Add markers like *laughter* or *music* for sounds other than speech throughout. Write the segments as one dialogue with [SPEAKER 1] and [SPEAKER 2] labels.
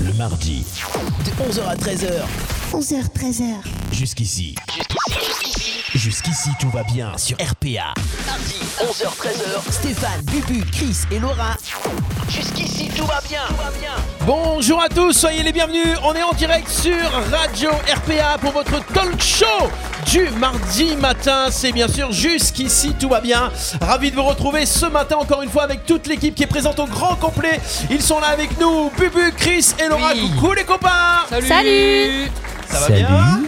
[SPEAKER 1] le mardi. De 11h à 13h.
[SPEAKER 2] 11h, 13h.
[SPEAKER 1] Jusqu'ici. Jusqu'ici, tout va bien sur RPA. Mardi, 11h-13h, Stéphane, Bubu, Chris et Laura. Jusqu'ici, tout va bien.
[SPEAKER 3] Bonjour à tous, soyez les bienvenus. On est en direct sur Radio RPA pour votre talk show du mardi matin. C'est bien sûr jusqu'ici, tout va bien. Ravi de vous retrouver ce matin encore une fois avec toute l'équipe qui est présente au grand complet. Ils sont là avec nous, Bubu, Chris et Laura.
[SPEAKER 4] Oui.
[SPEAKER 3] Coucou les copains
[SPEAKER 4] Salut.
[SPEAKER 3] Ça va
[SPEAKER 5] Salut.
[SPEAKER 3] bien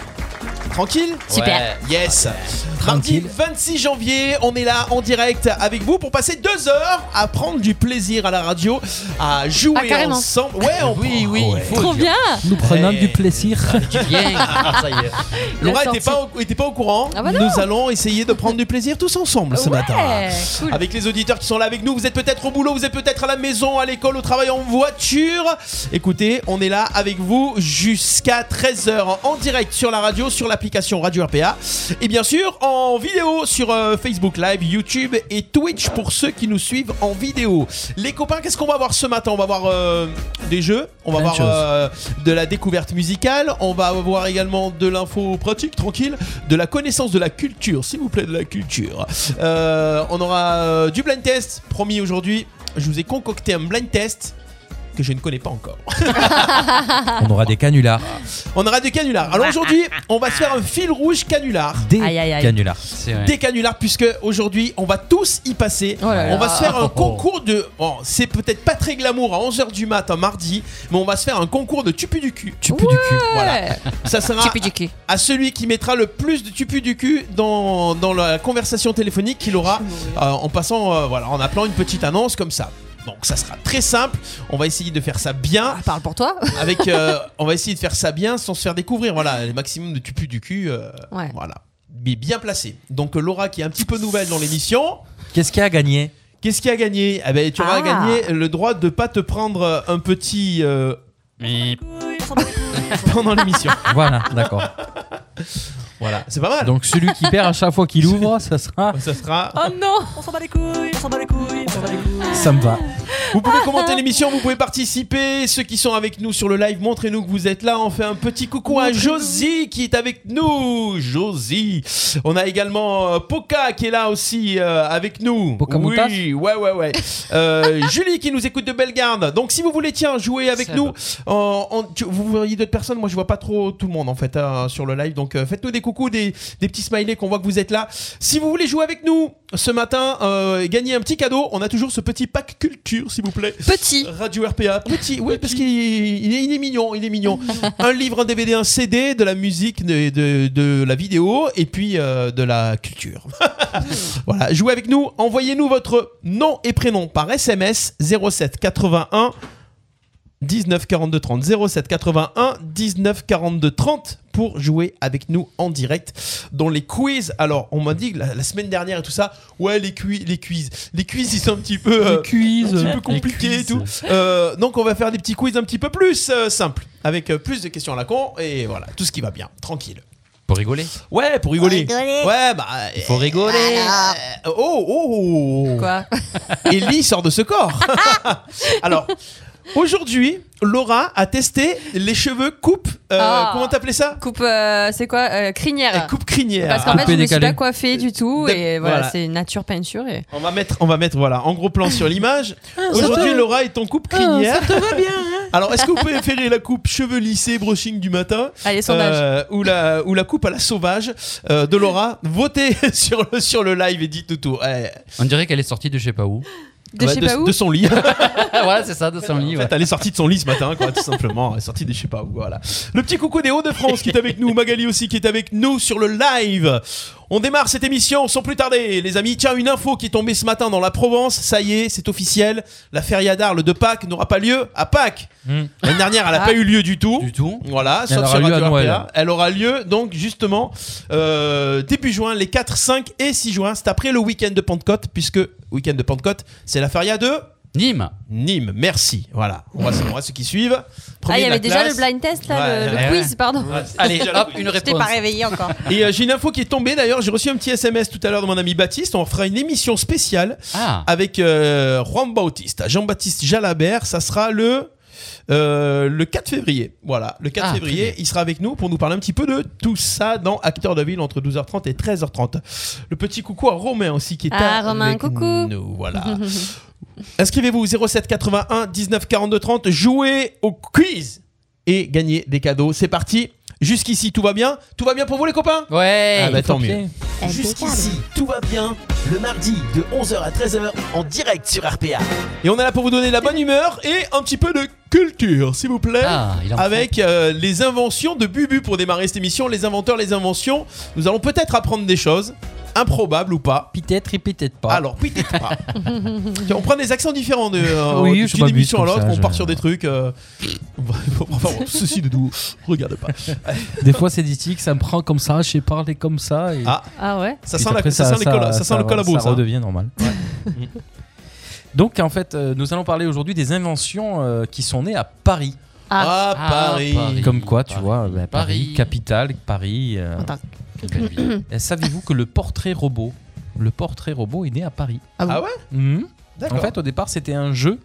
[SPEAKER 3] Tranquille
[SPEAKER 4] Super.
[SPEAKER 3] Ouais, Yes
[SPEAKER 1] Ah,
[SPEAKER 3] Mardi 26 janvier, on est là en direct avec vous pour passer deux heures à prendre du plaisir à la radio, à jouer
[SPEAKER 4] Ah, carrément.
[SPEAKER 3] ensemble. Ouais, on
[SPEAKER 5] Oui, oui, il faut.
[SPEAKER 4] Trop
[SPEAKER 5] dire.
[SPEAKER 4] bien
[SPEAKER 5] Nous
[SPEAKER 3] prenons du
[SPEAKER 5] plaisir.
[SPEAKER 3] *laughs* Ah, ça y est. Laura
[SPEAKER 4] La
[SPEAKER 3] était pas, au, était pas au courant.
[SPEAKER 4] Ah bah non.
[SPEAKER 3] Nous allons essayer de prendre du plaisir tous ensemble ce
[SPEAKER 4] Ouais,
[SPEAKER 3] matin.
[SPEAKER 4] cool.
[SPEAKER 3] Avec les auditeurs qui sont là avec nous, vous êtes peut-être au boulot, vous êtes peut-être à la maison, à l'école, au travail, en voiture. Écoutez, on est là avec vous jusqu'à 13h en direct sur la radio, sur l'application Radio RPA. Et bien sûr, en vidéo sur euh, Facebook Live, YouTube et Twitch pour ceux qui nous suivent en vidéo. Les copains, qu'est-ce qu'on va voir ce matin On va voir euh, des jeux, on va
[SPEAKER 5] Plein
[SPEAKER 3] voir
[SPEAKER 5] de choses.
[SPEAKER 3] euh, de la découverte musicale, on va avoir également de l'info pratique, tranquille, de la connaissance de la culture, s'il vous plaît, de la culture. Euh, on aura euh, du blind test, promis aujourd'hui, je vous ai concocté un blind test que je ne connais pas encore.
[SPEAKER 5] On aura des canulars.
[SPEAKER 3] On aura des canulars. Alors
[SPEAKER 4] *laughs*
[SPEAKER 3] aujourd'hui, on va se faire un fil rouge canular.
[SPEAKER 5] Des
[SPEAKER 4] Aïe, aïe, aïe.
[SPEAKER 5] canulars.
[SPEAKER 3] Des canulars, puisque aujourd'hui, on va tous y passer.
[SPEAKER 4] Oh là là.
[SPEAKER 3] On va se faire un
[SPEAKER 5] Oh.
[SPEAKER 3] concours de. Bon, c'est peut-être pas très glamour à 11h du matin, mardi, mais on va se faire un concours de tupu du cul.
[SPEAKER 5] Tu pues du cul.
[SPEAKER 3] Voilà. Ça sera
[SPEAKER 4] Chipi chipi.
[SPEAKER 3] à celui qui mettra le plus de tupu du cul dans, dans la conversation téléphonique qu'il aura euh, en passant, euh, voilà, en appelant une petite annonce comme ça. Donc ça sera très simple. On va essayer de faire ça bien.
[SPEAKER 4] Ah, Parle pour toi.
[SPEAKER 3] *laughs* Avec,
[SPEAKER 4] *laughs*
[SPEAKER 3] euh, on va essayer de faire ça bien sans se faire découvrir. Voilà, le maximum de tupu du cul. euh,
[SPEAKER 4] Ouais.
[SPEAKER 3] Voilà. Mais bien placé. Donc Laura qui est un petit peu nouvelle dans l'émission.
[SPEAKER 5] Qu'est-ce qu'il y a à gagner
[SPEAKER 3] Qu'est-ce qui a gagné Eh ben, tu auras
[SPEAKER 4] Ah.
[SPEAKER 3] gagné le droit de pas te prendre un petit euh, *laughs* pendant l'émission.
[SPEAKER 5] Voilà, d'accord.
[SPEAKER 3] voilà, c'est pas mal.
[SPEAKER 5] Donc celui qui perd à chaque fois qu'il ouvre, ça sera.
[SPEAKER 3] ça sera
[SPEAKER 4] Oh non
[SPEAKER 5] Ça me va.
[SPEAKER 3] Vous pouvez commenter l'émission, vous pouvez participer. Ceux qui sont avec nous sur le live, montrez-nous que vous êtes là. On fait un petit coucou à Josie qui est avec nous. Josie. On a également euh, Poca qui est là aussi euh, avec nous.
[SPEAKER 5] Poca Moutas
[SPEAKER 3] oui, ouais, ouais, ouais. Euh,
[SPEAKER 5] *laughs*
[SPEAKER 3] Julie qui nous écoute de Bellegarde. Donc si vous voulez, tiens, jouer avec
[SPEAKER 4] Seb.
[SPEAKER 3] nous. Euh, on- tu- vous voyez d'autres personnes. Moi, je vois pas trop tout le monde en fait hein, sur le live. Donc euh, faites-nous des coucous, des, des petits smileys qu'on voit que vous êtes là. Si vous voulez jouer avec nous ce matin, euh, et gagner un petit cadeau. On a toujours ce petit pack culture, s'il vous plaît.
[SPEAKER 4] Petit
[SPEAKER 3] Radio RPA, petit, oui, parce qu'il il est, il est mignon, il est mignon. un livre, un DVD, un CD, de la musique, de, de- de la vidéo et puis euh, de la culture. *laughs* voilà, jouez avec nous, envoyez-nous votre nom et prénom par SMS 07 81 19 42 30 07 81 19 42 30 pour jouer avec nous en direct dans les quiz. Alors, on m'a dit que la, la semaine dernière et tout ça, ouais, les, cui- les quiz, les quiz, ils sont un petit peu. euh,
[SPEAKER 5] quiz.
[SPEAKER 3] un petit peu compliqué et tout. Euh, donc on va faire des petits quiz un petit peu plus euh, simples, avec euh, plus de questions à la con et voilà, tout ce qui va bien, tranquille.
[SPEAKER 6] Pour rigoler.
[SPEAKER 3] Ouais, pour rigoler.
[SPEAKER 2] Pour rigoler.
[SPEAKER 3] Ouais, bah. euh,
[SPEAKER 6] Pour rigoler.
[SPEAKER 3] euh, oh, oh, oh.
[SPEAKER 4] Quoi
[SPEAKER 3] Ellie sort de ce corps. Alors, aujourd'hui, Laura a testé les cheveux coupe. euh,
[SPEAKER 4] Ah.
[SPEAKER 3] Comment t'appelais ça
[SPEAKER 4] Coupe, euh, c'est quoi Euh,
[SPEAKER 3] Euh,
[SPEAKER 4] Crinière.
[SPEAKER 3] Coupe crinière.
[SPEAKER 4] Parce qu'en fait,
[SPEAKER 5] Coupé,
[SPEAKER 4] je me suis
[SPEAKER 5] décalé.
[SPEAKER 4] pas coiffée du tout. Et
[SPEAKER 3] D'ac-
[SPEAKER 4] voilà,
[SPEAKER 3] voilà.
[SPEAKER 4] c'est une nature peinture. Et...
[SPEAKER 3] On va mettre, on va mettre voilà, en gros plan sur l'image.
[SPEAKER 4] Ah,
[SPEAKER 3] Aujourd'hui, Laura est en coupe crinière. ça te va bien. Alors, est-ce que vous préférez la coupe cheveux lissés, brushing du matin,
[SPEAKER 4] Allez, sondage.
[SPEAKER 3] euh, ou la ou la coupe à la sauvage euh, de Laura Votez *laughs* sur le sur le live et dites tout. Ouais.
[SPEAKER 6] On dirait qu'elle est sortie de je sais pas où.
[SPEAKER 3] Bah,
[SPEAKER 4] de je sais pas où.
[SPEAKER 3] de son
[SPEAKER 4] *laughs*
[SPEAKER 3] lit.
[SPEAKER 6] Ah, voilà, c'est ça, de son lit.
[SPEAKER 3] En fait, elle est sortie de son lit ce matin, quoi, tout simplement. Elle est sortie des je sais pas où, voilà. Le petit coucou des Hauts-de-France qui est avec nous, Magali aussi qui est avec nous sur le live. On démarre cette émission sans plus tarder, les amis. Tiens, une info qui est tombée ce matin dans la Provence. Ça y est, c'est officiel. La feria d'Arles de Pâques n'aura pas lieu à Pâques.
[SPEAKER 5] Hmm.
[SPEAKER 3] L'année dernière, elle n'a
[SPEAKER 4] Ah.
[SPEAKER 3] pas eu lieu du tout.
[SPEAKER 5] Du tout.
[SPEAKER 3] Voilà,
[SPEAKER 5] Elle
[SPEAKER 3] sauf
[SPEAKER 5] aura
[SPEAKER 3] sur
[SPEAKER 5] lieu
[SPEAKER 3] Radio
[SPEAKER 5] à Noël.
[SPEAKER 3] RPA. Elle aura lieu donc justement euh, début juin, les 4, 5 et 6 juin. C'est après le week-end de Pentecôte, puisque week-end de Pentecôte, c'est la feria de
[SPEAKER 6] Nîmes.
[SPEAKER 3] Nîmes, merci. Voilà, on voit, on voit ceux qui suivent.
[SPEAKER 4] Ah,
[SPEAKER 3] Premier
[SPEAKER 4] il y
[SPEAKER 3] de la
[SPEAKER 4] avait déjà
[SPEAKER 3] classe.
[SPEAKER 4] le blind test, là,
[SPEAKER 3] Ouais,
[SPEAKER 4] le, le
[SPEAKER 6] ouais,
[SPEAKER 4] quiz, pardon. *laughs*
[SPEAKER 6] Allez, hop, une
[SPEAKER 4] Je t'ai
[SPEAKER 6] réponse.
[SPEAKER 4] pas réveillée encore.
[SPEAKER 3] Et euh, j'ai une info qui est tombée d'ailleurs. J'ai reçu un petit SMS tout à l'heure de mon ami Baptiste. On fera une émission spéciale
[SPEAKER 6] Ah,
[SPEAKER 3] avec euh, Juan Bautista, Jean-Baptiste Jalabert. Ça sera le euh, le 4 février. Voilà, le 4
[SPEAKER 6] Ah,
[SPEAKER 3] février,
[SPEAKER 6] très
[SPEAKER 3] il sera avec nous pour nous parler un petit peu de tout ça dans Acteur de Ville entre 12h30 et 13h30. Le petit coucou à Romain aussi qui est
[SPEAKER 4] Ah,
[SPEAKER 3] avec
[SPEAKER 4] Romain, coucou.
[SPEAKER 3] nous.
[SPEAKER 4] *laughs*
[SPEAKER 3] Voilà. Inscrivez-vous au 07 81 19 42 30, jouez au quiz et gagnez des cadeaux. C'est parti. Jusqu'ici, tout va bien Tout va bien pour vous les copains
[SPEAKER 6] Ouais.
[SPEAKER 3] Ah bah, tant mieux.
[SPEAKER 5] Papier.
[SPEAKER 1] Jusqu'ici, tout va bien. Le mardi de 11h à 13h en direct sur RPA.
[SPEAKER 3] Et on est là pour vous donner de la bonne humeur et un petit peu de culture, s'il vous plaît.
[SPEAKER 6] Ah, il en
[SPEAKER 3] Avec euh, les inventions de Bubu pour démarrer cette émission, les inventeurs, les inventions. Nous allons peut-être apprendre des choses, improbables ou pas.
[SPEAKER 5] Peut-être et peut-être pas.
[SPEAKER 3] Alors, peut-être
[SPEAKER 5] *laughs*
[SPEAKER 3] pas. Tiens, on prend des accents différents de, euh,
[SPEAKER 5] Oui, je
[SPEAKER 3] d'une
[SPEAKER 5] m'abuse
[SPEAKER 3] émission à
[SPEAKER 5] comme
[SPEAKER 3] l'autre,
[SPEAKER 5] ça,
[SPEAKER 3] on
[SPEAKER 5] je-
[SPEAKER 3] part sur des trucs. euh, *laughs* on va- enfin, bon, ceci ne nous regarde pas.
[SPEAKER 5] *laughs* Des fois, c'est distique, ça me prend comme ça, je sais parler comme ça. Et...
[SPEAKER 3] Ah,
[SPEAKER 4] Ah ouais
[SPEAKER 3] ça
[SPEAKER 5] Puis
[SPEAKER 3] sent, la-
[SPEAKER 5] après,
[SPEAKER 3] ça sent les colla- ça sent le hein. collabo,
[SPEAKER 5] Ça,
[SPEAKER 3] ça.
[SPEAKER 5] redevient normal. *laughs* Donc, en fait, euh, nous allons parler aujourd'hui des inventions euh, qui sont nées à Paris.
[SPEAKER 3] Ah,
[SPEAKER 6] Ah,
[SPEAKER 3] Paris.
[SPEAKER 6] Paris.
[SPEAKER 5] Comme quoi, tu
[SPEAKER 6] Paris,
[SPEAKER 5] vois, ben, Paris,
[SPEAKER 6] Paris.
[SPEAKER 5] capitale, Paris. euh,
[SPEAKER 4] Attends.
[SPEAKER 6] Quelle belle ville.
[SPEAKER 5] et Eh, Savez-vous que le portrait robot, le portrait robot est né à Paris
[SPEAKER 3] Ah ouais
[SPEAKER 5] Mhm.
[SPEAKER 3] D'accord.
[SPEAKER 5] En fait, au départ, c'était un jeu.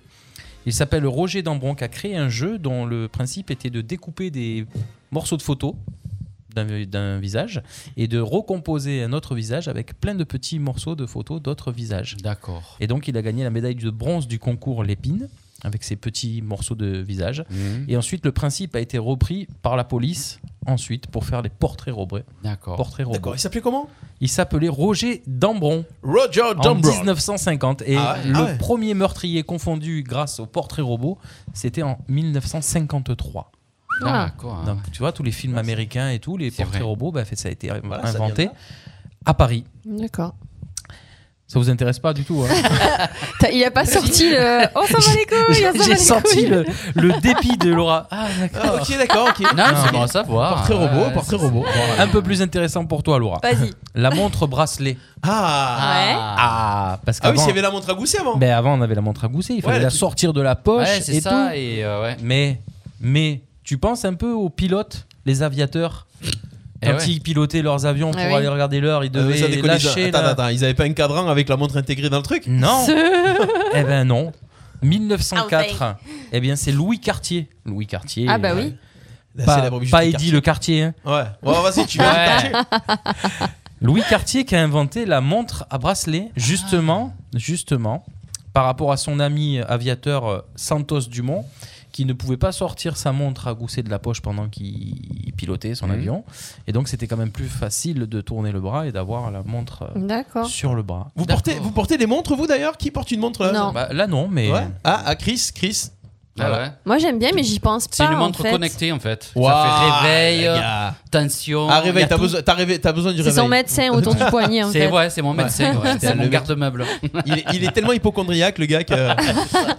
[SPEAKER 5] Il s'appelle Roger Dambron qui a créé un jeu dont le principe était de découper des morceaux de photos d'un- d'un visage et de recomposer un autre visage avec plein de petits morceaux de photos d'autres visages.
[SPEAKER 6] D'accord.
[SPEAKER 5] Et donc, il a gagné la médaille de bronze du concours Lépine avec ses petits morceaux de visage.
[SPEAKER 6] Mmh.
[SPEAKER 5] Et ensuite, le principe a été repris par la police ensuite pour faire les portraits robots.
[SPEAKER 6] D'accord.
[SPEAKER 5] Portraits robots.
[SPEAKER 3] D'accord, il s'appelait comment
[SPEAKER 5] Il s'appelait Roger Dambron.
[SPEAKER 3] Roger
[SPEAKER 5] En
[SPEAKER 3] Dumbron.
[SPEAKER 5] 1950. Et
[SPEAKER 3] Ah ouais,
[SPEAKER 5] le
[SPEAKER 3] ah ouais.
[SPEAKER 5] premier meurtrier confondu grâce au portrait robot, c'était en 1953.
[SPEAKER 4] Ah.
[SPEAKER 3] hein.
[SPEAKER 6] D'accord.
[SPEAKER 5] Donc, tu vois, tous les films américains et tout, les
[SPEAKER 6] C'est
[SPEAKER 5] portraits
[SPEAKER 6] vrai.
[SPEAKER 5] robots, bah, fait, ça a été
[SPEAKER 3] Voilà, ça vient
[SPEAKER 5] inventé
[SPEAKER 3] de là.
[SPEAKER 5] à Paris.
[SPEAKER 4] D'accord.
[SPEAKER 5] Ça vous intéresse pas
[SPEAKER 3] *laughs*
[SPEAKER 5] du tout. hein
[SPEAKER 4] T'as- Il a pas sorti le. On s'en va les
[SPEAKER 6] *laughs*
[SPEAKER 4] couilles on s'en
[SPEAKER 5] J'ai
[SPEAKER 4] bat les
[SPEAKER 5] senti
[SPEAKER 4] couilles.
[SPEAKER 5] le, le dépit de Laura.
[SPEAKER 3] Ah,
[SPEAKER 5] Ah, d'accord.
[SPEAKER 3] ok, d'accord, ok.
[SPEAKER 6] Non, c'est bon à savoir.
[SPEAKER 3] Portrait robot,
[SPEAKER 6] Ouais,
[SPEAKER 3] portrait
[SPEAKER 6] c'est-
[SPEAKER 3] robot.
[SPEAKER 5] Un peu plus intéressant pour toi, Laura.
[SPEAKER 4] Vas-y.
[SPEAKER 5] La montre bracelet.
[SPEAKER 3] Ah,
[SPEAKER 6] Ah,
[SPEAKER 5] Ah, parce
[SPEAKER 3] ah oui,
[SPEAKER 5] qu'avant
[SPEAKER 3] s'il y avait la montre à gousset avant.
[SPEAKER 5] ben, avant, on avait la montre à gousset. Il fallait
[SPEAKER 3] la
[SPEAKER 5] la
[SPEAKER 3] petite-
[SPEAKER 5] sortir de la poche
[SPEAKER 6] ouais,
[SPEAKER 5] et
[SPEAKER 6] c'est ça.
[SPEAKER 5] tout.
[SPEAKER 6] Et euh, ouais.
[SPEAKER 5] Mais, mais, tu penses un peu aux pilotes, les aviateurs
[SPEAKER 6] Eh
[SPEAKER 5] Quand
[SPEAKER 6] ouais.
[SPEAKER 5] ils pilotaient leurs avions pour
[SPEAKER 4] Ah oui.
[SPEAKER 5] aller regarder l'heure, ils
[SPEAKER 3] Euh, ça
[SPEAKER 5] devaient
[SPEAKER 3] déconne,
[SPEAKER 5] lâcher.
[SPEAKER 3] ils... Attends,
[SPEAKER 5] la-
[SPEAKER 3] attends, ils avaient pas un cadran avec la montre intégrée dans le truc
[SPEAKER 5] Non
[SPEAKER 4] Ce-
[SPEAKER 5] Eh ben non 1904,
[SPEAKER 4] Enfin.
[SPEAKER 5] eh bien c'est Louis Cartier. Louis Cartier.
[SPEAKER 4] Ah bah
[SPEAKER 5] euh,
[SPEAKER 4] oui.
[SPEAKER 3] La
[SPEAKER 5] Pas,
[SPEAKER 3] célèbre
[SPEAKER 5] pas
[SPEAKER 3] bijouterie
[SPEAKER 5] Eddie le Cartier. hein.
[SPEAKER 3] Ouais, ouais vas-y, tu vas.
[SPEAKER 6] Ouais.
[SPEAKER 5] Louis Cartier qui a inventé la montre à bracelet, justement, justement, par rapport à son ami aviateur euh, Santos Dumont, qui ne pouvait pas sortir sa montre à gousset de la poche pendant qu'il pilotait son
[SPEAKER 3] Mmh.
[SPEAKER 6] Mhm.
[SPEAKER 5] avion. Et donc c'était quand même plus facile de tourner le bras et d'avoir la montre euh,
[SPEAKER 4] D'accord.
[SPEAKER 5] sur le bras.
[SPEAKER 3] Vous portez,
[SPEAKER 6] D'accord.
[SPEAKER 3] vous portez des montres, vous d'ailleurs Qui porte une montre là
[SPEAKER 4] Non.
[SPEAKER 5] Bah, là non, mais
[SPEAKER 3] Ouais. Ah, ah, Chris, Chris. *laughs*
[SPEAKER 6] Ah
[SPEAKER 5] Voilà.
[SPEAKER 6] ouais.
[SPEAKER 4] Moi j'aime bien, mais j'y pense pas.
[SPEAKER 6] C'est une
[SPEAKER 4] en
[SPEAKER 6] montre
[SPEAKER 4] fait.
[SPEAKER 6] connectée en fait.
[SPEAKER 3] Waouh,
[SPEAKER 6] ça fait réveil,
[SPEAKER 3] les gars.
[SPEAKER 6] tension.
[SPEAKER 3] Ah,
[SPEAKER 6] il y
[SPEAKER 3] réveil,
[SPEAKER 6] a
[SPEAKER 3] t'as
[SPEAKER 6] tout.
[SPEAKER 3] besoin, t'as réveil- t'as besoin du
[SPEAKER 4] C'est
[SPEAKER 3] réveil.
[SPEAKER 4] son médecin autour du poignet en
[SPEAKER 6] *laughs* C'est
[SPEAKER 4] fait.
[SPEAKER 6] ouais, c'est mon médecin, ouais.
[SPEAKER 3] C'est
[SPEAKER 6] c'est mon
[SPEAKER 3] le-
[SPEAKER 6] garde-meuble.
[SPEAKER 3] Il est, il est tellement hypochondriaque, le gars, que.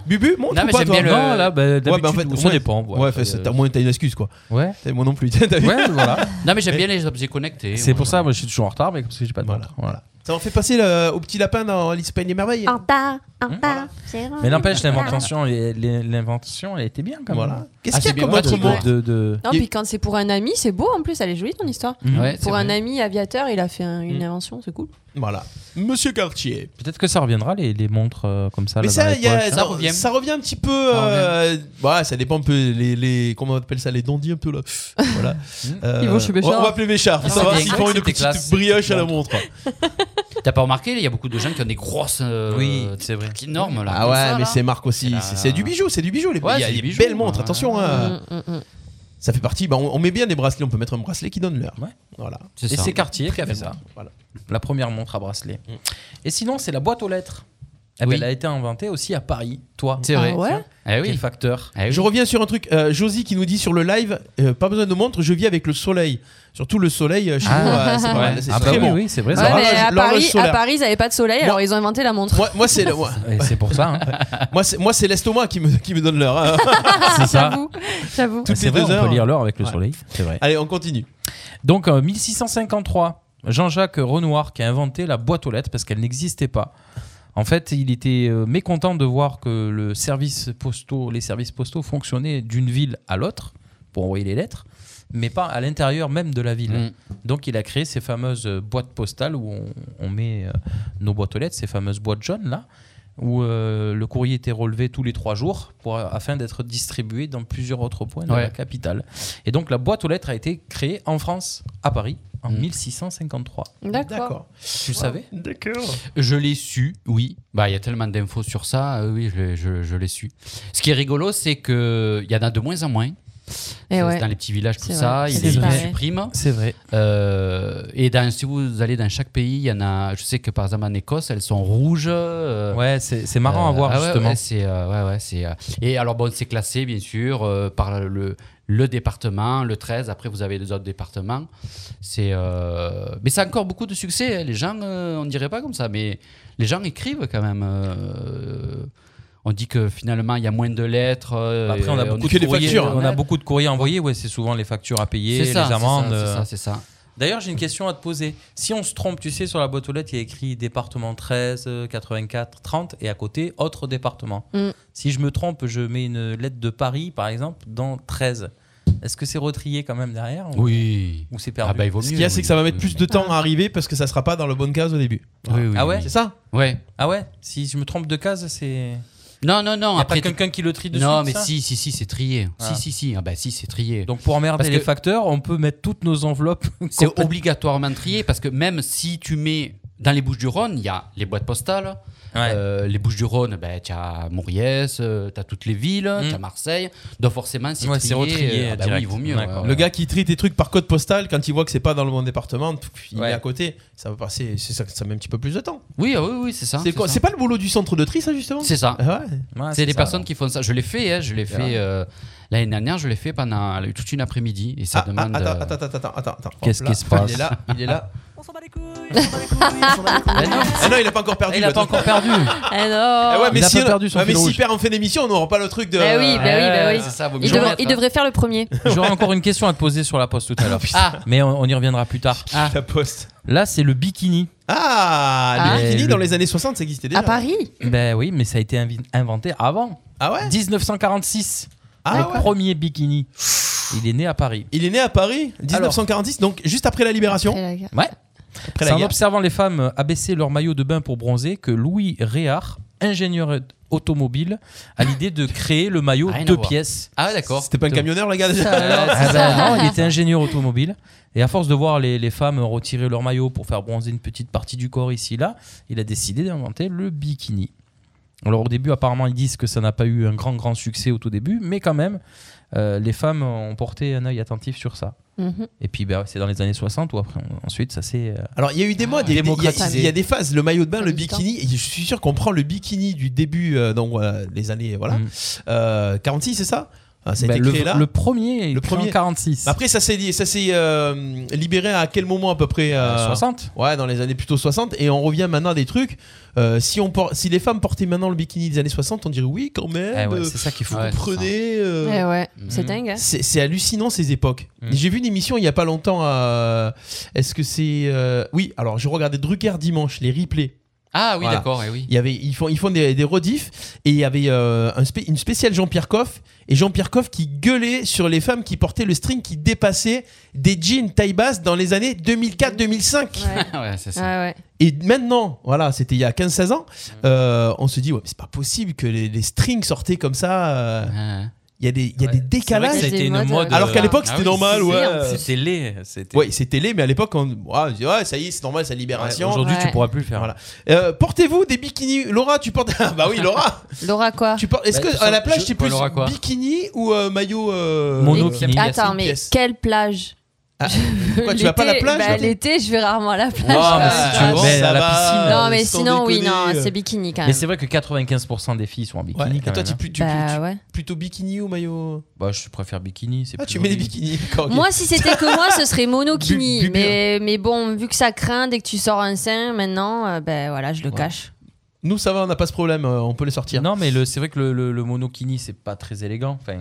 [SPEAKER 3] Bubu, montre
[SPEAKER 6] Non,
[SPEAKER 3] ou
[SPEAKER 6] mais
[SPEAKER 3] pas,
[SPEAKER 6] j'aime
[SPEAKER 3] toi
[SPEAKER 6] bien le-
[SPEAKER 5] non, là, bah, d'habitude,
[SPEAKER 3] bah, en fait,
[SPEAKER 5] ça
[SPEAKER 3] ouais.
[SPEAKER 5] dépend.
[SPEAKER 3] Ouais, fait, c'est- t'as- au moins t'as une excuse, quoi.
[SPEAKER 5] ouais.
[SPEAKER 3] T'as- Moi non plus, *laughs* t'as vu
[SPEAKER 5] Ouais, voilà.
[SPEAKER 6] Non mais j'aime bien les objets connectés.
[SPEAKER 5] C'est
[SPEAKER 6] moi.
[SPEAKER 5] pour ça, moi, je suis toujours en retard, mais parce que j'ai pas de
[SPEAKER 3] Voilà,
[SPEAKER 5] montre. Voilà.
[SPEAKER 3] Ça en fait passer le- au petit lapin dans Alice Pays des Merveilles.
[SPEAKER 2] En bas, en
[SPEAKER 5] Hum,
[SPEAKER 2] bas, Jérôme.
[SPEAKER 5] Mais n'empêche, l'invention, elle- elle- l'invention, elle était bien quand même.
[SPEAKER 3] Voilà. Qu'est-ce qu'il
[SPEAKER 6] Ah,
[SPEAKER 3] y
[SPEAKER 6] c'est
[SPEAKER 3] a
[SPEAKER 6] bien
[SPEAKER 3] comme
[SPEAKER 6] pratique,
[SPEAKER 3] autre
[SPEAKER 6] ouais.
[SPEAKER 3] mot
[SPEAKER 5] De, de-
[SPEAKER 4] Non,
[SPEAKER 3] Il-
[SPEAKER 4] puis quand c'est pour un ami, c'est beau en plus, elle est jolie ton histoire.
[SPEAKER 6] Ouais, c'est
[SPEAKER 4] Pour un
[SPEAKER 6] vrai. Hum.
[SPEAKER 4] ami aviateur, il a fait un- une
[SPEAKER 3] Mm.
[SPEAKER 4] invention, c'est cool.
[SPEAKER 3] Voilà. Monsieur Cartier.
[SPEAKER 5] Peut-être que ça reviendra, les, les montres euh, comme ça.
[SPEAKER 3] Mais
[SPEAKER 5] là,
[SPEAKER 3] ça,
[SPEAKER 5] dans les
[SPEAKER 3] il y a-
[SPEAKER 5] poches.
[SPEAKER 3] ça,
[SPEAKER 6] Ça
[SPEAKER 3] revient.
[SPEAKER 6] revient.
[SPEAKER 3] ça revient un petit peu. euh, ouais, ça dépend un peu les, les- comment on appelle ça, les dondis un peu
[SPEAKER 5] *laughs*
[SPEAKER 3] là. Voilà. Euh,
[SPEAKER 4] Ils vont chez Béchard.
[SPEAKER 3] On va appeler Béchard. Faut
[SPEAKER 6] Ah,
[SPEAKER 3] savoir
[SPEAKER 6] c'est
[SPEAKER 3] s'ils
[SPEAKER 6] bien.
[SPEAKER 3] font une
[SPEAKER 6] C'était
[SPEAKER 3] petite
[SPEAKER 6] classe.
[SPEAKER 3] brioche à la montre.
[SPEAKER 6] *laughs* T'as pas remarqué, il y a beaucoup de gens qui ont des grosses. euh,
[SPEAKER 5] Oui, c'est vrai.
[SPEAKER 6] trucs énormes là.
[SPEAKER 3] Ah
[SPEAKER 6] comme
[SPEAKER 3] ouais,
[SPEAKER 6] ça,
[SPEAKER 3] mais
[SPEAKER 6] là.
[SPEAKER 3] c'est marque
[SPEAKER 6] Et
[SPEAKER 3] aussi.
[SPEAKER 6] là-
[SPEAKER 3] C'est c'est du bijou, c'est du bijou. Les
[SPEAKER 6] Ouais,
[SPEAKER 3] il y a
[SPEAKER 6] c'est
[SPEAKER 3] des
[SPEAKER 6] du bijou,
[SPEAKER 3] belles montres.
[SPEAKER 6] ouais.
[SPEAKER 3] Attention, hein.
[SPEAKER 4] Mm, mm, mm.
[SPEAKER 3] ça fait partie. bah, on, on met bien des bracelets. On peut mettre un bracelet qui donne l'heure.
[SPEAKER 5] Ouais.
[SPEAKER 3] Voilà.
[SPEAKER 6] C'est
[SPEAKER 5] Et
[SPEAKER 6] ça.
[SPEAKER 5] c'est Cartier qui a fait ça.
[SPEAKER 3] Voilà.
[SPEAKER 5] La première montre à bracelet.
[SPEAKER 3] Mm.
[SPEAKER 5] Et sinon, c'est la boîte aux lettres. Eh ben,
[SPEAKER 6] Oui.
[SPEAKER 5] Elle a été inventée aussi à Paris, toi.
[SPEAKER 6] C'est vrai.
[SPEAKER 4] Ah ouais
[SPEAKER 6] Eh
[SPEAKER 5] Qui est
[SPEAKER 6] oui.
[SPEAKER 5] facteur.
[SPEAKER 6] Eh oui.
[SPEAKER 3] Je reviens sur un truc. euh, Josie qui nous dit sur le live, euh, pas besoin de montre. Je vis avec le soleil. Surtout le soleil euh, chez nous. euh, c'est pas mal, c'est
[SPEAKER 5] Ah bah
[SPEAKER 3] très
[SPEAKER 5] oui,
[SPEAKER 3] bon.
[SPEAKER 5] oui, c'est vrai.
[SPEAKER 4] Ouais,
[SPEAKER 5] ça.
[SPEAKER 3] va.
[SPEAKER 4] mais à
[SPEAKER 3] L'horloge
[SPEAKER 4] Paris, à
[SPEAKER 3] solaire.
[SPEAKER 4] Paris, ils n'avaient pas de soleil, alors ils ont inventé la montre.
[SPEAKER 3] Moi, moi c'est le-
[SPEAKER 5] *laughs*
[SPEAKER 3] moi,
[SPEAKER 5] Et c'est pour ça. hein.
[SPEAKER 3] *laughs* moi, c'est- moi, c'est l'estomac qui me, qui me donne l'heure. hein.
[SPEAKER 5] *laughs* c'est ça.
[SPEAKER 4] J'avoue, *laughs* j'avoue.
[SPEAKER 3] Toutes
[SPEAKER 5] C'est
[SPEAKER 3] les
[SPEAKER 5] vrai,
[SPEAKER 3] deux
[SPEAKER 5] on
[SPEAKER 3] heures.
[SPEAKER 5] peut lire l'heure avec le
[SPEAKER 3] Ouais.
[SPEAKER 5] soleil. C'est vrai.
[SPEAKER 3] Allez, on continue.
[SPEAKER 5] Donc euh, en 1653, Jean-Jacques Renoir qui a inventé la boîte aux lettres parce qu'elle n'existait pas. En fait, il était euh, mécontent de voir que le service postaux, les services postaux fonctionnaient d'une ville à l'autre pour envoyer les lettres, mais pas à l'intérieur même de la ville.
[SPEAKER 6] Mm.
[SPEAKER 5] Donc il a créé ces fameuses euh, boîtes postales où on, on met euh, nos boîtes aux lettres, ces fameuses boîtes jaunes là. où euh, le courrier était relevé tous les trois jours pour, afin d'être distribué dans plusieurs autres points de
[SPEAKER 6] Ouais.
[SPEAKER 5] la capitale. Et donc la boîte aux lettres a été créée en France, à Paris, en
[SPEAKER 3] Mm.
[SPEAKER 5] 1653.
[SPEAKER 4] D'accord.
[SPEAKER 5] Tu le savais
[SPEAKER 3] D'accord.
[SPEAKER 6] Je l'ai su, oui. Bah, il y a tellement d'infos sur ça, euh, oui, je, l'ai- je- je l'ai su. Ce qui est rigolo, c'est que il y en a de moins en moins.
[SPEAKER 4] Et
[SPEAKER 6] Ça,
[SPEAKER 4] Eh ouais.
[SPEAKER 6] c'est Dans les petits villages, tout
[SPEAKER 4] C'est
[SPEAKER 6] ça,
[SPEAKER 4] vrai,
[SPEAKER 6] ils
[SPEAKER 4] c'est
[SPEAKER 6] ils les
[SPEAKER 4] vrai.
[SPEAKER 6] suppriment.
[SPEAKER 5] C'est vrai.
[SPEAKER 6] Euh, et dans, si vous allez dans chaque pays, il y en a. Je sais que par exemple en Écosse, elles sont rouges. euh,
[SPEAKER 5] Ouais, c'est c'est marrant à voir
[SPEAKER 6] ah ouais,
[SPEAKER 5] justement.
[SPEAKER 6] ouais, c'est, euh, ouais, ouais, c'est, euh, et alors, bon, c'est classé, bien sûr, euh, par le, le département, le 13. Après, vous avez les autres départements. C'est, euh, mais ça a encore beaucoup de succès. hein. Les gens, euh, on dirait pas comme ça, mais les gens écrivent quand même. euh, on dit que finalement, il y a moins de lettres. euh,
[SPEAKER 5] Après, on a
[SPEAKER 6] et
[SPEAKER 5] beaucoup,
[SPEAKER 3] Que
[SPEAKER 5] de
[SPEAKER 3] les
[SPEAKER 5] courriers,
[SPEAKER 3] factures.
[SPEAKER 5] on a beaucoup de courriers envoyés. Ouais, c'est souvent les factures à payer,
[SPEAKER 6] C'est ça,
[SPEAKER 5] les amendes.
[SPEAKER 6] C'est ça,
[SPEAKER 5] euh.
[SPEAKER 6] c'est ça, c'est ça.
[SPEAKER 5] D'ailleurs, j'ai une question à te poser. Si on se trompe, tu sais, sur la boîte aux lettres, il y a écrit département 13, euh, 84, 30 et à côté, autre département.
[SPEAKER 4] Mm.
[SPEAKER 5] Si je me trompe, je mets une lettre de Paris, par exemple, dans 13. Est-ce que c'est retrié quand même derrière ou-
[SPEAKER 6] Oui.
[SPEAKER 5] Ou c'est perdu
[SPEAKER 6] Ah bah, il vaut mieux. Ah.
[SPEAKER 3] Ce qu'il y a, c'est que ça va mettre plus de temps à arriver parce que ça sera pas dans le bon case au début.
[SPEAKER 5] Ah ouais
[SPEAKER 3] C'est ça
[SPEAKER 6] Ouais.
[SPEAKER 5] Ah ouais Si je me trompe de case, c'est.
[SPEAKER 6] Non, non, non.
[SPEAKER 5] Y a
[SPEAKER 6] Après,
[SPEAKER 5] pas quelqu'un qui le trie dessus
[SPEAKER 6] non, mais
[SPEAKER 5] ça
[SPEAKER 6] si, si, si, c'est trié.
[SPEAKER 5] Ah.
[SPEAKER 6] Si, si, si. Ah bah, si, c'est trié.
[SPEAKER 5] Donc pour emmerder
[SPEAKER 6] Parce
[SPEAKER 5] les
[SPEAKER 6] que-
[SPEAKER 5] facteurs, on peut mettre toutes nos enveloppes.
[SPEAKER 6] *laughs* C'est obligatoirement trié parce que même si tu mets dans les Bouches-du-Rhône, il y a les boîtes postales.
[SPEAKER 5] Ouais.
[SPEAKER 6] Euh, les Bouches-du-Rhône, ben, tu as Mouriès, euh, tu as toutes les villes,
[SPEAKER 5] Mm.
[SPEAKER 6] tu as Marseille. Donc forcément, c'est
[SPEAKER 5] Ouais, c'est
[SPEAKER 6] trié.
[SPEAKER 5] retrié,
[SPEAKER 6] Ah bah
[SPEAKER 5] direct.
[SPEAKER 6] oui, il vaut mieux.
[SPEAKER 5] D'accord.
[SPEAKER 6] ouais,
[SPEAKER 3] Le
[SPEAKER 6] ouais.
[SPEAKER 3] gars qui trie tes trucs par code postal, quand il voit que c'est pas dans le bon département, pff, il
[SPEAKER 5] Ouais.
[SPEAKER 3] est à côté. Ça va passer, c'est ça, ça met un petit peu plus de temps.
[SPEAKER 6] Oui, ah oui, oui, c'est ça.
[SPEAKER 3] C'est quoi
[SPEAKER 6] ça.
[SPEAKER 3] C'est pas le boulot du centre de tri, ça justement
[SPEAKER 6] C'est ça.
[SPEAKER 3] Ah ouais.
[SPEAKER 5] Ouais,
[SPEAKER 6] c'est des
[SPEAKER 5] ça.
[SPEAKER 6] personnes qui font ça. Je l'ai fait, hein, je l'ai fait euh, l'année dernière, je l'ai fait pendant toute une après-midi et ça
[SPEAKER 3] Ah, ah,
[SPEAKER 6] demande.
[SPEAKER 3] attends,
[SPEAKER 6] euh,
[SPEAKER 3] attends, attends, attends, attends, attends.
[SPEAKER 5] Qu'est-ce
[SPEAKER 3] Hop là.
[SPEAKER 5] qui se passe
[SPEAKER 3] Il est là, il est
[SPEAKER 5] *laughs*
[SPEAKER 3] là.
[SPEAKER 6] ben non,
[SPEAKER 3] Ah non, il a pas encore perdu.
[SPEAKER 6] il a
[SPEAKER 3] le
[SPEAKER 6] pas
[SPEAKER 3] truc.
[SPEAKER 6] encore
[SPEAKER 3] *laughs*
[SPEAKER 6] perdu.
[SPEAKER 4] Ah non.
[SPEAKER 3] Ah ouais, euh, mais
[SPEAKER 5] Il a
[SPEAKER 3] si,
[SPEAKER 5] pas perdu son
[SPEAKER 3] ouais, mais
[SPEAKER 5] fil
[SPEAKER 3] si
[SPEAKER 5] rouge.
[SPEAKER 3] perd en fin d'émission, on n'aura pas le truc de.
[SPEAKER 4] Bah oui, bah oui, bah oui.
[SPEAKER 6] c'est ça, vaut mieux
[SPEAKER 4] Il,
[SPEAKER 6] le
[SPEAKER 4] devrait-
[SPEAKER 6] mettre,
[SPEAKER 4] il
[SPEAKER 6] hein.
[SPEAKER 4] devrait faire
[SPEAKER 5] *laughs*
[SPEAKER 4] le premier.
[SPEAKER 5] J'aurais encore une question à te poser sur la poste tout à l'heure.
[SPEAKER 6] *laughs* Ah,
[SPEAKER 5] Mais on, on y reviendra plus tard.
[SPEAKER 6] ah,
[SPEAKER 3] La poste.
[SPEAKER 5] Là, c'est le bikini.
[SPEAKER 3] Ah,
[SPEAKER 4] Ah.
[SPEAKER 3] le bikini
[SPEAKER 5] Et
[SPEAKER 3] dans
[SPEAKER 5] le-
[SPEAKER 3] les années 60, ça existait déjà.
[SPEAKER 4] À Paris
[SPEAKER 5] Ben oui, mais ça a été invi- inventé avant.
[SPEAKER 3] Ah ouais
[SPEAKER 5] 1946.
[SPEAKER 3] Ah
[SPEAKER 5] le
[SPEAKER 3] ouais
[SPEAKER 5] premier bikini. Il est né à Paris.
[SPEAKER 3] Il est né à Paris, 1946, donc juste après la Libération.
[SPEAKER 4] Après la guerre.
[SPEAKER 5] Ouais.
[SPEAKER 3] Après
[SPEAKER 5] C'est
[SPEAKER 3] la
[SPEAKER 5] en
[SPEAKER 3] guerre.
[SPEAKER 5] observant les femmes euh, abaisser leur maillot de bain pour bronzer que Louis Réard, ingénieur automobile, a l'idée de créer le maillot
[SPEAKER 6] Rien à
[SPEAKER 5] deux
[SPEAKER 6] voir.
[SPEAKER 5] pièces.
[SPEAKER 6] ah, d'accord.
[SPEAKER 3] C'était pas un camionneur, le gars
[SPEAKER 5] *laughs*
[SPEAKER 3] déjà
[SPEAKER 5] Ah ben non, il était ingénieur automobile. Et à force de voir les, les femmes retirer leur maillot pour faire bronzer une petite partie du corps ici-là, il a décidé d'inventer le bikini. Alors au début, apparemment, ils disent que ça n'a pas eu un grand, grand succès au tout début, mais quand même, euh, les femmes ont porté un œil attentif sur ça.
[SPEAKER 4] Mhm.
[SPEAKER 5] Et puis, ben, c'est dans les années 60 ou après, ensuite, ça s'est... euh,
[SPEAKER 3] Alors, il y a eu des modes, il y a des- il y, a-
[SPEAKER 5] Démocratisé.
[SPEAKER 3] il y a des phases. Le maillot de bain,
[SPEAKER 4] Ça
[SPEAKER 3] le
[SPEAKER 4] a du temps.
[SPEAKER 3] bikini. Et je suis sûr qu'on prend le bikini du début, euh, donc euh, les années voilà,
[SPEAKER 5] Mm.
[SPEAKER 3] Euh, 46, c'est ça Ah, Ça a
[SPEAKER 5] ben,
[SPEAKER 3] été
[SPEAKER 5] le,
[SPEAKER 3] créé là.
[SPEAKER 5] le premier,
[SPEAKER 3] Le
[SPEAKER 5] le
[SPEAKER 3] premier.
[SPEAKER 5] premier 46.
[SPEAKER 3] Mais Après, ça s'est ça s'est, euh, libéré à quel moment à peu près
[SPEAKER 5] Euh,
[SPEAKER 3] euh,
[SPEAKER 5] 60
[SPEAKER 3] Ouais, dans les années plutôt 60. Et on revient maintenant à des trucs. euh, si, on por- si les femmes portaient maintenant le bikini des années 60, on dirait oui, quand
[SPEAKER 5] Eh
[SPEAKER 3] même.
[SPEAKER 5] ouais,
[SPEAKER 3] euh,
[SPEAKER 5] C'est ça qu'il faut.
[SPEAKER 6] Ouais. c'est
[SPEAKER 3] prenez. euh,
[SPEAKER 4] Eh ouais, c'est
[SPEAKER 5] Mhm.
[SPEAKER 4] dingue. hein.
[SPEAKER 3] C'est c'est hallucinant ces époques.
[SPEAKER 5] Mm.
[SPEAKER 3] J'ai vu une émission il n'y a pas longtemps. à Est-ce que c'est. euh, Oui, alors je regardais Drucker dimanche, les replays.
[SPEAKER 6] Ah, oui,
[SPEAKER 3] Voilà.
[SPEAKER 6] d'accord, et oui.
[SPEAKER 3] Il y avait, ils font, ils font des, des rediffs et il y avait euh, un spé- une spéciale Jean-Pierre Coff et Jean-Pierre Coff qui gueulait sur les femmes qui portaient le string qui dépassait des jeans taille basse dans les années 2004-2005.
[SPEAKER 4] Ouais.
[SPEAKER 6] *laughs* Ouais, c'est ça. Mm.
[SPEAKER 4] Ah ouais.
[SPEAKER 3] Et maintenant, voilà, c'était il y a 15-16 ans, euh, on se dit, ouais, mais c'est pas possible que les, les strings sortaient comme ça. euh,
[SPEAKER 6] Ouais.
[SPEAKER 3] Il y a des, il y a
[SPEAKER 5] Ouais,
[SPEAKER 3] des
[SPEAKER 5] c'est vrai
[SPEAKER 3] décalages.
[SPEAKER 5] que ça a
[SPEAKER 4] Des
[SPEAKER 5] été une
[SPEAKER 4] modes,
[SPEAKER 5] mode.
[SPEAKER 4] euh,
[SPEAKER 3] Alors qu'à l'époque,
[SPEAKER 6] Ah
[SPEAKER 3] c'était
[SPEAKER 6] oui,
[SPEAKER 3] normal,
[SPEAKER 6] c'est
[SPEAKER 3] ouais.
[SPEAKER 6] sûr,
[SPEAKER 3] euh,
[SPEAKER 5] c'était laid. c'était-
[SPEAKER 3] Ouais, c'était laid, mais à l'époque, on... ouais, on disait, ouais, ça y est, c'est normal, c'est la libération.
[SPEAKER 5] Aujourd'hui, tu
[SPEAKER 4] Ouais.
[SPEAKER 5] pourras plus le faire.
[SPEAKER 3] Voilà. Euh, portez-vous des bikinis. Laura, tu portes. *laughs* Ah,
[SPEAKER 5] *laughs*
[SPEAKER 3] bah oui, Laura.
[SPEAKER 4] Laura quoi
[SPEAKER 3] Tu portes- Est-ce
[SPEAKER 6] Bah,
[SPEAKER 3] que
[SPEAKER 6] tout ça,
[SPEAKER 3] à la plage
[SPEAKER 6] je-
[SPEAKER 3] t'es plus
[SPEAKER 6] Laura, quoi.
[SPEAKER 3] bikini ou euh, maillot euh,
[SPEAKER 5] Mono
[SPEAKER 3] euh,
[SPEAKER 5] qui-
[SPEAKER 6] Camille,
[SPEAKER 4] Attends,
[SPEAKER 3] une
[SPEAKER 4] mais
[SPEAKER 3] pièce.
[SPEAKER 4] quelle plage
[SPEAKER 3] Ah, Quoi, tu vas pas à la
[SPEAKER 4] L'été,
[SPEAKER 3] plage
[SPEAKER 4] bah,
[SPEAKER 3] toi
[SPEAKER 4] L'été, je vais rarement à la plage.
[SPEAKER 5] Wow, mais
[SPEAKER 4] Euh,
[SPEAKER 5] si tu
[SPEAKER 3] Ah,
[SPEAKER 5] veux, mais
[SPEAKER 3] ça
[SPEAKER 5] à la
[SPEAKER 3] va,
[SPEAKER 5] piscine,
[SPEAKER 3] euh,
[SPEAKER 4] Non, mais
[SPEAKER 3] sans
[SPEAKER 4] sinon, Ah oui,
[SPEAKER 3] déconner,
[SPEAKER 4] non,
[SPEAKER 3] euh.
[SPEAKER 4] c'est bikini quand
[SPEAKER 5] Mais
[SPEAKER 4] même.
[SPEAKER 5] c'est vrai que 95% des filles sont en
[SPEAKER 3] Ouais.
[SPEAKER 5] bikini.
[SPEAKER 3] Et
[SPEAKER 5] quand
[SPEAKER 3] toi,
[SPEAKER 5] même,
[SPEAKER 3] tu,
[SPEAKER 5] hein.
[SPEAKER 3] tu- tu-
[SPEAKER 4] Bah
[SPEAKER 3] tu-
[SPEAKER 4] ouais.
[SPEAKER 3] plutôt bikini ou *laughs* maillot
[SPEAKER 5] Bah, je préfère bikini. c'est
[SPEAKER 3] Ah,
[SPEAKER 5] plus
[SPEAKER 3] tu mets les
[SPEAKER 5] joli.
[SPEAKER 3] bikinis. d'accord, ok.
[SPEAKER 4] Moi, si c'était que moi,
[SPEAKER 3] *laughs*
[SPEAKER 4] ce serait
[SPEAKER 3] Bu- hein.
[SPEAKER 4] monokini.
[SPEAKER 3] bubure.
[SPEAKER 4] mais, mais bon, vu que ça craint dès que tu sors un sein, maintenant, euh, ben voilà, je le
[SPEAKER 5] Ouais.
[SPEAKER 4] cache.
[SPEAKER 3] Nous, ça va, on n'a pas ce problème, euh, on peut les sortir.
[SPEAKER 5] Non, mais le- c'est vrai que le, le, le monokini, c'est pas très élégant. Enfin,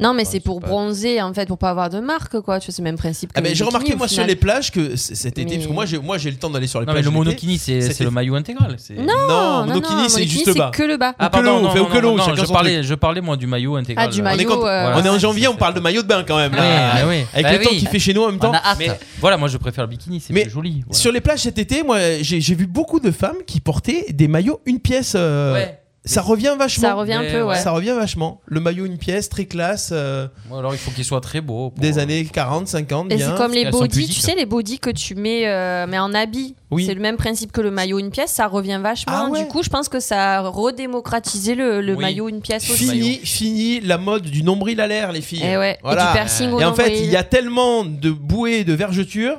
[SPEAKER 4] Non, mais c'est pour bronzer, en fait, pour pas avoir de marque, quoi. Tu vois, c'est le même principe que.
[SPEAKER 3] Ah, mais
[SPEAKER 4] les
[SPEAKER 3] j'ai remarqué
[SPEAKER 4] bikinis, au
[SPEAKER 3] moi sur
[SPEAKER 4] final.
[SPEAKER 3] les plages que c- cet été,
[SPEAKER 4] Mais-
[SPEAKER 3] parce que moi j'ai moi j'ai le temps d'aller sur les
[SPEAKER 5] Non, mais
[SPEAKER 3] plages.
[SPEAKER 5] le
[SPEAKER 3] l'été.
[SPEAKER 5] monokini, c'est
[SPEAKER 3] C'était-
[SPEAKER 5] c'est le maillot intégral. c'est-
[SPEAKER 4] Non, non,
[SPEAKER 3] Non,
[SPEAKER 4] non,
[SPEAKER 3] monokini, c'est juste le bas.
[SPEAKER 4] que le
[SPEAKER 5] Ah,
[SPEAKER 4] bas.
[SPEAKER 3] Ou que l'eau, on fait ou que l'eau, chacun
[SPEAKER 5] je
[SPEAKER 3] son
[SPEAKER 5] parlais, je parlais moi du maillot intégral.
[SPEAKER 4] Ah, du
[SPEAKER 5] euh,
[SPEAKER 3] On est,
[SPEAKER 4] maillot,
[SPEAKER 3] content.
[SPEAKER 4] euh,
[SPEAKER 3] on est en
[SPEAKER 5] ouais.
[SPEAKER 3] janvier, on parle de maillot de bain quand même.
[SPEAKER 5] Oui,
[SPEAKER 3] là.
[SPEAKER 5] mais oui.
[SPEAKER 3] Avec
[SPEAKER 6] Bah
[SPEAKER 3] le temps
[SPEAKER 6] oui.
[SPEAKER 3] qu'il fait chez nous en même
[SPEAKER 6] On
[SPEAKER 3] temps.
[SPEAKER 6] a hâte.
[SPEAKER 5] Mais voilà, moi je préfère le bikini, c'est
[SPEAKER 3] Mais
[SPEAKER 5] plus joli. voilà.
[SPEAKER 3] Sur les plages cet été, moi j'ai j'ai vu beaucoup de femmes qui portaient des maillots une pièce. euh,
[SPEAKER 5] Ouais.
[SPEAKER 3] Ça revient vachement.
[SPEAKER 4] Ça revient un
[SPEAKER 5] Mais
[SPEAKER 4] peu, ouais.
[SPEAKER 3] Ça revient vachement. Le maillot une pièce, très classe, euh,
[SPEAKER 5] Ou alors il faut qu'il soit très beau. pour-
[SPEAKER 3] des années 40, 50,
[SPEAKER 4] Et
[SPEAKER 3] bien.
[SPEAKER 4] c'est comme les
[SPEAKER 5] qu'elles sont
[SPEAKER 4] bodys,
[SPEAKER 5] pudiques.
[SPEAKER 4] tu sais, les bodys que tu mets, euh, mais en habit.
[SPEAKER 3] Oui.
[SPEAKER 4] C'est le même principe que le maillot une pièce, ça revient
[SPEAKER 3] Ah
[SPEAKER 4] vachement.
[SPEAKER 3] ouais.
[SPEAKER 4] Du coup, je pense que ça a redémocratisé le, le
[SPEAKER 5] Oui.
[SPEAKER 4] maillot une pièce aussi.
[SPEAKER 3] Fini, fini la mode du nombril à l'air, les filles.
[SPEAKER 4] Et Eh ouais, et
[SPEAKER 3] Voilà.
[SPEAKER 4] du piercing au
[SPEAKER 3] Et en fait,
[SPEAKER 4] nombril.
[SPEAKER 3] il y a tellement de bouées, de vergetures.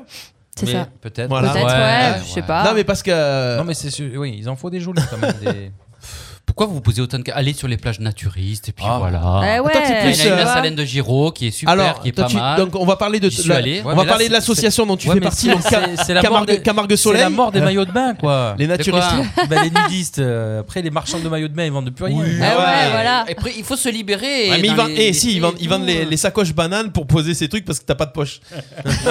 [SPEAKER 4] C'est
[SPEAKER 5] Mais
[SPEAKER 4] ça.
[SPEAKER 6] Peut-être.
[SPEAKER 3] Voilà.
[SPEAKER 4] Peut-être, ouais, je sais pas.
[SPEAKER 3] Non, mais parce que. euh,
[SPEAKER 5] Non mais c'est sûr, oui, ils en faut des jolis quand même.
[SPEAKER 3] *laughs*
[SPEAKER 5] Des...
[SPEAKER 6] Pourquoi vous vous posez autant de questions Allez sur les plages naturistes et puis
[SPEAKER 5] Ah.
[SPEAKER 4] Eh
[SPEAKER 6] voilà.
[SPEAKER 4] ouais,
[SPEAKER 3] Attends, c'est
[SPEAKER 6] Il
[SPEAKER 3] plus,
[SPEAKER 6] y en a
[SPEAKER 3] euh,
[SPEAKER 6] une à Salène de Giraud qui est super,
[SPEAKER 3] Alors,
[SPEAKER 6] qui est
[SPEAKER 3] toi,
[SPEAKER 6] pas
[SPEAKER 3] tu-
[SPEAKER 6] mal.
[SPEAKER 3] donc on va parler de
[SPEAKER 6] J'y suis
[SPEAKER 3] la-
[SPEAKER 6] allé.
[SPEAKER 3] on va
[SPEAKER 5] Ouais, mais là,
[SPEAKER 3] parler de
[SPEAKER 5] c'est-
[SPEAKER 3] l'association dont tu
[SPEAKER 5] Ouais,
[SPEAKER 3] fais
[SPEAKER 5] mais
[SPEAKER 3] partie,
[SPEAKER 5] c'est-
[SPEAKER 3] donc Ca-
[SPEAKER 5] c'est- c'est la mort
[SPEAKER 3] Camargue,
[SPEAKER 5] des-
[SPEAKER 3] Camargue
[SPEAKER 5] C'est
[SPEAKER 3] Soleil,
[SPEAKER 5] la mort des maillots de bain quoi.
[SPEAKER 3] les naturistes.
[SPEAKER 6] quoi
[SPEAKER 5] Bah, les nudistes, euh, après les marchands de maillots de bain, ils vendent plus rien.
[SPEAKER 3] Oui.
[SPEAKER 4] Eh ouais,
[SPEAKER 3] Ah ouais.
[SPEAKER 4] voilà.
[SPEAKER 6] Et après, il faut se libérer.
[SPEAKER 3] Ouais, mais
[SPEAKER 6] dans
[SPEAKER 3] ils vendent,
[SPEAKER 6] les-
[SPEAKER 3] eh, si,
[SPEAKER 6] les
[SPEAKER 3] ils vendent,
[SPEAKER 6] prix et
[SPEAKER 3] ils vendent
[SPEAKER 6] tout.
[SPEAKER 5] euh.
[SPEAKER 3] les, les sacoches bananes pour poser ces trucs parce que t'as pas de poche.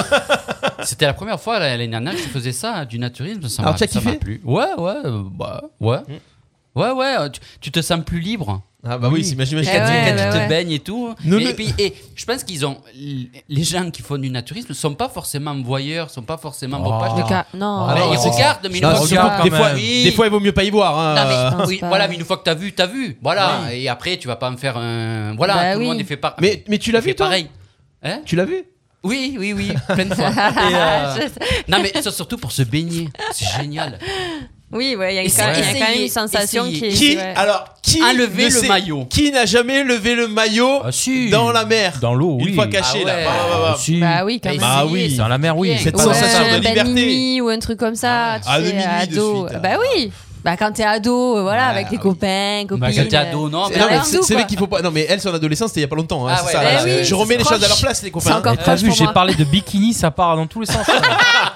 [SPEAKER 6] *laughs* C'était la première fois l'année dernière que je faisais ça, hein, du naturisme. Ça m'a-
[SPEAKER 3] Alors, tu as
[SPEAKER 6] ça m'a
[SPEAKER 3] kiffé
[SPEAKER 6] plu. Ouais, ouais, euh, bah, ouais. Ouais, ouais, euh, tu, tu te sens plus libre.
[SPEAKER 3] Ah bah oui, c'est imagine
[SPEAKER 4] Eh
[SPEAKER 6] quand,
[SPEAKER 4] ouais,
[SPEAKER 6] tu, quand
[SPEAKER 4] bah
[SPEAKER 6] tu
[SPEAKER 4] ouais.
[SPEAKER 6] te baignes et tout.
[SPEAKER 3] Nous,
[SPEAKER 6] et,
[SPEAKER 3] nous-
[SPEAKER 6] puis, et je pense qu'ils ont. Les gens qui font du naturisme ne sont pas forcément voyeurs, sont pas forcément
[SPEAKER 5] Oh.
[SPEAKER 6] repages.
[SPEAKER 4] Le cas- non.
[SPEAKER 6] Mais
[SPEAKER 3] Ah,
[SPEAKER 6] ils
[SPEAKER 3] c'est-
[SPEAKER 6] regardent, mais ils
[SPEAKER 3] Ah,
[SPEAKER 6] ne
[SPEAKER 3] c'est
[SPEAKER 6] regardent
[SPEAKER 5] pas-
[SPEAKER 6] pas.
[SPEAKER 3] des,
[SPEAKER 5] quand
[SPEAKER 3] fois,
[SPEAKER 5] même.
[SPEAKER 6] Oui.
[SPEAKER 3] des fois, il vaut mieux pas y voir. hein.
[SPEAKER 6] Non, mais-
[SPEAKER 4] Je pense
[SPEAKER 6] oui,
[SPEAKER 4] pas.
[SPEAKER 6] voilà, mais une fois que t'as vu, t'as vu. Voilà. Et après, tu vas pas me faire un. Voilà,
[SPEAKER 4] Bah
[SPEAKER 6] tout
[SPEAKER 4] oui.
[SPEAKER 6] le monde est fait par.
[SPEAKER 3] mais, mais tu l'as vu,
[SPEAKER 6] fait
[SPEAKER 3] toi
[SPEAKER 6] pareil. Hein
[SPEAKER 3] Tu l'as vu
[SPEAKER 6] oui, oui, oui,
[SPEAKER 3] *laughs*
[SPEAKER 6] plein de fois. Et, euh, non, mais ça, surtout pour se baigner. C'est génial.
[SPEAKER 4] Oui, ouais, il y a
[SPEAKER 6] Essayez,
[SPEAKER 4] quand même- il y a quand même
[SPEAKER 6] essayez,
[SPEAKER 4] une sensation
[SPEAKER 6] essayez.
[SPEAKER 4] qui est.
[SPEAKER 3] Qui
[SPEAKER 4] ouais.
[SPEAKER 3] Alors, qui
[SPEAKER 6] Enlever
[SPEAKER 3] ne
[SPEAKER 6] le
[SPEAKER 3] sait-
[SPEAKER 6] maillot.
[SPEAKER 3] Qui n'a jamais levé le maillot
[SPEAKER 5] Ah, si.
[SPEAKER 3] dans la mer
[SPEAKER 5] Dans l'eau, oui.
[SPEAKER 3] Une fois caché,
[SPEAKER 6] Ah ouais.
[SPEAKER 3] là. Bah, bah, bah, bah.
[SPEAKER 5] Si.
[SPEAKER 4] Bah oui, quand
[SPEAKER 6] Bah,
[SPEAKER 4] même.
[SPEAKER 3] Bah
[SPEAKER 6] essayez,
[SPEAKER 3] oui.
[SPEAKER 5] Dans la mer, oui.
[SPEAKER 6] Cette
[SPEAKER 3] Cette sensation
[SPEAKER 4] un
[SPEAKER 3] de
[SPEAKER 4] bain
[SPEAKER 3] liberté.
[SPEAKER 4] nuit ou un truc comme ça,
[SPEAKER 3] Ah,
[SPEAKER 4] tu
[SPEAKER 3] le
[SPEAKER 4] sais,
[SPEAKER 3] minuit de
[SPEAKER 4] ado.
[SPEAKER 3] suite, hein.
[SPEAKER 4] Bah oui. Bah quand t'es ado, euh, voilà,
[SPEAKER 3] Ouais, ah
[SPEAKER 4] avec les
[SPEAKER 3] oui.
[SPEAKER 4] copains, copines.
[SPEAKER 6] Bah, quand t'es ado,
[SPEAKER 4] euh,
[SPEAKER 6] non,
[SPEAKER 4] c'est
[SPEAKER 3] Mais
[SPEAKER 6] Bah,
[SPEAKER 3] non, mais
[SPEAKER 4] un
[SPEAKER 3] c'est
[SPEAKER 4] zoo,
[SPEAKER 3] c'est vrai
[SPEAKER 4] quoi.
[SPEAKER 3] qu'il faut pas. Non, mais elle, son adolescence, c'était il y a pas longtemps. hein,
[SPEAKER 6] Ah
[SPEAKER 3] c'est
[SPEAKER 6] ouais,
[SPEAKER 3] ça,
[SPEAKER 6] bah
[SPEAKER 3] là.
[SPEAKER 6] oui,
[SPEAKER 3] je remets
[SPEAKER 4] c'est
[SPEAKER 3] les choses à leur
[SPEAKER 4] proche.
[SPEAKER 3] place, les
[SPEAKER 4] C'est
[SPEAKER 3] copains.
[SPEAKER 4] encore
[SPEAKER 5] Ah, T'as
[SPEAKER 4] proche
[SPEAKER 5] vu,
[SPEAKER 4] pour
[SPEAKER 5] j'ai
[SPEAKER 4] moi.
[SPEAKER 5] parlé de bikini, ça part dans tous les sens.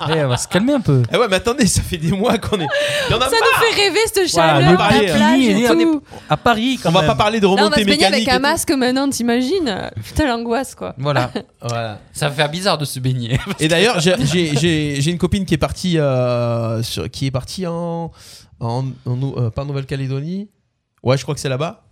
[SPEAKER 5] Eh, on va se calmer un peu.
[SPEAKER 3] Eh ouais, mais attendez, ça fait des mois qu'on est.
[SPEAKER 4] *laughs*
[SPEAKER 3] Il y en a
[SPEAKER 4] Ça nous fait rêver cette
[SPEAKER 5] Voilà,
[SPEAKER 4] chaleur,
[SPEAKER 3] le
[SPEAKER 4] la
[SPEAKER 3] bikini,
[SPEAKER 4] plage
[SPEAKER 5] il
[SPEAKER 4] et
[SPEAKER 5] est- on est-
[SPEAKER 4] tout.
[SPEAKER 5] À Paris, quand
[SPEAKER 3] On va
[SPEAKER 5] même.
[SPEAKER 3] pas parler de
[SPEAKER 4] Là, on va
[SPEAKER 3] remontée
[SPEAKER 4] se baigner avec
[SPEAKER 3] mécanique.
[SPEAKER 4] un
[SPEAKER 3] et tout.
[SPEAKER 4] masque maintenant, t'imagines *laughs* Putain, l'angoisse, quoi.
[SPEAKER 5] Voilà.
[SPEAKER 3] Voilà.
[SPEAKER 6] Ça va faire bizarre de se baigner.
[SPEAKER 3] *laughs* Et d'ailleurs, j'ai- j'ai j'ai- j'ai une copine qui est partie, euh, sur- qui est partie en, en, en Nou- euh, pas en Nouvelle-Calédonie. Ouais, je crois que c'est là-bas.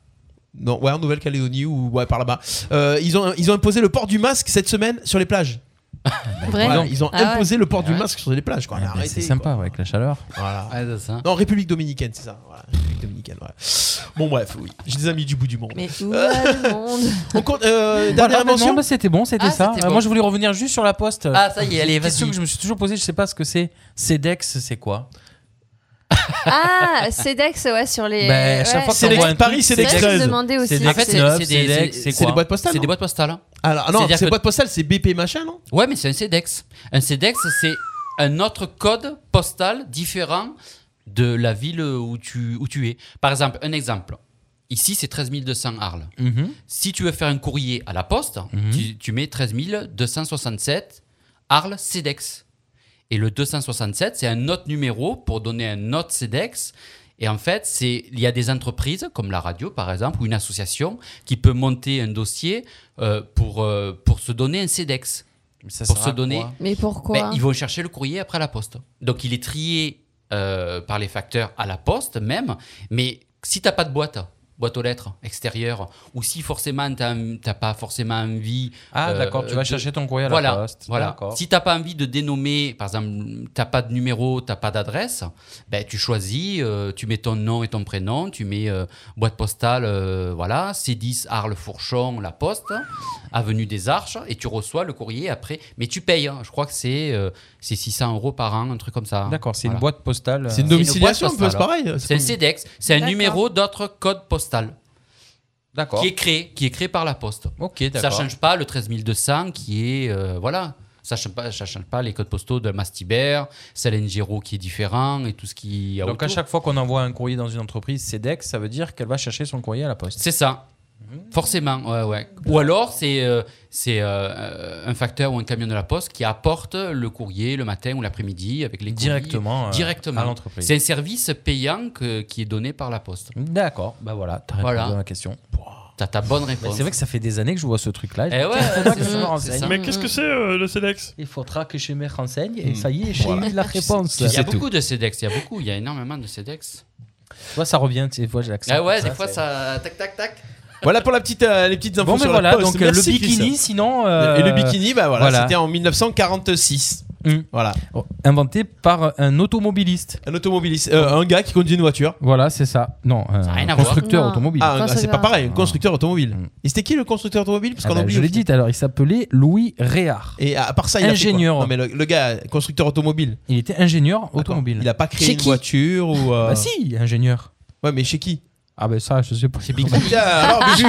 [SPEAKER 3] Non, ouais, en Nouvelle-Calédonie ou ouais par là-bas. Euh, ils ont ils ont imposé le port du masque cette semaine sur les plages.
[SPEAKER 4] *laughs* Vrai
[SPEAKER 3] Voilà, ils ont
[SPEAKER 4] Ah ouais.
[SPEAKER 3] imposé le port du
[SPEAKER 6] Ah ouais.
[SPEAKER 3] masque sur les plages. Quoi.
[SPEAKER 5] Eh ben,
[SPEAKER 3] Arrêtez,
[SPEAKER 5] c'est
[SPEAKER 3] quoi.
[SPEAKER 5] sympa ouais, avec la chaleur.
[SPEAKER 3] Voilà.
[SPEAKER 6] Ouais,
[SPEAKER 5] Ah,
[SPEAKER 6] c'est ça.
[SPEAKER 3] Non, République dominicaine, c'est ça. Voilà, République dominicaine. voilà. Bon bref, oui. J'ai des amis du bout du monde.
[SPEAKER 4] Mais où va le monde
[SPEAKER 3] Euh, *laughs* On compte, euh,
[SPEAKER 5] Voilà,
[SPEAKER 3] dernière
[SPEAKER 5] mais non,
[SPEAKER 3] mention.
[SPEAKER 5] bah, c'était bon, c'était
[SPEAKER 6] Ah,
[SPEAKER 5] ça.
[SPEAKER 6] c'était
[SPEAKER 5] Euh,
[SPEAKER 6] bon.
[SPEAKER 5] Moi, je voulais revenir juste sur la poste.
[SPEAKER 6] Ah, ça y est, allez,
[SPEAKER 5] Une question
[SPEAKER 6] vas-y.
[SPEAKER 5] que je me suis toujours posée, je sais pas ce que c'est. CEDEX, c'est quoi
[SPEAKER 4] *laughs* Ah, CEDEX, ouais, sur les.
[SPEAKER 5] Bah, à chaque
[SPEAKER 4] ouais.
[SPEAKER 5] fois que
[SPEAKER 3] C'est
[SPEAKER 5] t'envoies
[SPEAKER 3] l'ex-
[SPEAKER 5] un
[SPEAKER 3] Paris,
[SPEAKER 5] truc,
[SPEAKER 3] c'est
[SPEAKER 4] C'est vrai que je me
[SPEAKER 3] Creuse.
[SPEAKER 4] demandais aussi.
[SPEAKER 5] C'est
[SPEAKER 6] En fait,
[SPEAKER 5] Dex,
[SPEAKER 6] c'est-
[SPEAKER 5] Neuf,
[SPEAKER 6] c'est
[SPEAKER 5] c'est
[SPEAKER 6] des-
[SPEAKER 5] Dex, c'est
[SPEAKER 3] C'est
[SPEAKER 5] quoi
[SPEAKER 3] des boîtes postales.
[SPEAKER 6] C'est des
[SPEAKER 3] non
[SPEAKER 6] boîtes postales. hein.
[SPEAKER 3] Alors, ah non,
[SPEAKER 6] C'est-à-dire
[SPEAKER 3] c'est
[SPEAKER 6] que-
[SPEAKER 3] boîte postale, c'est BP machin, non
[SPEAKER 6] Ouais, mais c'est un CEDEX. Un CEDEX, c'est un autre code postal différent de la ville où tu, où tu es. Par exemple, un exemple. Ici, c'est 13 200 Arles.
[SPEAKER 5] Mhm.
[SPEAKER 6] Si tu veux faire un courrier à la poste,
[SPEAKER 5] Mhm.
[SPEAKER 6] tu, tu mets 13 267 Arles CEDEX. Et le 267, c'est un autre numéro pour donner un autre CEDEX. Et en fait, c'est il y a des entreprises comme la radio, par exemple, ou une association qui peut monter un dossier euh, pour, euh, pour se donner un CEDEX.
[SPEAKER 5] Ça
[SPEAKER 6] Pour
[SPEAKER 5] sert
[SPEAKER 6] se
[SPEAKER 5] à
[SPEAKER 6] donner-
[SPEAKER 5] quoi
[SPEAKER 4] Ah, Mais
[SPEAKER 6] Ben,
[SPEAKER 4] pourquoi
[SPEAKER 6] ils vont chercher le courrier après la poste. Donc il est trié euh, par les facteurs à la poste même, mais si t'as pas de boîte, boîte aux lettres extérieure, ou si forcément t'as t'as pas forcément envie...
[SPEAKER 5] Ah,
[SPEAKER 6] euh,
[SPEAKER 5] d'accord, tu vas
[SPEAKER 6] de-
[SPEAKER 5] chercher ton courrier à
[SPEAKER 6] voilà,
[SPEAKER 5] la poste.
[SPEAKER 6] Voilà.
[SPEAKER 5] D'accord.
[SPEAKER 6] Si t'as pas envie de dénommer, par exemple, t'as pas de numéro, t'as pas d'adresse, ben, tu choisis, euh, tu mets ton nom et ton prénom, tu mets euh, boîte postale, euh, voilà, C10 Arles-Fourchon, La Poste, avenue des Arches, et tu reçois le courrier après. Mais tu payes, hein. je crois que c'est euh, c'est 600 euros par an, un truc comme ça.
[SPEAKER 5] D'accord, c'est
[SPEAKER 6] Voilà.
[SPEAKER 5] une boîte postale.
[SPEAKER 3] C'est une
[SPEAKER 5] euh,
[SPEAKER 6] boîte
[SPEAKER 3] domiciliation un peu,
[SPEAKER 6] postale, hein.
[SPEAKER 3] c'est pareil.
[SPEAKER 6] C'est un CEDEX, c'est un
[SPEAKER 4] D'accord.
[SPEAKER 6] numéro d'autre code postal
[SPEAKER 5] D'accord.
[SPEAKER 6] qui est créé, qui est créé par la Poste.
[SPEAKER 5] Ok,
[SPEAKER 6] Ça
[SPEAKER 5] d'accord.
[SPEAKER 6] change pas le 13200 qui est euh, voilà. Ça change pas, ça change pas les codes postaux de Mastiber, Salène Giraud qui est différent et tout ce qui.
[SPEAKER 5] Donc à chaque fois qu'on envoie un courrier dans une entreprise CEDEX, ça veut dire qu'elle va chercher son courrier à la poste.
[SPEAKER 6] C'est ça. Forcément, ouais, ouais. Ou alors, c'est euh, c'est, euh, un facteur ou un camion de la poste qui apporte le courrier le matin ou l'après-midi avec les courriers
[SPEAKER 5] Directement, euh,
[SPEAKER 6] directement.
[SPEAKER 5] à l'entreprise.
[SPEAKER 6] C'est un service payant que- qui est donné par la poste.
[SPEAKER 5] D'accord, bah voilà, t'as répondu
[SPEAKER 6] Voilà.
[SPEAKER 5] à ma question.
[SPEAKER 6] T'as ta bonne réponse.
[SPEAKER 5] C'est vrai que ça fait des années que je vois ce truc-là.
[SPEAKER 6] Eh ouais,
[SPEAKER 5] Il faudra
[SPEAKER 6] c'est
[SPEAKER 5] que je
[SPEAKER 6] ça,
[SPEAKER 5] me
[SPEAKER 6] c'est ça.
[SPEAKER 5] renseigne.
[SPEAKER 6] Mais
[SPEAKER 2] qu'est-ce que c'est euh, le CEDEX
[SPEAKER 5] Il faudra que je me renseigne et
[SPEAKER 3] Hmm.
[SPEAKER 5] ça y est, j'ai
[SPEAKER 3] Voilà.
[SPEAKER 5] eu
[SPEAKER 6] *laughs*
[SPEAKER 5] la réponse.
[SPEAKER 6] Il y a
[SPEAKER 3] C'est tout.
[SPEAKER 6] beaucoup de CEDEX, il y a beaucoup, il y a énormément de CEDEX.
[SPEAKER 5] Tu vois, ça revient, tu vois, j'ai l'accent.
[SPEAKER 6] Ah ouais,
[SPEAKER 5] Ça,
[SPEAKER 6] des fois
[SPEAKER 5] c'est-
[SPEAKER 6] ça. Tac, tac, tac.
[SPEAKER 3] Voilà pour la petite, euh, les petites infos
[SPEAKER 5] Bon, mais
[SPEAKER 3] sur
[SPEAKER 5] voilà,
[SPEAKER 3] la poste.
[SPEAKER 5] donc euh, le
[SPEAKER 3] Merci, Chris.
[SPEAKER 5] bikini, sinon. euh,
[SPEAKER 3] Et le bikini, bah voilà,
[SPEAKER 5] voilà.
[SPEAKER 3] c'était en 1946.
[SPEAKER 5] Hmm.
[SPEAKER 3] Voilà,
[SPEAKER 5] Inventé par un automobiliste.
[SPEAKER 3] un automobiliste, euh, un gars qui conduit une voiture.
[SPEAKER 5] Voilà, c'est ça. Non,
[SPEAKER 6] Ça a rien
[SPEAKER 5] un
[SPEAKER 6] à voir.
[SPEAKER 5] constructeur
[SPEAKER 4] Non.
[SPEAKER 5] automobile.
[SPEAKER 3] Ah, un-
[SPEAKER 4] Constructeur.
[SPEAKER 3] c'est pas pareil, un constructeur automobile.
[SPEAKER 5] Hmm.
[SPEAKER 3] Et c'était qui le constructeur automobile Parce
[SPEAKER 5] Ah
[SPEAKER 3] qu'on
[SPEAKER 5] bah,
[SPEAKER 3] oublie.
[SPEAKER 5] je
[SPEAKER 3] au
[SPEAKER 5] l'ai
[SPEAKER 3] final.
[SPEAKER 5] dit, alors il s'appelait Louis Réard.
[SPEAKER 3] Et à part ça, il a fait quoi
[SPEAKER 5] Ingénieur.
[SPEAKER 3] Non, mais le, le gars, constructeur automobile.
[SPEAKER 5] Il était ingénieur
[SPEAKER 3] D'accord.
[SPEAKER 5] automobile.
[SPEAKER 3] Il a pas créé
[SPEAKER 5] Chez
[SPEAKER 3] une
[SPEAKER 5] qui
[SPEAKER 3] voiture ou. euh,
[SPEAKER 5] Bah si, ingénieur.
[SPEAKER 3] Ouais, mais chez qui
[SPEAKER 5] Ah ben ça, je sais pas. C'est
[SPEAKER 3] Putain, Bah, Ah,
[SPEAKER 5] *laughs*
[SPEAKER 3] alors,
[SPEAKER 4] Ah,
[SPEAKER 3] Bichu,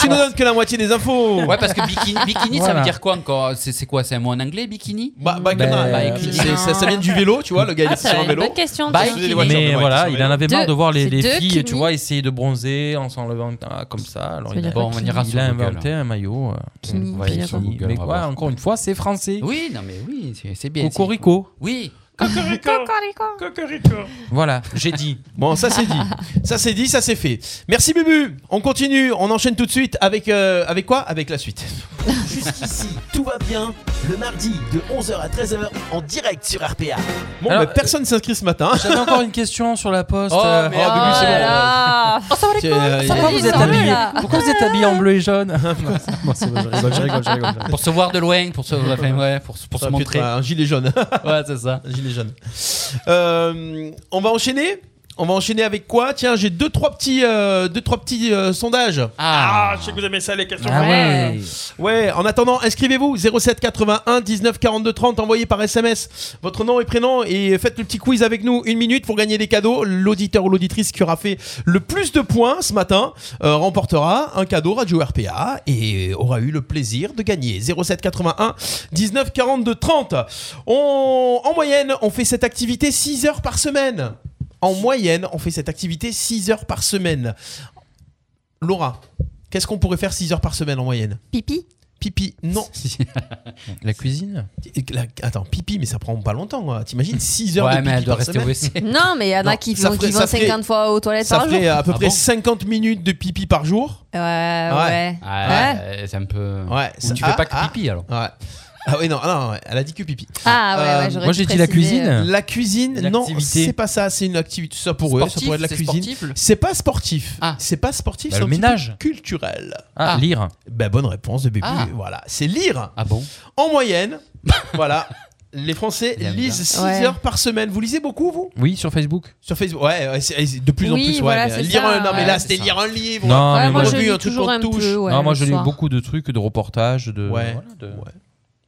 [SPEAKER 3] tu nous donnes que la moitié des infos.
[SPEAKER 6] Ouais, parce que
[SPEAKER 5] *laughs*
[SPEAKER 6] bikini, bikini ça
[SPEAKER 5] Voilà.
[SPEAKER 6] veut dire quoi encore C'est c'est quoi C'est un mot en anglais, bikini
[SPEAKER 3] Bah, bah,
[SPEAKER 5] Ben,
[SPEAKER 3] comment- bah,
[SPEAKER 5] euh,
[SPEAKER 3] c'est- ça, ça vient du vélo, tu vois, le gars il est sur un
[SPEAKER 4] Ah, une
[SPEAKER 3] vélo.
[SPEAKER 4] bonne question.
[SPEAKER 6] Bah,
[SPEAKER 4] tiens.
[SPEAKER 6] il-
[SPEAKER 3] Ouais, ouais,
[SPEAKER 5] mais voilà,
[SPEAKER 3] ouais,
[SPEAKER 5] il en avait marre
[SPEAKER 4] Deux-
[SPEAKER 5] de voir les,
[SPEAKER 4] c'est
[SPEAKER 5] les
[SPEAKER 4] deux
[SPEAKER 5] filles, tu
[SPEAKER 4] kinis.
[SPEAKER 5] vois, essayer de bronzer en s'enlevant ah, comme ça. Alors il
[SPEAKER 4] Ça veut
[SPEAKER 5] a,
[SPEAKER 4] dire quoi,
[SPEAKER 6] Bon, on ira
[SPEAKER 5] il
[SPEAKER 6] sur
[SPEAKER 5] a
[SPEAKER 6] Google. Ah, bah,
[SPEAKER 5] inventé un maillot. euh,
[SPEAKER 4] Kini,
[SPEAKER 6] Ouais,
[SPEAKER 4] puis-
[SPEAKER 6] ils sont- Sur Google,
[SPEAKER 5] mais
[SPEAKER 6] on va
[SPEAKER 5] quoi,
[SPEAKER 6] voir.
[SPEAKER 5] encore une fois, c'est français.
[SPEAKER 6] Oui, non mais oui, c'est- c'est bien. c'est-
[SPEAKER 5] Cocorico.
[SPEAKER 6] Oui.
[SPEAKER 2] Cocorico Cocorico
[SPEAKER 5] Voilà, j'ai dit.
[SPEAKER 3] Bon, ça c'est dit. Ça c'est dit, ça c'est fait. Merci Bubu. On continue, on enchaîne tout de suite avec euh, avec quoi Avec la suite.
[SPEAKER 1] Jusqu'ici, tout va bien. Le mardi de 11h à 13h en direct sur RPA.
[SPEAKER 3] Bon,
[SPEAKER 5] Alors,
[SPEAKER 3] bah, personne s'inscrit ce matin.
[SPEAKER 5] J'avais encore une question sur la poste.
[SPEAKER 6] Oh,
[SPEAKER 5] euh,
[SPEAKER 6] mais-
[SPEAKER 4] Oh
[SPEAKER 3] Ah, Bubu, c'est bon.
[SPEAKER 4] là là.
[SPEAKER 3] C'est, euh,
[SPEAKER 5] Pourquoi
[SPEAKER 4] Ils
[SPEAKER 5] vous êtes
[SPEAKER 4] sont
[SPEAKER 5] habillé
[SPEAKER 4] là.
[SPEAKER 3] Ah,
[SPEAKER 5] Pourquoi vous êtes habillé en bleu et jaune Bon, c'est bon, je rigole, je rigole, je rigole.
[SPEAKER 6] Pour se voir de loin,
[SPEAKER 5] *laughs*
[SPEAKER 6] pour se, enfin, ouais, pour, se- pour
[SPEAKER 3] ça
[SPEAKER 6] se
[SPEAKER 3] aurait pu
[SPEAKER 6] montrer.
[SPEAKER 3] être un gilet jaune.
[SPEAKER 6] Ouais, c'est ça.
[SPEAKER 3] Un gilet jaune. Euh, on va enchaîner. On va enchaîner avec quoi Tiens, j'ai deux trois petits euh, deux trois petits euh, sondages.
[SPEAKER 2] Ah,
[SPEAKER 6] Ah,
[SPEAKER 2] je sais que vous aimez ça, les questions.
[SPEAKER 5] Ah ouais.
[SPEAKER 3] Ouais, en attendant, inscrivez-vous 07 81 19 42 30 envoyez par SMS votre nom et prénom et faites le petit quiz avec nous une minute pour gagner des cadeaux. L'auditeur ou l'auditrice qui aura fait le plus de points ce matin euh, remportera un cadeau Radio RPA et aura eu le plaisir de gagner 07 81 19 42 30. On, en moyenne, on fait cette activité 6 heures par semaine. En moyenne, on fait cette activité 6 heures par semaine. Laura, qu'est-ce qu'on pourrait faire 6 heures par semaine en moyenne
[SPEAKER 4] Pipi.
[SPEAKER 3] Pipi,
[SPEAKER 6] *laughs*
[SPEAKER 3] non.
[SPEAKER 5] La cuisine
[SPEAKER 3] La- Attends, pipi, mais ça prend pas longtemps. quoi. T'imagines 6 heures
[SPEAKER 6] ouais,
[SPEAKER 3] de
[SPEAKER 6] mais
[SPEAKER 3] pipi
[SPEAKER 6] elle doit
[SPEAKER 3] par
[SPEAKER 6] rester
[SPEAKER 3] semaine
[SPEAKER 6] au WC.
[SPEAKER 4] Non, mais il y en
[SPEAKER 3] Non,
[SPEAKER 4] a qui
[SPEAKER 3] ça
[SPEAKER 4] vont, qui
[SPEAKER 3] ferait-
[SPEAKER 4] vont
[SPEAKER 3] ça ferait-
[SPEAKER 4] 50 fois aux toilettes
[SPEAKER 3] Ça
[SPEAKER 4] par jour.
[SPEAKER 3] ferait à peu
[SPEAKER 6] Ah
[SPEAKER 3] près
[SPEAKER 6] bon
[SPEAKER 3] 50 minutes de pipi par jour.
[SPEAKER 4] Ouais, ouais.
[SPEAKER 6] Ah, ouais, c'est un peu.
[SPEAKER 3] Ouais,
[SPEAKER 6] Ou
[SPEAKER 3] ça-
[SPEAKER 6] tu fais
[SPEAKER 3] ah,
[SPEAKER 6] pas que
[SPEAKER 3] ah,
[SPEAKER 6] pipi alors.
[SPEAKER 3] Ouais. Ah oui, non, ah non, ouais, elle a dit que pipi.
[SPEAKER 4] Ah
[SPEAKER 3] Euh,
[SPEAKER 4] ouais, ouais, j'aurais
[SPEAKER 5] moi,
[SPEAKER 4] dû
[SPEAKER 5] j'ai dit la
[SPEAKER 4] préciser,
[SPEAKER 5] cuisine.
[SPEAKER 4] euh,
[SPEAKER 3] La cuisine,
[SPEAKER 5] Une
[SPEAKER 3] non,
[SPEAKER 5] activité.
[SPEAKER 3] c'est pas ça. C'est une activité, ça pour eux, ça
[SPEAKER 6] Sportif,
[SPEAKER 3] pourrait être la
[SPEAKER 6] c'est
[SPEAKER 3] cuisine.
[SPEAKER 6] sportif, le-
[SPEAKER 3] C'est pas sportif.
[SPEAKER 6] Ah.
[SPEAKER 3] C'est pas sportif,
[SPEAKER 5] Bah,
[SPEAKER 3] c'est
[SPEAKER 5] le
[SPEAKER 3] un petit
[SPEAKER 5] ménage.
[SPEAKER 3] peu culturel.
[SPEAKER 5] Ah,
[SPEAKER 6] Ah.
[SPEAKER 5] lire.
[SPEAKER 3] Ben, bonne réponse de Bibu.
[SPEAKER 6] Ah.
[SPEAKER 3] Voilà, c'est lire.
[SPEAKER 6] Ah bon
[SPEAKER 3] En moyenne, *laughs* voilà, les Français
[SPEAKER 6] Il aime
[SPEAKER 3] lisent 6
[SPEAKER 4] Ouais.
[SPEAKER 3] heures par semaine. Vous lisez beaucoup, vous
[SPEAKER 5] Oui, sur Facebook.
[SPEAKER 3] Sur Facebook, ouais, ouais, c'est- c'est de plus en
[SPEAKER 4] Oui,
[SPEAKER 3] plus. Ouais,
[SPEAKER 4] voilà,
[SPEAKER 3] mais
[SPEAKER 4] c'est
[SPEAKER 3] lire
[SPEAKER 4] ça,
[SPEAKER 3] un, non, mais
[SPEAKER 4] ouais,
[SPEAKER 3] là,
[SPEAKER 6] c'est
[SPEAKER 3] c'était
[SPEAKER 6] ça.
[SPEAKER 3] lire un livre.
[SPEAKER 5] Non,
[SPEAKER 4] Ouais,
[SPEAKER 5] mais
[SPEAKER 4] moi,
[SPEAKER 5] moi-
[SPEAKER 4] je
[SPEAKER 3] Revue, un
[SPEAKER 4] lis
[SPEAKER 3] truc
[SPEAKER 4] toujours
[SPEAKER 3] en
[SPEAKER 4] un
[SPEAKER 3] touche.
[SPEAKER 4] peu. Ouais,
[SPEAKER 5] non, moi
[SPEAKER 4] le
[SPEAKER 5] je lis
[SPEAKER 4] soir.
[SPEAKER 5] beaucoup de trucs, de reportages, de,
[SPEAKER 3] Ouais.
[SPEAKER 5] voilà, de-
[SPEAKER 3] Ouais.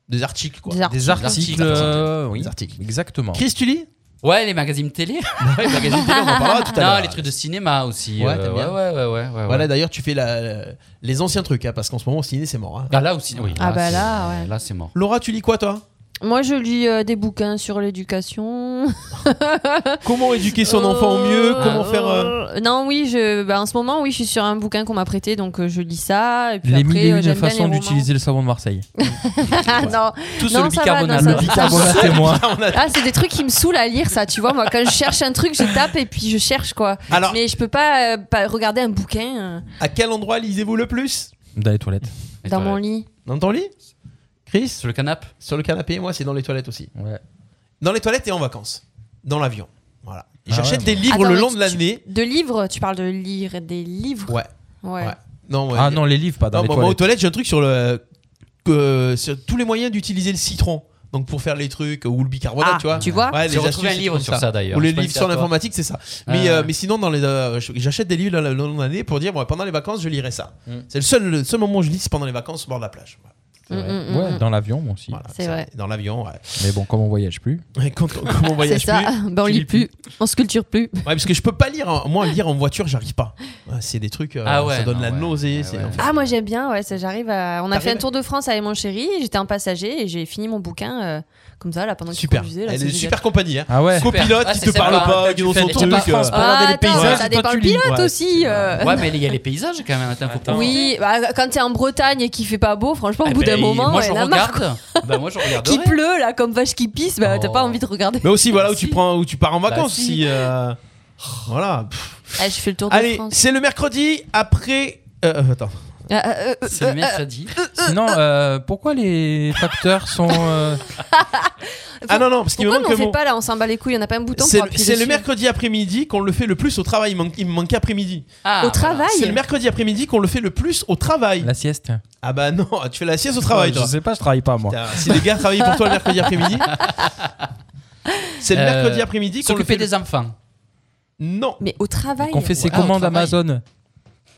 [SPEAKER 3] Des articles, quoi.
[SPEAKER 4] Des articles.
[SPEAKER 5] des articles.
[SPEAKER 6] articles,
[SPEAKER 5] euh, oui,
[SPEAKER 3] Des articles.
[SPEAKER 5] exactement.
[SPEAKER 3] Chris, tu lis
[SPEAKER 6] Ouais, les
[SPEAKER 3] *laughs*
[SPEAKER 6] magazines télé.
[SPEAKER 3] Ouais, les magazines télé, on en parlera tout à l'heure.
[SPEAKER 6] non, les trucs de cinéma aussi.
[SPEAKER 3] Ouais,
[SPEAKER 6] euh,
[SPEAKER 3] t'aimes bien.
[SPEAKER 6] ouais, ouais, ouais, ouais, ouais.
[SPEAKER 3] Voilà, d'ailleurs, tu fais la- les anciens trucs, hein, parce qu'en ce moment, au ciné, c'est mort. hein.
[SPEAKER 6] Ah, là aussi, oui.
[SPEAKER 4] Ah bah
[SPEAKER 6] c'est-
[SPEAKER 4] là, ouais.
[SPEAKER 6] Là, c'est mort.
[SPEAKER 3] Laura, tu lis quoi, toi
[SPEAKER 4] Moi, je lis euh, des bouquins sur l'éducation. *laughs*
[SPEAKER 3] Comment éduquer son enfant au mieux
[SPEAKER 4] Euh,
[SPEAKER 3] Comment faire. euh,
[SPEAKER 4] euh, Non, oui, je, bah, en ce moment, oui, je suis sur un bouquin qu'on m'a prêté, donc euh, je lis ça. Et puis
[SPEAKER 5] Les
[SPEAKER 4] après,
[SPEAKER 5] mille et
[SPEAKER 4] euh,
[SPEAKER 5] une
[SPEAKER 4] j'aime bien
[SPEAKER 5] façons
[SPEAKER 4] les romans.
[SPEAKER 5] d'utiliser le savon de *laughs* Marseille.
[SPEAKER 4] Ah non,
[SPEAKER 6] Tout
[SPEAKER 4] Non, ça va, non, ça va.
[SPEAKER 5] c'est
[SPEAKER 4] *laughs*
[SPEAKER 5] moi.
[SPEAKER 4] ah, c'est des trucs qui me saoulent à lire, ça. Tu vois, moi, quand je cherche un truc, je tape et puis je cherche quoi.
[SPEAKER 3] Alors,
[SPEAKER 4] Mais je peux pas, euh, pas regarder un bouquin euh,
[SPEAKER 3] à quel endroit lisez-vous le plus
[SPEAKER 5] Dans les toilettes.
[SPEAKER 4] dans mon lit.
[SPEAKER 3] Dans ton lit Chris
[SPEAKER 6] Sur le canapé
[SPEAKER 3] Sur le canapé, moi, c'est dans les toilettes aussi.
[SPEAKER 5] Ouais.
[SPEAKER 3] Dans les toilettes et en vacances. Dans l'avion. Voilà.
[SPEAKER 5] Ah
[SPEAKER 3] J'achète
[SPEAKER 5] ouais,
[SPEAKER 3] des livres
[SPEAKER 4] Attends,
[SPEAKER 3] le
[SPEAKER 4] mais
[SPEAKER 3] long
[SPEAKER 4] tu-
[SPEAKER 3] de l'année.
[SPEAKER 4] De livres, tu parles de lire des livres.
[SPEAKER 3] Ouais.
[SPEAKER 4] Ouais.
[SPEAKER 3] Ouais. Non, ouais.
[SPEAKER 5] Ah non, les livres, pas dans
[SPEAKER 3] Non,
[SPEAKER 5] les
[SPEAKER 3] moi, moi, aux toilettes,
[SPEAKER 5] toilettes.
[SPEAKER 3] j'ai un truc sur le que- sur tous les moyens d'utiliser le citron. Donc pour faire les trucs euh, ou le bicarbonate,
[SPEAKER 4] Ah,
[SPEAKER 3] tu vois.
[SPEAKER 4] tu vois
[SPEAKER 3] Ouais,
[SPEAKER 6] J'ai retrouvé un
[SPEAKER 3] c'est
[SPEAKER 6] livre
[SPEAKER 3] comme
[SPEAKER 6] sur ça, d'ailleurs.
[SPEAKER 3] Ou les
[SPEAKER 6] Je
[SPEAKER 3] livres
[SPEAKER 6] pense
[SPEAKER 3] sur
[SPEAKER 6] à toi.
[SPEAKER 3] l'informatique, c'est ça.
[SPEAKER 6] Ah,
[SPEAKER 3] Mais, euh,
[SPEAKER 6] ouais.
[SPEAKER 3] mais sinon, dans les, euh, je- j'achète des livres le long de l'année pour dire bon, pendant les vacances, je lirai ça.
[SPEAKER 5] Mm.
[SPEAKER 3] C'est le seul, le seul moment où je lis, c'est pendant les vacances au bord de la plage. Voilà.
[SPEAKER 4] Mm, mm, mm,
[SPEAKER 5] Ouais,
[SPEAKER 4] mm.
[SPEAKER 5] dans l'avion moi aussi.
[SPEAKER 3] Voilà,
[SPEAKER 4] C'est
[SPEAKER 3] ça,
[SPEAKER 4] vrai.
[SPEAKER 3] Dans l'avion, ouais.
[SPEAKER 5] Mais bon, comme on voyage plus.
[SPEAKER 3] Et Quand, quand- quand on
[SPEAKER 4] C'est
[SPEAKER 3] voyage
[SPEAKER 4] ça.
[SPEAKER 3] plus.
[SPEAKER 4] *laughs* Ben, on
[SPEAKER 3] tu
[SPEAKER 4] lit
[SPEAKER 3] lis
[SPEAKER 4] plus, on se culture plus.
[SPEAKER 3] Ouais, parce que je peux pas lire. en- Moi, lire en voiture, j'arrive pas. Ouais, C'est des trucs. euh,
[SPEAKER 6] Ah ouais,
[SPEAKER 3] ça donne
[SPEAKER 6] non,
[SPEAKER 3] la
[SPEAKER 6] ouais.
[SPEAKER 3] nausée.
[SPEAKER 6] Ouais,
[SPEAKER 3] c'est
[SPEAKER 6] ouais.
[SPEAKER 3] l'enfer.
[SPEAKER 4] Ah moi j'aime bien, ouais, ça j'arrive à... On a fait
[SPEAKER 3] T'arrives-
[SPEAKER 4] un tour de France avec mon chéri, j'étais un passager et j'ai fini mon bouquin euh, comme ça là pendant qu'il
[SPEAKER 3] super.
[SPEAKER 4] conduisait. Là,
[SPEAKER 3] Elle
[SPEAKER 4] c'est
[SPEAKER 3] est
[SPEAKER 4] génial.
[SPEAKER 3] super compagnie. hein.
[SPEAKER 5] Ah ouais.
[SPEAKER 3] Copilote
[SPEAKER 6] Ah,
[SPEAKER 3] qui
[SPEAKER 6] c'est
[SPEAKER 3] te
[SPEAKER 6] sympa.
[SPEAKER 3] parle pas,
[SPEAKER 6] Toi,
[SPEAKER 3] qui
[SPEAKER 6] tu
[SPEAKER 3] dans
[SPEAKER 6] fais
[SPEAKER 3] son
[SPEAKER 6] les
[SPEAKER 3] truc.
[SPEAKER 6] tours de
[SPEAKER 3] euh,
[SPEAKER 6] France,
[SPEAKER 5] pour regarder les
[SPEAKER 4] Ah, attends,
[SPEAKER 5] paysages, toi,
[SPEAKER 4] ça dépend
[SPEAKER 5] tu
[SPEAKER 4] le
[SPEAKER 5] lis.
[SPEAKER 4] pilote
[SPEAKER 3] Ouais.
[SPEAKER 4] aussi. euh.
[SPEAKER 6] Ouais, mais il y a les paysages quand même. Attends, faut pas-
[SPEAKER 4] Oui, bah, quand t'es en Bretagne et qu'il fait pas beau, franchement au
[SPEAKER 6] Eh
[SPEAKER 4] bout d'un
[SPEAKER 6] ben,
[SPEAKER 4] moment,
[SPEAKER 6] moi
[SPEAKER 4] elle
[SPEAKER 6] je
[SPEAKER 4] a marre.
[SPEAKER 6] regarde. Bah, moi je regarde.
[SPEAKER 4] Qui pleut là comme vache qui pisse, bah, t'as pas
[SPEAKER 6] Oh.
[SPEAKER 4] envie de regarder.
[SPEAKER 3] Mais aussi, voilà,
[SPEAKER 6] Bah,
[SPEAKER 3] où tu
[SPEAKER 6] si.
[SPEAKER 3] prends, où tu pars en vacances.
[SPEAKER 6] si.
[SPEAKER 3] si, euh, voilà. Pff.
[SPEAKER 4] Ah, je fais le tour de
[SPEAKER 3] Allez,
[SPEAKER 4] France.
[SPEAKER 3] c'est le mercredi après Euh, euh, attends.
[SPEAKER 4] Euh, euh, euh,
[SPEAKER 6] C'est
[SPEAKER 4] euh,
[SPEAKER 6] le mercredi.
[SPEAKER 5] Sinon, euh, pourquoi les facteurs sont. euh,
[SPEAKER 3] Ah non, non, parce qu'il me
[SPEAKER 4] Pourquoi on
[SPEAKER 3] manque
[SPEAKER 4] ne
[SPEAKER 3] le
[SPEAKER 4] fait
[SPEAKER 3] mot.
[SPEAKER 4] pas là On s'en bat les couilles, on n'a pas un bouton
[SPEAKER 3] C'est
[SPEAKER 4] pour
[SPEAKER 3] le-
[SPEAKER 4] appuyer
[SPEAKER 3] c'est le
[SPEAKER 4] dessus.
[SPEAKER 3] mercredi après-midi qu'on le fait le plus au travail. Il, manque- il me manquait après-midi.
[SPEAKER 6] Ah,
[SPEAKER 4] Au travail
[SPEAKER 3] C'est le mercredi après-midi qu'on le fait le plus au travail.
[SPEAKER 5] La sieste Ah,
[SPEAKER 3] Ah bah non, *laughs* tu fais la sieste au travail,
[SPEAKER 5] Je
[SPEAKER 3] toi.
[SPEAKER 5] sais pas, je travaille pas moi.
[SPEAKER 3] Putain, Si les gars travaillaient pour toi le mercredi
[SPEAKER 5] *laughs*
[SPEAKER 3] après-midi. C'est le
[SPEAKER 6] Euh,
[SPEAKER 3] mercredi après-midi qu'on le fait.
[SPEAKER 6] S'occuper des enfants.
[SPEAKER 3] le- Non.
[SPEAKER 4] Mais au travail.
[SPEAKER 5] Qu'on fait ses
[SPEAKER 6] Ouais, au
[SPEAKER 5] commandes
[SPEAKER 6] travail.
[SPEAKER 5] Amazon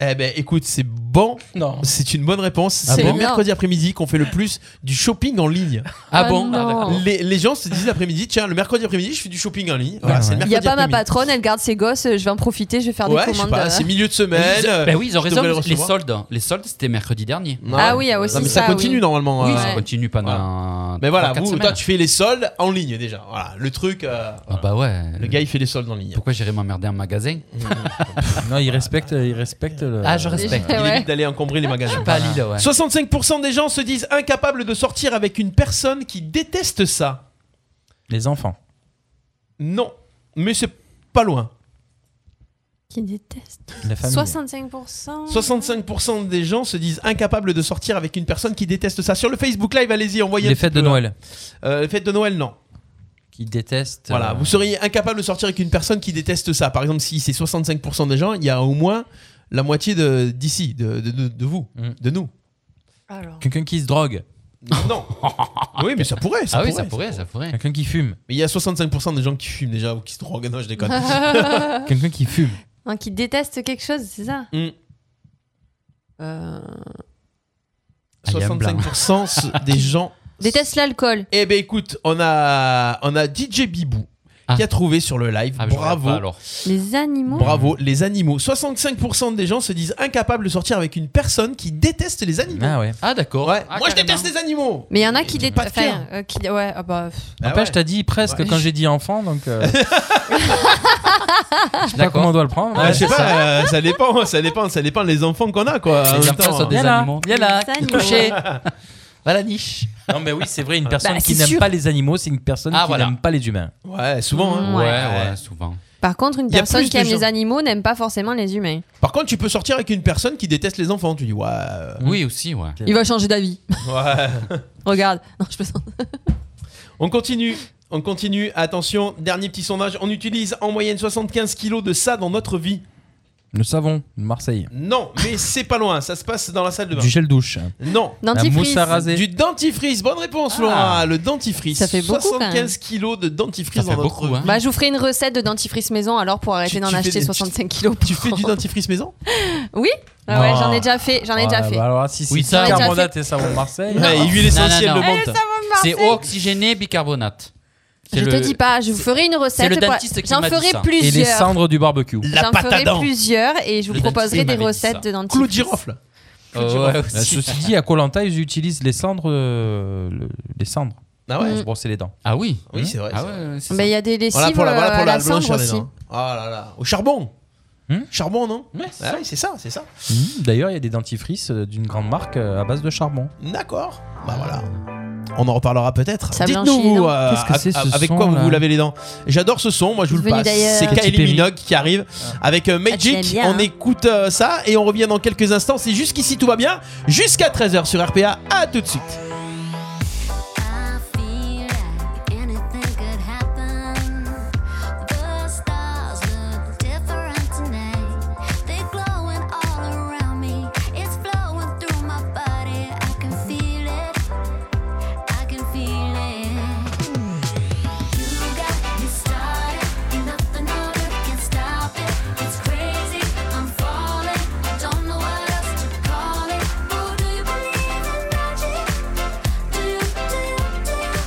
[SPEAKER 3] Eh ben écoute, c'est bon.
[SPEAKER 5] Non.
[SPEAKER 3] C'est une bonne réponse.
[SPEAKER 5] Ah
[SPEAKER 3] c'est
[SPEAKER 5] bon
[SPEAKER 3] le mercredi après-midi qu'on fait le plus du shopping en ligne.
[SPEAKER 6] Ah
[SPEAKER 4] Ah
[SPEAKER 6] bon
[SPEAKER 4] non.
[SPEAKER 6] Ah, d'accord.
[SPEAKER 3] Les, les gens se disent l'après-midi, tiens, le mercredi après-midi, je fais du shopping en ligne. Voilà,
[SPEAKER 5] Ouais,
[SPEAKER 3] c'est le
[SPEAKER 4] Il n'y a
[SPEAKER 3] mercredi
[SPEAKER 4] pas ma
[SPEAKER 3] après-midi.
[SPEAKER 4] patronne, elle garde ses gosses, euh, je vais en profiter, je vais faire
[SPEAKER 3] Ouais,
[SPEAKER 4] des
[SPEAKER 3] je sais
[SPEAKER 4] commandes.
[SPEAKER 3] pas,
[SPEAKER 4] euh.
[SPEAKER 3] c'est milieu de semaine.
[SPEAKER 6] Ils-
[SPEAKER 3] euh,
[SPEAKER 6] Ben oui, ils ont
[SPEAKER 3] je devrais
[SPEAKER 6] raison.
[SPEAKER 3] le
[SPEAKER 6] Les
[SPEAKER 3] recevoir.
[SPEAKER 6] soldes, les soldes, c'était mercredi dernier.
[SPEAKER 4] Ah oui, ah ouais,
[SPEAKER 3] Non,
[SPEAKER 4] c'est
[SPEAKER 3] mais ça
[SPEAKER 4] ça.
[SPEAKER 3] continue
[SPEAKER 4] oui.
[SPEAKER 3] normalement.
[SPEAKER 6] Oui,
[SPEAKER 3] euh,
[SPEAKER 6] ça continue pendant.
[SPEAKER 3] Mais voilà,
[SPEAKER 6] 3-4
[SPEAKER 3] vous,
[SPEAKER 6] semaines.
[SPEAKER 3] toi, tu fais les soldes en ligne déjà. Voilà, le truc. euh,
[SPEAKER 6] Ah bah ouais.
[SPEAKER 3] Le gars, il fait les soldes en ligne.
[SPEAKER 6] Pourquoi j'irais m'emmerder
[SPEAKER 3] *laughs*
[SPEAKER 6] en magasin
[SPEAKER 5] Non, ils respectent, ils respectent le.
[SPEAKER 6] Ah, je respecte.
[SPEAKER 3] Il
[SPEAKER 4] Ouais.
[SPEAKER 3] évite *laughs* d'aller encombrer les magasins.
[SPEAKER 6] Pas Lille, ouais.
[SPEAKER 3] 65% des gens se disent incapables de sortir avec une personne qui déteste ça.
[SPEAKER 5] Les enfants.
[SPEAKER 3] Non, mais c'est pas loin.
[SPEAKER 4] Qui déteste.
[SPEAKER 5] La famille.
[SPEAKER 4] 65%. *laughs*
[SPEAKER 3] 65% des gens se disent incapables de sortir avec une personne qui déteste ça. Sur le Facebook Live, allez-y, envoyez. un
[SPEAKER 5] Les
[SPEAKER 3] petit
[SPEAKER 5] fêtes de
[SPEAKER 3] peu.
[SPEAKER 5] Noël.
[SPEAKER 3] Euh, les fêtes de Noël, non.
[SPEAKER 5] Qui détestent.
[SPEAKER 3] Voilà,
[SPEAKER 5] euh,
[SPEAKER 3] vous seriez incapable de sortir avec une personne qui déteste ça. Par exemple, si c'est 65% des gens, il y a au moins la moitié de- d'ici, de, de, de- de vous,
[SPEAKER 5] Mm.
[SPEAKER 3] de nous.
[SPEAKER 4] Alors.
[SPEAKER 5] Quelqu'un qui se drogue.
[SPEAKER 3] Non. oui, mais ça pourrait. Ça
[SPEAKER 6] Ah oui,
[SPEAKER 3] pourrait,
[SPEAKER 6] ça pourrait, ça pourrait.
[SPEAKER 5] Quelqu'un qui fume.
[SPEAKER 3] Mais il y a 65% des gens qui fument déjà ou qui se droguent. Non, je
[SPEAKER 4] *laughs*
[SPEAKER 3] déconne.
[SPEAKER 5] Quelqu'un qui fume.
[SPEAKER 4] Hein, qui déteste quelque chose, c'est ça
[SPEAKER 3] Hmm.
[SPEAKER 4] Euh,
[SPEAKER 6] Ah, il y a un blanc. *laughs*
[SPEAKER 3] 65% se- des gens.
[SPEAKER 4] *laughs* Déteste l'alcool.
[SPEAKER 3] Eh ben écoute, on a, on a DJ Bibou
[SPEAKER 6] Ah.
[SPEAKER 3] qui a trouvé sur le live.
[SPEAKER 6] Ah, mais je regarde
[SPEAKER 3] Bravo.
[SPEAKER 6] pas, alors.
[SPEAKER 4] Les animaux.
[SPEAKER 3] Bravo, les animaux. 65% des gens se disent incapables de sortir avec une personne qui déteste les animaux.
[SPEAKER 5] Ah ouais.
[SPEAKER 6] Ah d'accord.
[SPEAKER 3] Ouais.
[SPEAKER 6] Ah,
[SPEAKER 3] Moi, je
[SPEAKER 6] carrément.
[SPEAKER 3] déteste les animaux.
[SPEAKER 4] Mais il y en a qui
[SPEAKER 3] Pas de
[SPEAKER 4] détestent.
[SPEAKER 3] fier.
[SPEAKER 4] ouais, ah bah. pff.
[SPEAKER 3] Ah
[SPEAKER 5] Après,
[SPEAKER 3] ouais.
[SPEAKER 5] je t'ai dit presque
[SPEAKER 3] Ouais.
[SPEAKER 5] quand j'ai dit enfant, donc.
[SPEAKER 4] *laughs*
[SPEAKER 5] euh, je sais pas
[SPEAKER 6] D'accord.
[SPEAKER 5] comment on doit le prendre.
[SPEAKER 3] Ah, je sais pas, euh, ça dépend, ça dépend, ça dépend les enfants qu'on a quoi. en
[SPEAKER 6] Les
[SPEAKER 3] même
[SPEAKER 6] enfants
[SPEAKER 3] temps. hein.
[SPEAKER 6] sont des
[SPEAKER 5] Viens là,
[SPEAKER 6] animaux.
[SPEAKER 4] viens là, Les animaux. couché.
[SPEAKER 5] *laughs*
[SPEAKER 6] Va la niche.
[SPEAKER 5] Non, mais oui, c'est vrai, une personne
[SPEAKER 4] Bah,
[SPEAKER 5] qui
[SPEAKER 4] c'est
[SPEAKER 5] n'aime
[SPEAKER 4] sûr.
[SPEAKER 5] pas les animaux, c'est une personne
[SPEAKER 6] Ah,
[SPEAKER 5] qui
[SPEAKER 6] voilà.
[SPEAKER 5] n'aime pas les humains.
[SPEAKER 3] Ouais, souvent. hein.
[SPEAKER 4] Ouais,
[SPEAKER 6] Ouais,
[SPEAKER 3] ouais.
[SPEAKER 6] ouais, souvent.
[SPEAKER 4] Par contre, une
[SPEAKER 3] Y a
[SPEAKER 4] personne
[SPEAKER 3] plus
[SPEAKER 4] qui
[SPEAKER 3] de
[SPEAKER 4] aime
[SPEAKER 3] gens.
[SPEAKER 4] les animaux n'aime pas forcément les humains.
[SPEAKER 3] Par contre, tu peux sortir avec une personne qui déteste les enfants. Tu dis ouais. euh,
[SPEAKER 6] Oui aussi, ouais.
[SPEAKER 4] Il va
[SPEAKER 3] *laughs*
[SPEAKER 4] changer d'avis.
[SPEAKER 3] ouais.
[SPEAKER 4] Regarde. Non, je plaisante.
[SPEAKER 3] On continue. On continue. Attention, dernier petit sondage. On utilise en moyenne 75 kilos de ça dans notre vie.
[SPEAKER 5] Le savon de Marseille.
[SPEAKER 3] Non, mais c'est pas loin. Ça se passe dans la salle de bain.
[SPEAKER 5] Du gel douche.
[SPEAKER 3] Non.
[SPEAKER 5] hein. La
[SPEAKER 4] Dentifrice.
[SPEAKER 5] mousse à raser. Ah.
[SPEAKER 3] Du dentifrice. Bonne réponse, Laura. Le dentifrice.
[SPEAKER 4] Ça fait beaucoup, quand même.
[SPEAKER 3] 75 kilos de dentifrice
[SPEAKER 6] Ça fait
[SPEAKER 3] dans notre
[SPEAKER 6] beaucoup, hein.
[SPEAKER 3] vie.
[SPEAKER 4] Bah, je vous ferai une recette de dentifrice maison alors pour
[SPEAKER 3] Ah. Tu-
[SPEAKER 4] arrêter d'en
[SPEAKER 3] tu fais
[SPEAKER 4] acheter
[SPEAKER 3] des-
[SPEAKER 4] 65 kilos.
[SPEAKER 3] Tu fais du dentifrice maison
[SPEAKER 4] Oui Ah ouais,
[SPEAKER 5] Ah.
[SPEAKER 4] j'en ai déjà fait. J'en ai déjà
[SPEAKER 3] Ah,
[SPEAKER 5] Ouais,
[SPEAKER 4] fait.
[SPEAKER 5] bah alors, si
[SPEAKER 6] Oui,
[SPEAKER 5] c'est
[SPEAKER 4] j'en
[SPEAKER 6] ça,
[SPEAKER 4] ai déjà
[SPEAKER 5] carbonate et savon de Marseille.
[SPEAKER 3] Ouais, et huile
[SPEAKER 6] Non,
[SPEAKER 3] essentielle
[SPEAKER 6] non, non.
[SPEAKER 4] Eh,
[SPEAKER 3] de menthe.
[SPEAKER 6] C'est eau oxygénée bicarbonate.
[SPEAKER 4] Je
[SPEAKER 6] C'est
[SPEAKER 4] te
[SPEAKER 6] le-
[SPEAKER 4] dis pas, je vous ferai une recette.
[SPEAKER 6] le
[SPEAKER 4] pour-
[SPEAKER 6] dentiste qui
[SPEAKER 4] J'en
[SPEAKER 6] m'a dit
[SPEAKER 4] ferai
[SPEAKER 6] ça.
[SPEAKER 5] Et les
[SPEAKER 4] plusieurs.
[SPEAKER 5] cendres du barbecue.
[SPEAKER 3] La
[SPEAKER 4] J'en
[SPEAKER 3] pâte à
[SPEAKER 4] ferai
[SPEAKER 3] dents.
[SPEAKER 4] plusieurs et je vous
[SPEAKER 6] Le dentiste
[SPEAKER 4] proposerai des
[SPEAKER 6] m'avait dit
[SPEAKER 4] recettes
[SPEAKER 6] ça.
[SPEAKER 4] de dentifrice.
[SPEAKER 3] Clou de girofle.
[SPEAKER 6] Euh, ouais,
[SPEAKER 5] Euh,
[SPEAKER 6] aussi.
[SPEAKER 5] Ceci dit, à Colanta, ils utilisent les cendres, euh, le- les cendres
[SPEAKER 3] Ah ouais.
[SPEAKER 4] Mm.
[SPEAKER 5] pour brosser les dents.
[SPEAKER 6] Ah oui.
[SPEAKER 5] Mmh.
[SPEAKER 3] Oui, c'est vrai.
[SPEAKER 6] Ah
[SPEAKER 3] c'est vrai.
[SPEAKER 6] ouais, c'est
[SPEAKER 4] Mais Bah, il y a des
[SPEAKER 3] Voilà
[SPEAKER 4] lessives
[SPEAKER 3] pour la, voilà
[SPEAKER 4] euh,
[SPEAKER 3] pour
[SPEAKER 4] à
[SPEAKER 3] la
[SPEAKER 4] la cendre
[SPEAKER 3] blancheur des
[SPEAKER 4] aussi.
[SPEAKER 3] dents. Ah là là. Au charbon.
[SPEAKER 5] Hmm
[SPEAKER 3] charbon, non
[SPEAKER 5] Ouais,
[SPEAKER 3] Ah oui, c'est ça, c'est ça.
[SPEAKER 5] Mhm. D'ailleurs, il y a des dentifrices euh, d'une grande marque euh, à base de charbon.
[SPEAKER 3] D'accord. Bah voilà. On en reparlera peut-être.
[SPEAKER 4] Ça
[SPEAKER 3] Dites-nous
[SPEAKER 4] blanchit les
[SPEAKER 3] vous,
[SPEAKER 4] dents.
[SPEAKER 3] euh,
[SPEAKER 5] Qu'est-ce que c'est,
[SPEAKER 3] a-
[SPEAKER 5] ce
[SPEAKER 3] avec
[SPEAKER 5] son,
[SPEAKER 3] quoi vous
[SPEAKER 5] là
[SPEAKER 3] vous lavez les dents. J'adore ce son, moi je vous le
[SPEAKER 4] Venu
[SPEAKER 3] passe.
[SPEAKER 4] d'ailleurs.
[SPEAKER 3] C'est
[SPEAKER 5] Katy
[SPEAKER 3] Kylie
[SPEAKER 5] Perry. Ah.
[SPEAKER 3] Minogue qui arrive avec euh,
[SPEAKER 4] tu l'aimes
[SPEAKER 3] Magic.
[SPEAKER 4] bien,
[SPEAKER 3] On
[SPEAKER 4] hein.
[SPEAKER 3] écoute euh, ça et on revient dans quelques instants. C'est jusqu'ici tout va bien. Jusqu'à 13h sur RPA. À tout de suite.
[SPEAKER 7] I feel like anything could happen. The stars look different tonight. They're glowing all around me. It's flowing through my body. I can feel it. I can feel it. You got me started. Nothing on earth can stop it. It's crazy. I'm falling. I don't know what else to call it. Oh, do you believe in magic? Oh, Oh, Oh,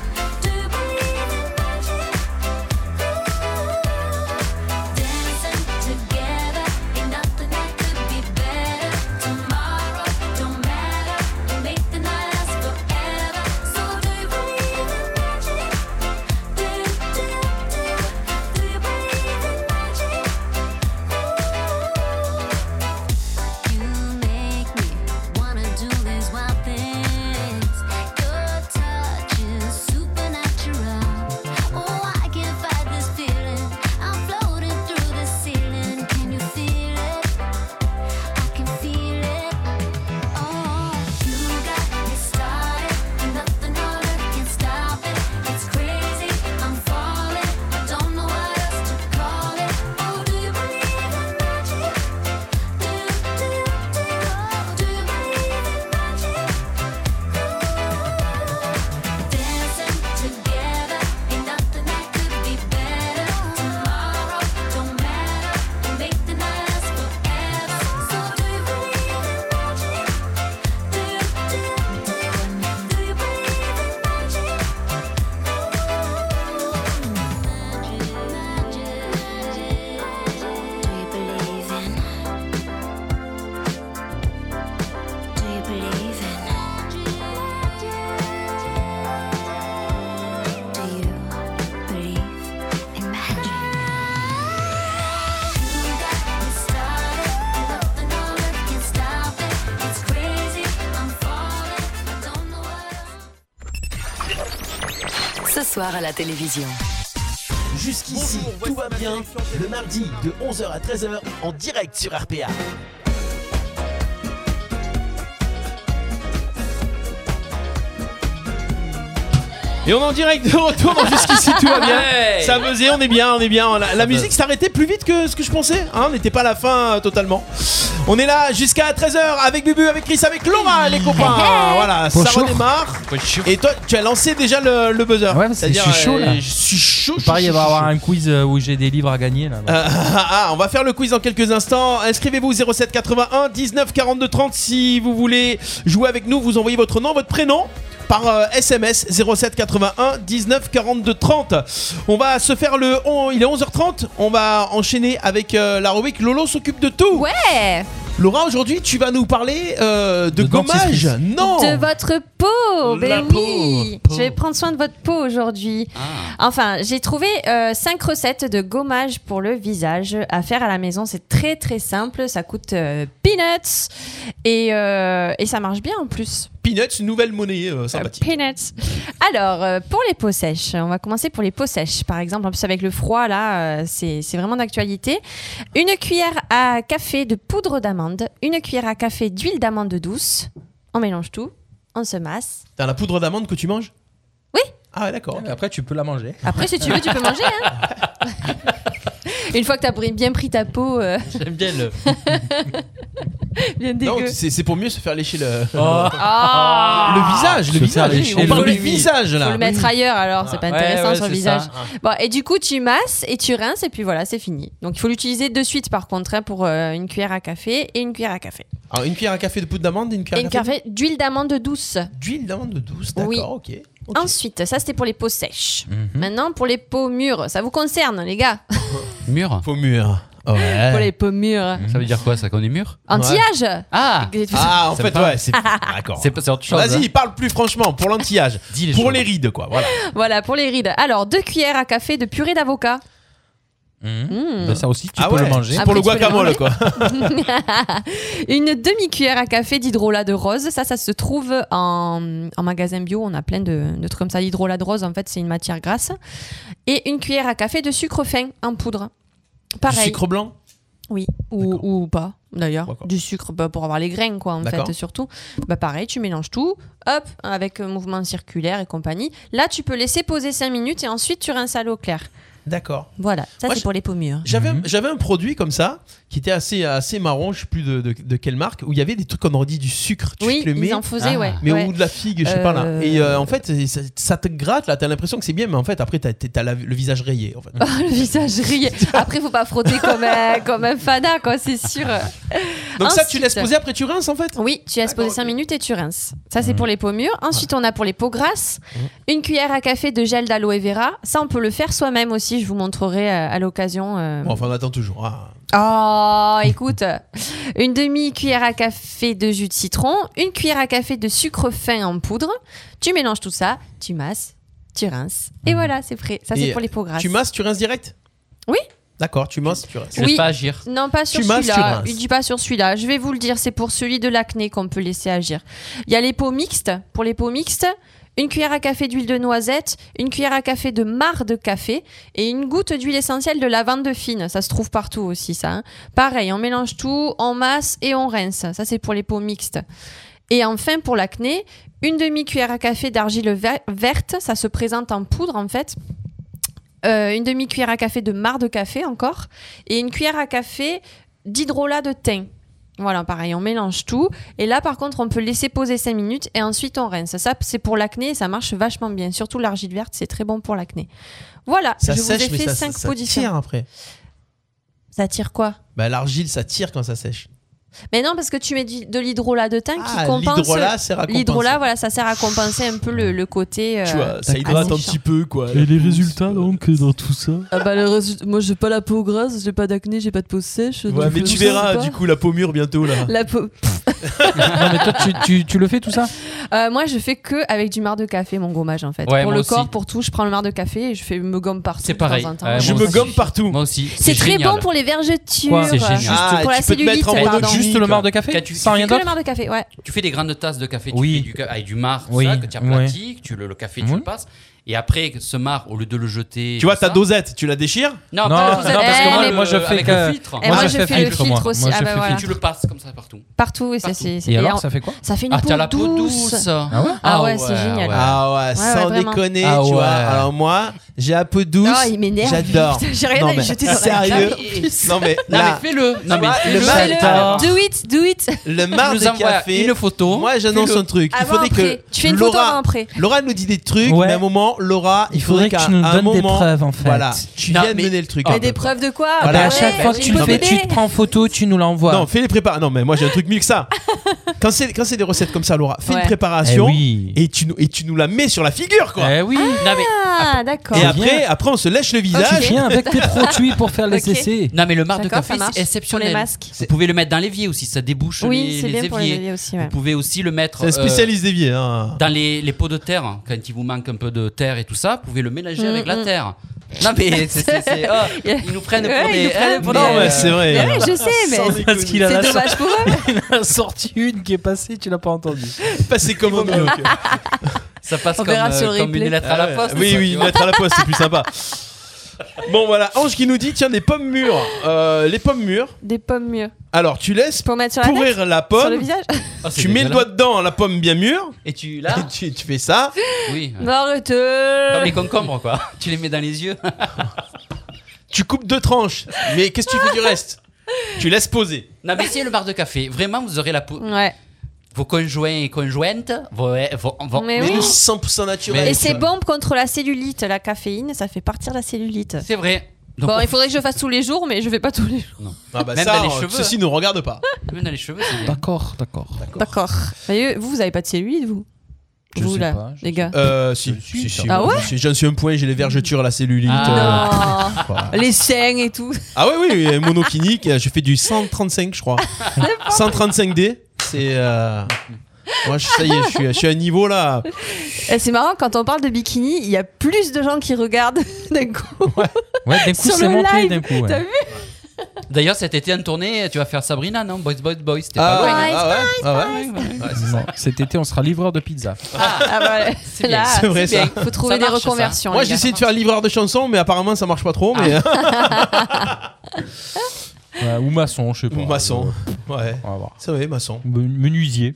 [SPEAKER 8] *laughs* Ce soir à la télévision.
[SPEAKER 1] Jusqu'ici, tout va bien. Le mardi de 11h à 13h en direct sur RPA.
[SPEAKER 3] Et on est en direct de retour dans Jusqu'ici tout va bien. Ça buzzait, on est bien, on est bien. La, la musique s'arrêtait plus vite que ce que je pensais. hein, on n'était pas à la fin euh, totalement. On est là jusqu'à 13h avec Bubu, avec Chris, avec Laura, les copains. Euh, Voilà, ça
[SPEAKER 5] Bonjour.
[SPEAKER 3] redémarre. Et toi, tu as lancé déjà le, le buzzer.
[SPEAKER 5] Ouais, parce que je
[SPEAKER 3] C'est-à-dire,
[SPEAKER 5] suis chaud, là.
[SPEAKER 3] euh, Je suis chaud. je
[SPEAKER 5] Pareil,
[SPEAKER 3] suis
[SPEAKER 5] il va y
[SPEAKER 3] chaud,
[SPEAKER 5] avoir
[SPEAKER 3] chaud.
[SPEAKER 5] un quiz euh, où j'ai des livres à gagner. Là,
[SPEAKER 3] Euh, ah, ah, on va faire le quiz dans quelques instants. Inscrivez-vous au 07 81 19 42 30 si vous voulez jouer avec nous. Vous envoyez votre nom, votre prénom par euh, SMS 07 81 19 42 30. On va se faire le. on- il est 11h30. On va enchaîner avec euh, la rubrique Lolo s'occupe de tout.
[SPEAKER 4] Ouais
[SPEAKER 3] Laura, aujourd'hui, tu vas nous parler euh, de,
[SPEAKER 5] De
[SPEAKER 3] gommage.
[SPEAKER 5] dentifrice.
[SPEAKER 3] Non.
[SPEAKER 4] De votre peau
[SPEAKER 2] La
[SPEAKER 4] Ben
[SPEAKER 2] peau, Ah.
[SPEAKER 4] oui Je vais prendre soin de votre peau aujourd'hui. Enfin, j'ai trouvé 5 recettes de gommage pour le visage à faire à la maison. C'est très très simple, ça coûte euh, peanuts et, euh, et ça marche bien en plus.
[SPEAKER 3] Peanuts, une nouvelle monnaie euh,
[SPEAKER 4] Ah bah.
[SPEAKER 3] sympathique.
[SPEAKER 4] Peanuts. Alors, euh, pour les peaux sèches, on va commencer pour les peaux sèches. Par exemple, en plus avec le froid, là, euh, c'est c'est vraiment d'actualité. Une cuillère à café de poudre d'amande, une cuillère à café d'huile d'amande douce. On mélange tout, on se masse.
[SPEAKER 3] T'as la poudre d'amande que tu manges
[SPEAKER 4] Oui.
[SPEAKER 3] Ah, ouais, d'accord. ok.
[SPEAKER 5] Après, tu peux la manger.
[SPEAKER 4] Après, si tu veux, tu peux manger. hein. Une fois que t'as pris- bien pris ta peau, euh,
[SPEAKER 6] J'aime bien le.
[SPEAKER 4] *laughs* bien
[SPEAKER 3] Non,
[SPEAKER 4] dégueu.
[SPEAKER 3] c'est c'est pour mieux se faire lécher le.
[SPEAKER 5] Oh.
[SPEAKER 4] Ah
[SPEAKER 3] *laughs* Le visage, le
[SPEAKER 5] se faire
[SPEAKER 3] visage.
[SPEAKER 5] lécher
[SPEAKER 3] on
[SPEAKER 5] le
[SPEAKER 3] parle du
[SPEAKER 5] mimi.
[SPEAKER 3] visage
[SPEAKER 4] Faut
[SPEAKER 3] là. Ah.
[SPEAKER 4] le mettre ailleurs alors, c'est pas intéressant
[SPEAKER 5] ouais,
[SPEAKER 4] sur le
[SPEAKER 5] c'est
[SPEAKER 4] visage.
[SPEAKER 5] ça.
[SPEAKER 4] Bon, et du coup, tu masses et tu rinces et puis voilà, c'est fini. Donc il faut l'utiliser de suite par contre hein, pour euh, une cuillère à café et une cuillère à café.
[SPEAKER 3] Alors, Ah, une cuillère à café de poudre d'amande et une
[SPEAKER 4] Et
[SPEAKER 3] cuillère
[SPEAKER 4] une
[SPEAKER 3] à café
[SPEAKER 4] café d'huile d'amande douce.
[SPEAKER 3] d'huile d'amande douce.
[SPEAKER 4] Oui.
[SPEAKER 3] D'accord, ok. Ok. Mhm.
[SPEAKER 4] Ensuite, ça c'était pour les peaux sèches. Maintenant, pour les peaux mûres, ça vous concerne les gars
[SPEAKER 6] Mur
[SPEAKER 3] Faux mur.
[SPEAKER 4] *laughs* Pour
[SPEAKER 3] Ouais. Mhm.
[SPEAKER 4] les peaux mûres.
[SPEAKER 6] Ça veut dire quoi ça Qu'on est mûr
[SPEAKER 4] Anti-âge
[SPEAKER 6] Ah
[SPEAKER 4] *laughs*
[SPEAKER 3] Ah, en
[SPEAKER 6] Ça
[SPEAKER 3] fait,
[SPEAKER 6] me parle.
[SPEAKER 3] ouais, c'est. D'accord.
[SPEAKER 6] C'est pas- c'est autre chose.
[SPEAKER 3] Vas-y, parle plus franchement pour l'anti-âge.
[SPEAKER 6] hein. Dis les
[SPEAKER 3] pour
[SPEAKER 6] choses.
[SPEAKER 3] les rides, quoi. Voilà.
[SPEAKER 4] Voilà, pour les rides. Alors, deux cuillères à café de purée d'avocat. Mm.
[SPEAKER 5] ça aussi, tu
[SPEAKER 3] Mhm. Ah
[SPEAKER 5] peux
[SPEAKER 3] ouais.
[SPEAKER 5] le manger.
[SPEAKER 3] C'est
[SPEAKER 4] Ah,
[SPEAKER 3] pour le
[SPEAKER 4] Après, tu peux les
[SPEAKER 3] guacamole,
[SPEAKER 4] manger.
[SPEAKER 3] quoi.
[SPEAKER 4] Une demi-cuillère à café d'hydrolat de rose. Ça, ça se trouve en, en magasin bio. On a plein de, de trucs comme ça. L'hydrolat de rose, en fait, c'est une matière grasse. Et une cuillère à café de sucre fin en poudre.
[SPEAKER 3] Du
[SPEAKER 4] Pareil.
[SPEAKER 3] sucre blanc.
[SPEAKER 4] Oui, ou,
[SPEAKER 3] D'accord.
[SPEAKER 4] ou pas, d'ailleurs.
[SPEAKER 3] D'accord.
[SPEAKER 4] Du sucre bah, pour avoir les graines, quoi, en
[SPEAKER 3] D'accord.
[SPEAKER 4] fait, surtout. Bah, pareil, tu mélanges tout, hop, avec euh, mouvement circulaire et compagnie. Là, tu peux laisser poser 5 minutes et ensuite tu rinces à l'eau claire.
[SPEAKER 3] D'accord.
[SPEAKER 4] Voilà, ça,
[SPEAKER 3] Moi,
[SPEAKER 4] c'est
[SPEAKER 3] je-
[SPEAKER 4] pour les peaux mûres.
[SPEAKER 3] J'avais
[SPEAKER 5] Mhm.
[SPEAKER 3] j'avais un produit comme ça qui était assez assez marron, je sais plus de, de, de quelle marque, où il y avait des trucs qu'on aurait dit du sucre. Tu
[SPEAKER 4] Oui,
[SPEAKER 3] te le mets.
[SPEAKER 4] ils en faisaient,
[SPEAKER 6] Ah,
[SPEAKER 4] ouais.
[SPEAKER 3] Mais
[SPEAKER 4] ouais.
[SPEAKER 3] au bout de la figue, je sais pas là.
[SPEAKER 4] Euh.
[SPEAKER 3] Et euh, en fait, c'est- ça, ça te gratte là, t'as l'impression que c'est bien, mais en fait, après, t'as t'as la- le visage rayé. En *laughs* fait.
[SPEAKER 4] Ah, Le visage
[SPEAKER 3] *laughs*
[SPEAKER 4] riait. Après, faut pas frotter comme un, comme un fada, quoi, c'est sûr.
[SPEAKER 3] Donc, ça, tu
[SPEAKER 4] Ensuite-
[SPEAKER 3] laisses poser, après, tu rinces en fait
[SPEAKER 4] Oui, tu laisses
[SPEAKER 3] D'accord,
[SPEAKER 4] poser 5
[SPEAKER 3] ok. Mmh.
[SPEAKER 4] minutes et tu rinces. Ça, c'est pour les peaux mûres. Ensuite, on a pour les peaux grasses, une cuillère à café de gel d'aloe vera. Ça, on peut le faire soi-même aussi. Je vous montrerai euh, à l'occasion. euh.
[SPEAKER 3] Bon, enfin, on attend toujours. Ah.
[SPEAKER 4] Oh, écoute. Une demi-cuillère à café de jus de citron, une cuillère à café de sucre fin en poudre. Tu mélanges tout ça, tu masses, tu rinces. Et voilà, c'est prêt. Ça,
[SPEAKER 3] Mmh. Et
[SPEAKER 4] c'est pour les peaux grasses.
[SPEAKER 3] Tu masses, tu rinces direct
[SPEAKER 4] Oui.
[SPEAKER 3] D'accord, tu masses, tu rinces.
[SPEAKER 6] Je
[SPEAKER 4] Oui.
[SPEAKER 6] pas agir.
[SPEAKER 4] Non, pas sur
[SPEAKER 3] Tu masses, tu
[SPEAKER 4] celui-là.
[SPEAKER 3] rinces.
[SPEAKER 4] Il dit pas sur celui-là. Je vais vous le dire, c'est pour celui de l'acné qu'on peut laisser agir. Il y a les peaux mixtes. Pour les peaux mixtes, une cuillère à café d'huile de noisette, une cuillère à café de marc de café et une goutte d'huile essentielle de lavande fine. Ça se trouve partout aussi, ça. hein. Pareil, on mélange tout, on masse et on rince. Ça, c'est pour les peaux mixtes. Et enfin, pour l'acné, une demi-cuillère à café d'argile ver- verte. Ça se présente en poudre, en fait. Euh, une demi-cuillère à café de marc de café encore et une cuillère à café d'hydrolat de thym. Voilà, pareil, on mélange tout. Et là, par contre, on peut laisser poser 5 minutes et ensuite on rince. Ça, c'est pour l'acné et ça marche vachement bien. Surtout l'argile verte, c'est très bon pour l'acné. Voilà,
[SPEAKER 3] Ça
[SPEAKER 4] je
[SPEAKER 3] sèche,
[SPEAKER 4] vous ai
[SPEAKER 3] mais
[SPEAKER 4] fait
[SPEAKER 3] ça,
[SPEAKER 4] 5
[SPEAKER 3] ça, ça
[SPEAKER 4] positions.
[SPEAKER 3] tire après.
[SPEAKER 4] Ça tire quoi
[SPEAKER 3] Bah, l'argile, ça tire quand ça sèche.
[SPEAKER 4] Mais non, parce que tu mets du- de l'hydrolat de thym
[SPEAKER 3] Ah,
[SPEAKER 4] qui compense.
[SPEAKER 3] l'hydrolat, c'est récompensé.
[SPEAKER 4] L'hydrolat, voilà, ça sert à compenser un peu le, le côté.
[SPEAKER 3] Tu
[SPEAKER 4] euh,
[SPEAKER 3] vois, ça hydrate un
[SPEAKER 4] asséchant.
[SPEAKER 3] petit peu, quoi.
[SPEAKER 5] les résultats, donc, dans tout ça
[SPEAKER 9] Ah bah le résultat, moi j'ai pas la peau grasse, j'ai pas d'acné, j'ai pas de peau sèche.
[SPEAKER 3] Ouais,
[SPEAKER 9] donc,
[SPEAKER 3] mais
[SPEAKER 9] euh,
[SPEAKER 3] tu
[SPEAKER 9] je sais
[SPEAKER 3] verras,
[SPEAKER 9] pas.
[SPEAKER 3] du coup, la peau mûre bientôt, là.
[SPEAKER 9] La peau.
[SPEAKER 5] Non, mais toi, tu, tu- tu le
[SPEAKER 4] *laughs*
[SPEAKER 5] fais tout ça
[SPEAKER 4] Euh, moi, je fais que avec du marc de café mon gommage en fait.
[SPEAKER 6] Ouais,
[SPEAKER 4] pour
[SPEAKER 6] moi
[SPEAKER 4] le
[SPEAKER 6] aussi.
[SPEAKER 4] corps, pour tout, je prends le marc de café et je fais me gomme partout.
[SPEAKER 6] C'est
[SPEAKER 4] de temps
[SPEAKER 6] pareil.
[SPEAKER 4] en temps.
[SPEAKER 6] Ouais,
[SPEAKER 3] Je
[SPEAKER 6] moi
[SPEAKER 3] me
[SPEAKER 6] aussi.
[SPEAKER 3] gomme partout.
[SPEAKER 6] Moi aussi.
[SPEAKER 4] C'est très
[SPEAKER 6] génial.
[SPEAKER 4] bon pour les vergetures.
[SPEAKER 5] Quoi C'est
[SPEAKER 6] génial.
[SPEAKER 3] Ah,
[SPEAKER 4] pour la
[SPEAKER 3] tu peux te
[SPEAKER 4] cellulite,
[SPEAKER 3] mettre en
[SPEAKER 4] pardon.
[SPEAKER 3] mono-
[SPEAKER 5] Juste le marc de café
[SPEAKER 6] Quand tu-
[SPEAKER 5] Sans rien
[SPEAKER 4] Que le
[SPEAKER 5] d'autre
[SPEAKER 4] marc de café, ouais.
[SPEAKER 6] Tu fais des grandes tasses de café tu
[SPEAKER 5] Oui.
[SPEAKER 6] fais du ca- avec du marc, tout
[SPEAKER 5] Oui.
[SPEAKER 6] ça, que tu
[SPEAKER 5] Ouais.
[SPEAKER 6] aplatis, que tu le, le café, tu
[SPEAKER 5] Oui.
[SPEAKER 6] le passes. et après se marre au lieu de le jeter.
[SPEAKER 3] Tu vois,
[SPEAKER 6] tout
[SPEAKER 3] ta
[SPEAKER 6] ça.
[SPEAKER 3] dosette, tu la déchires
[SPEAKER 6] Non,
[SPEAKER 5] Non,
[SPEAKER 6] pas
[SPEAKER 5] non,
[SPEAKER 6] la dosette,
[SPEAKER 5] parce
[SPEAKER 4] que moi,
[SPEAKER 6] le-
[SPEAKER 5] moi, je fais
[SPEAKER 6] avec
[SPEAKER 5] que-
[SPEAKER 6] le filtre.
[SPEAKER 4] Et moi,
[SPEAKER 5] je
[SPEAKER 4] Eh, je
[SPEAKER 5] fais
[SPEAKER 4] fais le
[SPEAKER 5] filtre,
[SPEAKER 4] filtre,
[SPEAKER 5] moi.
[SPEAKER 4] aussi.
[SPEAKER 5] Moi, je
[SPEAKER 4] ah bah
[SPEAKER 5] fais
[SPEAKER 4] voilà.
[SPEAKER 6] Tu le passes comme ça partout.
[SPEAKER 4] Partout, et ça,
[SPEAKER 6] Partout.
[SPEAKER 4] c'est. c'est-
[SPEAKER 5] Et
[SPEAKER 4] et
[SPEAKER 5] alors,
[SPEAKER 4] en-
[SPEAKER 5] ça fait quoi
[SPEAKER 4] ça fait une
[SPEAKER 6] Ah,
[SPEAKER 4] peau,
[SPEAKER 6] t'as la peau
[SPEAKER 4] douce.
[SPEAKER 6] douce.
[SPEAKER 5] Ah ouais
[SPEAKER 4] Ah ouais, c'est génial.
[SPEAKER 3] Ah ouais, sans
[SPEAKER 4] vraiment.
[SPEAKER 3] déconner,
[SPEAKER 5] Ah
[SPEAKER 3] tu
[SPEAKER 5] ouais.
[SPEAKER 3] vois. Alors moi, j'ai un peu douce.
[SPEAKER 4] Ah, il m'énerve.
[SPEAKER 3] J'adore.
[SPEAKER 4] *laughs* J'ai rien
[SPEAKER 3] Non,
[SPEAKER 4] à lui
[SPEAKER 3] mais
[SPEAKER 4] jeter dans la
[SPEAKER 3] Sérieux
[SPEAKER 4] gueule.
[SPEAKER 3] *laughs* Non mais
[SPEAKER 6] Non,
[SPEAKER 3] là,
[SPEAKER 6] mais fais-le. Non, mais
[SPEAKER 3] vois,
[SPEAKER 6] fais-le.
[SPEAKER 3] le
[SPEAKER 4] Fais-le.
[SPEAKER 3] Attends.
[SPEAKER 4] Do it, do it.
[SPEAKER 3] le
[SPEAKER 6] Tu
[SPEAKER 3] marre
[SPEAKER 6] nous
[SPEAKER 3] des
[SPEAKER 6] envoies
[SPEAKER 3] cafés.
[SPEAKER 6] une photo.
[SPEAKER 3] Moi, j'annonce
[SPEAKER 6] Fais-le.
[SPEAKER 3] un truc. Il
[SPEAKER 4] Avant,
[SPEAKER 3] faudrait que
[SPEAKER 4] après. Tu fais une photo avant,
[SPEAKER 3] Laura,
[SPEAKER 4] après.
[SPEAKER 3] Laura nous dit des trucs,
[SPEAKER 5] Ouais.
[SPEAKER 3] mais à un moment, Laura, il faudrait qu'à un moment,
[SPEAKER 5] en fait.
[SPEAKER 3] voilà, tu
[SPEAKER 6] Non,
[SPEAKER 3] viennes
[SPEAKER 6] mais-
[SPEAKER 3] mener le truc.
[SPEAKER 6] Ah,
[SPEAKER 3] un
[SPEAKER 4] Mais des
[SPEAKER 3] peu.
[SPEAKER 4] preuves de quoi
[SPEAKER 3] Voilà.
[SPEAKER 4] Bah
[SPEAKER 5] à
[SPEAKER 4] ouais,
[SPEAKER 5] chaque fois
[SPEAKER 4] j'ai
[SPEAKER 5] que tu
[SPEAKER 4] une
[SPEAKER 5] le fais,
[SPEAKER 4] bonne
[SPEAKER 5] tu
[SPEAKER 4] idée.
[SPEAKER 5] te prends en photo, tu nous l'envoies.
[SPEAKER 3] Non, fais les préparations. Non, mais moi j'ai un truc mieux que ça. Quand c'est quand c'est des recettes comme ça, Laura, fais
[SPEAKER 4] Ouais.
[SPEAKER 3] une
[SPEAKER 5] eh
[SPEAKER 3] préparation
[SPEAKER 5] oui.
[SPEAKER 3] et tu nous et tu nous la mets sur la figure, quoi.
[SPEAKER 5] Eh oui.
[SPEAKER 6] Non, mais,
[SPEAKER 4] Ah, d'accord.
[SPEAKER 3] Et
[SPEAKER 5] Faut
[SPEAKER 3] après,
[SPEAKER 5] bien.
[SPEAKER 3] après, on se lèche le
[SPEAKER 5] Ah, Tu
[SPEAKER 3] visage.
[SPEAKER 5] viens avec
[SPEAKER 4] *laughs*
[SPEAKER 5] tes produits pour faire les
[SPEAKER 4] Ok.
[SPEAKER 5] essais.
[SPEAKER 6] non, mais le marc de
[SPEAKER 4] D'accord,
[SPEAKER 6] café,
[SPEAKER 4] ça marche. Pour
[SPEAKER 6] c'est
[SPEAKER 4] les
[SPEAKER 6] exceptionnel.
[SPEAKER 4] masques.
[SPEAKER 6] Vous pouvez le mettre dans l'évier aussi, ça débouche
[SPEAKER 4] Oui,
[SPEAKER 6] les,
[SPEAKER 4] c'est
[SPEAKER 6] les
[SPEAKER 4] bien
[SPEAKER 6] éviers.
[SPEAKER 4] pour les éviers aussi. ouais.
[SPEAKER 6] Vous pouvez aussi le mettre
[SPEAKER 3] C'est un
[SPEAKER 6] euh,
[SPEAKER 3] spécialiste d'évier. Hein.
[SPEAKER 6] dans les, les pots de terre. hein, Quand il vous manque un peu de terre et tout ça, vous pouvez le mélanger
[SPEAKER 4] Mm,
[SPEAKER 6] avec la
[SPEAKER 4] mm.
[SPEAKER 6] terre. Non,
[SPEAKER 4] *laughs*
[SPEAKER 6] mais c'est- c'est- c'est-
[SPEAKER 3] *laughs*
[SPEAKER 6] oh,
[SPEAKER 4] Yeah.
[SPEAKER 6] ils nous prennent
[SPEAKER 4] Ouais,
[SPEAKER 6] pour
[SPEAKER 4] ils
[SPEAKER 6] des.
[SPEAKER 3] hein,
[SPEAKER 4] nous prennent
[SPEAKER 6] eh,
[SPEAKER 4] pour
[SPEAKER 6] mais,
[SPEAKER 3] Non,
[SPEAKER 4] des-
[SPEAKER 3] mais
[SPEAKER 6] euh,
[SPEAKER 3] c'est vrai.
[SPEAKER 4] Mais oui, je sais,
[SPEAKER 3] *laughs*
[SPEAKER 4] mais
[SPEAKER 5] Sans Parce qu'il a
[SPEAKER 4] c'est
[SPEAKER 5] la
[SPEAKER 4] dommage pour eux.
[SPEAKER 5] a sorti une qui est passée, tu l'as pas entendue.
[SPEAKER 3] Passer comme au bloc.
[SPEAKER 6] Ça passe
[SPEAKER 9] On
[SPEAKER 6] comme,
[SPEAKER 9] verra sur
[SPEAKER 6] euh, comme
[SPEAKER 9] replay.
[SPEAKER 6] une lettre à
[SPEAKER 3] Ah
[SPEAKER 6] la
[SPEAKER 3] ouais.
[SPEAKER 6] poste.
[SPEAKER 3] Oui,
[SPEAKER 6] quoi,
[SPEAKER 3] oui,
[SPEAKER 6] tu
[SPEAKER 3] une
[SPEAKER 6] vois.
[SPEAKER 3] lettre à la poste, c'est plus sympa. Bon, voilà. Ange qui nous dit tiens, les pommes mûres. Euh, les pommes mûres.
[SPEAKER 4] Des pommes mieux.
[SPEAKER 3] Alors, tu laisses
[SPEAKER 4] Pour mettre sur la tête
[SPEAKER 3] pourrir la
[SPEAKER 4] Sur le
[SPEAKER 3] pomme.
[SPEAKER 4] visage
[SPEAKER 6] Ah, c'est
[SPEAKER 3] Tu mets le doigt
[SPEAKER 6] dégueulasse.
[SPEAKER 3] dedans, la pomme bien mûre.
[SPEAKER 6] Et tu là
[SPEAKER 3] Et tu, tu fais ça.
[SPEAKER 6] Oui.
[SPEAKER 4] Non, arrête
[SPEAKER 6] Comme les concombres, quoi. Tu les mets dans les yeux.
[SPEAKER 3] Tu coupes deux tranches. Mais qu'est-ce que tu fais du reste Tu laisses poser.
[SPEAKER 6] Non, mais essayez le bar de café. Vraiment, vous aurez la peau.
[SPEAKER 4] Ouais.
[SPEAKER 6] Vos conjoints et conjointes vos, vos, vos-
[SPEAKER 4] Mais
[SPEAKER 3] Mais
[SPEAKER 4] oui.
[SPEAKER 3] nous, 100% naturel.
[SPEAKER 4] Et c'est bon contre la cellulite, la caféine, ça fait partir la cellulite.
[SPEAKER 6] C'est vrai. Donc,
[SPEAKER 4] Bon, il faudrait que je fasse tous les jours, mais je fais pas tous les jours.
[SPEAKER 3] Ah bah
[SPEAKER 6] Même
[SPEAKER 3] ça,
[SPEAKER 6] dans les
[SPEAKER 3] euh,
[SPEAKER 6] cheveux. hein.
[SPEAKER 3] ceci ne regarde pas.
[SPEAKER 6] même dans les cheveux, c'est bien.
[SPEAKER 5] D'accord, d'accord.
[SPEAKER 4] D'accord. Mais Vous, vous avez pas de cellulite, vous
[SPEAKER 5] Je
[SPEAKER 4] Vous,
[SPEAKER 5] sais
[SPEAKER 4] là,
[SPEAKER 5] pas, je
[SPEAKER 4] les gars.
[SPEAKER 3] Euh, si,
[SPEAKER 5] Je
[SPEAKER 3] si,
[SPEAKER 5] suis
[SPEAKER 3] si,
[SPEAKER 5] sûr.
[SPEAKER 4] Ah ouais
[SPEAKER 3] Si, J'en suis un point, j'ai les vergetures, la cellulite.
[SPEAKER 6] Ah.
[SPEAKER 3] euh,
[SPEAKER 4] Oh,
[SPEAKER 3] voilà.
[SPEAKER 4] les seins
[SPEAKER 5] *laughs*
[SPEAKER 4] et tout.
[SPEAKER 3] Ah oui, oui, oui, monoclinique, euh, je fais du 135, je crois. 135D, c'est... euh, Moi, je- ça y est, je suis, je suis à un niveau là.
[SPEAKER 4] Eh, C'est marrant, quand on parle de bikini, il y a plus de gens qui regardent *laughs* d'un coup.
[SPEAKER 5] Ouais, d'un coup,
[SPEAKER 4] Sur
[SPEAKER 5] c'est
[SPEAKER 4] le
[SPEAKER 5] monté
[SPEAKER 4] live,
[SPEAKER 5] d'un coup. ouais.
[SPEAKER 4] t'as vu
[SPEAKER 6] D'ailleurs, cet été, en tournée, tu vas faire Sabrina, non Boys, boys, boys. T'es
[SPEAKER 3] Ah,
[SPEAKER 6] pas loin.
[SPEAKER 3] ouais, ah ouais, ah ouais.
[SPEAKER 5] Non, cet été, on sera livreur de pizza.
[SPEAKER 4] Ah bah,
[SPEAKER 5] *laughs*
[SPEAKER 4] c'est
[SPEAKER 6] bien,
[SPEAKER 3] c'est vrai, ça.
[SPEAKER 4] Faut trouver
[SPEAKER 6] marche,
[SPEAKER 4] des reconversions.
[SPEAKER 3] Moi,
[SPEAKER 4] les gars.
[SPEAKER 3] j'essaie de faire livreur de chansons, mais apparemment, ça marche pas trop. Mais...
[SPEAKER 5] *laughs* Ouais, ou maçon, je sais pas.
[SPEAKER 3] Ou maçon. ouais,
[SPEAKER 5] On va voir.
[SPEAKER 3] c'est vrai, maçon. Mm.
[SPEAKER 5] Men- Menuisier.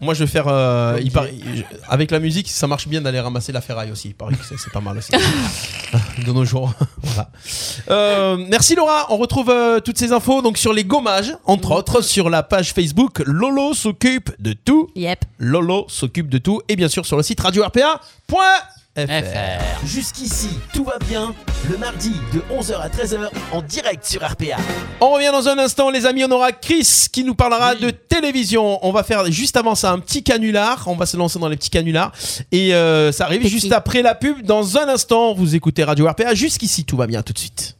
[SPEAKER 3] Moi, je vais faire. euh,
[SPEAKER 5] Comme
[SPEAKER 3] il paraît- je- avec la musique, ça marche bien d'aller ramasser la ferraille aussi. Il paraît que c'est- c'est pas mal aussi.
[SPEAKER 5] *laughs*
[SPEAKER 3] *laughs* De nos jours. voilà. Euh, merci Laura. On retrouve euh, toutes ces infos donc sur les gommages, entre autres sur la page Facebook. Lolo s'occupe de tout.
[SPEAKER 4] Yep.
[SPEAKER 3] Lolo s'occupe de tout. Et bien sûr sur le site radio rpa.fr.
[SPEAKER 6] FR.
[SPEAKER 1] Jusqu'ici, tout va bien. Le mardi de 11h à 13h en direct sur RPA.
[SPEAKER 3] On revient dans un instant, les amis. On aura Chris qui nous parlera de télévision. On va faire juste avant ça un petit canular. On va se lancer dans les petits canulars. Et euh, ça arrive
[SPEAKER 4] Petit.
[SPEAKER 3] juste après la pub. Dans un instant, vous écoutez Radio RPA. Jusqu'ici, tout va bien tout de suite.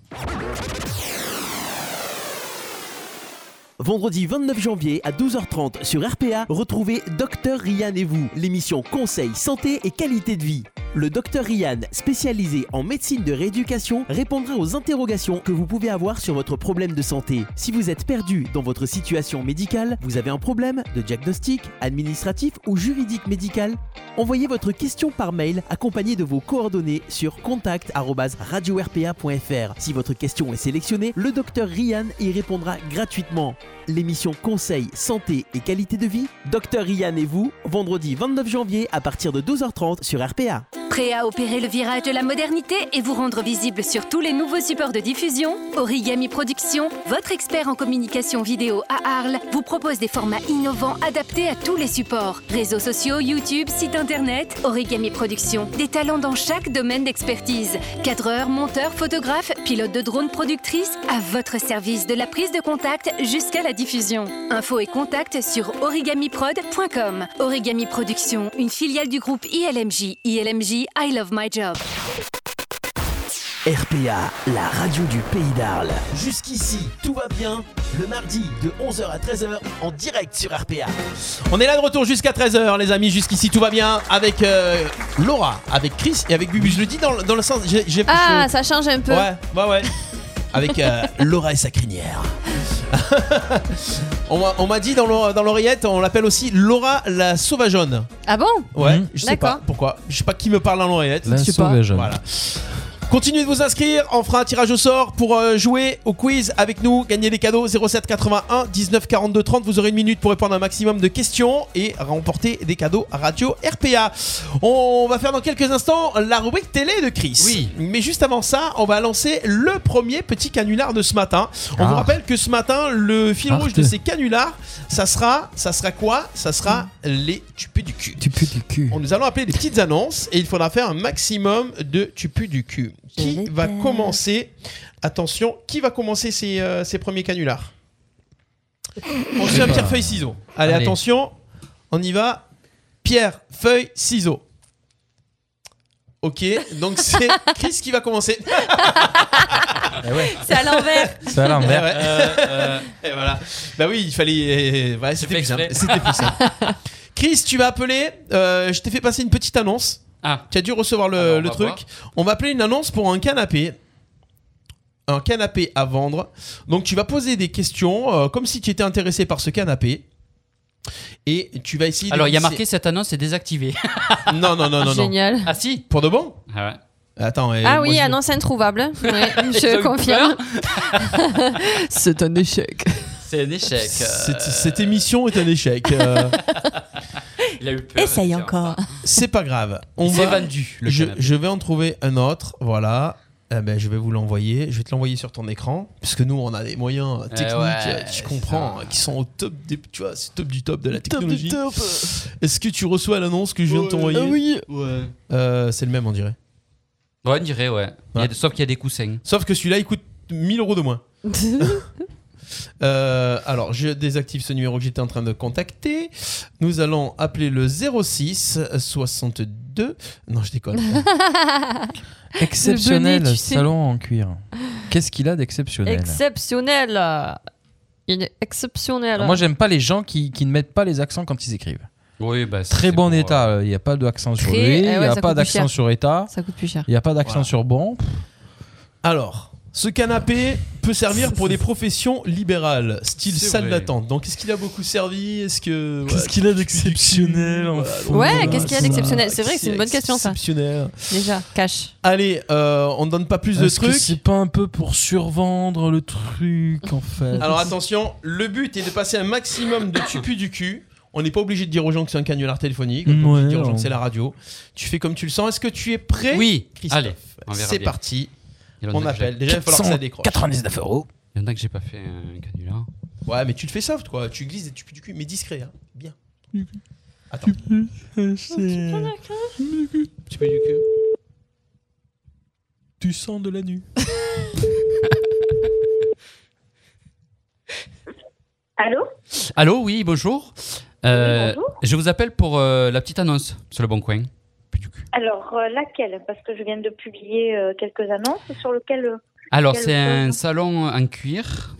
[SPEAKER 1] Vendredi 29 janvier à 12h30 sur RPA, retrouvez Docteur Ryan et vous, l'émission Conseil santé et qualité de vie. Le Docteur Ryan, spécialisé en médecine de rééducation, répondra aux interrogations que vous pouvez avoir sur votre problème de santé. Si vous êtes perdu dans votre situation médicale, vous avez un problème de diagnostic, administratif ou juridique médical, envoyez votre question par mail accompagnée de vos coordonnées sur contact@radio-rpa.fr. Si votre question est sélectionnée, le Docteur Ryan y répondra gratuitement. L'émission Conseil, Santé et Qualité de Vie, Docteur Ryan et vous, vendredi 29 janvier à partir de 12h30 sur RPA.
[SPEAKER 8] Prêt à opérer le virage de la modernité et vous rendre visible sur tous les nouveaux supports de diffusion Origami Productions, votre expert en communication vidéo à Arles, vous propose des formats innovants adaptés à tous les supports. Réseaux sociaux, YouTube, site internet, Origami Productions, des talents dans chaque domaine d'expertise. Cadreur, monteur, photographe, pilote de drone, productrice, à votre service de la prise de contact jusqu'à la diffusion. Info et contact sur origamiprod.com. Origami Productions, une filiale du groupe ILMJ. ILMJ, I love my job.
[SPEAKER 1] RPA, la radio du pays d'Arles. Jusqu'ici, tout va bien. Le mardi de 11h à 13h en direct sur RPA.
[SPEAKER 3] On est là de retour jusqu'à 13h, les amis. Jusqu'ici, tout va bien avec euh, Laura, avec Chris et avec Bubu. Je le dis dans, le- dans le sens. j'ai- j'ai-
[SPEAKER 4] Ah,
[SPEAKER 3] je-
[SPEAKER 4] ça change un peu.
[SPEAKER 3] Ouais, ouais, ouais. avec euh, Laura et sa crinière. *laughs* on m'a- on m'a dit dans l'or- dans l'oreillette, on l'appelle aussi Laura la sauvageonne.
[SPEAKER 4] Ah bon
[SPEAKER 3] Ouais,
[SPEAKER 5] Mhm.
[SPEAKER 3] je sais pas
[SPEAKER 4] D'accord.
[SPEAKER 3] pourquoi. Je sais pas qui me parle dans l'oreillette.
[SPEAKER 5] La
[SPEAKER 9] Je sais pas.
[SPEAKER 5] sauvageonne.
[SPEAKER 3] Voilà. Continuez de vous inscrire, on fera un tirage au sort pour euh, jouer au quiz avec nous, gagner des cadeaux 07 81 19 42 30. Vous aurez une minute pour répondre à un maximum de questions et remporter des cadeaux à Radio RPA. On va faire dans quelques instants la rubrique télé de Chris.
[SPEAKER 6] Oui.
[SPEAKER 3] Mais juste avant ça, on va lancer le premier petit canular de ce matin. On
[SPEAKER 6] Ah.
[SPEAKER 3] vous rappelle que ce matin, le fil
[SPEAKER 5] Arte.
[SPEAKER 3] rouge de ces canulars, ça sera, ça sera quoi Ça sera les tupes du cul.
[SPEAKER 5] Tu peux du cul.
[SPEAKER 3] On- Nous allons appeler des petites annonces et il faudra faire un maximum de tu pues du cul. Qui
[SPEAKER 4] Je
[SPEAKER 3] va
[SPEAKER 4] l'ai
[SPEAKER 3] commencer Attention, qui va commencer ces, euh, ces premiers canulars On se fait un pierre, feuille, ciseaux. Allez, *laughs*
[SPEAKER 6] Allez.
[SPEAKER 3] attention, on y va. Pierre, feuille, ciseaux. Ok, donc c'est Chris qui va commencer.
[SPEAKER 4] C'est à l'envers.
[SPEAKER 5] C'est à l'envers.
[SPEAKER 6] *laughs*
[SPEAKER 3] Ouais. Et voilà. Bah oui, il fallait. euh, ouais, c'était
[SPEAKER 6] fais
[SPEAKER 3] plus simple.
[SPEAKER 6] exprès.
[SPEAKER 3] C'était plus simple.
[SPEAKER 6] *laughs*
[SPEAKER 3] Chris, tu vas appeler. euh, je t'ai fait passer une petite annonce.
[SPEAKER 6] Ah,
[SPEAKER 3] Tu as dû recevoir le,
[SPEAKER 6] Alors, on
[SPEAKER 3] le
[SPEAKER 6] va
[SPEAKER 3] truc.
[SPEAKER 6] voir.
[SPEAKER 3] On va appeler une annonce pour un canapé. Un canapé à vendre. Donc tu vas poser des questions euh, comme si tu étais intéressé par ce canapé. Et tu vas essayer de
[SPEAKER 6] alors il y a
[SPEAKER 3] glisser-
[SPEAKER 6] marqué cette annonce
[SPEAKER 3] *laughs*
[SPEAKER 6] est désactivée.
[SPEAKER 3] Non, non, non, non. non.
[SPEAKER 4] Génial.
[SPEAKER 6] ah si
[SPEAKER 3] Pour de bon
[SPEAKER 6] ah, ouais.
[SPEAKER 3] Attends. euh,
[SPEAKER 4] Ah
[SPEAKER 3] moi,
[SPEAKER 4] oui,
[SPEAKER 3] je-
[SPEAKER 4] annonce
[SPEAKER 5] *laughs*
[SPEAKER 4] introuvable. Oui,
[SPEAKER 6] Ils ont
[SPEAKER 4] je
[SPEAKER 6] eu
[SPEAKER 4] confirme.
[SPEAKER 6] *laughs*
[SPEAKER 9] C'est un échec.
[SPEAKER 6] C'est un
[SPEAKER 3] euh.
[SPEAKER 6] échec. euh.
[SPEAKER 3] Cette, cette émission est un échec. Euh,
[SPEAKER 6] *laughs* Il a eu peur.
[SPEAKER 4] Essaye
[SPEAKER 6] tiens.
[SPEAKER 4] encore.
[SPEAKER 3] c'est pas grave. On
[SPEAKER 6] Il s'est
[SPEAKER 3] va...
[SPEAKER 6] vendu le
[SPEAKER 3] je,
[SPEAKER 6] canapé.
[SPEAKER 3] je vais en trouver un autre, voilà. Eh ben, je vais vous l'envoyer, je vais te l'envoyer sur ton écran, puisque nous on a des moyens euh,
[SPEAKER 6] Eh
[SPEAKER 3] techniques,
[SPEAKER 6] ouais,
[SPEAKER 3] euh, je comprends,
[SPEAKER 6] ça.
[SPEAKER 3] euh, qui sont au top, des, tu vois, c'est top du top Ah de la technologie. Est-ce que tu reçois l'annonce que je viens de t'envoyer
[SPEAKER 9] oui.
[SPEAKER 6] Ouais.
[SPEAKER 3] Euh, C'est le même, on dirait.
[SPEAKER 6] on dirait, ouais. Il y a
[SPEAKER 3] Ouais.
[SPEAKER 6] des- sauf qu'il y a des coussins.
[SPEAKER 3] Sauf que celui-là il coûte 1000 euros de moins. Euh, alors, je désactive ce numéro que j'étais en train de contacter. Nous allons appeler le 06 62. Non, je déconne.
[SPEAKER 4] *laughs*
[SPEAKER 5] Exceptionnel
[SPEAKER 4] Le bonnet, tu sais.
[SPEAKER 5] salon en cuir. *laughs* Qu'est-ce qu'il a d'exceptionnel
[SPEAKER 4] Exceptionnel. Il est exceptionnel.
[SPEAKER 5] Ah, Moi, j'aime pas les gens qui, qui ne mettent pas les accents quand ils écrivent.
[SPEAKER 6] Oui, bah, ça,
[SPEAKER 5] Très
[SPEAKER 6] c'est
[SPEAKER 5] bon
[SPEAKER 6] pour, euh,
[SPEAKER 5] état. Il n'y a pas d'accent sur
[SPEAKER 4] Très-
[SPEAKER 5] lui,
[SPEAKER 4] eh
[SPEAKER 5] il
[SPEAKER 4] ouais,
[SPEAKER 5] n'y a
[SPEAKER 4] ça
[SPEAKER 5] pas
[SPEAKER 4] coûte plus
[SPEAKER 5] d'accent
[SPEAKER 4] cher.
[SPEAKER 5] sur état,
[SPEAKER 4] Ça coûte plus cher.
[SPEAKER 5] il n'y a pas d'accent
[SPEAKER 3] Voilà.
[SPEAKER 5] sur bon.
[SPEAKER 3] Alors, ce canapé peut servir pour des professions libérales, style
[SPEAKER 6] C'est
[SPEAKER 3] salle
[SPEAKER 6] vrai.
[SPEAKER 3] d'attente. Donc, est-ce qu'il a beaucoup servi Est-ce que voilà,
[SPEAKER 5] Qu'est-ce qu'il a d'exceptionnel,
[SPEAKER 3] Voilà,
[SPEAKER 5] enfin.
[SPEAKER 3] donc,
[SPEAKER 4] Ouais,
[SPEAKER 3] voilà,
[SPEAKER 4] qu'est-ce qu'il y a
[SPEAKER 3] ça,
[SPEAKER 4] d'exceptionnel C'est vrai que
[SPEAKER 3] Oh qu'est-ce
[SPEAKER 4] c'est une bonne question, ça.
[SPEAKER 3] Exceptionnel.
[SPEAKER 4] Déjà,
[SPEAKER 3] *laughs*
[SPEAKER 4] cash.
[SPEAKER 3] Allez, euh, on ne donne pas plus de
[SPEAKER 5] Est-ce que
[SPEAKER 3] trucs.
[SPEAKER 5] c'est pas un peu pour survendre le truc en fait
[SPEAKER 3] Alors attention, le but est de passer un maximum de tupu du cul. On n'est pas obligé de dire aux gens que c'est un canular téléphonique. On n'est pas
[SPEAKER 5] Ouais,
[SPEAKER 3] obligé de dire aux gens
[SPEAKER 5] on-
[SPEAKER 3] que c'est la radio. Tu fais comme tu le sens. Est-ce que tu es prêt
[SPEAKER 6] Oui,
[SPEAKER 3] Christophe
[SPEAKER 6] allez. on verra
[SPEAKER 3] C'est
[SPEAKER 6] bien.
[SPEAKER 3] parti.
[SPEAKER 6] Il y en a
[SPEAKER 3] On
[SPEAKER 6] que j'ai-
[SPEAKER 3] appelle. Déjà, il va falloir que ça décroche.
[SPEAKER 5] 99 euros.
[SPEAKER 6] Il y en a que j'ai pas fait euh, un canular.
[SPEAKER 3] Ouais, mais tu le fais soft, quoi. Tu glisses des tupus du cul, mais discret, hein. Bien. Attends. Tu peux du cul.
[SPEAKER 5] Tu sens de la nuit.
[SPEAKER 10] Allô
[SPEAKER 6] Allô, oui, bonjour. Euh,
[SPEAKER 10] Oui, bonjour.
[SPEAKER 6] Je vous appelle pour euh, la petite annonce sur le Bon Coin. Puis du cul.
[SPEAKER 10] Alors, euh, laquelle Parce que je viens de publier euh, quelques annonces sur lesquelles... euh,
[SPEAKER 6] Alors,
[SPEAKER 10] Quel
[SPEAKER 6] c'est un
[SPEAKER 10] bon.
[SPEAKER 6] salon en cuir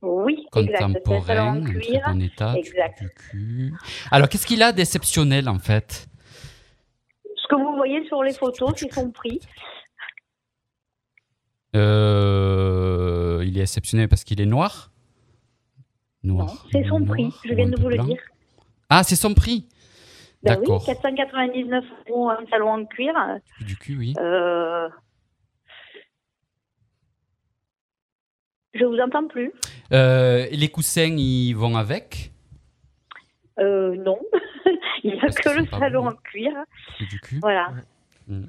[SPEAKER 10] oui, exact. C'est un salon
[SPEAKER 6] contemporain,
[SPEAKER 10] en
[SPEAKER 6] en
[SPEAKER 10] cuir.
[SPEAKER 6] très bon état, puis
[SPEAKER 10] exact.
[SPEAKER 6] du cul. Alors, qu'est-ce qu'il a d'exceptionnel en fait
[SPEAKER 10] Ce que vous voyez sur les photos, c'est son prix.
[SPEAKER 6] Euh, Il est exceptionnel parce qu'il est noir
[SPEAKER 10] Non,
[SPEAKER 6] Noir.
[SPEAKER 10] c'est son
[SPEAKER 6] noir,
[SPEAKER 10] prix. Je
[SPEAKER 6] ou
[SPEAKER 10] viens
[SPEAKER 6] un
[SPEAKER 10] de
[SPEAKER 6] peu
[SPEAKER 10] vous le
[SPEAKER 6] blanc.
[SPEAKER 10] dire.
[SPEAKER 6] Ah, c'est son prix
[SPEAKER 10] Ben oui,
[SPEAKER 6] D'accord.
[SPEAKER 10] 499 euros un salon en cuir.
[SPEAKER 6] Puis Du cul, oui.
[SPEAKER 10] Euh... Je vous entends plus.
[SPEAKER 6] Euh, les coussins, ils vont avec
[SPEAKER 10] Euh, non. *laughs* Il n'y a
[SPEAKER 6] Parce
[SPEAKER 10] que
[SPEAKER 6] qu'ils
[SPEAKER 10] le
[SPEAKER 6] sont pas
[SPEAKER 10] salon
[SPEAKER 6] bons.
[SPEAKER 10] en cuir.
[SPEAKER 6] Puis Du cul.
[SPEAKER 10] Voilà. Bon,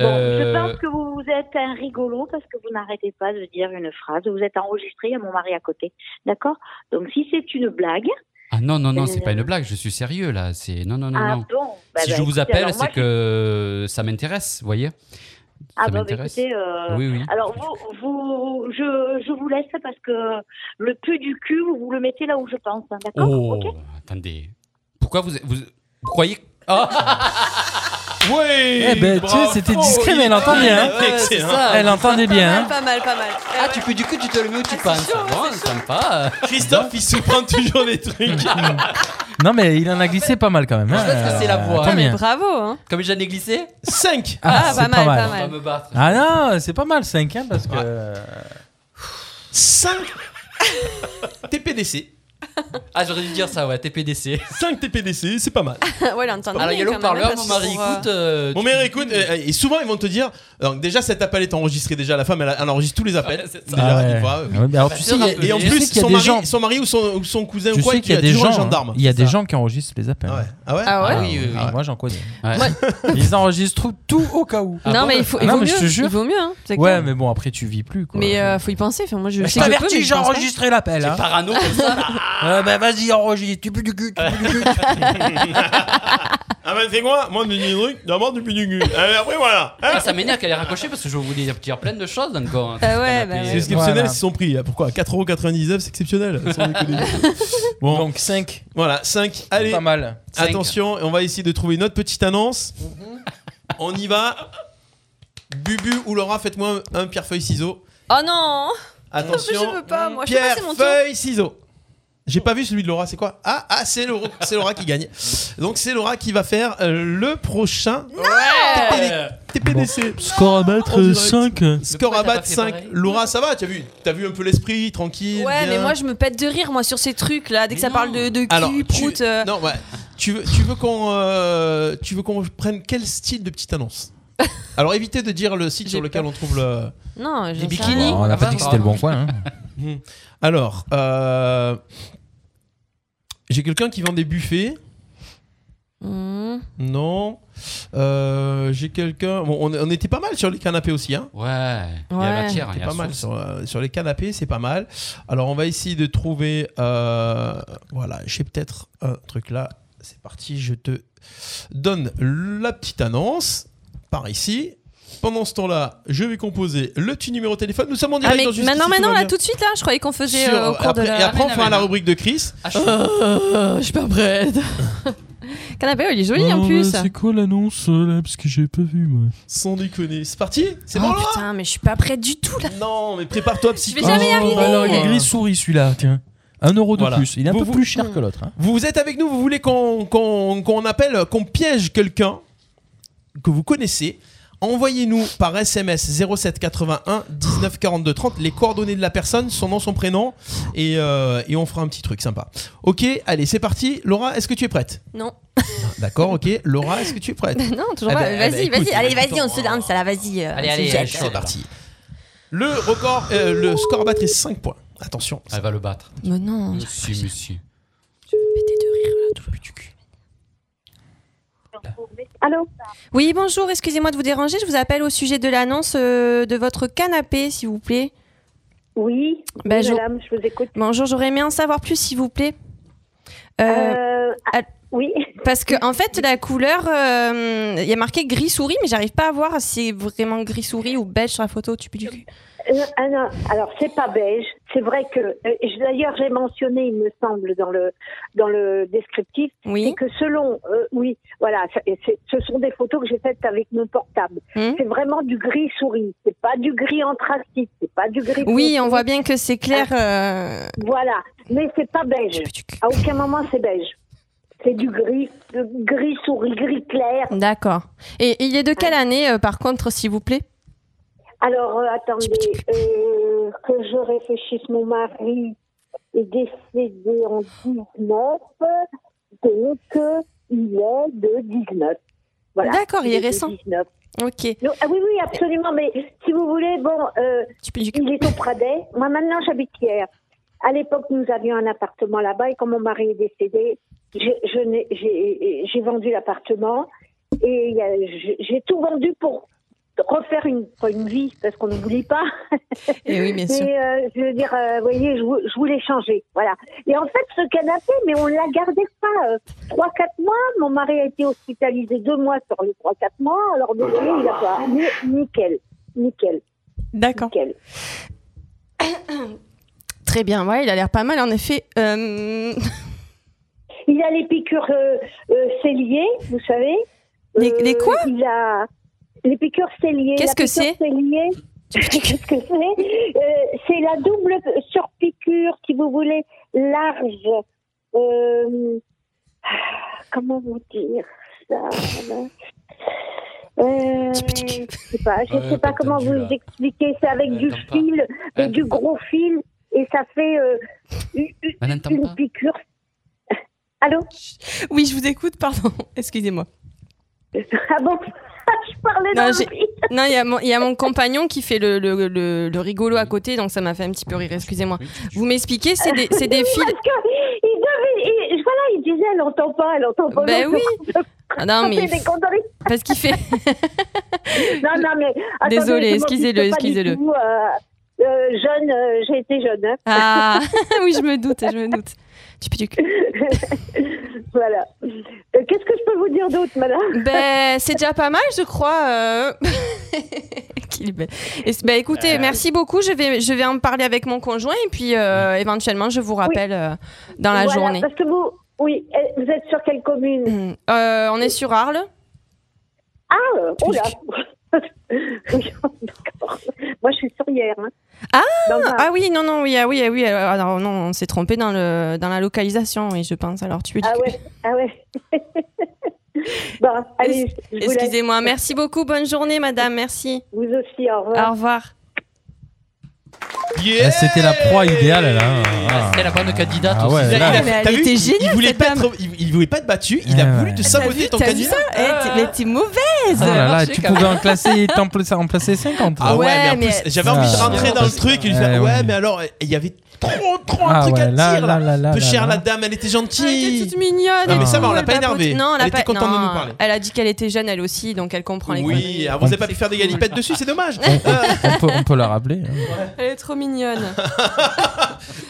[SPEAKER 6] Euh,
[SPEAKER 10] Je pense que vous, vous êtes un rigolo parce que vous n'arrêtez pas de dire une phrase. Vous êtes enregistré, il y a mon mari à côté. D'accord Donc, si c'est une blague.
[SPEAKER 6] Ah non, non, non, c'est
[SPEAKER 10] Euh,
[SPEAKER 6] pas une blague, je suis sérieux là. C'est... Non, non, non,
[SPEAKER 10] ah
[SPEAKER 6] non.
[SPEAKER 10] bon Bah,
[SPEAKER 6] si
[SPEAKER 10] bah,
[SPEAKER 6] je vous
[SPEAKER 10] écoutez,
[SPEAKER 6] appelle,
[SPEAKER 10] alors moi,
[SPEAKER 6] c'est que ça m'intéresse, vous voyez
[SPEAKER 10] Ah
[SPEAKER 6] Ça
[SPEAKER 10] bah, bah,
[SPEAKER 6] m'intéresse.
[SPEAKER 10] écoutez, euh,
[SPEAKER 6] Oui, oui.
[SPEAKER 10] alors vous, vous, je, je vous laisse parce que le pu du cul, vous, vous le mettez là où je pense. hein, D'accord
[SPEAKER 6] Oh,
[SPEAKER 10] Ok
[SPEAKER 6] attendez. Pourquoi vous, vous, vous croyez.
[SPEAKER 5] *laughs*
[SPEAKER 6] Ah,
[SPEAKER 3] Ouais
[SPEAKER 5] Eh ben, tu sais, c'était discret, mais elle entend bien. hein. Elle entendait bien. hein.
[SPEAKER 4] Pas mal, pas mal.
[SPEAKER 6] ah, tu peux du coup, tu te le mets où tu
[SPEAKER 4] Ah, c'est
[SPEAKER 6] penses.
[SPEAKER 4] chaud,
[SPEAKER 6] bon, sympa.
[SPEAKER 3] Christophe, il se prend toujours des trucs.
[SPEAKER 5] Non, mais il en a glissé pas mal quand même. hein.
[SPEAKER 6] Je pense que c'est la voix.
[SPEAKER 5] Tant
[SPEAKER 6] Ah,
[SPEAKER 5] mieux.
[SPEAKER 4] Bravo. hein.
[SPEAKER 6] Comme j'en ai glissé
[SPEAKER 3] 5
[SPEAKER 4] Ah,
[SPEAKER 5] c'est
[SPEAKER 4] pas mal, pas
[SPEAKER 6] On
[SPEAKER 4] mal.
[SPEAKER 6] va me battre.
[SPEAKER 5] Ah non, c'est pas mal 5 hein, parce que. euh,
[SPEAKER 3] 5 TPDC.
[SPEAKER 6] Ah, j'aurais dû dire ça, ouais, TPDC.
[SPEAKER 3] 5 TPDC, c'est pas
[SPEAKER 4] *laughs*
[SPEAKER 3] mal.
[SPEAKER 4] ouais,
[SPEAKER 3] Ah,
[SPEAKER 4] l'entendre.
[SPEAKER 6] Alors, Ah il y a le
[SPEAKER 3] hein,
[SPEAKER 6] haut-parleur, mon mari écoute. euh,
[SPEAKER 3] Mon
[SPEAKER 6] tu-
[SPEAKER 3] mère écoute, euh, et souvent ils vont te dire alors, déjà cet appel est enregistré, déjà la femme elle, elle enregistre tous les appels.
[SPEAKER 6] Ah, c'est ça.
[SPEAKER 3] déjà,
[SPEAKER 5] ah ouais.
[SPEAKER 3] une fois, euh,
[SPEAKER 5] Ouais, mais alors, tu
[SPEAKER 6] Bah,
[SPEAKER 5] sais, il y a-
[SPEAKER 3] Et en
[SPEAKER 6] Je
[SPEAKER 5] tu sais
[SPEAKER 3] plus,
[SPEAKER 5] qu'il y a
[SPEAKER 3] son
[SPEAKER 5] des
[SPEAKER 3] mari,
[SPEAKER 5] gens.
[SPEAKER 3] son mari ou son, ou son cousin
[SPEAKER 5] Tu
[SPEAKER 3] ou quoi,
[SPEAKER 5] sais qu'il y a des
[SPEAKER 3] toujours
[SPEAKER 5] gens. hein».
[SPEAKER 3] un gendarme.
[SPEAKER 5] Il y a des
[SPEAKER 3] Ça.
[SPEAKER 5] gens qui enregistrent les appels.
[SPEAKER 3] Ah ouais. Ah ouais
[SPEAKER 4] Ah ouais
[SPEAKER 6] oui, oui, oui.
[SPEAKER 5] Moi j'en connais.
[SPEAKER 6] Ouais.
[SPEAKER 5] *laughs* Ils enregistrent tout, tout au cas où.
[SPEAKER 6] Ah
[SPEAKER 4] non,
[SPEAKER 6] bon
[SPEAKER 4] mais il faut,
[SPEAKER 5] Ah
[SPEAKER 4] il
[SPEAKER 5] non,
[SPEAKER 4] vaut
[SPEAKER 5] mais je
[SPEAKER 4] mieux.
[SPEAKER 5] te jure.
[SPEAKER 4] Il vaut mieux. hein, c'est
[SPEAKER 5] Ouais,
[SPEAKER 4] clair.
[SPEAKER 5] mais bon, après tu vis plus quoi.
[SPEAKER 4] Mais euh, faut y penser. Enfin, moi, je
[SPEAKER 5] Je
[SPEAKER 4] sais que je peux, mais
[SPEAKER 5] t'avertis,
[SPEAKER 4] je
[SPEAKER 5] j'ai
[SPEAKER 4] pense pas.
[SPEAKER 5] enregistré l'appel. Hein.
[SPEAKER 6] Parano comme ça.
[SPEAKER 5] *laughs* Euh, bah, vas-y, enregistre. Tu peux du cul. tu pues
[SPEAKER 3] *laughs*
[SPEAKER 5] du cul.
[SPEAKER 2] Ah, ben c'est quoi Moi, je dis un truc, d'abord du pidugu. Ah, mais Après, voilà. Hein
[SPEAKER 6] Ah, ça m'énerve qu'elle ait raccroché parce que je voulais dire plein de choses encore. hein,
[SPEAKER 4] Ah
[SPEAKER 6] sur ce
[SPEAKER 4] ouais,
[SPEAKER 6] canapé.
[SPEAKER 4] bah
[SPEAKER 3] C'est
[SPEAKER 4] ouais.
[SPEAKER 3] exceptionnel,
[SPEAKER 5] Voilà.
[SPEAKER 3] c'est son prix. hein. Pourquoi 4,99€, c'est exceptionnel.
[SPEAKER 5] *laughs*
[SPEAKER 3] sans déconner. bon,
[SPEAKER 5] Donc 5.
[SPEAKER 3] voilà, 5. Allez,
[SPEAKER 5] Pas mal. Mm-hmm.
[SPEAKER 6] Cinq.
[SPEAKER 3] attention, et on va essayer de trouver une autre petite annonce. on y va. Bubu ou Laura, faites-moi un, un pierre-feuille-ciseau.
[SPEAKER 4] Oh
[SPEAKER 3] *laughs*
[SPEAKER 4] non
[SPEAKER 3] Attention.
[SPEAKER 4] Je veux pas, moi. Je sais pas,
[SPEAKER 3] Pierre,
[SPEAKER 4] c'est mon tour.
[SPEAKER 3] feuille, ciseaux. J'ai pas vu celui de Laura, c'est quoi Ah, ah c'est Laura, c'est Laura qui gagne. Donc c'est Laura qui va faire euh, le prochain
[SPEAKER 6] Ouais.
[SPEAKER 3] TPDC.
[SPEAKER 5] Score à
[SPEAKER 3] En
[SPEAKER 5] battre
[SPEAKER 3] direct.
[SPEAKER 11] Oh,
[SPEAKER 5] 5.
[SPEAKER 3] Score
[SPEAKER 6] Pourquoi
[SPEAKER 3] à
[SPEAKER 6] t'as pas
[SPEAKER 3] battre
[SPEAKER 6] fait
[SPEAKER 3] 5.
[SPEAKER 6] pareil
[SPEAKER 3] Laura, ça va T'as vu, t'as vu un peu l'esprit, tranquille
[SPEAKER 4] Ouais, mais
[SPEAKER 3] bien.
[SPEAKER 4] moi, je me pète de rire, moi, sur ces trucs-là. Dès que
[SPEAKER 6] Mais
[SPEAKER 4] ça
[SPEAKER 6] non.
[SPEAKER 4] parle de, de cul,
[SPEAKER 3] Alors, tu-
[SPEAKER 4] prout. euh,
[SPEAKER 3] Non, ouais. Tu veux, tu veux qu'on euh, tu veux qu'on prenne quel style de petite
[SPEAKER 4] *laughs*
[SPEAKER 3] annonce Alors évitez de dire le site sur
[SPEAKER 4] J'ai
[SPEAKER 3] lequel on trouve le.
[SPEAKER 4] Non,
[SPEAKER 6] Les
[SPEAKER 4] j'ai
[SPEAKER 6] bikinis.
[SPEAKER 5] Oh, On a pas
[SPEAKER 6] Ah,
[SPEAKER 5] dit que c'était le bon coin. Hein.
[SPEAKER 3] *laughs* Alors, euh, j'ai quelqu'un qui vend des buffets. Non. Euh, j'ai quelqu'un. Bon, on, on était pas mal sur les canapés aussi, hein.
[SPEAKER 6] Ouais, il y
[SPEAKER 4] Ouais.
[SPEAKER 6] a matière, il
[SPEAKER 3] C'était
[SPEAKER 6] y a
[SPEAKER 3] pas mal
[SPEAKER 6] source.
[SPEAKER 3] sur, euh, sur les canapés, c'est pas mal. Alors on va essayer de trouver. euh, voilà, j'ai peut-être un truc là. C'est parti, je te donne la petite annonce par ici. Pendant ce temps-là, je vais composer le petit numéro de téléphone. Nous sommes en
[SPEAKER 4] Ah,
[SPEAKER 3] direct
[SPEAKER 4] mais
[SPEAKER 3] dans une
[SPEAKER 4] maintenant,
[SPEAKER 3] si tout
[SPEAKER 4] maintenant,
[SPEAKER 3] va
[SPEAKER 4] là,
[SPEAKER 3] bien.
[SPEAKER 4] tout de suite, là, je croyais qu'on faisait
[SPEAKER 3] Sur-
[SPEAKER 4] euh, au cours
[SPEAKER 3] après-
[SPEAKER 4] de la.
[SPEAKER 3] Et après, on
[SPEAKER 6] Amène,
[SPEAKER 3] fera la
[SPEAKER 6] amène.
[SPEAKER 3] rubrique de Chris.
[SPEAKER 6] Ah, je-
[SPEAKER 4] *laughs*
[SPEAKER 9] Euh, je suis pas prête.
[SPEAKER 4] Canapé, il est joli
[SPEAKER 3] Oh,
[SPEAKER 4] en plus.
[SPEAKER 5] quoi l'annonce là Parce que j'ai pas vu moi.
[SPEAKER 3] Sans déconner. C'est parti C'est bon
[SPEAKER 4] Oh
[SPEAKER 3] là
[SPEAKER 4] putain, mais je suis pas prête du tout là.
[SPEAKER 3] Non, Oh, mais prépare-toi, Oh, bah psy.
[SPEAKER 4] vais jamais y arriver.
[SPEAKER 5] Oh, bah alors il est gris souris celui-là, tiens. Un euro de
[SPEAKER 3] Voilà.
[SPEAKER 5] plus. Il est un
[SPEAKER 3] Vous-
[SPEAKER 5] peu
[SPEAKER 3] vous-
[SPEAKER 5] plus cher que l'autre. hein.
[SPEAKER 3] Vous êtes avec nous, vous voulez qu'on qu'on- qu'on appelle, qu'on piège quelqu'un que vous connaissez. Envoyez-nous par SMS 07 81 19 42 30 les coordonnées de la personne, son nom, son prénom, et, euh, et on fera un petit truc sympa. Ok, allez, c'est parti. Laura, est-ce que tu es prête
[SPEAKER 4] Non.
[SPEAKER 3] D'accord, ok. Laura, est-ce que tu es prête
[SPEAKER 4] Bah non, toujours
[SPEAKER 3] Eh
[SPEAKER 4] pas.
[SPEAKER 3] ben, eh
[SPEAKER 4] vas-y,
[SPEAKER 3] ben,
[SPEAKER 4] vas-y.
[SPEAKER 3] écoute,
[SPEAKER 4] Allez, vas-y, on
[SPEAKER 3] attends.
[SPEAKER 4] se lance là, vas-y. euh,
[SPEAKER 6] Allez,
[SPEAKER 4] on se
[SPEAKER 6] allez,
[SPEAKER 4] jette.
[SPEAKER 6] allez,
[SPEAKER 3] C'est parti. Le record, euh, le score à battre est 5 points. Attention.
[SPEAKER 6] Elle va le battre.
[SPEAKER 4] Mais non, je
[SPEAKER 6] Monsieur, monsieur.
[SPEAKER 4] vais péter de rire là, tout le
[SPEAKER 10] Allô
[SPEAKER 4] Oui, bonjour, excusez-moi de vous déranger. Je vous appelle au sujet de l'annonce euh, de votre canapé, s'il vous plaît.
[SPEAKER 10] Oui,
[SPEAKER 4] Ben,
[SPEAKER 10] oui,
[SPEAKER 4] je-
[SPEAKER 10] madame, je vous écoute.
[SPEAKER 4] Bonjour, j'aurais aimé en savoir plus, s'il vous plaît. Euh,
[SPEAKER 10] Euh, ah,
[SPEAKER 4] al-
[SPEAKER 10] Oui, *laughs*
[SPEAKER 4] Parce que, en fait, la couleur, euh, il y a marqué gris-souris, mais j'arrive pas à voir si c'est vraiment gris-souris ou beige sur la photo. Tu peux du cul.
[SPEAKER 10] Euh, ah non, alors c'est pas beige. C'est vrai que euh, je- d'ailleurs j'ai mentionné, il me semble, dans le dans le descriptif, c'est
[SPEAKER 4] Oui.
[SPEAKER 10] que selon, euh, oui, voilà, ça- et c'est- ce sont des photos que j'ai faites avec mon portable.
[SPEAKER 4] Hmm.
[SPEAKER 10] C'est vraiment du gris souris. C'est pas du gris anthracite. C'est pas du gris.
[SPEAKER 4] Oui,
[SPEAKER 10] foncé.
[SPEAKER 4] on voit bien que c'est clair. euh,
[SPEAKER 10] Voilà, mais c'est pas
[SPEAKER 4] tu
[SPEAKER 10] beige.
[SPEAKER 4] peux du cul.
[SPEAKER 10] À aucun moment c'est beige. C'est du gris, euh, gris souris, gris clair.
[SPEAKER 4] D'accord. Et il est de quelle année, euh, par contre, s'il vous plaît
[SPEAKER 10] Alors, euh, attendez, euh, que je réfléchisse, mon mari est décédé en 19, donc euh, il est de 19. Voilà.
[SPEAKER 4] D'accord, il est
[SPEAKER 10] de
[SPEAKER 4] récent.
[SPEAKER 10] 19.
[SPEAKER 4] Ok.
[SPEAKER 10] Donc, ah oui, oui, absolument, mais si vous voulez, bon, euh,
[SPEAKER 4] Tu peux du cul.
[SPEAKER 10] il est au Pradet. Moi, maintenant, j'habite hier. À l'époque, nous avions un appartement là-bas et quand mon mari est décédé, j'ai- je n'ai- j'ai j'ai vendu l'appartement et il y a- j'ai- j'ai tout vendu pour refaire une, pas une vie parce qu'on n'oublie pas.
[SPEAKER 4] Eh oui, bien
[SPEAKER 10] *laughs* Mais
[SPEAKER 4] sûr.
[SPEAKER 10] euh, je veux dire, euh, vous voyez, je, vou- je voulais changer. Voilà. Et en fait, ce canapé, mais on l'a gardé pas euh, trois, quatre mois. Mon mari a été hospitalisé deux mois sur les trois, quatre mois. Alors depuis, il a pas. Ni- Nickel, nickel,
[SPEAKER 4] D'accord.
[SPEAKER 10] nickel.
[SPEAKER 4] Très bien. Ouais, il a l'air pas mal, en effet. Euh, *laughs*
[SPEAKER 10] Il a les piqûres euh, euh, celliers, vous savez. Euh,
[SPEAKER 4] Les- les quoi
[SPEAKER 10] Il a les piqûres celliers.
[SPEAKER 4] Qu'est-ce
[SPEAKER 10] La
[SPEAKER 4] que
[SPEAKER 10] piqûre
[SPEAKER 4] c'est
[SPEAKER 10] cellier,
[SPEAKER 4] *laughs* tu peux du cul.
[SPEAKER 10] Qu'est-ce que c'est Euh, C'est la double surpiqûre, si vous voulez, large. Euh, Comment vous dire ça là euh, je sais pas, je
[SPEAKER 6] Ouais,
[SPEAKER 10] sais pas
[SPEAKER 6] t'as
[SPEAKER 10] comment
[SPEAKER 6] entendu,
[SPEAKER 10] vous
[SPEAKER 6] là.
[SPEAKER 10] expliquer. C'est avec
[SPEAKER 6] Ouais,
[SPEAKER 10] du
[SPEAKER 6] t'entends pas.
[SPEAKER 10] fil,
[SPEAKER 6] Ouais,
[SPEAKER 10] et du
[SPEAKER 6] t'entends
[SPEAKER 10] gros fil, et ça fait euh, une- une-
[SPEAKER 6] On n'entend
[SPEAKER 10] une
[SPEAKER 6] pas.
[SPEAKER 10] piqûre. *laughs* Allô
[SPEAKER 4] Oui, je vous écoute, pardon. Excusez-moi.
[SPEAKER 10] *laughs* Ah bon *laughs* Je parlais
[SPEAKER 4] Non,
[SPEAKER 10] dans
[SPEAKER 4] j'ai-
[SPEAKER 10] le *laughs* vide.
[SPEAKER 4] Non, il y, a mon- il y a mon compagnon qui fait le, le- le- le rigolo à côté, donc ça m'a fait un petit peu rire, excusez-moi. Vous m'expliquez, c'est des,
[SPEAKER 10] *laughs*
[SPEAKER 4] c'est des fils.
[SPEAKER 10] Euh, Parce que il devait, il- voilà, il disait, elle n'entend pas, elle n'entend pas.
[SPEAKER 4] Ben
[SPEAKER 10] donc
[SPEAKER 4] oui.
[SPEAKER 10] on peut
[SPEAKER 4] Ah non, mais
[SPEAKER 10] raconter des conneries.
[SPEAKER 4] parce qu'il fait.
[SPEAKER 10] *laughs* Non, non,
[SPEAKER 4] *laughs*
[SPEAKER 10] mais. attendez,
[SPEAKER 4] Désolée,
[SPEAKER 10] je m'en
[SPEAKER 4] excusez-le,
[SPEAKER 10] fiche pas du
[SPEAKER 4] excusez-le.
[SPEAKER 10] tout, euh, euh, jeune, euh, j'ai été jeune. hein.
[SPEAKER 4] Ah *laughs* oui, je me doute, je me doute. Tu peux du cul.
[SPEAKER 10] *laughs* voilà. Euh, Qu'est-ce que je peux vous dire d'autre, madame
[SPEAKER 4] Ben, c'est déjà pas mal, je crois. euh. *laughs* Qu'il est bel. Et c- ben, écoutez,
[SPEAKER 10] Euh.
[SPEAKER 4] merci beaucoup. Je vais, je vais en parler avec mon conjoint et puis euh, éventuellement, je vous rappelle euh, dans la
[SPEAKER 10] Voilà,
[SPEAKER 4] journée.
[SPEAKER 10] Parce que vous, oui, euh, vous êtes sur quelle commune
[SPEAKER 4] Mm. Euh, on est sur Arles.
[SPEAKER 10] Ah, euh, oh là Oui, d'accord. Moi, je suis sur hier. hein.
[SPEAKER 4] Ah,
[SPEAKER 10] Dans le-
[SPEAKER 4] Ah oui, non, non, oui, ah oui, ah oui. alors, alors, non, on s'est trompé dans, le, dans la localisation, oui, je pense. Alors, tu veux du
[SPEAKER 10] ah
[SPEAKER 4] cul.
[SPEAKER 10] ouais, ah ouais. bon, allez, je vous, laisse.
[SPEAKER 4] Excusez-moi, merci beaucoup. Bonne journée, madame, merci.
[SPEAKER 10] vous aussi, au revoir.
[SPEAKER 4] Au revoir.
[SPEAKER 3] Yeah
[SPEAKER 5] Eh, C'était la proie idéale là.
[SPEAKER 6] Ah, C'était la bonne candidate
[SPEAKER 5] Ah
[SPEAKER 6] aussi.
[SPEAKER 5] ouais,
[SPEAKER 3] Il a-
[SPEAKER 5] là.
[SPEAKER 3] il a-
[SPEAKER 9] Mais elle
[SPEAKER 3] t'as vu,
[SPEAKER 9] était
[SPEAKER 3] il- Il
[SPEAKER 9] géniale,
[SPEAKER 3] voulait
[SPEAKER 9] cette
[SPEAKER 3] pas
[SPEAKER 9] dame.
[SPEAKER 3] être, il, il voulait pas être battu. Il
[SPEAKER 5] Ouais,
[SPEAKER 3] a voulu
[SPEAKER 5] ouais.
[SPEAKER 3] te
[SPEAKER 9] T'as
[SPEAKER 3] saboter
[SPEAKER 9] vu-
[SPEAKER 3] ton Ah.
[SPEAKER 9] t'as vu
[SPEAKER 3] candidat.
[SPEAKER 9] ça Eh, t'es- Mais t'es mauvaise
[SPEAKER 5] Oh là là,
[SPEAKER 9] marché
[SPEAKER 5] tu
[SPEAKER 9] quand
[SPEAKER 5] pouvais en classer, t'en pla- en placer 50.
[SPEAKER 3] Ah ouais,
[SPEAKER 4] Ouais,
[SPEAKER 3] mais en
[SPEAKER 4] mais-
[SPEAKER 3] plus, j'avais envie de
[SPEAKER 5] Ah.
[SPEAKER 3] rentrer dans le truc et lui
[SPEAKER 5] Ouais,
[SPEAKER 3] faire, ouais,
[SPEAKER 5] ouais.
[SPEAKER 3] mais alors, il y avait trop, trop un
[SPEAKER 5] Ah
[SPEAKER 3] truc
[SPEAKER 5] ouais,
[SPEAKER 3] à
[SPEAKER 5] là,
[SPEAKER 3] dire là.
[SPEAKER 5] là, là, là,
[SPEAKER 3] Peu
[SPEAKER 5] là,
[SPEAKER 3] cher,
[SPEAKER 5] là.
[SPEAKER 3] la dame, elle était
[SPEAKER 4] Elle était
[SPEAKER 3] gentille.
[SPEAKER 4] toute mignonne.
[SPEAKER 3] Non,
[SPEAKER 4] et
[SPEAKER 3] mais ça va, on
[SPEAKER 4] tout,
[SPEAKER 3] l'a
[SPEAKER 4] elle
[SPEAKER 3] pas énervée.
[SPEAKER 4] Non,
[SPEAKER 3] Elle était contente de nous parler.
[SPEAKER 4] Elle a dit qu'elle était jeune, elle aussi, donc elle comprend les
[SPEAKER 3] Oui,
[SPEAKER 4] conneries.
[SPEAKER 3] ah, vous n'avez pas pu faire des galipettes dessus, c'est dommage.
[SPEAKER 5] on, peut, on peut la rappeler. hein.
[SPEAKER 4] *laughs* Elle est
[SPEAKER 3] *laughs*
[SPEAKER 4] trop mignonne.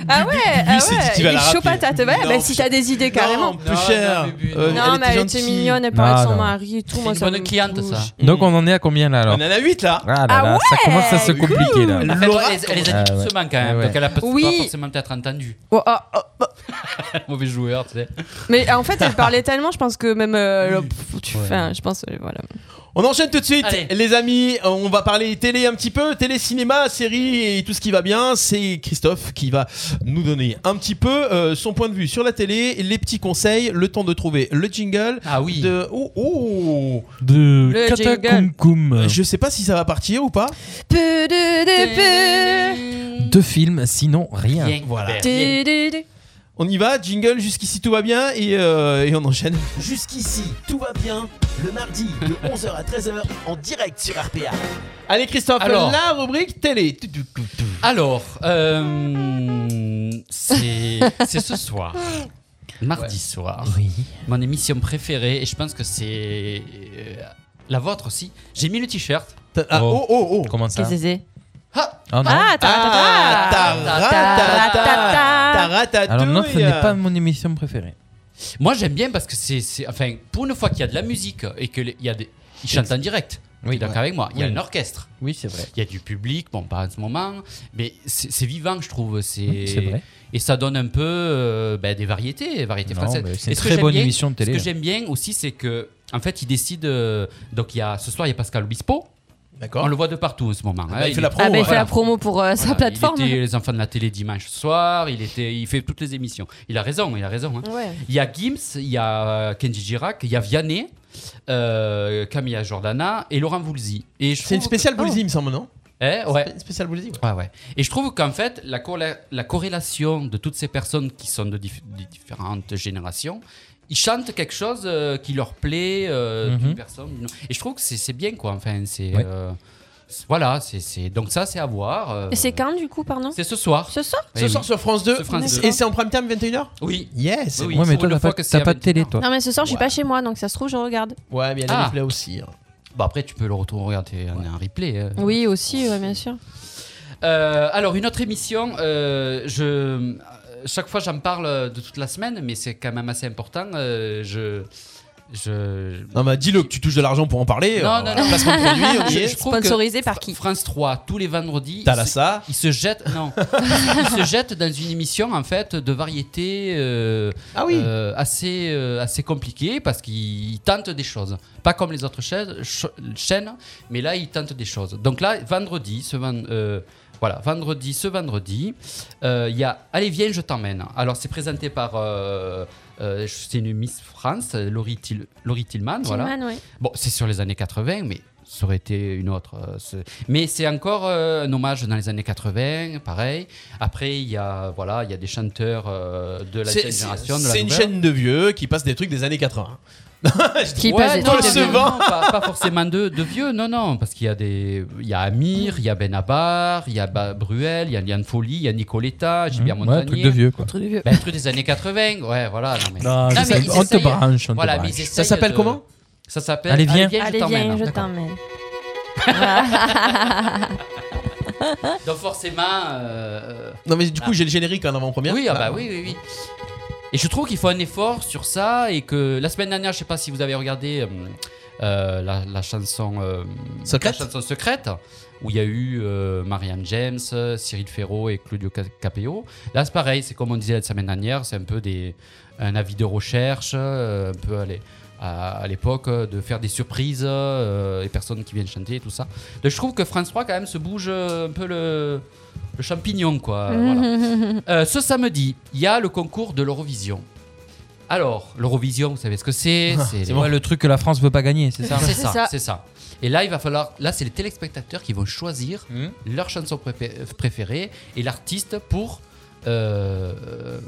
[SPEAKER 4] ah ouais, ah
[SPEAKER 3] s'est dit
[SPEAKER 4] ouais.
[SPEAKER 3] qu'il
[SPEAKER 4] Il
[SPEAKER 3] va
[SPEAKER 4] est
[SPEAKER 3] la
[SPEAKER 4] chaud
[SPEAKER 3] rappeler.
[SPEAKER 4] patate. Ouais,
[SPEAKER 3] Non,
[SPEAKER 4] bah, si t'as des idées, carrément.
[SPEAKER 3] Non, peu cher.
[SPEAKER 5] Ah,
[SPEAKER 6] non, mais-
[SPEAKER 3] Euh,
[SPEAKER 4] Non, mais elle était
[SPEAKER 3] gentille.
[SPEAKER 4] mignonne, elle parlait de
[SPEAKER 5] Non,
[SPEAKER 4] son
[SPEAKER 5] non.
[SPEAKER 4] mari et tout.
[SPEAKER 6] C'est
[SPEAKER 4] Moi,
[SPEAKER 6] une
[SPEAKER 4] ça
[SPEAKER 6] bonne
[SPEAKER 4] me
[SPEAKER 6] cliente,
[SPEAKER 4] touche.
[SPEAKER 6] ça.
[SPEAKER 5] Donc on en est à combien là
[SPEAKER 3] On
[SPEAKER 5] alors
[SPEAKER 3] en a 8 là.
[SPEAKER 5] Ah là
[SPEAKER 4] Ah
[SPEAKER 5] là, ça commence à se
[SPEAKER 3] cool.
[SPEAKER 5] compliquer là.
[SPEAKER 3] Le-
[SPEAKER 6] En fait, elle, les- elle les a dit
[SPEAKER 5] Ah ouais.
[SPEAKER 6] doucement quand même,
[SPEAKER 5] Ah ouais.
[SPEAKER 6] hein, donc elle a peut-
[SPEAKER 4] Oui.
[SPEAKER 6] pas forcément peut-être entendu. *laughs*
[SPEAKER 4] Oh, ah, ah, bah.
[SPEAKER 6] Mauvais joueur, tu sais.
[SPEAKER 4] Mais ah, en fait, elle
[SPEAKER 3] *laughs*
[SPEAKER 4] parlait tellement, je pense que même. euh, pff, tu-
[SPEAKER 6] Ouais.
[SPEAKER 4] enfin, je pense. euh, voilà.
[SPEAKER 3] On enchaîne tout de suite,
[SPEAKER 6] Allez.
[SPEAKER 3] les amis. Euh, On va parler télé un petit peu, télé, cinéma, série et tout ce qui va bien. C'est Christophe qui va nous donner un petit peu euh, son point de vue sur la télé, les petits conseils, le temps de trouver le jingle.
[SPEAKER 6] Ah oui.
[SPEAKER 3] De... Oh, oh.
[SPEAKER 5] De
[SPEAKER 4] Le euh,
[SPEAKER 5] Katakumkum.
[SPEAKER 3] Je sais pas si ça va partir ou pas.
[SPEAKER 4] Peu de, de, peu.
[SPEAKER 5] Deux films, sinon rien.
[SPEAKER 6] Bien.
[SPEAKER 3] Voilà.
[SPEAKER 6] Bien.
[SPEAKER 4] Du, du, du.
[SPEAKER 3] On y va, jingle, jusqu'ici tout va bien et, euh, et on enchaîne.
[SPEAKER 1] Jusqu'ici, tout va bien. Le mardi
[SPEAKER 3] *laughs*
[SPEAKER 1] de 11h à 13h en direct sur RPA.
[SPEAKER 3] Allez Christophe,
[SPEAKER 6] Alors.
[SPEAKER 3] la rubrique télé.
[SPEAKER 6] Alors, euh, c'est c'est ce soir, mardi soir,
[SPEAKER 5] Oui.
[SPEAKER 6] mon émission préférée, et je pense que c'est euh, la vôtre aussi. J'ai mis le t-shirt.
[SPEAKER 3] Ah, oh oh oh.
[SPEAKER 5] Comment ça
[SPEAKER 4] Qu'est-ce que c'est
[SPEAKER 6] Ah,
[SPEAKER 5] Ah, non.
[SPEAKER 4] Ah, taratata.
[SPEAKER 3] taratata. Taratatouille.
[SPEAKER 5] Alors non, ce n'est pas mon émission préférée.
[SPEAKER 6] moi j'aime bien parce que c'est, c'est- enfin, pour une fois qu'il y a de la musique et que les- il y a des, ils chantent en direct.
[SPEAKER 5] Oui.
[SPEAKER 6] d'accord avec moi. Il y a
[SPEAKER 5] Oui.
[SPEAKER 6] un orchestre,
[SPEAKER 5] Oui, c'est vrai.
[SPEAKER 6] il y a du public, bon pas en ce moment, mais c'est, c'est vivant je trouve. C'est,
[SPEAKER 5] C'est vrai.
[SPEAKER 6] Et ça donne un peu euh, ben, des variétés, variétés
[SPEAKER 5] Non,
[SPEAKER 6] françaises.
[SPEAKER 5] mais c'est
[SPEAKER 6] Et
[SPEAKER 5] une
[SPEAKER 6] ce que
[SPEAKER 5] très
[SPEAKER 6] j'aime
[SPEAKER 5] bonne
[SPEAKER 6] bien-
[SPEAKER 5] émission de télé,
[SPEAKER 6] Ce que
[SPEAKER 5] hein.
[SPEAKER 6] j'aime bien aussi, c'est que en fait, il décide. euh, donc, il y a, ce soir, il y a Pascal Obispo. On
[SPEAKER 3] D'accord.
[SPEAKER 6] le voit de partout en ce moment. hein.
[SPEAKER 3] Bah, il fait
[SPEAKER 6] est-
[SPEAKER 3] la
[SPEAKER 4] Ah,
[SPEAKER 3] promo.
[SPEAKER 4] bah, il fait
[SPEAKER 3] voilà.
[SPEAKER 4] la promo pour euh, sa
[SPEAKER 6] voilà,
[SPEAKER 4] plateforme.
[SPEAKER 6] Il était les enfants de la télé dimanche soir. Il était, il fait toutes les émissions. Il a raison, il a raison. hein.
[SPEAKER 4] Ouais.
[SPEAKER 6] Il y a Gims, il y a euh, Kenji Girac, il y a Vianney, euh, Camilla Jordana et Laurent Voulzy. Et je
[SPEAKER 3] C'est une
[SPEAKER 6] trouve- Oh.
[SPEAKER 3] spéciale Boulzy, il me semble, non
[SPEAKER 6] Eh, ouais.
[SPEAKER 3] Une spéciale Boulzy, ouais.
[SPEAKER 6] Ouais, ouais. Et je trouve qu'en fait, la, corré- la corrélation de toutes ces personnes qui sont de, dif- de différentes générations, ils chantent quelque chose euh, qui leur plaît euh, d'une
[SPEAKER 5] Mhm.
[SPEAKER 6] personne. d'une autre. Et je trouve que c'est c'est bien, quoi. Enfin, c'est.
[SPEAKER 5] Ouais.
[SPEAKER 6] euh, c'est- voilà, c'est- c'est. Donc ça, c'est à voir. euh.
[SPEAKER 4] Et c'est quand, du coup, pardon
[SPEAKER 6] C'est ce soir.
[SPEAKER 4] Ce soir
[SPEAKER 6] Eh
[SPEAKER 3] Ce soir
[SPEAKER 6] oui.
[SPEAKER 3] sur France 2.
[SPEAKER 6] Sur France
[SPEAKER 3] Et
[SPEAKER 6] 2.
[SPEAKER 3] c'est en prime time 21h
[SPEAKER 6] Oui.
[SPEAKER 3] Yes.
[SPEAKER 6] Oui,
[SPEAKER 5] ouais, mais toi,
[SPEAKER 6] pour une
[SPEAKER 5] t'as
[SPEAKER 6] fois
[SPEAKER 5] pas,
[SPEAKER 6] que c'est
[SPEAKER 5] t'as pas de
[SPEAKER 6] à
[SPEAKER 5] télé,
[SPEAKER 6] 21h.
[SPEAKER 5] toi.
[SPEAKER 4] Non, mais ce soir, je suis
[SPEAKER 3] Ouais.
[SPEAKER 4] pas chez moi, donc ça se trouve, je regarde.
[SPEAKER 3] Ouais, mais il y a
[SPEAKER 6] Ah.
[SPEAKER 3] les replays aussi. hein.
[SPEAKER 6] Bah, après, tu peux le retour regarder en- en replay. euh.
[SPEAKER 4] Oui, aussi, ouais, bien sûr.
[SPEAKER 6] Euh, alors, une autre émission, euh, je, chaque fois j'en parle euh, de toute la semaine, mais c'est quand même assez important. euh, je, je,
[SPEAKER 3] Non, bah dis-le que tu touches de l'argent pour en parler.
[SPEAKER 6] Non,
[SPEAKER 3] euh,
[SPEAKER 6] non,
[SPEAKER 3] voilà.
[SPEAKER 6] non. *laughs*
[SPEAKER 3] Placement de produit, on y
[SPEAKER 6] Je-
[SPEAKER 3] est.
[SPEAKER 6] je trouve que
[SPEAKER 4] Sponsorisé par qui
[SPEAKER 6] France 3, tous les vendredis.
[SPEAKER 3] T'as la
[SPEAKER 6] ils se-
[SPEAKER 3] ça.
[SPEAKER 6] ils se jettent non, ils se jettent dans une émission en fait de variété euh,
[SPEAKER 3] Ah oui.
[SPEAKER 6] euh, assez euh, assez compliquée parce qu'ils tentent des choses, pas comme les autres chaînes, ch- chaînes, mais là ils tentent des choses. Donc là vendredi, ce ven- euh, voilà vendredi, ce vendredi, euh, il y a Allez viens je t'emmène. Alors c'est présenté par euh, euh, c'est une Miss France, Laurie, Til- Laurie Tillman. voilà.
[SPEAKER 4] Tillman, ouais.
[SPEAKER 6] Bon, c'est sur les années 80, mais ça aurait été une autre. euh, c'est- Mais c'est encore euh, un hommage dans les années 80, pareil. Après, il y a voilà, il y a des chanteurs euh, de la
[SPEAKER 3] C'est
[SPEAKER 6] vieille
[SPEAKER 3] c'est-
[SPEAKER 6] génération. de la
[SPEAKER 3] c'est une
[SPEAKER 6] nouvelle.
[SPEAKER 3] chaîne de vieux qui passe des trucs des années 80.
[SPEAKER 4] Qui
[SPEAKER 6] Ouais,
[SPEAKER 4] passe des
[SPEAKER 6] non,
[SPEAKER 4] trucs
[SPEAKER 6] non,
[SPEAKER 4] de
[SPEAKER 6] non,
[SPEAKER 4] vieux.
[SPEAKER 6] non, pas, pas forcément de, de vieux, non, non, parce qu'il y a des, il y a Amir, il y a Benabar, il y a Ba- Bruel, il y a Liane Folly, il y a Nicoletta, Gilbert
[SPEAKER 5] Mmh. Ouais,
[SPEAKER 6] Montagnier.
[SPEAKER 5] un truc de vieux, quoi.
[SPEAKER 9] Entre les vieux.
[SPEAKER 6] Ben, un truc des années 80, ouais, voilà. Non, mais,
[SPEAKER 5] Non, je
[SPEAKER 6] mais
[SPEAKER 5] sais-
[SPEAKER 6] ils
[SPEAKER 5] on te
[SPEAKER 6] essayent-
[SPEAKER 5] branche, on te
[SPEAKER 6] voilà, mais ils
[SPEAKER 5] branche.
[SPEAKER 6] essayent
[SPEAKER 3] s'appelle
[SPEAKER 6] de-
[SPEAKER 3] comment
[SPEAKER 6] Ça s'appelle.
[SPEAKER 5] Allez, viens.
[SPEAKER 6] je
[SPEAKER 4] Allez,
[SPEAKER 6] t'emmène.
[SPEAKER 4] viens, je
[SPEAKER 6] D'accord.
[SPEAKER 4] t'emmène.
[SPEAKER 6] Donc forcément. euh,
[SPEAKER 3] Non, mais du coup, j'ai le générique en avant-première.
[SPEAKER 6] Oui, ah bah oui, oui, oui. Et je trouve qu'il faut un effort sur ça et que la semaine dernière, je sais pas si vous avez regardé euh, euh, la, la chanson euh,
[SPEAKER 3] Secrète
[SPEAKER 6] la chanson secrète où il y a eu euh, Marianne James, euh, Cyril Ferraud et Claudio Ca- Capéo. Là, c'est pareil, c'est comme on disait la semaine dernière, c'est un peu des un avis de recherche, euh, un peu à l'é- à à l'époque euh, de faire des surprises, euh, les personnes qui viennent chanter et tout ça. Donc, je trouve que France 3 quand même se bouge euh, un peu le, le champignon quoi. voilà.
[SPEAKER 7] *laughs*
[SPEAKER 6] *laughs* Euh, ce samedi, il y a le concours de l'Eurovision. Alors, l'Eurovision, vous savez ce que c'est
[SPEAKER 5] Ah,
[SPEAKER 6] Ah, C'est les-
[SPEAKER 5] Ouais, le truc que la France veut pas gagner, c'est ça
[SPEAKER 6] *laughs* C'est
[SPEAKER 4] C'est
[SPEAKER 6] ça,
[SPEAKER 4] ça.
[SPEAKER 6] c'est ça. Et là, il va falloir. Là, c'est les téléspectateurs qui vont choisir
[SPEAKER 5] Mhm.
[SPEAKER 6] leur chanson prépé- préférée et l'artiste pour. euh, euh,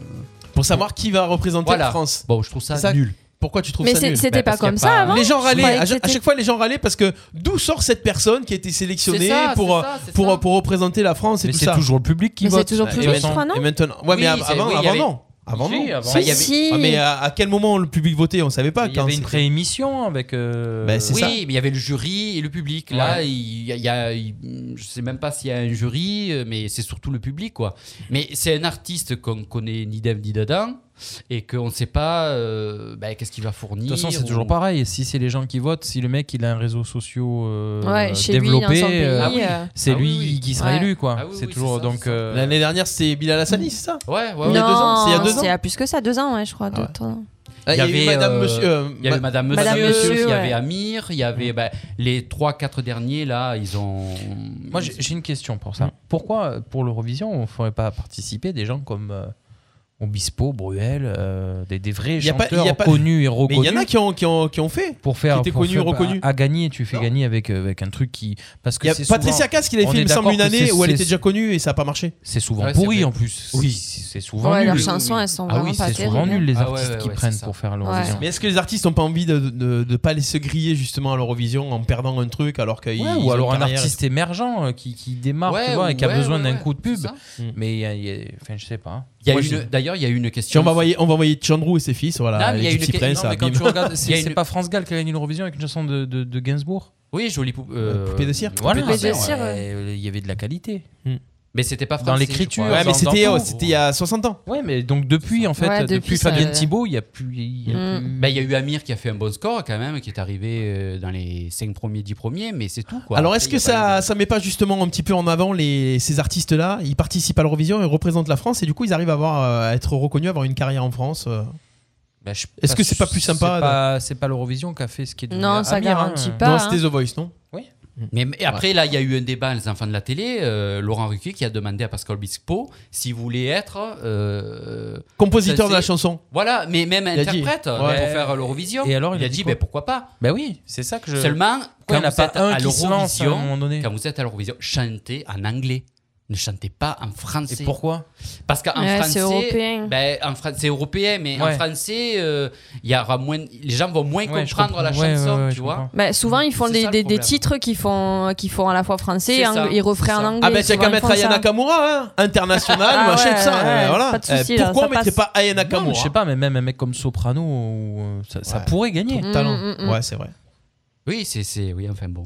[SPEAKER 3] Pour savoir qui va représenter
[SPEAKER 6] Voilà.
[SPEAKER 3] la France.
[SPEAKER 6] Bon, je trouve ça,
[SPEAKER 3] C'est ça.
[SPEAKER 6] nul.
[SPEAKER 3] Pourquoi tu trouves
[SPEAKER 4] Mais
[SPEAKER 3] ça
[SPEAKER 4] c'est-
[SPEAKER 3] nul
[SPEAKER 4] c'était
[SPEAKER 6] Bah,
[SPEAKER 4] pas
[SPEAKER 6] parce qu'il y a
[SPEAKER 4] comme
[SPEAKER 6] pas-
[SPEAKER 4] ça avant.
[SPEAKER 3] Les gens râlaient.
[SPEAKER 4] croyais
[SPEAKER 3] À,
[SPEAKER 4] que
[SPEAKER 3] à chaque
[SPEAKER 4] c'était-
[SPEAKER 3] fois, les gens râlaient parce que d'où sort cette personne qui a été sélectionnée
[SPEAKER 6] C'est ça,
[SPEAKER 3] pour,
[SPEAKER 6] c'est
[SPEAKER 3] euh,
[SPEAKER 6] ça, c'est
[SPEAKER 3] pour,
[SPEAKER 6] ça.
[SPEAKER 3] euh, pour représenter la France et
[SPEAKER 5] Mais
[SPEAKER 3] tout
[SPEAKER 5] c'est
[SPEAKER 3] ça
[SPEAKER 5] toujours le public qui
[SPEAKER 4] Mais c'est
[SPEAKER 5] vote.
[SPEAKER 4] toujours
[SPEAKER 5] Et
[SPEAKER 4] plus
[SPEAKER 3] Et
[SPEAKER 4] je
[SPEAKER 5] maintenant-
[SPEAKER 4] crois, non
[SPEAKER 3] Et maintenant, Euh, ouais, mais
[SPEAKER 6] Oui,
[SPEAKER 3] av-
[SPEAKER 6] c'est-
[SPEAKER 3] avant,
[SPEAKER 6] oui, il y
[SPEAKER 3] avant
[SPEAKER 6] avait-
[SPEAKER 3] non. Avant non.
[SPEAKER 5] Si, avant.
[SPEAKER 6] Ça, il y avait-
[SPEAKER 4] Si.
[SPEAKER 3] Ah, mais à, à quel moment le public votait On savait pas.
[SPEAKER 5] Il y
[SPEAKER 3] quand
[SPEAKER 5] avait une
[SPEAKER 3] c'était.
[SPEAKER 5] préémission avec. euh,
[SPEAKER 3] Bah, c'est
[SPEAKER 6] oui,
[SPEAKER 3] ça.
[SPEAKER 6] mais il y avait le jury et le public. Là,
[SPEAKER 5] Ouais.
[SPEAKER 6] il y a, il y a- il- je sais même pas s'il y a un jury, euh, mais c'est surtout le public, quoi. Mais c'est un artiste qu'on connaît ni d'Ève ni d'Adam et qu'on ne sait pas euh, bah, qu'est-ce qu'il va fournir.
[SPEAKER 5] De toute façon, c'est
[SPEAKER 6] ou-
[SPEAKER 5] toujours pareil. Si c'est les gens qui votent, si le mec il a un réseau social euh,
[SPEAKER 4] Ouais, chez lui, dans
[SPEAKER 5] développé,
[SPEAKER 4] son pays.
[SPEAKER 5] euh,
[SPEAKER 6] ah oui.
[SPEAKER 4] euh,
[SPEAKER 5] c'est
[SPEAKER 6] Ah oui,
[SPEAKER 5] lui
[SPEAKER 6] oui.
[SPEAKER 5] qui sera
[SPEAKER 4] Ouais.
[SPEAKER 5] élu, quoi.
[SPEAKER 6] Ah oui,
[SPEAKER 5] c'est
[SPEAKER 6] oui,
[SPEAKER 5] toujours
[SPEAKER 6] c'est ça,
[SPEAKER 5] donc.
[SPEAKER 6] c'est ça.
[SPEAKER 5] euh,
[SPEAKER 3] L'année dernière, c'était Bilal Hassani, c'est ça
[SPEAKER 6] Ouais, ouais, ouais.
[SPEAKER 3] Il y a deux ans, c'est il y a deux
[SPEAKER 4] Non,
[SPEAKER 3] ans.
[SPEAKER 4] à plus que ça, deux ans, ouais, je crois. deux,
[SPEAKER 3] ouais.
[SPEAKER 4] trois ans.
[SPEAKER 3] Ah, Il y, avait
[SPEAKER 6] avait,
[SPEAKER 3] Madame
[SPEAKER 6] euh,
[SPEAKER 3] Monsieur. euh,
[SPEAKER 6] Il y avait
[SPEAKER 3] Ma-
[SPEAKER 6] Madame Monsieur,
[SPEAKER 4] Madame Monsieur,
[SPEAKER 6] il y
[SPEAKER 4] ouais.
[SPEAKER 6] avait Amir, il y avait bah, les 3-4 derniers là, ils ont.
[SPEAKER 5] Moi, j'ai j'ai une question pour
[SPEAKER 3] Mm.
[SPEAKER 5] ça. Pourquoi, euh, pour l'Eurovision, on ne ferait pas participer des gens comme euh, Obispo, Bruel, euh, des, des vrais
[SPEAKER 3] Il y a pas-
[SPEAKER 5] chanteurs
[SPEAKER 3] il y a pas-
[SPEAKER 5] connus et
[SPEAKER 3] Mais il
[SPEAKER 5] reconnus
[SPEAKER 3] y en a qui ont, qui ont, qui ont fait.
[SPEAKER 5] pour faire,
[SPEAKER 3] qui étaient
[SPEAKER 5] pour
[SPEAKER 3] connus,
[SPEAKER 5] faire-
[SPEAKER 3] reconnus.
[SPEAKER 5] à, à gagner. Tu fais
[SPEAKER 3] Non.
[SPEAKER 5] gagner avec, euh, avec un truc qui parce que
[SPEAKER 3] Il y a
[SPEAKER 5] c'est
[SPEAKER 3] Patricia
[SPEAKER 5] souvent,
[SPEAKER 3] Cass qui l'avait
[SPEAKER 5] on
[SPEAKER 3] fait,
[SPEAKER 5] est
[SPEAKER 3] il me semble, une
[SPEAKER 5] d'accord que
[SPEAKER 3] année
[SPEAKER 5] c'est-
[SPEAKER 3] où elle
[SPEAKER 5] c'est-
[SPEAKER 3] était déjà connue et ça n'a pas marché.
[SPEAKER 5] c'est souvent
[SPEAKER 6] Ouais, c'est
[SPEAKER 5] pourri
[SPEAKER 6] vrai.
[SPEAKER 5] en plus.
[SPEAKER 6] Oui.
[SPEAKER 5] C'est c'est souvent
[SPEAKER 4] Ouais,
[SPEAKER 5] nul.
[SPEAKER 4] leurs chansons, elles sont
[SPEAKER 5] Ah
[SPEAKER 4] vraiment
[SPEAKER 5] oui,
[SPEAKER 4] pas
[SPEAKER 5] c'est souvent
[SPEAKER 4] terribles.
[SPEAKER 5] nul les
[SPEAKER 6] Ah
[SPEAKER 5] artistes
[SPEAKER 6] ouais, ouais,
[SPEAKER 5] qui
[SPEAKER 6] ouais,
[SPEAKER 5] prennent
[SPEAKER 6] c'est ça.
[SPEAKER 5] pour faire l'Eurovision.
[SPEAKER 3] Mais est-ce que les artistes n'ont pas envie de ne de, de pas les se griller justement à l'Eurovision en perdant un truc alors qu'ils.
[SPEAKER 5] Ouais,
[SPEAKER 3] ils ont
[SPEAKER 5] ou
[SPEAKER 3] une
[SPEAKER 5] alors un
[SPEAKER 3] carrière-
[SPEAKER 5] artiste émergent euh, qui, qui démarre
[SPEAKER 6] Ouais,
[SPEAKER 5] tu vois, et qui a
[SPEAKER 6] ouais,
[SPEAKER 5] besoin
[SPEAKER 6] ouais,
[SPEAKER 5] d'un
[SPEAKER 6] ouais,
[SPEAKER 5] coup de pub.
[SPEAKER 6] c'est ça.
[SPEAKER 3] Mm.
[SPEAKER 5] Mais il y a- il y a- enfin, je sais pas.
[SPEAKER 6] Il y a
[SPEAKER 5] Moi,
[SPEAKER 6] une-
[SPEAKER 5] je-
[SPEAKER 6] D'ailleurs, il y a eu une
[SPEAKER 3] Si
[SPEAKER 6] question.
[SPEAKER 3] on va envoyer, on va envoyer Chandru et ses fils,
[SPEAKER 6] Non,
[SPEAKER 3] voilà,
[SPEAKER 6] mais il y a
[SPEAKER 3] les
[SPEAKER 6] une
[SPEAKER 3] petits
[SPEAKER 6] que-
[SPEAKER 3] princes,
[SPEAKER 6] non,
[SPEAKER 5] mais
[SPEAKER 3] ça
[SPEAKER 5] quand
[SPEAKER 3] abîme.
[SPEAKER 5] tu
[SPEAKER 3] *laughs*
[SPEAKER 5] *laughs* regardes,
[SPEAKER 6] Il y
[SPEAKER 5] c'est
[SPEAKER 6] a
[SPEAKER 5] c'est
[SPEAKER 6] une-
[SPEAKER 5] pas France Gall qui a gagné l'Eurovision avec une chanson de, de, de Gainsbourg.
[SPEAKER 6] Oui, jolie pou- euh,
[SPEAKER 3] Poupée de cire.
[SPEAKER 5] Voilà,
[SPEAKER 6] Poupée de
[SPEAKER 5] ben,
[SPEAKER 4] cire,
[SPEAKER 5] ouais,
[SPEAKER 4] ouais.
[SPEAKER 5] euh, il y avait de la qualité.
[SPEAKER 6] Mais c'était pas français.
[SPEAKER 5] Dans
[SPEAKER 6] je
[SPEAKER 5] l'écriture,
[SPEAKER 6] crois.
[SPEAKER 3] Ouais, mais
[SPEAKER 5] dans-
[SPEAKER 3] c'était
[SPEAKER 5] dans
[SPEAKER 3] euh,
[SPEAKER 5] tout.
[SPEAKER 3] c'était il y a 60 ans.
[SPEAKER 5] Ouais, mais donc depuis, en fait,
[SPEAKER 4] Ouais,
[SPEAKER 5] depuis,
[SPEAKER 4] depuis, ça-
[SPEAKER 5] Fabienne Thibault, il y a plus. il y a
[SPEAKER 4] Mm.
[SPEAKER 5] plus-
[SPEAKER 6] Bah, il y a eu Amir qui a fait un bon score quand même, qui est arrivé euh, dans les 5 premiers, 10 premiers, mais c'est tout. Quoi.
[SPEAKER 3] Alors
[SPEAKER 6] Après,
[SPEAKER 3] est-ce
[SPEAKER 6] il y
[SPEAKER 3] que
[SPEAKER 6] a pas
[SPEAKER 3] ça, ça met pas justement un petit peu en avant les, ces artistes-là Ils participent à l'Eurovision, ils représentent la France et du coup ils arrivent à, avoir, euh, à être reconnus, à avoir une carrière en France. euh.
[SPEAKER 5] Bah, je-
[SPEAKER 3] Est-ce que c'est pas plus sympa
[SPEAKER 5] C'est
[SPEAKER 3] de-
[SPEAKER 5] pas, c'est pas l'Eurovision qui a fait ce qui est devenu
[SPEAKER 4] Non, ça
[SPEAKER 5] Amir, hein.
[SPEAKER 4] garantit pas.
[SPEAKER 3] non,
[SPEAKER 4] hein.
[SPEAKER 3] c'était The Voice, non
[SPEAKER 6] Mm.
[SPEAKER 3] Mm.
[SPEAKER 6] Mais, mais après, là, il y a eu un débat, les enfants de la télé. euh, Laurent Ruquier qui a demandé à Pascal Bispo s'il voulait être. euh,
[SPEAKER 3] Compositeur
[SPEAKER 6] Ça,
[SPEAKER 3] de la
[SPEAKER 6] c'est-
[SPEAKER 3] chanson.
[SPEAKER 6] voilà, mais même
[SPEAKER 3] a dit,
[SPEAKER 6] interprète euh,
[SPEAKER 5] ouais.
[SPEAKER 6] pour faire l'Eurovision.
[SPEAKER 5] Et alors, il
[SPEAKER 6] il a
[SPEAKER 5] a dit
[SPEAKER 6] dit
[SPEAKER 5] quoi
[SPEAKER 6] ben, pourquoi pas
[SPEAKER 5] Bah oui, c'est ça que je.
[SPEAKER 6] Seulement,
[SPEAKER 5] Pourquoi il
[SPEAKER 6] quand
[SPEAKER 5] n'y en a
[SPEAKER 6] vous
[SPEAKER 5] pas
[SPEAKER 6] êtes
[SPEAKER 5] un
[SPEAKER 6] à
[SPEAKER 5] qui se lance hein, à un
[SPEAKER 6] l'Eurovision,
[SPEAKER 5] moment donné.
[SPEAKER 6] quand vous êtes à l'Eurovision, chantez en anglais. Ne chantez pas en français.
[SPEAKER 5] Et pourquoi
[SPEAKER 6] Parce qu'en
[SPEAKER 4] Ouais,
[SPEAKER 6] français,
[SPEAKER 4] c'est européen.
[SPEAKER 6] ben, en Fran- c'est européen, mais
[SPEAKER 5] Ouais.
[SPEAKER 6] en français, euh, il y aura moins, les gens vont moins
[SPEAKER 5] Ouais, je
[SPEAKER 6] comprendre la
[SPEAKER 5] comprends. Ouais,
[SPEAKER 6] chanson,
[SPEAKER 5] ouais, ouais,
[SPEAKER 6] tu
[SPEAKER 5] je
[SPEAKER 6] vois.
[SPEAKER 5] comprends.
[SPEAKER 4] Bah, souvent, ils font
[SPEAKER 6] C'est
[SPEAKER 4] des,
[SPEAKER 6] ça, le
[SPEAKER 4] des- des
[SPEAKER 6] problèmes.
[SPEAKER 4] titres qui font, qui font à la fois français
[SPEAKER 6] C'est
[SPEAKER 4] et ang-
[SPEAKER 6] ça,
[SPEAKER 4] ils refraient
[SPEAKER 6] c'est
[SPEAKER 4] en
[SPEAKER 6] ça.
[SPEAKER 4] anglais.
[SPEAKER 3] Ah ben c'est
[SPEAKER 4] souvent,
[SPEAKER 3] qu'à
[SPEAKER 4] ils
[SPEAKER 3] mettre
[SPEAKER 4] font ça.
[SPEAKER 3] Ayana Kamura, hein, international,
[SPEAKER 4] Ah
[SPEAKER 3] machin,
[SPEAKER 4] ouais,
[SPEAKER 3] tout ça.
[SPEAKER 4] ouais,
[SPEAKER 3] euh,
[SPEAKER 5] hein,
[SPEAKER 3] voilà.
[SPEAKER 4] pas de souci,
[SPEAKER 3] Euh,
[SPEAKER 5] Eh,
[SPEAKER 4] là,
[SPEAKER 3] pourquoi
[SPEAKER 4] ça
[SPEAKER 3] on mettait
[SPEAKER 4] passe.
[SPEAKER 3] pas Ayana
[SPEAKER 5] Non, mais
[SPEAKER 3] Kamura
[SPEAKER 5] je sais pas, hein mais même un mec comme Soprano, ou, euh, ça, ça
[SPEAKER 3] Ouais.
[SPEAKER 5] pourrait gagner.
[SPEAKER 4] Mm,
[SPEAKER 3] Talent.
[SPEAKER 4] mm, mm.
[SPEAKER 3] Ouais, c'est vrai.
[SPEAKER 6] Oui, c'est, c'est, oui, enfin bon.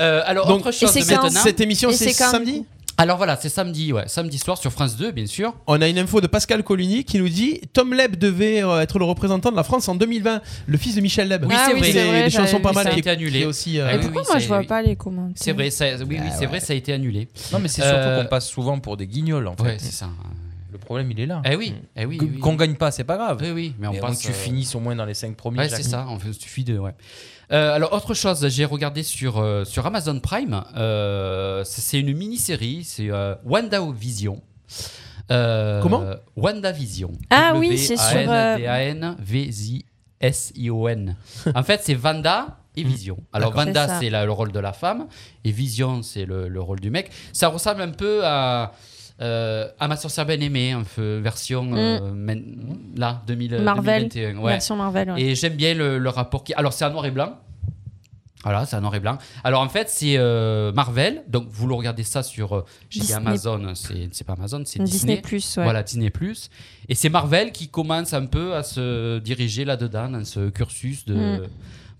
[SPEAKER 6] Euh, alors,
[SPEAKER 3] Donc,
[SPEAKER 6] autre chose hein.
[SPEAKER 4] Et c'est quand
[SPEAKER 6] maintenant.
[SPEAKER 3] Cette émission,
[SPEAKER 4] Et
[SPEAKER 3] c'est
[SPEAKER 4] c'est quand
[SPEAKER 3] samedi
[SPEAKER 6] Alors voilà, c'est samedi, ouais, samedi soir sur France 2, bien sûr.
[SPEAKER 3] On a une info de Pascal Coligny qui nous dit Tom Leb devait euh, être le représentant de la France en 2020, le fils de Michel Leb.
[SPEAKER 6] Oui,
[SPEAKER 4] Ah
[SPEAKER 6] c'est
[SPEAKER 4] oui, c'est
[SPEAKER 6] vrai.
[SPEAKER 3] Des,
[SPEAKER 4] vrai.
[SPEAKER 3] des
[SPEAKER 4] j'avais
[SPEAKER 3] chansons pas
[SPEAKER 4] vu
[SPEAKER 3] mal
[SPEAKER 4] ça.
[SPEAKER 3] qui,
[SPEAKER 6] été annulé.
[SPEAKER 3] qui est aussi. euh,
[SPEAKER 6] Ah
[SPEAKER 4] Et
[SPEAKER 6] oui,
[SPEAKER 4] pourquoi
[SPEAKER 6] oui,
[SPEAKER 4] moi
[SPEAKER 6] c'est-
[SPEAKER 4] je vois
[SPEAKER 6] oui.
[SPEAKER 4] pas les commentaires Bah
[SPEAKER 6] C'est vrai, ça, oui, oui, c'est vrai, ça a été annulé.
[SPEAKER 5] Non, mais c'est
[SPEAKER 6] Euh,
[SPEAKER 5] surtout qu'on passe souvent pour des guignols, en fait.
[SPEAKER 6] Ouais, c'est ça.
[SPEAKER 5] Le problème, il est là. Mm.
[SPEAKER 6] Eh oui, eh oui.
[SPEAKER 5] Que-
[SPEAKER 6] oui.
[SPEAKER 5] Qu'on gagne pas, c'est pas grave.
[SPEAKER 6] Oui, oui, mais on
[SPEAKER 5] Mais au moins
[SPEAKER 6] pense.
[SPEAKER 5] que tu
[SPEAKER 6] euh,
[SPEAKER 5] finisses au moins dans les 5 premiers.
[SPEAKER 6] Ouais,
[SPEAKER 5] Jacques.
[SPEAKER 6] c'est ça, on fait, il suffit de. Ouais. Euh, alors, autre chose, j'ai regardé sur, euh, sur Amazon Prime, euh, c'est c'est une mini-série, c'est euh, Wanda Vision. Euh,
[SPEAKER 3] Comment
[SPEAKER 6] WandaVision.
[SPEAKER 4] Ah oui, c'est sur, euh,
[SPEAKER 6] W-A-N-D-A-N-V-I-S-I-O-N. En fait, c'est Vanda et Vision. Alors,
[SPEAKER 4] D'accord. C'est
[SPEAKER 6] Vanda,
[SPEAKER 4] ça.
[SPEAKER 6] c'est la- le rôle de la femme et Vision, c'est le, le rôle du mec. Ça ressemble un peu à. euh, à ma sorcière bien aimée, en feu- version euh, men- là, 2000,
[SPEAKER 4] Hmm. Marvel,
[SPEAKER 6] 2021. ouais.
[SPEAKER 4] version Marvel. ouais.
[SPEAKER 6] Et j'aime bien le, le rapport qui. Alors, c'est en noir et blanc. Voilà, c'est en noir et blanc. Alors, en fait, c'est euh, Marvel. Donc, vous le regardez ça sur. euh, J'ai dit
[SPEAKER 4] Disney.
[SPEAKER 6] Amazon. C'est c'est pas Amazon, c'est
[SPEAKER 4] Disney+,
[SPEAKER 6] Disney.
[SPEAKER 4] Plus, ouais.
[SPEAKER 6] Voilà, Disney. Et c'est Marvel qui commence un peu à se diriger là-dedans, dans ce cursus de.
[SPEAKER 4] Mm.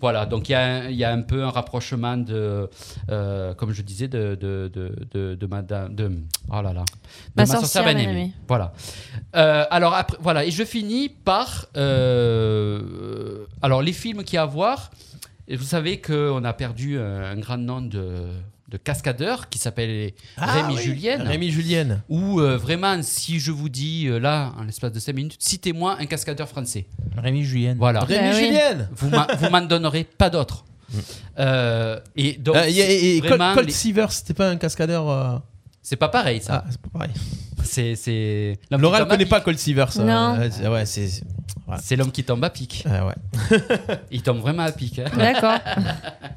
[SPEAKER 6] Voilà, donc il y, a un- il y a un peu un rapprochement de, euh, comme je disais, de, de, de, de, de madame, de, oh là là, de
[SPEAKER 4] Ma sorcière
[SPEAKER 6] bien
[SPEAKER 4] bien
[SPEAKER 6] aimée.
[SPEAKER 4] aimée.
[SPEAKER 6] Voilà. Euh, alors après, voilà, et je finis par, euh, euh, alors les films qu'il y a à voir. Et vous savez qu'on a perdu euh, un grand nom de, de cascadeur qui s'appelle Rémi Julienne.
[SPEAKER 3] Ah Rémi Julienne.
[SPEAKER 6] Ou euh, vraiment, si je vous dis euh, là, en l'espace de 5 minutes, citez-moi un cascadeur français.
[SPEAKER 5] Rémi Julien.
[SPEAKER 6] Voilà.
[SPEAKER 3] Rémi
[SPEAKER 4] oui.
[SPEAKER 3] Julienne. Mm.
[SPEAKER 6] Vous m'a- vous m'en donnerez pas d'autres. Euh, et donc,
[SPEAKER 3] Euh, y a- et, et Col-
[SPEAKER 6] vraiment,
[SPEAKER 3] Colt
[SPEAKER 6] les-
[SPEAKER 3] Seaver, c'était pas un cascadeur. euh,
[SPEAKER 6] c'est pas pareil ça.
[SPEAKER 3] Ah, c'est pas pareil.
[SPEAKER 6] C'est c'est l'homme
[SPEAKER 3] Laura,
[SPEAKER 6] qui
[SPEAKER 3] elle
[SPEAKER 6] tombe à
[SPEAKER 3] connaît
[SPEAKER 6] pic.
[SPEAKER 3] pas Colt Seaver. ça.
[SPEAKER 4] Non.
[SPEAKER 3] Euh, c'est- Ouais, c'est. c'est- pas.
[SPEAKER 6] C'est l'homme qui tombe à pic.
[SPEAKER 3] ah, ouais.
[SPEAKER 6] *laughs* Il tombe vraiment à pic. hein.
[SPEAKER 4] D'accord.
[SPEAKER 6] *laughs*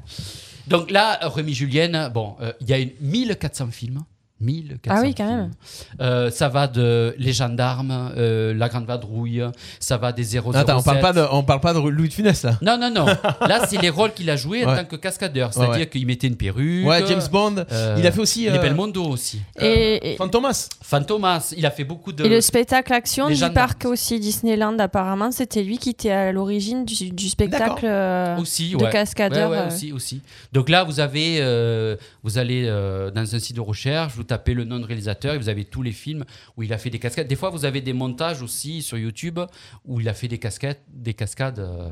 [SPEAKER 6] Donc là, Rémi Julienne, bon, euh, il y a une 1400 films. 1400
[SPEAKER 4] Ah oui, quand même.
[SPEAKER 6] films. Euh, ça va de Les Gendarmes, euh, La Grande Vadrouille, ça va des 007.
[SPEAKER 3] Attends, on parle, pas de, on parle pas de Louis de Funès là.
[SPEAKER 6] Non, non, non. Là, c'est les rôles qu'il a joués en
[SPEAKER 3] Ouais.
[SPEAKER 6] tant que cascadeur. C'est-à-dire
[SPEAKER 3] Ouais, ouais.
[SPEAKER 6] qu'il mettait une perruque.
[SPEAKER 3] Ouais, James Bond.
[SPEAKER 6] euh,
[SPEAKER 3] il a fait aussi.
[SPEAKER 6] Les
[SPEAKER 3] euh,
[SPEAKER 6] Belmondo aussi.
[SPEAKER 4] Et, et-
[SPEAKER 3] Fantomas.
[SPEAKER 6] Fantomas, il a fait beaucoup de.
[SPEAKER 4] et le spectacle action
[SPEAKER 6] les
[SPEAKER 4] du
[SPEAKER 6] gendarmes.
[SPEAKER 4] parc aussi Disneyland, apparemment, c'était lui qui était à l'origine du, du spectacle euh,
[SPEAKER 6] aussi,
[SPEAKER 4] de
[SPEAKER 6] ouais.
[SPEAKER 4] cascadeur.
[SPEAKER 6] Ouais, ouais,
[SPEAKER 4] euh,
[SPEAKER 6] aussi, aussi. Donc là, vous avez, euh, vous allez euh, dans un site de recherche, vous tapez le nom de réalisateur et vous avez tous les films où il a fait des cascades. Des fois, vous avez des montages aussi sur YouTube où il a fait des cascades, des cascades euh,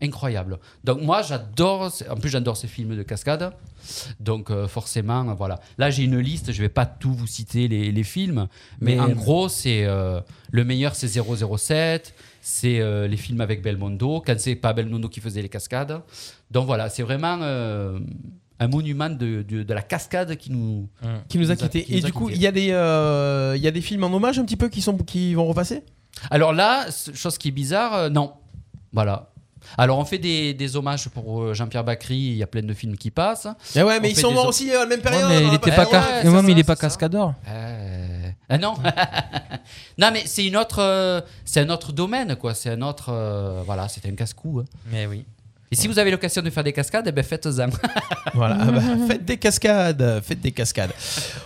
[SPEAKER 6] incroyables. Donc moi, j'adore. ce- En plus, j'adore ces films de cascades. Donc euh, forcément, euh, voilà. Là, j'ai une liste. Je vais pas tout vous citer les, les films, mais,
[SPEAKER 5] Mais-
[SPEAKER 6] en gros, c'est euh, le meilleur, c'est 007. C'est euh, les films avec Belmondo. Quand c'est pas Belmondo qui faisait les cascades. Donc voilà, c'est vraiment euh, un monument de, de- de la cascade qui nous.
[SPEAKER 5] Mmh.
[SPEAKER 3] Qui nous a
[SPEAKER 6] Qui Hum, nous a-
[SPEAKER 3] quittés.
[SPEAKER 6] qui nous
[SPEAKER 3] Et
[SPEAKER 6] a
[SPEAKER 3] du coup,
[SPEAKER 6] quittés.
[SPEAKER 3] il y, a des, euh, il y a des films en hommage un petit peu qui, sont, qui vont repasser
[SPEAKER 6] Alors là, c- chose qui est bizarre, euh, non. Voilà. Alors on fait des, des hommages pour euh, Jean-Pierre Bacry, il y a plein de films qui passent.
[SPEAKER 3] *laughs* Ah ouais, mais
[SPEAKER 6] On
[SPEAKER 3] ils
[SPEAKER 6] fait
[SPEAKER 3] sont
[SPEAKER 6] des
[SPEAKER 3] morts
[SPEAKER 6] autres.
[SPEAKER 3] aussi euh, à la même
[SPEAKER 5] Ouais,
[SPEAKER 3] période.
[SPEAKER 5] mais
[SPEAKER 3] on
[SPEAKER 5] il
[SPEAKER 3] en a
[SPEAKER 5] était
[SPEAKER 3] pas
[SPEAKER 5] pas,
[SPEAKER 6] ouais,
[SPEAKER 3] parlé.
[SPEAKER 5] cas-
[SPEAKER 6] ouais,
[SPEAKER 5] mais
[SPEAKER 6] c'est
[SPEAKER 5] ouais, mais il
[SPEAKER 6] ça,
[SPEAKER 5] est pas
[SPEAKER 6] c'est ça.
[SPEAKER 5] cascadeur.
[SPEAKER 6] Euh, Ah non *laughs* Non mais c'est une autre, euh, c'est un autre domaine quoi, c'est un autre, euh, voilà, c'est un casse-cou. hein.
[SPEAKER 5] Mais oui.
[SPEAKER 6] Et si vous avez l'occasion de faire des cascades, eh ben faites-en. *laughs*
[SPEAKER 3] *laughs* Voilà, ah bah, faites des cascades, faites des cascades.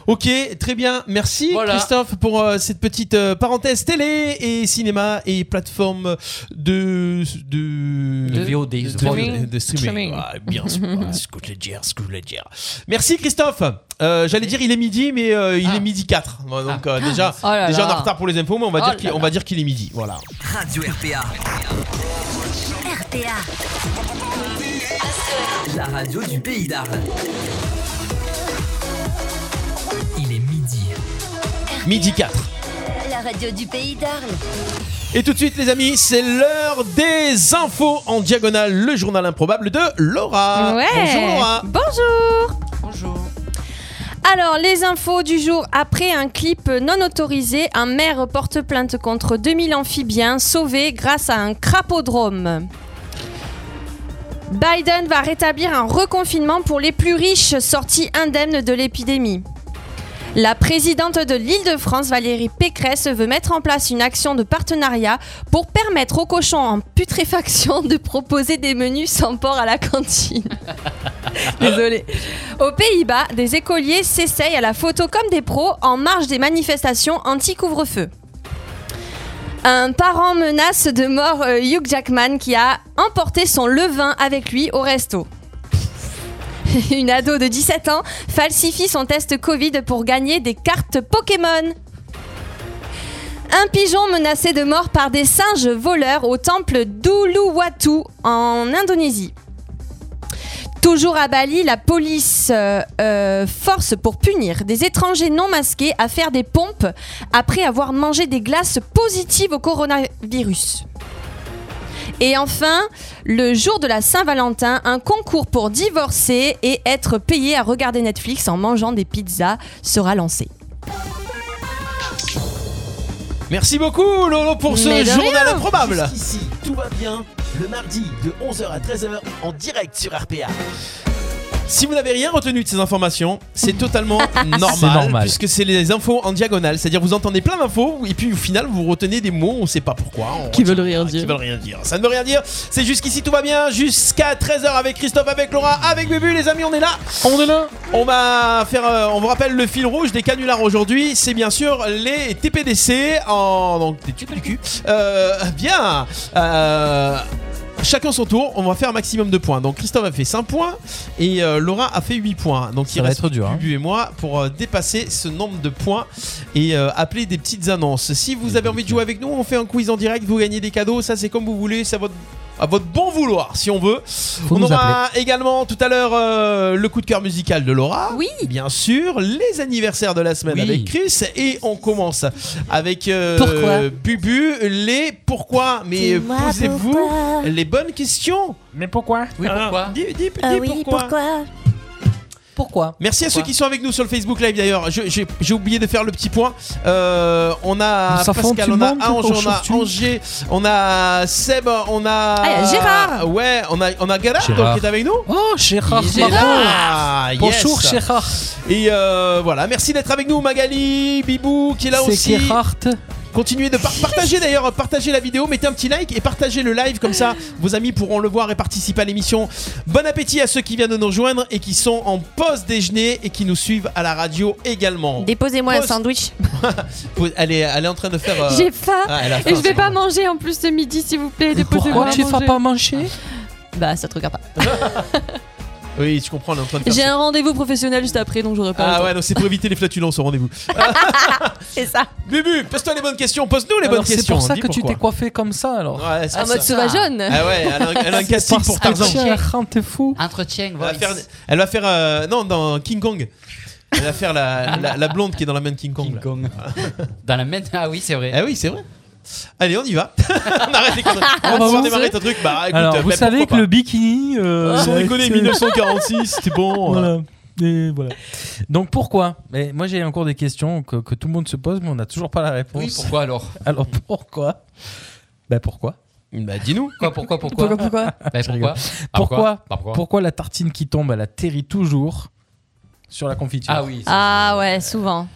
[SPEAKER 3] Ok, très bien, merci
[SPEAKER 6] Voilà.
[SPEAKER 3] Christophe pour euh, cette petite euh, parenthèse télé et cinéma et plateforme de de,
[SPEAKER 6] De VOD,
[SPEAKER 3] de,
[SPEAKER 6] de
[SPEAKER 3] streaming,
[SPEAKER 4] streaming.
[SPEAKER 3] de streaming.
[SPEAKER 4] Streaming.
[SPEAKER 3] Ouais, bien *laughs* sûr, Ouais, ce que je voulais dire, ce que je voulais dire. Merci Christophe. Euh, J'allais dire il est midi, mais euh, il
[SPEAKER 6] Ah.
[SPEAKER 3] est midi 4 Ouais, donc euh, déjà
[SPEAKER 4] Oh là
[SPEAKER 3] déjà on est
[SPEAKER 4] là.
[SPEAKER 3] en retard pour les infos, mais on va
[SPEAKER 4] Oh
[SPEAKER 3] dire qu'il
[SPEAKER 4] là
[SPEAKER 3] on va dire qu'il est midi. Voilà.
[SPEAKER 1] Radio RPA,
[SPEAKER 8] RPA,
[SPEAKER 1] la radio du pays d'Arles. Il est midi.
[SPEAKER 3] Midi 4
[SPEAKER 8] la radio du pays d'Arles.
[SPEAKER 3] Et tout de suite, les amis, c'est l'heure des infos en diagonale, le journal improbable de Laura.
[SPEAKER 4] Ouais.
[SPEAKER 3] Bonjour hein. Laura.
[SPEAKER 4] Bonjour.
[SPEAKER 6] Bonjour.
[SPEAKER 4] Alors, les infos du jour. Après un clip non autorisé, un maire porte plainte contre 2000 amphibiens sauvés grâce à un crapaudrome. Biden va rétablir un reconfinement pour les plus riches sortis indemnes de l'épidémie. La présidente de l'Île-de-France, Valérie Pécresse, veut mettre en place une action de partenariat pour permettre aux cochons en putréfaction *laughs* de proposer des menus sans porc à la cantine. Désolée. *laughs* Aux Pays-Bas, des écoliers s'essayent à la photo comme des pros en marge des manifestations anti-couvre-feu. Un parent menace de mort euh, Hugh Jackman qui a emporté son levain avec lui au resto. *laughs* Une ado de 17 ans falsifie son test Covid pour gagner des cartes Pokémon. Un pigeon menacé de mort par des singes voleurs au temple d'Uluwatu en Indonésie. Toujours à Bali, la police euh, euh, force pour punir des étrangers non masqués à faire des pompes après avoir mangé des glaces positives au coronavirus. Et enfin, le jour de la Saint-Valentin, un concours pour divorcer et être payé à regarder Netflix en mangeant des pizzas sera lancé.
[SPEAKER 3] Merci beaucoup Lolo pour ce
[SPEAKER 1] Mais de
[SPEAKER 3] journal
[SPEAKER 1] rien.
[SPEAKER 3] improbable.
[SPEAKER 1] Jusqu'ici, tout va bien. Le mardi de 11h à 13h en direct sur RPA.
[SPEAKER 3] Si vous n'avez rien retenu de ces informations, c'est
[SPEAKER 1] *laughs*
[SPEAKER 3] totalement
[SPEAKER 5] C'est
[SPEAKER 3] normal,
[SPEAKER 5] normal.
[SPEAKER 3] puisque c'est les infos en diagonale, c'est-à-dire vous entendez plein d'infos et puis au final vous retenez des mots, on ne sait pas pourquoi. on
[SPEAKER 9] Qui
[SPEAKER 3] retient
[SPEAKER 9] veulent rien
[SPEAKER 3] pas,
[SPEAKER 9] dire.
[SPEAKER 3] Qui veulent rien dire. Ça ne veut rien dire. C'est jusqu'ici tout va bien jusqu'à 13h avec Christophe, avec Laura, avec Bubu les amis, on est là.
[SPEAKER 5] On est là.
[SPEAKER 3] On va faire euh, on vous rappelle le fil rouge des canulars aujourd'hui, c'est bien sûr les TPDC en donc des tubes du cul. Euh, bien euh, Chacun son tour, on va faire un maximum de points. Donc Christophe a fait 5 points et euh, Laura a fait 8 points. Donc il
[SPEAKER 5] va
[SPEAKER 3] reste
[SPEAKER 5] être dur, hein.
[SPEAKER 3] Bubu et moi pour euh, dépasser ce nombre de points et euh, appeler des petites annonces. Si vous avez envie de jouer avec nous, on fait un quiz en direct, vous gagnez des cadeaux, ça c'est comme vous voulez, c'est à votre, à votre bon vouloir si on veut. on
[SPEAKER 5] nous
[SPEAKER 3] aura également tout à l'heure euh, le coup de cœur musical de Laura.
[SPEAKER 4] Oui.
[SPEAKER 3] Bien sûr, les anniversaires de la semaine
[SPEAKER 6] Oui.
[SPEAKER 3] avec Chris et on commence avec euh,
[SPEAKER 9] Pourquoi
[SPEAKER 3] Bubu, les pourquoi. Mais euh,
[SPEAKER 7] Dis-moi
[SPEAKER 3] posez-vous
[SPEAKER 7] pourquoi.
[SPEAKER 3] les bonnes questions.
[SPEAKER 5] Mais pourquoi
[SPEAKER 6] Oui,
[SPEAKER 2] Ah.
[SPEAKER 6] pourquoi
[SPEAKER 3] Dis, dis-
[SPEAKER 7] Ah
[SPEAKER 3] dis
[SPEAKER 7] oui,
[SPEAKER 3] pourquoi.
[SPEAKER 7] pourquoi
[SPEAKER 5] Pourquoi
[SPEAKER 3] Merci à ceux
[SPEAKER 6] Pourquoi
[SPEAKER 3] qui sont avec nous sur le Facebook Live d'ailleurs. Je- J'ai j'ai oublié de faire le petit point. Euh, on a
[SPEAKER 5] Ça fend
[SPEAKER 3] Pascal,
[SPEAKER 5] tout
[SPEAKER 3] on
[SPEAKER 5] le
[SPEAKER 3] a
[SPEAKER 5] monde,
[SPEAKER 3] Ange,
[SPEAKER 5] tout
[SPEAKER 3] on a
[SPEAKER 5] en
[SPEAKER 3] Angers, on a Seb, on a
[SPEAKER 4] Ah, il y a Gérard.
[SPEAKER 3] Ouais, on a on a Gérard,
[SPEAKER 5] Gérard.
[SPEAKER 3] donc, qui est avec nous.
[SPEAKER 5] Oh, Gérard
[SPEAKER 6] Gérard.
[SPEAKER 5] Marron.
[SPEAKER 3] Ah, yes.
[SPEAKER 5] Bonjour Gérard.
[SPEAKER 3] Et euh, voilà, merci d'être avec nous Magali, Bibou qui est là aussi.
[SPEAKER 5] C'est Gérard.
[SPEAKER 3] Continuez de par- partager d'ailleurs, partagez la vidéo, mettez un petit like et partagez le live comme ça vos amis pourront le voir et participer à l'émission. Bon appétit à ceux qui viennent de nous rejoindre et qui sont en pause déjeuner et qui nous suivent à la radio également.
[SPEAKER 4] Déposez-moi un
[SPEAKER 3] Poste. *laughs*
[SPEAKER 4] sandwich.
[SPEAKER 3] Faut- Elle est, elle est en train de faire. euh,
[SPEAKER 9] J'ai faim
[SPEAKER 3] ah, elle a faim,
[SPEAKER 9] et je vais
[SPEAKER 3] c'est
[SPEAKER 9] pas
[SPEAKER 3] bon.
[SPEAKER 9] manger en plus ce midi, s'il vous plaît. Déposez-moi
[SPEAKER 5] Pourquoi
[SPEAKER 9] à
[SPEAKER 5] tu vas
[SPEAKER 9] manger.
[SPEAKER 5] pas manger
[SPEAKER 4] Bah, ça te regarde pas.
[SPEAKER 3] Oui, je comprends, elle est en train de faire.
[SPEAKER 9] J'ai
[SPEAKER 3] ça.
[SPEAKER 9] un rendez-vous professionnel juste après, donc j'aurai pas.
[SPEAKER 3] Ah
[SPEAKER 9] le
[SPEAKER 3] ouais, non, c'est pour éviter les flatulences au
[SPEAKER 9] *laughs*
[SPEAKER 3] rendez-vous.
[SPEAKER 4] C'est ça.
[SPEAKER 3] Bubu, pose-toi les bonnes questions, pose-nous les
[SPEAKER 5] Alors,
[SPEAKER 3] bonnes questions.
[SPEAKER 5] C'est pour ça
[SPEAKER 3] dis
[SPEAKER 5] que tu
[SPEAKER 3] pourquoi.
[SPEAKER 5] t'es coiffé comme ça alors.
[SPEAKER 3] Ouais, c'est
[SPEAKER 4] En
[SPEAKER 3] ça.
[SPEAKER 4] mode sauvageonne.
[SPEAKER 3] Ah ouais, elle a, elle
[SPEAKER 6] *laughs*
[SPEAKER 3] a un casting pour
[SPEAKER 5] Parce que
[SPEAKER 3] Tarzan.
[SPEAKER 5] Gérard, t'es fou.
[SPEAKER 6] Entretien,
[SPEAKER 3] Elle va
[SPEAKER 6] voice.
[SPEAKER 3] faire, elle va faire, euh, non, dans King Kong. Elle va faire la, la- la blonde qui est dans la même King Kong.
[SPEAKER 6] King
[SPEAKER 3] là. *laughs*
[SPEAKER 6] Kong. Dans la main. Ah oui, c'est vrai.
[SPEAKER 3] Ah oui, c'est vrai. Allez, on y va. *laughs* on arrête les conneries. On va
[SPEAKER 5] vous-
[SPEAKER 3] démarrer ton truc. Bah, écoute,
[SPEAKER 5] Ah, Alors,
[SPEAKER 3] ben,
[SPEAKER 5] vous savez que
[SPEAKER 3] pourquoi
[SPEAKER 5] le bikini.
[SPEAKER 3] pas.
[SPEAKER 5] euh,
[SPEAKER 3] Sans déconner,
[SPEAKER 5] c'est-
[SPEAKER 3] 1946, c'était bon. euh.
[SPEAKER 5] *laughs* Voilà. Et voilà. Donc pourquoi Mais Moi j'ai encore des questions que, que tout le monde se pose, mais on n'a toujours pas la réponse.
[SPEAKER 6] Oui, pourquoi alors
[SPEAKER 5] *laughs* Alors pourquoi Bah pourquoi
[SPEAKER 3] Bah, dis-nous.
[SPEAKER 6] Pourquoi, pourquoi,
[SPEAKER 9] temps.
[SPEAKER 6] pourquoi
[SPEAKER 9] Pourquoi,
[SPEAKER 3] *laughs*
[SPEAKER 9] pourquoi
[SPEAKER 3] Ben,
[SPEAKER 6] Bah, pourquoi Ah,
[SPEAKER 5] Pourquoi
[SPEAKER 6] Bah, pourquoi
[SPEAKER 5] Pourquoi la tartine qui tombe, elle atterrit toujours sur la confiture
[SPEAKER 6] Ah oui.
[SPEAKER 4] Ah ouais, souvent.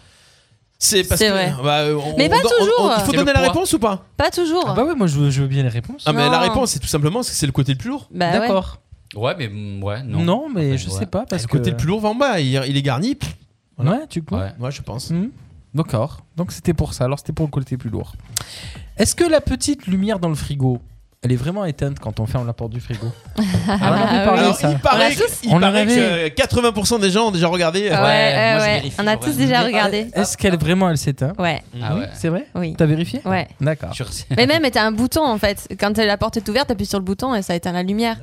[SPEAKER 3] C'est parce
[SPEAKER 4] C'est
[SPEAKER 3] que.
[SPEAKER 4] vrai.
[SPEAKER 3] bah, euh, on-
[SPEAKER 4] Mais pas
[SPEAKER 3] on- on-
[SPEAKER 4] toujours.
[SPEAKER 3] on- Il faut
[SPEAKER 6] C'est
[SPEAKER 3] donner
[SPEAKER 6] le
[SPEAKER 3] la
[SPEAKER 6] poids.
[SPEAKER 3] réponse ou pas
[SPEAKER 4] Pas toujours.
[SPEAKER 5] Ah bah oui, moi je veux, je veux bien les réponses.
[SPEAKER 3] Ah, mais
[SPEAKER 4] Non.
[SPEAKER 3] la réponse, c'est tout simplement parce que c'est le côté le plus lourd.
[SPEAKER 4] Bah ouais.
[SPEAKER 5] D'accord.
[SPEAKER 6] Ouais, mais mm, ouais, non.
[SPEAKER 5] Non. mais
[SPEAKER 3] Ah, bah,
[SPEAKER 6] Enfin,
[SPEAKER 5] je
[SPEAKER 6] ouais.
[SPEAKER 5] sais pas parce
[SPEAKER 3] le
[SPEAKER 5] que.
[SPEAKER 3] côté le plus lourd va en bas. Il, il est garni. Pff,
[SPEAKER 5] Ouais, tu peux.
[SPEAKER 6] Ouais.
[SPEAKER 3] Moi, je pense.
[SPEAKER 5] Mhm.
[SPEAKER 4] *laughs*
[SPEAKER 5] D'accord. Donc c'était pour ça. Alors c'était pour le côté plus lourd. Est-ce que la petite lumière dans le frigo, elle est vraiment éteinte quand on ferme la porte du frigo
[SPEAKER 4] *laughs* Ah
[SPEAKER 5] On en avait parlé,
[SPEAKER 3] Alors,
[SPEAKER 5] ça.
[SPEAKER 3] il paraît,
[SPEAKER 4] On
[SPEAKER 3] que, il
[SPEAKER 5] On l'a
[SPEAKER 3] paraît que
[SPEAKER 5] rêvé.
[SPEAKER 3] 80% des gens ont déjà regardé.
[SPEAKER 4] Ouais,
[SPEAKER 6] moi,
[SPEAKER 4] ouais,
[SPEAKER 6] je
[SPEAKER 4] ouais.
[SPEAKER 6] vérifie,
[SPEAKER 4] On a
[SPEAKER 6] ouais.
[SPEAKER 4] tous déjà regardé.
[SPEAKER 5] Ah, Est-ce qu'elle vraiment elle s'éteint
[SPEAKER 4] Ouais,
[SPEAKER 6] Ah
[SPEAKER 5] Oui,
[SPEAKER 6] ouais.
[SPEAKER 5] C'est vrai
[SPEAKER 4] oui.
[SPEAKER 5] T'as vérifié
[SPEAKER 4] Ouais.
[SPEAKER 5] D'accord.
[SPEAKER 6] Sur-
[SPEAKER 3] *laughs*
[SPEAKER 4] Mais même, t'as un bouton en fait. Quand la porte est ouverte, t'appuies sur le bouton et ça éteint la lumière.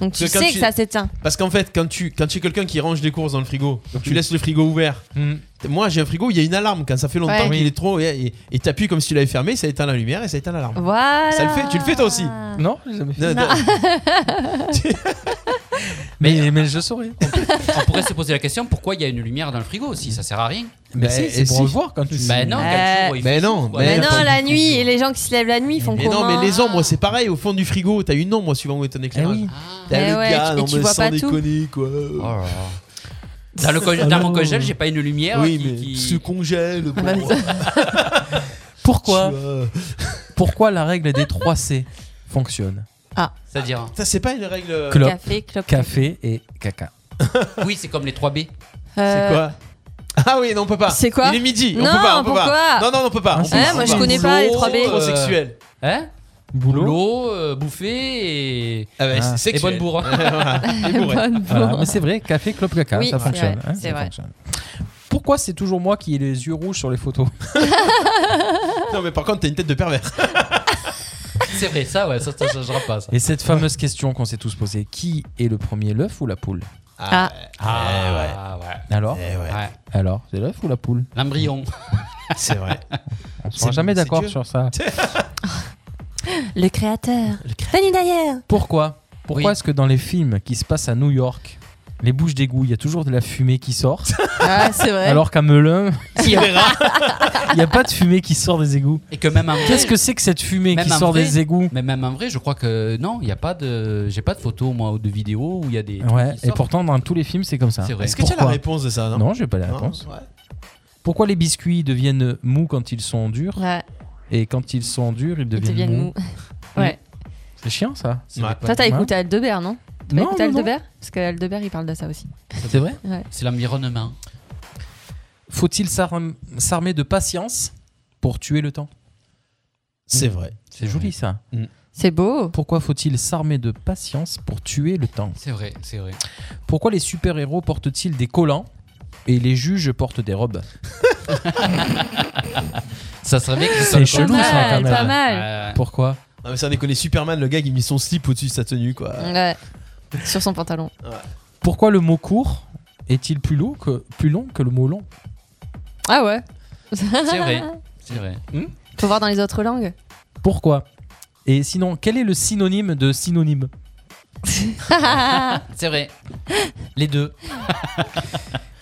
[SPEAKER 4] Donc tu
[SPEAKER 3] Ah Parce que quand
[SPEAKER 4] sais
[SPEAKER 3] tu-
[SPEAKER 4] que ça s'éteint.
[SPEAKER 3] Parce qu'en fait, quand tu, quand tu es quelqu'un qui range des courses dans le frigo, tu laisses le frigo ouvert.
[SPEAKER 5] Mm.
[SPEAKER 3] Moi, j'ai un frigo, il y a une alarme quand ça fait longtemps
[SPEAKER 4] Ouais.
[SPEAKER 3] qu'il est trop et et- et t'appuies comme si tu l'avais fermé, ça éteint la lumière et ça éteint l'alarme.
[SPEAKER 4] Voilà.
[SPEAKER 3] Ça le fait, tu le fais toi aussi.
[SPEAKER 5] Non, j'ai jamais fait.
[SPEAKER 3] Non,
[SPEAKER 4] Ah.
[SPEAKER 3] *laughs* non.
[SPEAKER 4] *laughs*
[SPEAKER 5] Mais, mais je saurais.
[SPEAKER 6] *laughs* On pourrait se poser la question pourquoi il y a une lumière dans le frigo aussi Ça sert à rien.
[SPEAKER 5] Mais si, c'est
[SPEAKER 3] Bah,
[SPEAKER 5] pour
[SPEAKER 3] si.
[SPEAKER 5] le voir quand tu Euh,
[SPEAKER 6] Bah non,
[SPEAKER 4] Ouais.
[SPEAKER 6] quel jour il
[SPEAKER 3] Mais
[SPEAKER 6] fait
[SPEAKER 3] non, bah
[SPEAKER 6] chaud, quoi.
[SPEAKER 4] Mais
[SPEAKER 3] Mais
[SPEAKER 4] non,
[SPEAKER 3] attends,
[SPEAKER 4] la nuit et les gens qui se lèvent la nuit font
[SPEAKER 3] Mais
[SPEAKER 4] comment
[SPEAKER 3] non, mais les ombres, c'est pareil. Au fond du frigo, t'as une ombre suivant où est ton
[SPEAKER 5] Eh
[SPEAKER 3] éclairage.
[SPEAKER 5] oui.
[SPEAKER 6] Ah.
[SPEAKER 3] T'as
[SPEAKER 4] Eh
[SPEAKER 3] le
[SPEAKER 4] ouais,
[SPEAKER 3] gars,
[SPEAKER 4] et
[SPEAKER 3] non,
[SPEAKER 4] tu
[SPEAKER 3] mais
[SPEAKER 4] vois
[SPEAKER 3] sans
[SPEAKER 4] pas tout.
[SPEAKER 3] déconner, quoi.
[SPEAKER 6] Oh là là. Dans, le
[SPEAKER 4] Ah
[SPEAKER 6] congé- dans mon congèle, j'ai pas une lumière
[SPEAKER 3] oui,
[SPEAKER 6] qui,
[SPEAKER 3] mais
[SPEAKER 6] qui-
[SPEAKER 3] se congèle. bon,
[SPEAKER 4] bah
[SPEAKER 3] tu
[SPEAKER 5] *laughs* Pourquoi
[SPEAKER 3] vois.
[SPEAKER 5] Pourquoi la règle des 3 C fonctionne Euh,
[SPEAKER 6] C'est-à-dire
[SPEAKER 3] Ça, c'est pas une règle. euh,
[SPEAKER 5] Clope,
[SPEAKER 4] Ah. Café, clope.
[SPEAKER 5] café et caca.
[SPEAKER 6] Oui, c'est comme les 3B.
[SPEAKER 3] C'est
[SPEAKER 4] Euh,
[SPEAKER 3] quoi ah oui, non, on peut pas.
[SPEAKER 4] C'est quoi
[SPEAKER 3] Il est midi. on
[SPEAKER 4] Non,
[SPEAKER 3] peut pas, on peut
[SPEAKER 4] pourquoi
[SPEAKER 3] pas. Non, non, on peut pas.
[SPEAKER 5] Ah,
[SPEAKER 3] on
[SPEAKER 5] si,
[SPEAKER 3] peut
[SPEAKER 5] si,
[SPEAKER 3] pas,
[SPEAKER 5] si.
[SPEAKER 3] on
[SPEAKER 4] Moi, je
[SPEAKER 3] peut
[SPEAKER 4] connais pas les 3B.
[SPEAKER 3] Trop
[SPEAKER 6] Euh,
[SPEAKER 3] sexuel.
[SPEAKER 6] Hein
[SPEAKER 5] Boulot.
[SPEAKER 6] L'eau, euh, bouffer et.
[SPEAKER 3] Ah ouais,
[SPEAKER 5] Ah.
[SPEAKER 3] c'est
[SPEAKER 6] Et
[SPEAKER 3] sexuel.
[SPEAKER 6] bonne bourre. hein. *laughs*
[SPEAKER 3] Voilà. Et bourré.
[SPEAKER 4] bonne
[SPEAKER 5] Voilà,
[SPEAKER 4] bourre.
[SPEAKER 5] mais c'est vrai, café, clope, caca,
[SPEAKER 4] Oui,
[SPEAKER 5] ça
[SPEAKER 4] c'est
[SPEAKER 5] fonctionne.
[SPEAKER 4] vrai,
[SPEAKER 5] hein,
[SPEAKER 4] c'est
[SPEAKER 5] ça
[SPEAKER 4] vrai.
[SPEAKER 5] fonctionne. Pourquoi c'est toujours moi qui ai les yeux rouges sur les photos
[SPEAKER 3] *laughs* Non, mais par contre, t'as une tête de pervers.
[SPEAKER 6] C'est vrai, ça, ouais, ça, ça changera pas. Ça.
[SPEAKER 5] Et cette fameuse question qu'on s'est tous posée qui est le premier, l'œuf ou la poule
[SPEAKER 4] Ah.
[SPEAKER 6] Ah, ouais.
[SPEAKER 5] Eh Alors
[SPEAKER 3] Eh ouais,
[SPEAKER 6] Ouais.
[SPEAKER 5] Alors, c'est l'œuf ou la poule *laughs*
[SPEAKER 6] L'embryon.
[SPEAKER 3] c'est
[SPEAKER 6] *laughs*
[SPEAKER 3] vrai.
[SPEAKER 5] On sera jamais
[SPEAKER 3] c'est
[SPEAKER 5] d'accord
[SPEAKER 3] Dieu.
[SPEAKER 5] sur ça.
[SPEAKER 4] *laughs* Le créateur. Venu d'ailleurs.
[SPEAKER 5] Pourquoi Pourquoi
[SPEAKER 6] Oui.
[SPEAKER 5] est-ce que dans les films qui se passent à New York, les bouches d'égout, il y a toujours de la fumée qui
[SPEAKER 6] *laughs*
[SPEAKER 5] sort.
[SPEAKER 9] Ah, c'est vrai.
[SPEAKER 5] Alors qu'à Melun,
[SPEAKER 6] Si, euh,
[SPEAKER 5] *laughs* il n'y a pas de fumée qui sort des égouts.
[SPEAKER 6] et que même en vrai,
[SPEAKER 5] Qu'est-ce que c'est que cette fumée
[SPEAKER 6] Même
[SPEAKER 5] qui
[SPEAKER 6] en
[SPEAKER 5] sort
[SPEAKER 6] vrai-
[SPEAKER 5] des égouts
[SPEAKER 6] mais même en vrai, je crois que non, il y a pas de, j'ai pas de photos moi ou de vidéos où il y a des. trucs
[SPEAKER 5] Ouais,
[SPEAKER 6] qui
[SPEAKER 5] et
[SPEAKER 6] sortent.
[SPEAKER 5] pourtant, dans tous les films, c'est comme ça.
[SPEAKER 6] C'est vrai.
[SPEAKER 3] Est-ce que tu as la
[SPEAKER 5] Pourquoi
[SPEAKER 3] réponse de ça Non,
[SPEAKER 5] Non, j'ai pas la
[SPEAKER 3] Non
[SPEAKER 5] réponse.
[SPEAKER 3] Ouais.
[SPEAKER 5] Pourquoi les biscuits deviennent mous quand ils sont durs
[SPEAKER 4] Ouais,
[SPEAKER 5] et quand ils sont durs, ils
[SPEAKER 4] ils
[SPEAKER 5] deviennent,
[SPEAKER 4] deviennent
[SPEAKER 5] mous.
[SPEAKER 4] mous. Ouais.
[SPEAKER 5] *laughs* C'est chiant ça.
[SPEAKER 6] C'est vrai.
[SPEAKER 4] Toi, t'as
[SPEAKER 5] Ouais.
[SPEAKER 4] écouté Aldebert, non T'as
[SPEAKER 5] Non,
[SPEAKER 4] écouté
[SPEAKER 5] non, non.
[SPEAKER 4] Aldebert Parce que Aldebert, il parle de ça aussi.
[SPEAKER 5] Ah, C'est
[SPEAKER 4] *laughs*
[SPEAKER 5] vrai.
[SPEAKER 6] C'est l'environnement.
[SPEAKER 5] Faut-il s'arm- s'armer de patience pour tuer le temps
[SPEAKER 3] C'est vrai. Mm.
[SPEAKER 5] C'est joli ça.
[SPEAKER 4] C'est beau.
[SPEAKER 5] Pourquoi faut-il s'armer de patience pour tuer le temps
[SPEAKER 6] C'est vrai, c'est vrai.
[SPEAKER 5] Pourquoi les super-héros portent-ils des collants et les juges portent des robes
[SPEAKER 6] *laughs* Ça serait bien que ce
[SPEAKER 5] C'est
[SPEAKER 6] soit le
[SPEAKER 5] chelou,
[SPEAKER 6] contraire.
[SPEAKER 5] ça, quand même.
[SPEAKER 4] Pas
[SPEAKER 6] Ouais,
[SPEAKER 4] mal.
[SPEAKER 6] ouais.
[SPEAKER 5] Pourquoi
[SPEAKER 3] Non, mais ça déconne. Superman, le gars, il met son slip au-dessus de sa tenue, quoi.
[SPEAKER 4] Ouais. Sur son pantalon.
[SPEAKER 5] Pourquoi le mot court est-il plus long que plus long que le mot long
[SPEAKER 4] Ah ouais
[SPEAKER 6] C'est vrai,
[SPEAKER 4] Ah.
[SPEAKER 6] c'est vrai.
[SPEAKER 4] *laughs* Faut voir dans les
[SPEAKER 3] *laughs*
[SPEAKER 4] autres langues.
[SPEAKER 5] Hmm Pourquoi Et sinon, quel est le synonyme de synonyme
[SPEAKER 6] *laughs* C'est vrai. *laughs* Les deux.
[SPEAKER 5] *laughs*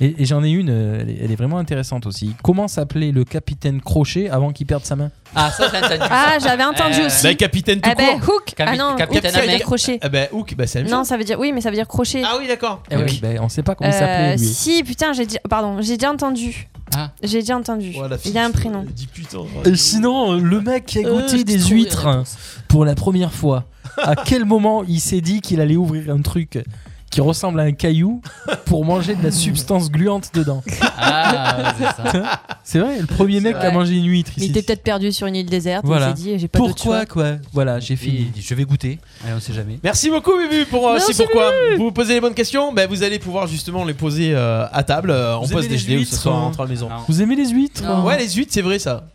[SPEAKER 5] Et, et j'en ai une, euh, elle est, elle est vraiment intéressante aussi. Comment s'appelait le capitaine Crochet avant qu'il perde sa main
[SPEAKER 6] Ah, ça, j'ai entendu.
[SPEAKER 4] Ah, j'avais entendu
[SPEAKER 6] Euh,
[SPEAKER 4] aussi.
[SPEAKER 3] Bah, capitaine tout
[SPEAKER 4] Eh ben,
[SPEAKER 3] court.
[SPEAKER 4] hook. Ah
[SPEAKER 6] Capi-
[SPEAKER 4] non, hook,
[SPEAKER 6] Capitaine
[SPEAKER 4] ça veut
[SPEAKER 6] Amérique.
[SPEAKER 4] dire crochet.
[SPEAKER 3] Ah bah, Hook, bah, c'est la même
[SPEAKER 4] Non,
[SPEAKER 3] chose.
[SPEAKER 4] ça veut dire oui, mais ça veut dire crochet.
[SPEAKER 3] Ah oui, d'accord.
[SPEAKER 6] Eh
[SPEAKER 5] Eh
[SPEAKER 6] oui.
[SPEAKER 5] oui, ben, On sait pas comment il s'appelait
[SPEAKER 4] Euh,
[SPEAKER 5] lui.
[SPEAKER 4] si, putain, j'ai dit. Pardon, j'ai déjà entendu.
[SPEAKER 6] Ah.
[SPEAKER 4] J'ai déjà entendu.
[SPEAKER 3] Voilà,
[SPEAKER 4] Il y a un prénom.
[SPEAKER 2] Dis putain.
[SPEAKER 5] Et sinon, euh, le mec qui a
[SPEAKER 6] Euh,
[SPEAKER 5] goûté
[SPEAKER 6] j'ai
[SPEAKER 5] des
[SPEAKER 6] trouvé la
[SPEAKER 5] huîtres hein, pour la première fois, à quel moment il s'est dit qu'il allait ouvrir un truc qui ressemble à un caillou pour manger de la substance gluante dedans
[SPEAKER 6] Ah, c'est ça.
[SPEAKER 5] *laughs* C'est vrai, le premier mec qui a
[SPEAKER 4] vrai.
[SPEAKER 5] mangé une huître
[SPEAKER 4] Il
[SPEAKER 5] ici.
[SPEAKER 4] était peut-être perdu sur une île déserte.
[SPEAKER 5] Voilà.
[SPEAKER 4] Il s'est dit, j'ai pas d'autre
[SPEAKER 5] Pourquoi
[SPEAKER 4] choix.
[SPEAKER 5] quoi Voilà, j'ai fini.
[SPEAKER 6] Il dit, je vais goûter. Ouais, on sait jamais.
[SPEAKER 3] Merci beaucoup, Bubu, pour euh, c'est pourquoi vous vous posez les bonnes questions. Bah, vous allez pouvoir justement les poser euh, à table. Euh, on
[SPEAKER 5] Vous
[SPEAKER 3] pose
[SPEAKER 5] aimez
[SPEAKER 3] des
[SPEAKER 5] les
[SPEAKER 3] GD ou ce
[SPEAKER 5] huîtres,
[SPEAKER 3] soir
[SPEAKER 5] hein
[SPEAKER 3] entre la maison.
[SPEAKER 6] Non.
[SPEAKER 5] Vous aimez les huîtres
[SPEAKER 4] Non.
[SPEAKER 3] Ouais, les huîtres, c'est vrai ça.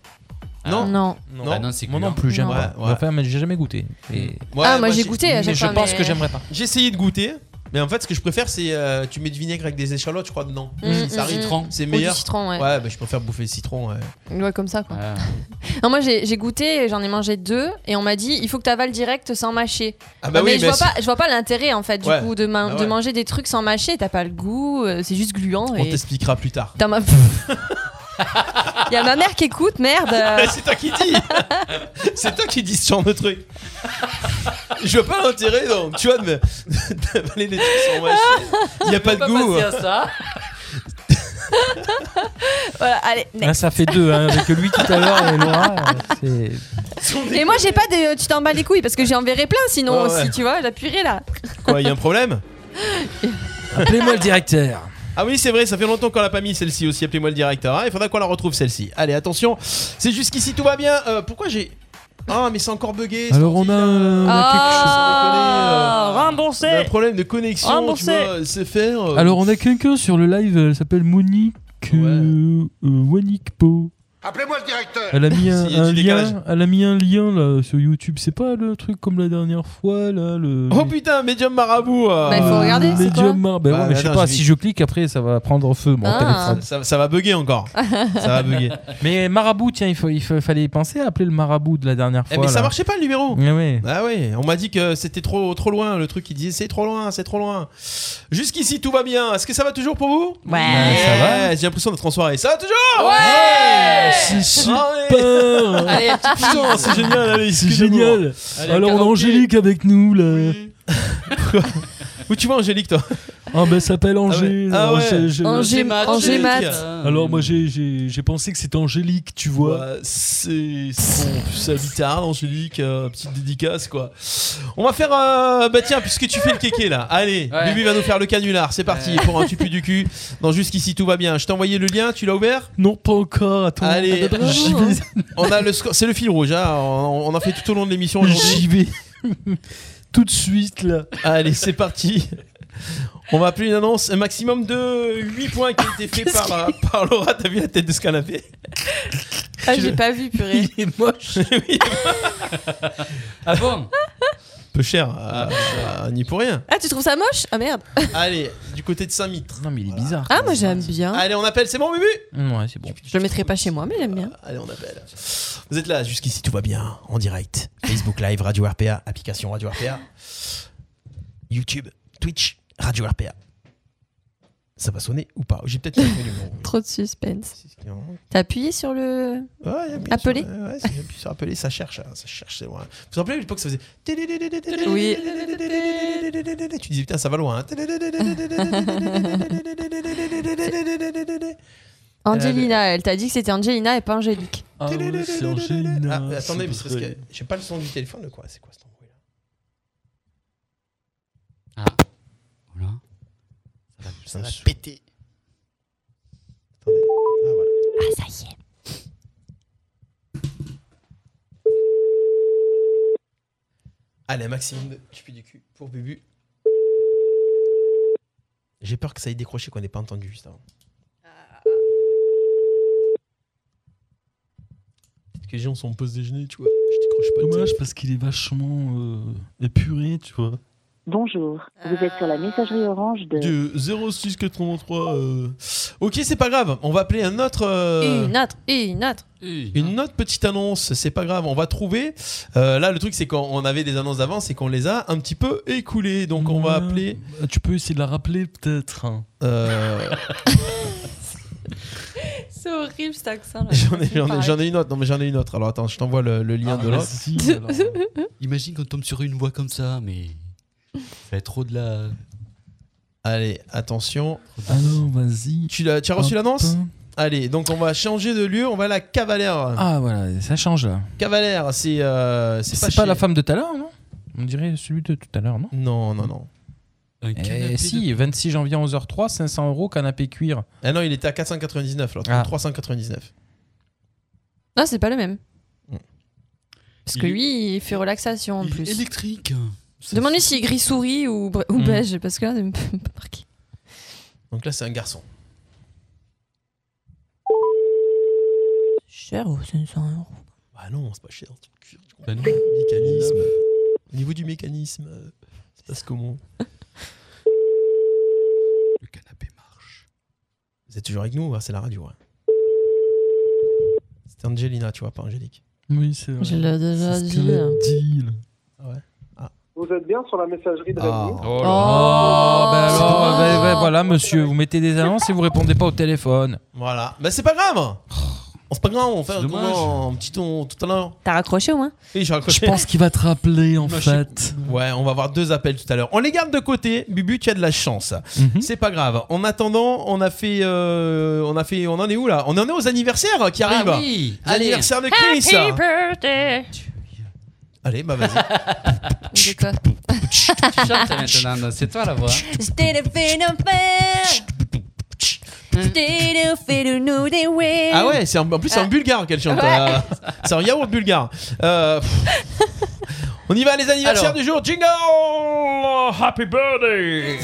[SPEAKER 3] Non.
[SPEAKER 4] Non.
[SPEAKER 3] Non.
[SPEAKER 6] Bah non, c'est
[SPEAKER 5] Moi
[SPEAKER 6] gluant.
[SPEAKER 5] non plus, j'aime
[SPEAKER 4] Non.
[SPEAKER 5] pas.
[SPEAKER 3] Ouais, ouais.
[SPEAKER 5] Enfin, mais j'ai jamais goûté. Et-
[SPEAKER 3] Ouais,
[SPEAKER 4] ah, moi, j'ai goûté à
[SPEAKER 5] mais
[SPEAKER 4] chaque
[SPEAKER 5] je
[SPEAKER 4] fois.
[SPEAKER 5] pense
[SPEAKER 4] mais-
[SPEAKER 5] que j'aimerais pas.
[SPEAKER 3] J'ai essayé de goûter, mais en fait, ce que je préfère, c'est euh, tu mets du vinaigre avec des échalotes, je crois, dedans.
[SPEAKER 4] Mm,
[SPEAKER 3] Si
[SPEAKER 4] mm,
[SPEAKER 3] ça arrive,
[SPEAKER 4] mm.
[SPEAKER 3] c'est
[SPEAKER 4] Ou du
[SPEAKER 3] meilleur.
[SPEAKER 4] citron, ouais.
[SPEAKER 3] Ouais, bah, je préfère bouffer le citron. ouais.
[SPEAKER 4] Ouais, comme ça, quoi.
[SPEAKER 6] Ah.
[SPEAKER 4] Non, moi, j'ai j'ai goûté, j'en ai mangé deux, et on m'a dit, il faut que t'avales direct sans mâcher.
[SPEAKER 3] Ah bah
[SPEAKER 4] mais
[SPEAKER 3] oui,
[SPEAKER 4] je,
[SPEAKER 3] bah,
[SPEAKER 4] vois pas, je vois pas l'intérêt, en fait, du
[SPEAKER 3] Ouais.
[SPEAKER 4] coup, de, ma-
[SPEAKER 3] Ah ouais.
[SPEAKER 4] de manger des trucs sans mâcher. T'as pas le goût, euh, c'est juste gluant.
[SPEAKER 3] on
[SPEAKER 4] et-
[SPEAKER 3] t'expliquera plus tard. *laughs*
[SPEAKER 4] Dans ma... Il y a ma mère qui écoute,
[SPEAKER 3] *laughs*
[SPEAKER 4] merde.
[SPEAKER 3] Ah, c'est toi qui dis
[SPEAKER 4] *laughs*
[SPEAKER 3] C'est toi qui dis ce genre de truc Je vois pas l'intérêt, donc tu vois, de me- *laughs* d'avaler les trucs sans *laughs* mâcher. Y a pas de goût. *laughs*
[SPEAKER 4] Voilà, allez, next.
[SPEAKER 5] Ah, ça fait deux, hein, avec lui tout à l'heure et Laura. euh, c'est-
[SPEAKER 4] Et moi, j'ai pas de. Tu t'en bats les couilles parce que j'ai enverré plein sinon
[SPEAKER 3] Ouais, ouais.
[SPEAKER 4] aussi, tu vois, la purée là.
[SPEAKER 3] Quoi, y a un problème
[SPEAKER 5] *laughs* Appelez-moi le directeur.
[SPEAKER 3] Ah oui, c'est vrai, ça fait longtemps qu'on l'a pas mis celle-ci aussi. Appelez-moi le directeur. hein. Il faudra qu'on la retrouve celle-ci. Allez, attention. C'est jusqu'ici, tout va bien. Euh, pourquoi j'ai. Ah, mais c'est encore bugué. ce
[SPEAKER 5] Alors on a,
[SPEAKER 3] ordi-là.
[SPEAKER 5] on a quelque chose.
[SPEAKER 3] sans déconner, euh,
[SPEAKER 4] Ah, remboursé
[SPEAKER 3] On a un problème de connexion.
[SPEAKER 4] Ah, bon,
[SPEAKER 3] tu
[SPEAKER 4] c'est-
[SPEAKER 3] vois, c'est faire. euh,
[SPEAKER 5] Alors on a quelqu'un sur le live, elle s'appelle Monique euh, euh, Wanikpo.
[SPEAKER 12] Appelez-moi le directeur
[SPEAKER 5] Elle
[SPEAKER 3] *laughs*
[SPEAKER 5] a mis un,
[SPEAKER 3] S'il y a
[SPEAKER 5] un
[SPEAKER 3] du décalage.
[SPEAKER 5] lien, elle a mis un lien là sur YouTube. C'est pas le truc comme la dernière fois là le.
[SPEAKER 3] Oh putain, Medium Marabout. euh,
[SPEAKER 4] Bah, il faut regarder, c'est quoi
[SPEAKER 5] Medium Mar- Bah
[SPEAKER 3] Bah,
[SPEAKER 5] ouais, mais je sais
[SPEAKER 3] attends,
[SPEAKER 5] pas
[SPEAKER 3] j'ai
[SPEAKER 5] si
[SPEAKER 3] mis-
[SPEAKER 5] je clique après ça va prendre feu mon
[SPEAKER 4] Ah.
[SPEAKER 5] téléphone.
[SPEAKER 3] Ça, ça va bugger encore. ça va
[SPEAKER 5] *laughs*
[SPEAKER 3] bugger.
[SPEAKER 5] Mais marabout tiens il, faut, il faut- fallait y penser à appeler le marabout de la dernière
[SPEAKER 3] Eh,
[SPEAKER 5] fois.
[SPEAKER 3] mais ça
[SPEAKER 5] là.
[SPEAKER 3] marchait pas le numéro.
[SPEAKER 5] Ouais, ouais.
[SPEAKER 3] Ah ouais, on m'a dit que c'était trop trop loin le truc. Il disait c'est trop loin, c'est trop loin. Jusqu'ici tout va bien. Est-ce que ça va toujours pour vous Bah,
[SPEAKER 4] Ouais.
[SPEAKER 5] Ouais, ça va.
[SPEAKER 3] J'ai l'impression d'être en soirée. Ça va toujours Ah
[SPEAKER 6] Ouais
[SPEAKER 5] C'est
[SPEAKER 3] Super *laughs*
[SPEAKER 5] super.
[SPEAKER 6] Allez, petit
[SPEAKER 3] Putain, c'est génial, allez,
[SPEAKER 5] C'est génial.
[SPEAKER 3] Ah,
[SPEAKER 5] Alors
[SPEAKER 6] Allez,
[SPEAKER 5] on a
[SPEAKER 6] karaoké.
[SPEAKER 5] Angélique avec nous là.
[SPEAKER 3] Où tu vas, Angélique, toi
[SPEAKER 5] Ah bah ça s'appelle Angé.
[SPEAKER 3] Ah ouais.
[SPEAKER 5] Alors, je- je-
[SPEAKER 4] Angé- J'ai
[SPEAKER 6] mat,
[SPEAKER 4] en
[SPEAKER 6] j'ai
[SPEAKER 4] mat.
[SPEAKER 6] mat.
[SPEAKER 5] Alors moi j'ai- j'ai j'ai pensé que c'était Angélique tu vois.
[SPEAKER 3] Ouais, C'est c'est bon, ça guitare, Angélique, euh, petite dédicace, quoi. On va faire. euh, bah tiens, puisque tu fais le kéké là, allez,
[SPEAKER 6] Ouais.
[SPEAKER 3] Bibi va nous faire le canular, c'est parti
[SPEAKER 6] Ouais.
[SPEAKER 3] pour un tupu du cul. Non, jusqu'ici tout va bien. Je t'ai envoyé le lien, tu l'as ouvert
[SPEAKER 5] Non, pas encore. Attends.
[SPEAKER 3] Allez,
[SPEAKER 4] bah, bravo.
[SPEAKER 5] J'y vais.
[SPEAKER 3] on a le score, c'est le fil rouge, hein, on, on en fait tout au long de l'émission aujourd'hui.
[SPEAKER 5] J'y vais. *laughs* Tout de suite, là.
[SPEAKER 3] Allez, c'est parti. On va appeler une annonce, un maximum de 8 points qui a été fait par, euh, par Laura. T'as vu la tête de ce canapé
[SPEAKER 4] Ah, j'ai pas
[SPEAKER 3] *laughs*
[SPEAKER 4] vu, purée.
[SPEAKER 3] Il est
[SPEAKER 5] *laughs*
[SPEAKER 3] moche.
[SPEAKER 6] Ah bon
[SPEAKER 3] Peu cher,
[SPEAKER 5] Ah,
[SPEAKER 3] euh, euh, ni pour
[SPEAKER 5] *laughs*
[SPEAKER 3] rien.
[SPEAKER 4] Ah, tu trouves ça moche Ah merde.
[SPEAKER 3] Allez, du côté de Saint-Mitre.
[SPEAKER 5] Non, mais il est bizarre.
[SPEAKER 4] Ah, moi j'aime bien.
[SPEAKER 3] Allez, on appelle, Mmh, c'est bon, Bubu
[SPEAKER 5] Ouais, c'est bon.
[SPEAKER 4] Je le mettrai pas chez moi, mais j'aime bien.
[SPEAKER 3] Allez, on appelle. Vous êtes là, jusqu'ici tout va bien, en direct. Facebook Live, Radio RPA, application Radio RPA, YouTube, Twitch, Radio RPA. Ça va sonner ou pas J'ai peut-être le *laughs* numéro.
[SPEAKER 4] Trop de suspense.
[SPEAKER 3] C'est ce qui est en-
[SPEAKER 4] T'as appuyé sur le.
[SPEAKER 3] Ouais, j'appuie
[SPEAKER 4] Appeler
[SPEAKER 3] sur- Ouais, si j'appuie sur appeler, ça cherche, hein, ça cherche, c'est moi. Vous vous rappelez à l'époque, ça faisait. *laughs*
[SPEAKER 4] Oui.
[SPEAKER 3] Tu disais, putain, ça va loin. hein.
[SPEAKER 4] Angelina, elle t'a dit que c'était Angelina et pas Angélique.
[SPEAKER 5] Ah ouais, c'est Angelina,
[SPEAKER 3] Ah, mais attendez, parce
[SPEAKER 5] c'est
[SPEAKER 3] que
[SPEAKER 5] vrai.
[SPEAKER 3] j'ai pas le son du téléphone de quoi C'est quoi cet embrouille là
[SPEAKER 6] Voilà.
[SPEAKER 3] Ça va péter. Attendez. Ah, voilà.
[SPEAKER 4] Ah, ça y est.
[SPEAKER 3] Allez, Maxime, de Cupi du cul pour Bubu. J'ai peur que ça ait décroché qu'on n'ait pas entendu juste avant. Peut-être que les gens sont en pause déjeuner, tu vois. Je décroche pas.
[SPEAKER 5] Dommage parce qu'il est vachement euh, épuré, tu vois.
[SPEAKER 12] Bonjour, vous êtes sur la messagerie orange de...
[SPEAKER 3] De 0683. euh. Ok, c'est pas grave. On va appeler un autre. euh,
[SPEAKER 4] Une autre, une autre.
[SPEAKER 3] Une autre petite annonce, c'est pas grave, on va trouver. Euh, là, le truc, c'est qu'on on avait des annonces d'avant, c'est qu'on les a un petit peu écoulées. Donc, on va
[SPEAKER 5] Ouais. Ah,
[SPEAKER 3] appeler.
[SPEAKER 5] Tu peux essayer de la rappeler peut-être. hein. *laughs*
[SPEAKER 3] euh,
[SPEAKER 4] *laughs* C'est horrible cet accent-là.
[SPEAKER 3] j'en ai, j'en ai- j'en ai une autre. Non, mais j'en ai une autre. Alors, attends, je t'envoie le, le lien de l'autre.
[SPEAKER 5] Ah, Vas-y, alors.
[SPEAKER 6] Imagine qu'on tombe sur une voix comme ça, mais. Ça va être trop de la.
[SPEAKER 3] *laughs* Allez, attention.
[SPEAKER 5] Ah non, vas-y.
[SPEAKER 3] Tu l'as- tu as, reçu l'annonce
[SPEAKER 5] Hop.
[SPEAKER 3] Allez, donc on va changer de lieu, on va à la Cavalère.
[SPEAKER 5] Ah voilà, ça change là.
[SPEAKER 3] Cavalère, c'est. euh,
[SPEAKER 5] C'est pas,
[SPEAKER 3] chez-
[SPEAKER 5] la femme de tout à l'heure, non On dirait celui de tout à l'heure, non
[SPEAKER 3] Non, non, non.
[SPEAKER 6] Un canapé
[SPEAKER 5] Eh si, 26 janvier 11h03, 500 euros, canapé cuir.
[SPEAKER 3] Ah non, il était à 499, l'autre.
[SPEAKER 5] Ah.
[SPEAKER 3] 399.
[SPEAKER 4] Non, c'est pas le même.
[SPEAKER 3] Mm.
[SPEAKER 4] Parce que
[SPEAKER 6] Il-
[SPEAKER 4] lui, il fait relaxation en
[SPEAKER 6] de-
[SPEAKER 4] plus.
[SPEAKER 6] Électrique. Ça-
[SPEAKER 4] Demandez s'il est gris souris ou, bre- ou
[SPEAKER 3] Hmm.
[SPEAKER 5] Mm.
[SPEAKER 4] beige, parce que là, c'est pas marqué.
[SPEAKER 3] Donc là, c'est un garçon.
[SPEAKER 4] Cher ou 500 euros
[SPEAKER 3] Bah non, c'est pas cher. c'est du cuir, tu comprends.
[SPEAKER 6] Bah non.
[SPEAKER 3] mécanisme. Au niveau du mécanisme, euh, ça se passe comment
[SPEAKER 6] Le canapé marche.
[SPEAKER 3] Vous êtes toujours avec nous, hein, c'est la radio. hein. C'était Angelina, tu vois, pas Angélique.
[SPEAKER 5] Oui, c'est vrai.
[SPEAKER 4] Je l'ai déjà
[SPEAKER 5] C'est ce
[SPEAKER 4] dit.
[SPEAKER 5] qu'elle a dit, là.
[SPEAKER 12] Vous êtes bien sur la messagerie de Rémi.
[SPEAKER 4] Oh,
[SPEAKER 6] Oh
[SPEAKER 5] Oh, ben alors,
[SPEAKER 4] Oh.
[SPEAKER 5] ben- ben voilà, monsieur, vous mettez des annonces et vous répondez pas au téléphone.
[SPEAKER 3] Voilà. Bah c'est pas grave Oh, C'est pas grave, on fait
[SPEAKER 5] C'est
[SPEAKER 3] un,
[SPEAKER 5] dommage.
[SPEAKER 3] tournant, un petit ton tout à l'heure.
[SPEAKER 4] T'as raccroché au moins
[SPEAKER 3] Et j'ai
[SPEAKER 5] Je
[SPEAKER 3] raccroché.
[SPEAKER 5] pense qu'il va te rappeler en
[SPEAKER 3] Moi, je sais
[SPEAKER 5] fait.
[SPEAKER 3] Ouais, on va avoir deux appels tout à l'heure. On les garde de côté. Bubu, tu as de la chance.
[SPEAKER 5] Mhm.
[SPEAKER 3] C'est pas grave. En attendant, on a fait, euh, on a fait, on en est où là On en est aux anniversaires euh, qui arrivent.
[SPEAKER 6] Ah oui
[SPEAKER 3] Les Anniversaire de Chris. *laughs*
[SPEAKER 4] birthday
[SPEAKER 3] Allez, bah vas-y.
[SPEAKER 4] De quoi
[SPEAKER 6] Tu chantes Ah, maintenant, non, c'est toi la voix.
[SPEAKER 4] C'était le phénomène C'était le phénomène des waves.
[SPEAKER 3] ah ouais, c'est un- en plus c'est un bulgare qu'elle chante. euh, c'est un yaourt bulgare. Euh, pff. on y va les anniversaires
[SPEAKER 6] Alors.
[SPEAKER 3] du jour. Jingle. Happy birthday.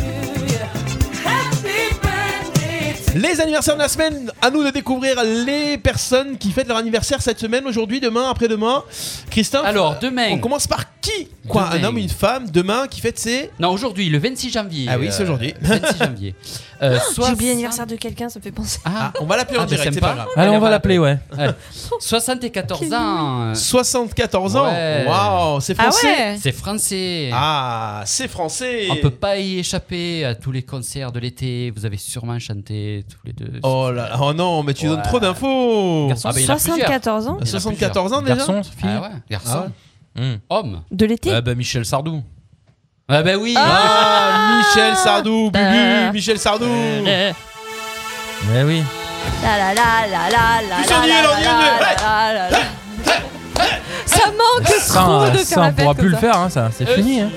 [SPEAKER 3] Les anniversaires de la semaine, à nous de découvrir les personnes qui fêtent leur anniversaire cette semaine, aujourd'hui, demain, après-demain. Christophe, euh,
[SPEAKER 6] Alors, demain.
[SPEAKER 3] On commence par qui Quoi Un
[SPEAKER 6] Demain.
[SPEAKER 3] homme, une femme, demain, qui fête ses.
[SPEAKER 6] Non, aujourd'hui, le 26 janvier.
[SPEAKER 3] Ah oui, c'est
[SPEAKER 6] euh,
[SPEAKER 3] aujourd'hui.
[SPEAKER 6] 26 janvier. Euh,
[SPEAKER 4] *gasps*
[SPEAKER 6] soit-
[SPEAKER 4] J'ai oublié l'anniversaire de quelqu'un, ça me fait penser.
[SPEAKER 6] Ah,
[SPEAKER 3] Ah, on va l'appeler en
[SPEAKER 6] Ah, mais
[SPEAKER 3] direct, c'est
[SPEAKER 6] sympa.
[SPEAKER 3] pas grave.
[SPEAKER 5] Allez, on va l'appeler, ouais.
[SPEAKER 4] *laughs*
[SPEAKER 6] 74 ans. euh,
[SPEAKER 3] 74 ans
[SPEAKER 6] Ouais.
[SPEAKER 3] Waouh, c'est
[SPEAKER 4] Ah
[SPEAKER 3] français
[SPEAKER 4] ouais
[SPEAKER 6] C'est français.
[SPEAKER 3] Ah, c'est français
[SPEAKER 6] On peut pas y échapper à tous les concerts de l'été. Vous avez sûrement chanté tous les deux.
[SPEAKER 3] Oh là là, oh non, mais tu
[SPEAKER 6] Ouais.
[SPEAKER 3] donnes trop d'infos
[SPEAKER 6] Garçon, Ah, bah, il y en a plusieurs.
[SPEAKER 4] 74 ans
[SPEAKER 6] Il y en a
[SPEAKER 3] 74 ans déjà
[SPEAKER 5] Garçon, fille.
[SPEAKER 6] Ah ouais, garçon.
[SPEAKER 3] Ah
[SPEAKER 5] Hmm.
[SPEAKER 6] Homme.
[SPEAKER 4] De l'été
[SPEAKER 3] Eh ben,
[SPEAKER 5] Ah bah Michel Sardou.
[SPEAKER 6] Ah ben oui.
[SPEAKER 3] Ah, Michel Sardou, Bubu, Michel Sardou Eh
[SPEAKER 5] Mais oui.
[SPEAKER 4] La la la la la la
[SPEAKER 3] Ils sont
[SPEAKER 4] la
[SPEAKER 3] nuls,
[SPEAKER 4] la
[SPEAKER 3] on y est,
[SPEAKER 4] la
[SPEAKER 3] on y est.
[SPEAKER 4] la la la la. Ça manque
[SPEAKER 5] Ça,
[SPEAKER 4] trop de
[SPEAKER 5] ça,
[SPEAKER 4] faire la
[SPEAKER 5] on
[SPEAKER 4] fête
[SPEAKER 5] pourra
[SPEAKER 4] comme
[SPEAKER 5] plus le
[SPEAKER 4] ça.
[SPEAKER 5] faire, hein, ça. C'est
[SPEAKER 3] Eh
[SPEAKER 5] fini. hein.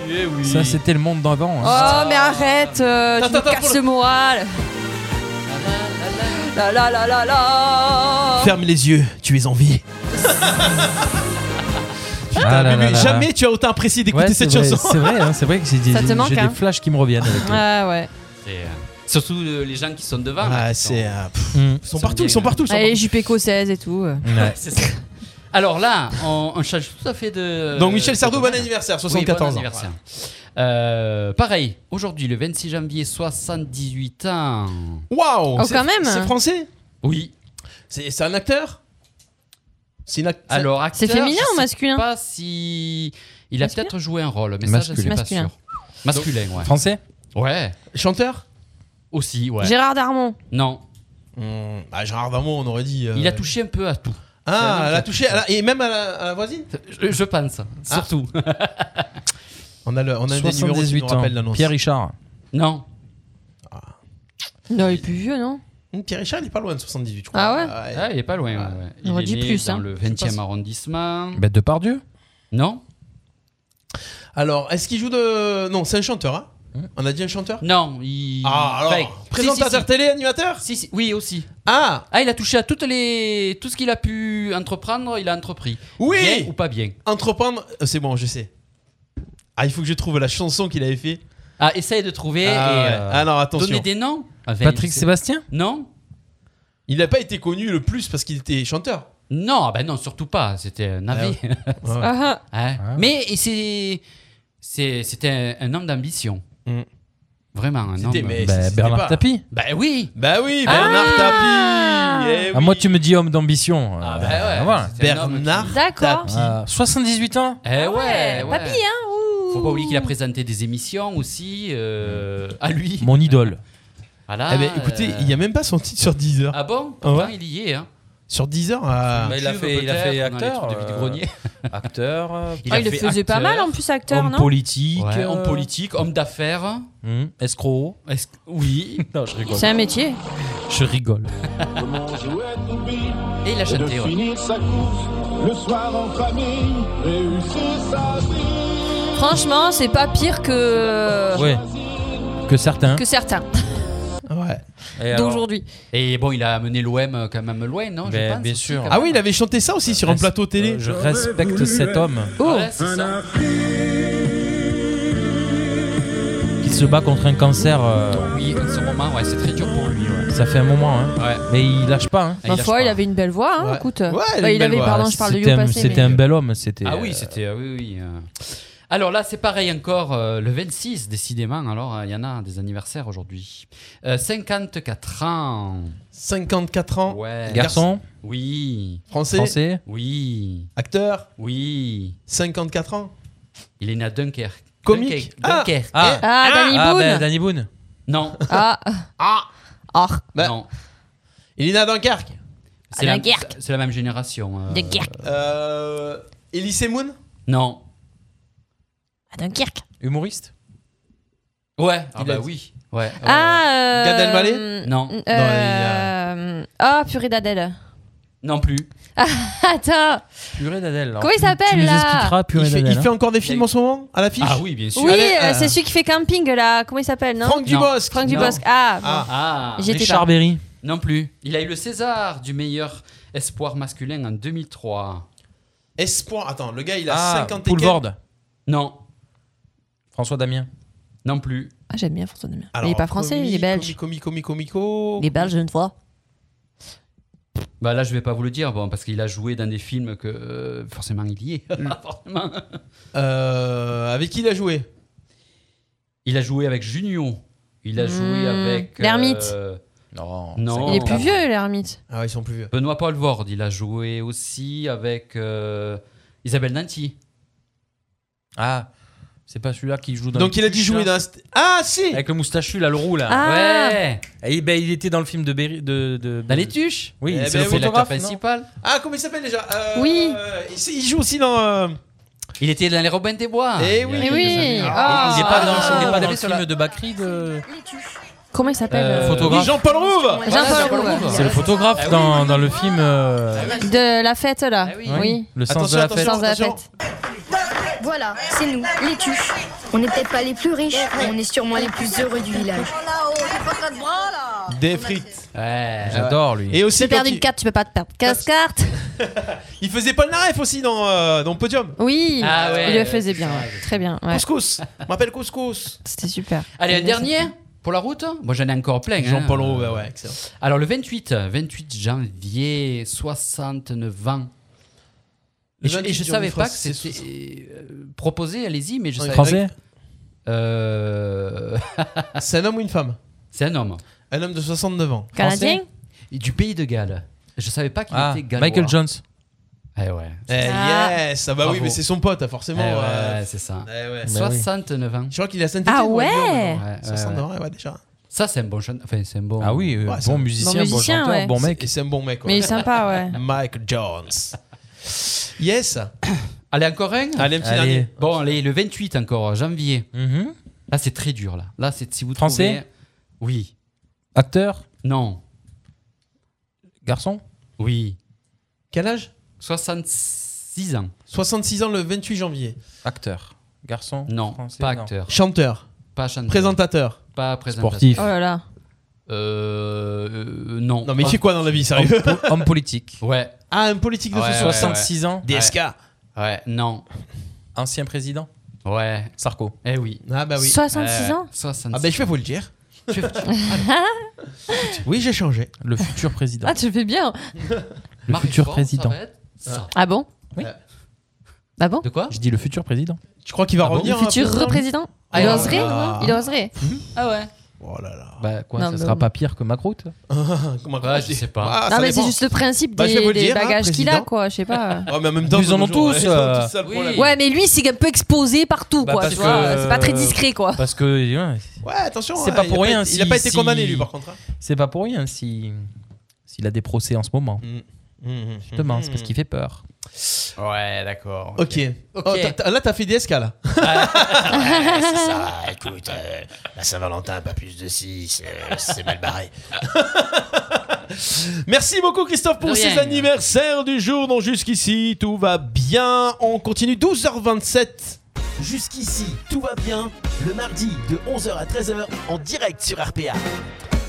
[SPEAKER 5] Ça, c'était le monde d'avant. hein.
[SPEAKER 3] Ah,
[SPEAKER 4] Oh mais arrête, euh, tu
[SPEAKER 3] Attends,
[SPEAKER 4] me
[SPEAKER 3] attends,
[SPEAKER 4] casses
[SPEAKER 3] pour
[SPEAKER 4] le moral. La la la la la.
[SPEAKER 6] Oh.
[SPEAKER 3] Ferme les yeux, tu es en *laughs* vie.
[SPEAKER 5] Ah là là
[SPEAKER 3] Bubu,
[SPEAKER 5] là là.
[SPEAKER 3] jamais tu as autant apprécié d'écouter
[SPEAKER 5] Ouais,
[SPEAKER 3] cette
[SPEAKER 5] c'est vrai,
[SPEAKER 3] chanson.
[SPEAKER 5] C'est vrai, hein, c'est vrai que j'ai des,
[SPEAKER 4] Ça te
[SPEAKER 5] j'ai
[SPEAKER 4] manque,
[SPEAKER 5] des
[SPEAKER 4] hein.
[SPEAKER 5] flashs qui me reviennent. avec toi.
[SPEAKER 4] Ah ouais.
[SPEAKER 6] C'est, euh, surtout euh, les gens qui sont devant. là,
[SPEAKER 3] Ah,
[SPEAKER 6] qui sont-
[SPEAKER 3] c'est. euh, pff,
[SPEAKER 5] Mm.
[SPEAKER 3] Ils sont
[SPEAKER 6] Ils
[SPEAKER 3] partout,
[SPEAKER 6] sont
[SPEAKER 3] ils sont
[SPEAKER 6] bien.
[SPEAKER 3] partout. ils sont
[SPEAKER 4] Allez, jupe écossaise et tout. euh.
[SPEAKER 5] Ouais.
[SPEAKER 6] *laughs* C'est ça. Alors là, on, on change tout à fait de.
[SPEAKER 3] partout. Donc Michel
[SPEAKER 6] de
[SPEAKER 3] Sardou, bon
[SPEAKER 6] domaine.
[SPEAKER 3] anniversaire,
[SPEAKER 6] Oui,
[SPEAKER 3] 74
[SPEAKER 6] bon
[SPEAKER 3] ans.
[SPEAKER 6] anniversaire. Euh, pareil, aujourd'hui, le 26 janvier, 78 ans.
[SPEAKER 3] Waouh
[SPEAKER 4] Oh,
[SPEAKER 3] c'est-
[SPEAKER 4] quand même.
[SPEAKER 3] C'est français
[SPEAKER 6] Oui.
[SPEAKER 3] C'est c'est un acteur C'est une actrice
[SPEAKER 6] Alors, acteur,
[SPEAKER 4] C'est féminin
[SPEAKER 6] je
[SPEAKER 4] ou
[SPEAKER 6] sais
[SPEAKER 4] masculin
[SPEAKER 6] pas si. Il a
[SPEAKER 4] Masculin
[SPEAKER 6] peut-être joué un rôle, mais ça, je ne
[SPEAKER 5] Masculin.
[SPEAKER 6] suis pas
[SPEAKER 4] Masculin.
[SPEAKER 6] sûr. Masculin, ouais.
[SPEAKER 5] Français
[SPEAKER 6] Ouais.
[SPEAKER 3] Chanteur
[SPEAKER 6] Aussi, ouais.
[SPEAKER 4] Gérard Darmon.
[SPEAKER 6] Non.
[SPEAKER 3] bah, Gérard Darmon, on aurait dit. euh,
[SPEAKER 6] Il a touché un peu à tout.
[SPEAKER 3] Ah, elle a touché à la-
[SPEAKER 6] et
[SPEAKER 3] même à la, voisine
[SPEAKER 6] je, je pense, surtout.
[SPEAKER 3] On a, le, on a un des numéros qui nous rappelle l'annonce.
[SPEAKER 5] hein. Richard.
[SPEAKER 6] Non.
[SPEAKER 4] Non, il est plus vieux, non
[SPEAKER 3] Pierre Richard, Hmm, il est pas loin de 78, je crois.
[SPEAKER 4] Ah ouais
[SPEAKER 6] Ah, il est pas loin. ouais, ouais. Il
[SPEAKER 4] J'aurais
[SPEAKER 6] est
[SPEAKER 4] dit
[SPEAKER 6] né
[SPEAKER 4] plus,
[SPEAKER 6] dans
[SPEAKER 4] hein.
[SPEAKER 6] le
[SPEAKER 4] Je pense.
[SPEAKER 6] 20e arrondissement.
[SPEAKER 5] Bah, Depardieu
[SPEAKER 6] Non.
[SPEAKER 3] Alors, est-ce qu'il joue de. Non, c'est un chanteur, hein On a dit un chanteur
[SPEAKER 6] Non, il.
[SPEAKER 3] Ah, alors.
[SPEAKER 6] Enfin,
[SPEAKER 3] présentateur
[SPEAKER 6] Mmh. si, si, si.
[SPEAKER 3] télé, animateur
[SPEAKER 6] si, si, Oui, aussi.
[SPEAKER 3] Ah
[SPEAKER 6] Ah, il a touché à toutes les... tout ce qu'il a pu entreprendre, il a entrepris.
[SPEAKER 3] Oui
[SPEAKER 6] Bien ou pas bien
[SPEAKER 3] Entreprendre. euh, C'est bon, je sais. Ah, il faut que je trouve la chanson qu'il avait fait.
[SPEAKER 6] Ah, essaye de trouver.
[SPEAKER 3] Ah,
[SPEAKER 6] et, euh,
[SPEAKER 3] ouais. Ah non, attention.
[SPEAKER 6] Donner des noms. Enfin,
[SPEAKER 3] Patrick
[SPEAKER 6] c'est-
[SPEAKER 3] Sébastien
[SPEAKER 6] Non.
[SPEAKER 3] Il n'a pas été connu le plus parce qu'il était chanteur.
[SPEAKER 6] Non, ben non, surtout pas. C'était un navet.
[SPEAKER 3] Ah ouais.
[SPEAKER 6] *laughs*
[SPEAKER 3] Ouais.
[SPEAKER 6] Hein.
[SPEAKER 3] Ah.
[SPEAKER 6] Mais c'est, c'est, c'était un, un homme d'ambition. Vraiment, un
[SPEAKER 3] Mm. C'était-
[SPEAKER 6] homme.
[SPEAKER 3] mais Bah, c'était Bernard pas- Tapie.
[SPEAKER 6] Ben oui.
[SPEAKER 3] Bah oui, Bernard Tapie eh
[SPEAKER 5] Ah,
[SPEAKER 3] oui. ben
[SPEAKER 5] moi, tu me dis homme d'ambition. Ah,
[SPEAKER 6] bah ouais, c'est un homme qui-
[SPEAKER 3] Bernard
[SPEAKER 4] D'accord.
[SPEAKER 3] Euh,
[SPEAKER 5] 78 ans
[SPEAKER 6] Eh
[SPEAKER 3] Ah
[SPEAKER 6] ouais, ouais,
[SPEAKER 4] Papy, hein ouh.
[SPEAKER 6] Faut pas oublier qu'il a présenté des émissions aussi euh, à lui.
[SPEAKER 5] Mon idole.
[SPEAKER 6] Voilà.
[SPEAKER 3] Eh ben, écoutez,
[SPEAKER 6] euh,
[SPEAKER 3] il n'y a même pas son titre sur Deezer.
[SPEAKER 6] Ah bon
[SPEAKER 3] Ah
[SPEAKER 6] Pourtant,
[SPEAKER 3] ouais
[SPEAKER 6] Il y est. Hein.
[SPEAKER 3] Sur Deezer ah.
[SPEAKER 6] Bah, il a YouTube, fait- il a fait peut-être, dans les acteur, trucs de
[SPEAKER 3] *laughs*
[SPEAKER 6] euh, vide-grenier.
[SPEAKER 5] acteur. euh,
[SPEAKER 4] Ah, il le faisait pas mal en plus, acteur,
[SPEAKER 5] homme
[SPEAKER 4] non
[SPEAKER 5] politique.
[SPEAKER 6] Ouais,
[SPEAKER 5] euh,
[SPEAKER 6] Homme politique, homme d'affaires.
[SPEAKER 5] hum, escroc.
[SPEAKER 6] Oui.
[SPEAKER 5] non, je rigole.
[SPEAKER 4] C'est un métier.
[SPEAKER 5] Je rigole.
[SPEAKER 6] Et il a chanté,
[SPEAKER 13] de
[SPEAKER 6] ouais.
[SPEAKER 13] finir sa course le soir en famille, réussir sa vie.
[SPEAKER 4] Franchement, c'est pas pire que,
[SPEAKER 5] Ouais. Que certains. Ah,
[SPEAKER 4] que certains.
[SPEAKER 3] Ouais.
[SPEAKER 4] D'aujourd'hui.
[SPEAKER 6] Et bon, il a amené l'OM quand même loin, non
[SPEAKER 5] Ben,
[SPEAKER 6] je pense,
[SPEAKER 5] bien
[SPEAKER 6] aussi,
[SPEAKER 5] sûr.
[SPEAKER 6] quand
[SPEAKER 3] Ah
[SPEAKER 6] même.
[SPEAKER 3] oui, il avait chanté ça aussi sur un plateau télé.
[SPEAKER 5] Je respecte cet homme
[SPEAKER 6] Oh. Ouais, c'est ça. *laughs*
[SPEAKER 5] qui se bat contre un cancer. euh,
[SPEAKER 6] Oui, en ce moment, ouais, c'est très dur pour lui. Ouais.
[SPEAKER 5] ça fait un moment, hein.
[SPEAKER 6] Ouais.
[SPEAKER 5] Mais il lâche pas. Ah, Hein.
[SPEAKER 4] Ma foi, il avait une belle voix, hein,
[SPEAKER 6] Ouais.
[SPEAKER 4] écoute.
[SPEAKER 6] Ouais, il
[SPEAKER 4] Bah,
[SPEAKER 6] avait
[SPEAKER 4] il
[SPEAKER 6] une belle
[SPEAKER 4] avait,
[SPEAKER 6] voix.
[SPEAKER 4] pardon, je parle de
[SPEAKER 5] C'était
[SPEAKER 4] lui au
[SPEAKER 5] un,
[SPEAKER 4] passé.
[SPEAKER 5] c'était
[SPEAKER 4] mais-
[SPEAKER 5] un bel homme. C'était.
[SPEAKER 6] Ah oui, c'était. euh, oui, oui. euh. Alors là, c'est pareil encore, euh, le 26, décidément. Alors, euh, il y en a des anniversaires aujourd'hui. Euh, 54 ans.
[SPEAKER 3] 54 ans.
[SPEAKER 6] Ouais.
[SPEAKER 5] Garçon
[SPEAKER 6] Euh, Oui.
[SPEAKER 3] Français Français
[SPEAKER 6] Oui.
[SPEAKER 3] Acteur
[SPEAKER 6] Oui.
[SPEAKER 3] 54 ans.
[SPEAKER 6] Il est né à Dunkerque.
[SPEAKER 3] Comique
[SPEAKER 6] Dunkerque.
[SPEAKER 3] Ah.
[SPEAKER 6] Dunkerque.
[SPEAKER 5] Ah.
[SPEAKER 4] Ah, Danny Boone.
[SPEAKER 5] ben, Danny Boone.
[SPEAKER 6] Non.
[SPEAKER 4] Ah.
[SPEAKER 6] Ah.
[SPEAKER 4] Ah.
[SPEAKER 6] Non.
[SPEAKER 3] Bah, Il est né à Dunkerque.
[SPEAKER 6] C'est la,
[SPEAKER 4] Dunkerque.
[SPEAKER 6] c'est la même génération. euh.
[SPEAKER 4] Dunkerque.
[SPEAKER 3] Euh, Elise Moon
[SPEAKER 6] Non.
[SPEAKER 4] À Dunkerque.
[SPEAKER 5] Humoriste
[SPEAKER 6] Ouais.
[SPEAKER 5] Il
[SPEAKER 6] Ah bah
[SPEAKER 5] a dit.
[SPEAKER 6] oui. Ouais.
[SPEAKER 4] Ah, euh,
[SPEAKER 6] Gad Elmaleh Non.
[SPEAKER 4] euh,
[SPEAKER 6] Non, il y a-
[SPEAKER 4] euh, Ah, purée d'Adèle. *laughs*
[SPEAKER 6] Non plus.
[SPEAKER 4] Ah, attends.
[SPEAKER 5] Purée d'Adèle. hein.
[SPEAKER 4] Comment il s'appelle là
[SPEAKER 3] il, fait, il fait encore des films en ce moment À l'affiche
[SPEAKER 6] Ah oui, bien
[SPEAKER 4] Oui, euh, c'est celui qui fait camping là. Comment il s'appelle non
[SPEAKER 3] Franck Dubosc.
[SPEAKER 4] Franck
[SPEAKER 6] Non.
[SPEAKER 4] Dubosc. Ah, bon.
[SPEAKER 6] Ah,
[SPEAKER 4] J'étais Richard pas. Berry.
[SPEAKER 6] Non plus. Il a eu le César du meilleur espoir masculin en 2003.
[SPEAKER 3] Espoir. Attends, le gars, il a
[SPEAKER 5] Ah,
[SPEAKER 3] 50 et quelques-
[SPEAKER 5] Poulvord.
[SPEAKER 6] Non.
[SPEAKER 5] François Damien.
[SPEAKER 6] Non plus.
[SPEAKER 4] Ah, j'aime bien François Damien.
[SPEAKER 3] Alors,
[SPEAKER 4] il est pas français, il est
[SPEAKER 3] comique,
[SPEAKER 4] belge.
[SPEAKER 3] Comico, comico, comico.
[SPEAKER 4] Il est belge, je ne vois.
[SPEAKER 6] Bah là, je vais pas vous le dire, bon, parce qu'il a joué dans des films que euh, forcément il y est. *laughs* Forcément.
[SPEAKER 3] Mm. Euh, avec qui il a joué
[SPEAKER 6] Il a joué avec Junior. Il a joué
[SPEAKER 4] Hmm.
[SPEAKER 6] avec. euh,
[SPEAKER 4] L'ermite.
[SPEAKER 5] Non.
[SPEAKER 6] Non.
[SPEAKER 4] Il est plus vieux, l'ermite.
[SPEAKER 3] Ah ouais, ils sont plus vieux.
[SPEAKER 6] Benoît Paul Vord, il a joué aussi avec euh, Isabelle Nanty.
[SPEAKER 5] Ah, c'est pas celui-là qui joue dans.
[SPEAKER 3] Donc
[SPEAKER 5] les
[SPEAKER 3] il a dû
[SPEAKER 5] tuches,
[SPEAKER 3] jouer dans.
[SPEAKER 5] là.
[SPEAKER 3] un st- Ah si
[SPEAKER 5] Avec le moustachu, là, le roux, là.
[SPEAKER 4] Ah.
[SPEAKER 6] Ouais.
[SPEAKER 5] Et ben, il était dans le film de Berry. De, de,
[SPEAKER 6] Dans les tuches.
[SPEAKER 5] Oui,
[SPEAKER 3] Eh
[SPEAKER 5] c'est
[SPEAKER 3] ben
[SPEAKER 5] le
[SPEAKER 3] oui,
[SPEAKER 5] photographe
[SPEAKER 6] l'acteur
[SPEAKER 5] non
[SPEAKER 6] principal.
[SPEAKER 3] Ah, comment il s'appelle déjà Euh,
[SPEAKER 4] Oui.
[SPEAKER 3] il s- Il joue aussi dans. euh,
[SPEAKER 6] Il était dans les Robins des Bois.
[SPEAKER 3] Eh oui.
[SPEAKER 6] Il y
[SPEAKER 4] Mais
[SPEAKER 6] a quelques
[SPEAKER 4] oui.
[SPEAKER 6] années.
[SPEAKER 4] Ah.
[SPEAKER 5] Il est pas dans, il est
[SPEAKER 6] Ah.
[SPEAKER 5] pas dans
[SPEAKER 6] Vous
[SPEAKER 5] le
[SPEAKER 6] avez sur la-
[SPEAKER 5] film de Bakri de
[SPEAKER 4] Comment il s'appelle
[SPEAKER 5] Euh,
[SPEAKER 4] euh,
[SPEAKER 5] photographe.
[SPEAKER 3] Jean-Paul Rouve
[SPEAKER 4] Jean-Paul
[SPEAKER 6] Jean-Paul
[SPEAKER 4] Rouve.
[SPEAKER 6] Rouve.
[SPEAKER 5] C'est le photographe dans, dans le film euh,
[SPEAKER 4] De la fête là.
[SPEAKER 6] Ah oui.
[SPEAKER 4] oui.
[SPEAKER 5] Le sens
[SPEAKER 3] Attention,
[SPEAKER 5] de la
[SPEAKER 3] attention.
[SPEAKER 5] fête.
[SPEAKER 4] Sans la
[SPEAKER 3] attention.
[SPEAKER 4] fête.
[SPEAKER 14] Voilà, c'est nous, les tuches. On n'est peut-être pas les plus riches, mais on est sûrement les plus heureux du village.
[SPEAKER 4] Ah,
[SPEAKER 3] Des frites.
[SPEAKER 6] Ouais.
[SPEAKER 5] J'adore lui.
[SPEAKER 3] Et aussi,
[SPEAKER 4] Tu perds
[SPEAKER 3] quand
[SPEAKER 4] une
[SPEAKER 3] il...
[SPEAKER 4] carte, tu peux pas te perdre. Casse carte.
[SPEAKER 3] il faisait Paul Naref aussi dans, euh, dans Podium.
[SPEAKER 4] Oui.
[SPEAKER 6] Ah ouais,
[SPEAKER 4] il le
[SPEAKER 6] ouais,
[SPEAKER 4] faisait
[SPEAKER 6] c'est
[SPEAKER 4] bien.
[SPEAKER 6] ça,
[SPEAKER 4] ouais.
[SPEAKER 6] je-
[SPEAKER 4] Très bien. ouais.
[SPEAKER 3] Couscous. Je m'appelle Couscous.
[SPEAKER 4] C'était super.
[SPEAKER 6] Allez, un
[SPEAKER 4] Bien sûr.
[SPEAKER 6] dernier pour la route Moi, j'en ai encore plein. hein.
[SPEAKER 3] Jean-Paul Rouve, ouais, ouais, excellent.
[SPEAKER 6] Alors, le 28, 28 janvier, 69 ans.
[SPEAKER 3] Le
[SPEAKER 6] Et je, et
[SPEAKER 3] 28
[SPEAKER 6] je
[SPEAKER 3] janvier,
[SPEAKER 6] savais pas que
[SPEAKER 3] c'est
[SPEAKER 6] c'était euh, proposé, allez-y, mais je
[SPEAKER 3] Ouais.
[SPEAKER 6] savais pas.
[SPEAKER 5] Français
[SPEAKER 6] Euh,
[SPEAKER 3] *laughs* C'est un homme ou une femme
[SPEAKER 6] C'est un homme.
[SPEAKER 3] Un homme de 69 ans.
[SPEAKER 4] Canadien
[SPEAKER 6] Et Du pays de Galles. Je savais pas qu'il
[SPEAKER 5] Ah,
[SPEAKER 6] était gallois.
[SPEAKER 5] Michael Jones.
[SPEAKER 6] Eh ouais.
[SPEAKER 3] Eh
[SPEAKER 4] Ah.
[SPEAKER 3] yes Ah bah oui,
[SPEAKER 6] Bravo.
[SPEAKER 3] mais c'est son pote, ah,
[SPEAKER 6] Eh
[SPEAKER 3] forcément.
[SPEAKER 6] ouais,
[SPEAKER 3] euh,
[SPEAKER 6] c'est ça.
[SPEAKER 3] eh ouais.
[SPEAKER 5] oui.
[SPEAKER 6] 69 ans.
[SPEAKER 3] Je crois qu'il est à saint
[SPEAKER 4] Ah ouais
[SPEAKER 6] Ouais, ouais,
[SPEAKER 3] 69 ans, ouais, déjà.
[SPEAKER 6] Ça, c'est un bon chanteur. Enfin, c'est un bon.
[SPEAKER 5] Ah oui, euh,
[SPEAKER 3] Ouais, c'est bon un- musicien, Bon bon musicien, chanteur, ouais. bon mec.
[SPEAKER 6] C'est
[SPEAKER 3] c'est un bon mec.
[SPEAKER 4] Mais il est sympa,
[SPEAKER 3] *laughs*
[SPEAKER 4] ouais.
[SPEAKER 3] Mike Jones. Yes.
[SPEAKER 6] Allez, encore un
[SPEAKER 3] Allez, un petit dernier.
[SPEAKER 6] Bon, allez, le 28 encore, janvier. Là, c'est très dur, là. Là, c'est si vous
[SPEAKER 5] Français
[SPEAKER 6] trouvez- Oui.
[SPEAKER 5] Acteur
[SPEAKER 6] Non.
[SPEAKER 5] Garçon
[SPEAKER 6] Oui.
[SPEAKER 3] Quel âge
[SPEAKER 6] 66 ans.
[SPEAKER 3] 66 ans le 28 janvier.
[SPEAKER 5] Acteur. Garçon
[SPEAKER 6] Non,
[SPEAKER 5] Français,
[SPEAKER 6] pas
[SPEAKER 5] non.
[SPEAKER 6] acteur.
[SPEAKER 3] Chanteur.
[SPEAKER 6] Pas chanteur.
[SPEAKER 3] Présentateur.
[SPEAKER 6] Pas présentateur.
[SPEAKER 5] Sportif.
[SPEAKER 4] Oh là là.
[SPEAKER 6] Euh, euh, non.
[SPEAKER 3] Non, mais il fait quoi dans la vie, sérieux
[SPEAKER 6] Homme po-
[SPEAKER 5] homme politique.
[SPEAKER 6] Ouais.
[SPEAKER 3] Ah, un politique de
[SPEAKER 6] Ouais,
[SPEAKER 3] ce
[SPEAKER 6] ouais,
[SPEAKER 3] soir.
[SPEAKER 6] ouais.
[SPEAKER 3] DSK.
[SPEAKER 6] Ouais. Ouais, non.
[SPEAKER 5] Ancien président
[SPEAKER 6] Ouais.
[SPEAKER 5] Sarko.
[SPEAKER 6] Eh oui.
[SPEAKER 3] Ah bah oui.
[SPEAKER 4] 66 ans
[SPEAKER 6] 66
[SPEAKER 3] Ah bah je vais vous le dire.
[SPEAKER 4] ah,
[SPEAKER 3] Oui, j'ai changé.
[SPEAKER 5] Le futur président.
[SPEAKER 13] Ah,
[SPEAKER 4] tu fais bien.
[SPEAKER 5] Le
[SPEAKER 6] Marc
[SPEAKER 5] futur
[SPEAKER 6] Dufour,
[SPEAKER 5] président.
[SPEAKER 6] ça va être ça.
[SPEAKER 4] Ah bon
[SPEAKER 5] Oui.
[SPEAKER 4] Ah bon
[SPEAKER 6] De quoi Ah
[SPEAKER 5] Je dis le futur président.
[SPEAKER 3] Tu crois qu'il va
[SPEAKER 4] Ah
[SPEAKER 3] hein,
[SPEAKER 4] Le futur représentant
[SPEAKER 5] Ah,
[SPEAKER 4] Il
[SPEAKER 5] ah,
[SPEAKER 4] oserait
[SPEAKER 5] ah.
[SPEAKER 4] Il oserait
[SPEAKER 3] Mmh.
[SPEAKER 4] Ah ouais.
[SPEAKER 5] Bah quoi,
[SPEAKER 4] Non,
[SPEAKER 5] ça
[SPEAKER 4] mais
[SPEAKER 5] sera
[SPEAKER 4] bon.
[SPEAKER 5] pas pire que Macroute
[SPEAKER 3] Oh, Comment
[SPEAKER 6] Ouais, je sais pas.
[SPEAKER 3] Ah,
[SPEAKER 4] non, mais c'est juste le principe
[SPEAKER 5] Bah, je
[SPEAKER 4] des,
[SPEAKER 5] vais vous le
[SPEAKER 4] des
[SPEAKER 5] dire, hein,
[SPEAKER 4] bagages qu'il a,
[SPEAKER 5] président.
[SPEAKER 4] quoi. Je
[SPEAKER 5] *laughs*
[SPEAKER 4] sais pas.
[SPEAKER 3] Oh, mais en même temps,
[SPEAKER 5] Ils en ont
[SPEAKER 3] *laughs*
[SPEAKER 5] tous, euh,
[SPEAKER 3] Oui.
[SPEAKER 4] Ouais, mais lui, c'est un peu exposé partout,
[SPEAKER 5] Bah,
[SPEAKER 4] quoi.
[SPEAKER 5] parce
[SPEAKER 4] tu vois,
[SPEAKER 5] que- euh,
[SPEAKER 4] c'est pas très discret, quoi.
[SPEAKER 5] Parce que. Ouais,
[SPEAKER 3] Ouais, attention.
[SPEAKER 5] c'est
[SPEAKER 3] hein,
[SPEAKER 5] pas
[SPEAKER 3] il
[SPEAKER 5] pour
[SPEAKER 3] a
[SPEAKER 5] rien.
[SPEAKER 3] il
[SPEAKER 5] si-
[SPEAKER 3] a pas été
[SPEAKER 5] si-
[SPEAKER 3] condamné, lui, par contre. hein.
[SPEAKER 5] C'est pas pour rien si. S'il a des procès en ce moment.
[SPEAKER 6] Mmh,
[SPEAKER 3] Mhm.
[SPEAKER 5] Justement, c'est parce qu'il fait peur.
[SPEAKER 6] Ouais, d'accord.
[SPEAKER 3] Ok. Oh, t'as- t'as- là, t'as fait DSK, là. *laughs* Ah,
[SPEAKER 13] Ouais, c'est ça,
[SPEAKER 1] *laughs*
[SPEAKER 13] écoute, euh, la Saint-Valentin, pas plus de 6,
[SPEAKER 1] euh,
[SPEAKER 13] c'est mal barré.
[SPEAKER 3] *laughs* Merci beaucoup Christophe
[SPEAKER 13] De
[SPEAKER 3] pour
[SPEAKER 13] rien.
[SPEAKER 3] ces anniversaires du jour. Donc jusqu'ici, tout va bien. On continue 12h27.
[SPEAKER 1] Jusqu'ici, tout va bien. Le mardi de 11h à 13h en direct sur RPA.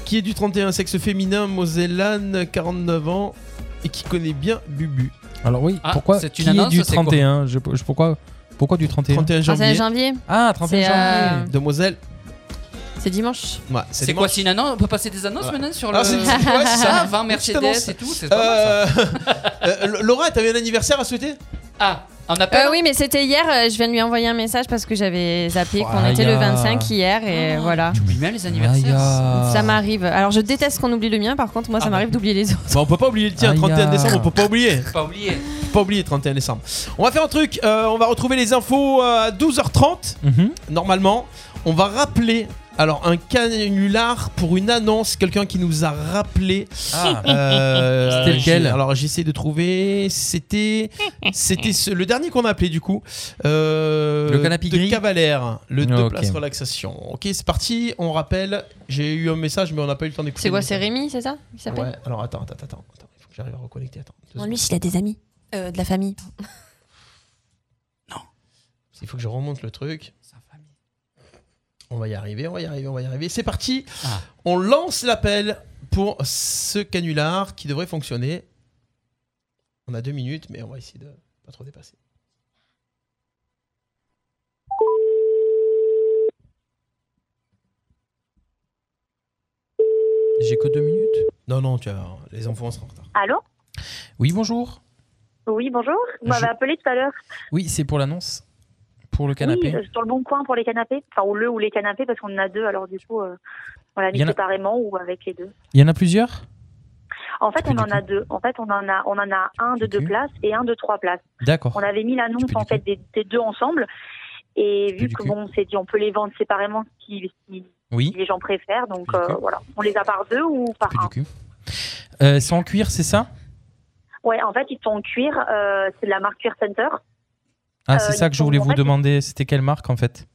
[SPEAKER 3] Qui est du 31 sexe féminin, Mosellane, 49 ans, et qui connaît bien Bubu.
[SPEAKER 5] Alors oui,
[SPEAKER 3] Ah,
[SPEAKER 5] pourquoi
[SPEAKER 3] c'est
[SPEAKER 5] c'est
[SPEAKER 3] une
[SPEAKER 5] une
[SPEAKER 3] annonce,
[SPEAKER 5] du
[SPEAKER 3] c'est quoi
[SPEAKER 5] 31 je, je- pourquoi, pourquoi du 31
[SPEAKER 3] 31
[SPEAKER 4] Ah, c'est janvier
[SPEAKER 5] Ah, 31
[SPEAKER 4] C'est, euh,
[SPEAKER 5] janvier.
[SPEAKER 3] Demoiselle.
[SPEAKER 4] C'est dimanche.
[SPEAKER 3] Ouais,
[SPEAKER 6] C'est quoi, c'est une annonce On peut passer des annonces
[SPEAKER 3] Ouais.
[SPEAKER 6] maintenant sur le.
[SPEAKER 3] Ah, c'est- ouais, c'est ça.
[SPEAKER 6] Avant
[SPEAKER 3] Une
[SPEAKER 6] Mercedes
[SPEAKER 3] petite annonce.
[SPEAKER 6] et tout. C'est pas mal, ça.
[SPEAKER 3] Euh, *laughs* euh, Laura, t'avais un anniversaire à souhaiter
[SPEAKER 6] Ah, on
[SPEAKER 4] Euh, oui, mais c'était hier. euh, je viens de lui envoyer un message parce que j'avais zappé qu'on
[SPEAKER 3] Aïe.
[SPEAKER 4] était le 25 hier
[SPEAKER 5] Ah.
[SPEAKER 4] et voilà.
[SPEAKER 6] Oublie même les anniversaires.
[SPEAKER 4] Ça m'arrive. Alors, je déteste qu'on oublie le mien. Par contre, moi,
[SPEAKER 5] Ah,
[SPEAKER 4] ça m'arrive d'oublier les autres.
[SPEAKER 5] *laughs*
[SPEAKER 3] Bah, on peut pas oublier le tien,
[SPEAKER 5] Aïe,
[SPEAKER 3] 31
[SPEAKER 5] aïe.
[SPEAKER 3] décembre, on peut pas oublier.
[SPEAKER 6] Pas oublier.
[SPEAKER 3] Pas oublier 31 décembre. On va faire un truc, euh, on va retrouver les infos euh, à 12h30,
[SPEAKER 5] Mhm.
[SPEAKER 3] normalement. On va rappeler, alors un canular pour une annonce, quelqu'un qui nous a rappelé.
[SPEAKER 5] Ah.
[SPEAKER 3] Euh,
[SPEAKER 5] *laughs* C'était lequel
[SPEAKER 3] j'ai- Alors j'essaie de trouver, c'était c'était ce- le dernier qu'on a appelé du coup. Euh,
[SPEAKER 5] Le canapé
[SPEAKER 3] de
[SPEAKER 5] gris
[SPEAKER 3] Cavalère, le 2
[SPEAKER 5] Ok.
[SPEAKER 3] places relaxation. Ok, c'est parti, on rappelle. J'ai eu un message mais on n'a pas eu le temps d'écouter.
[SPEAKER 4] C'est quoi
[SPEAKER 3] le
[SPEAKER 4] C'est
[SPEAKER 3] message.
[SPEAKER 4] Rémi, c'est ça Il s'appelle
[SPEAKER 3] Ouais, alors attends, attends, attends, attends, il faut que j'arrive à reconnecter, attends.
[SPEAKER 4] Non, lui, s'il a des amis. Euh, de la famille.
[SPEAKER 3] Il faut que je remonte le truc. On va y arriver, on va y arriver, on va y arriver. C'est parti. On lance l'appel pour ce canular qui devrait fonctionner. On a deux minutes, mais on va essayer de pas trop dépasser.
[SPEAKER 5] J'ai que deux minutes.
[SPEAKER 3] Non, non, tu as les enfants sont en retard.
[SPEAKER 15] Allô
[SPEAKER 5] Oui, bonjour.
[SPEAKER 15] Oui, bonjour. Vous m'avez
[SPEAKER 5] Je-
[SPEAKER 15] appelé tout à l'heure.
[SPEAKER 5] Oui, c'est pour l'annonce. Pour le
[SPEAKER 15] Oui,
[SPEAKER 5] canapé.
[SPEAKER 15] euh, sur le bon coin pour les canapés. Enfin, ou le ou les canapés, parce qu'on en a deux, alors du coup, euh, on l'a
[SPEAKER 5] Il y
[SPEAKER 15] mis
[SPEAKER 5] en a-
[SPEAKER 15] séparément ou avec les deux.
[SPEAKER 5] Il y en a plusieurs
[SPEAKER 15] En fait, on en a deux. En fait, on en a, on en a un de deux places et un de trois places.
[SPEAKER 5] D'accord.
[SPEAKER 15] On avait mis l'annonce, en fait, des, des deux ensemble. Et vu que, bon, on s'est dit, on peut les vendre séparément si, si-
[SPEAKER 5] Oui.
[SPEAKER 15] si les gens préfèrent. Donc, euh, voilà. On les a par deux ou par un
[SPEAKER 5] Euh, c'est en cuir, c'est ça
[SPEAKER 15] Ouais, en fait, ils sont en cuir. euh, c'est de la marque Cuir Center.
[SPEAKER 5] Ah, c'est
[SPEAKER 15] Euh,
[SPEAKER 5] ça que
[SPEAKER 15] ils
[SPEAKER 5] je
[SPEAKER 15] sont-
[SPEAKER 5] voulais
[SPEAKER 15] en
[SPEAKER 5] vous
[SPEAKER 15] fait,
[SPEAKER 5] demander. C'était quelle marque en fait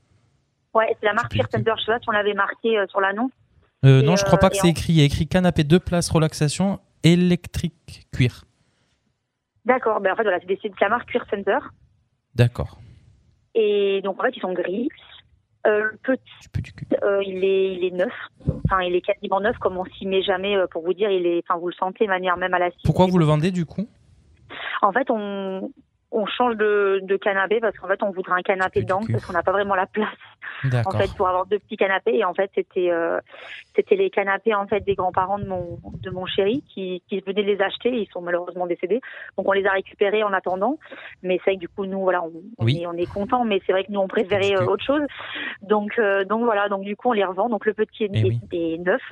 [SPEAKER 15] Ouais, c'est la marque Cuir Center. Je sais pas si on l'avait marqué euh, sur l'annonce.
[SPEAKER 5] Euh,
[SPEAKER 15] Et,
[SPEAKER 5] Non, je crois
[SPEAKER 15] euh,
[SPEAKER 5] pas que
[SPEAKER 15] et
[SPEAKER 5] c'est
[SPEAKER 15] en-
[SPEAKER 5] écrit. Il y a écrit canapé deux places relaxation électrique cuir.
[SPEAKER 15] D'accord, ben en fait, voilà, c'est des c'est de la marque Cuir Center.
[SPEAKER 5] D'accord.
[SPEAKER 15] Et donc, en fait, ils sont gris. Euh, le petit, euh, il, est, il est neuf. Enfin, il est quasiment neuf, comme on s'y met jamais, euh, pour vous dire. Il est, enfin, vous le sentez, de manière même à la
[SPEAKER 5] Pourquoi vous le vendez du coup
[SPEAKER 15] En fait, on, on change de, de canapé parce qu'en fait, on voudrait un canapé d'angle parce qu'on n'a pas vraiment la place. En
[SPEAKER 5] D'accord.
[SPEAKER 15] fait, pour avoir deux petits canapés. Et en fait, c'était euh, c'était les canapés en fait des grands-parents de mon de mon chéri qui, qui venaient les acheter. Ils sont malheureusement décédés, donc on les a récupérés en attendant. Mais c'est vrai que du coup, nous voilà, on, on
[SPEAKER 16] Oui.
[SPEAKER 15] est on est content. Mais c'est vrai que nous on préférait euh, autre chose. Donc euh, donc voilà, donc du coup on les revend. Donc le petit est,
[SPEAKER 16] Eh oui.
[SPEAKER 15] est- est neuf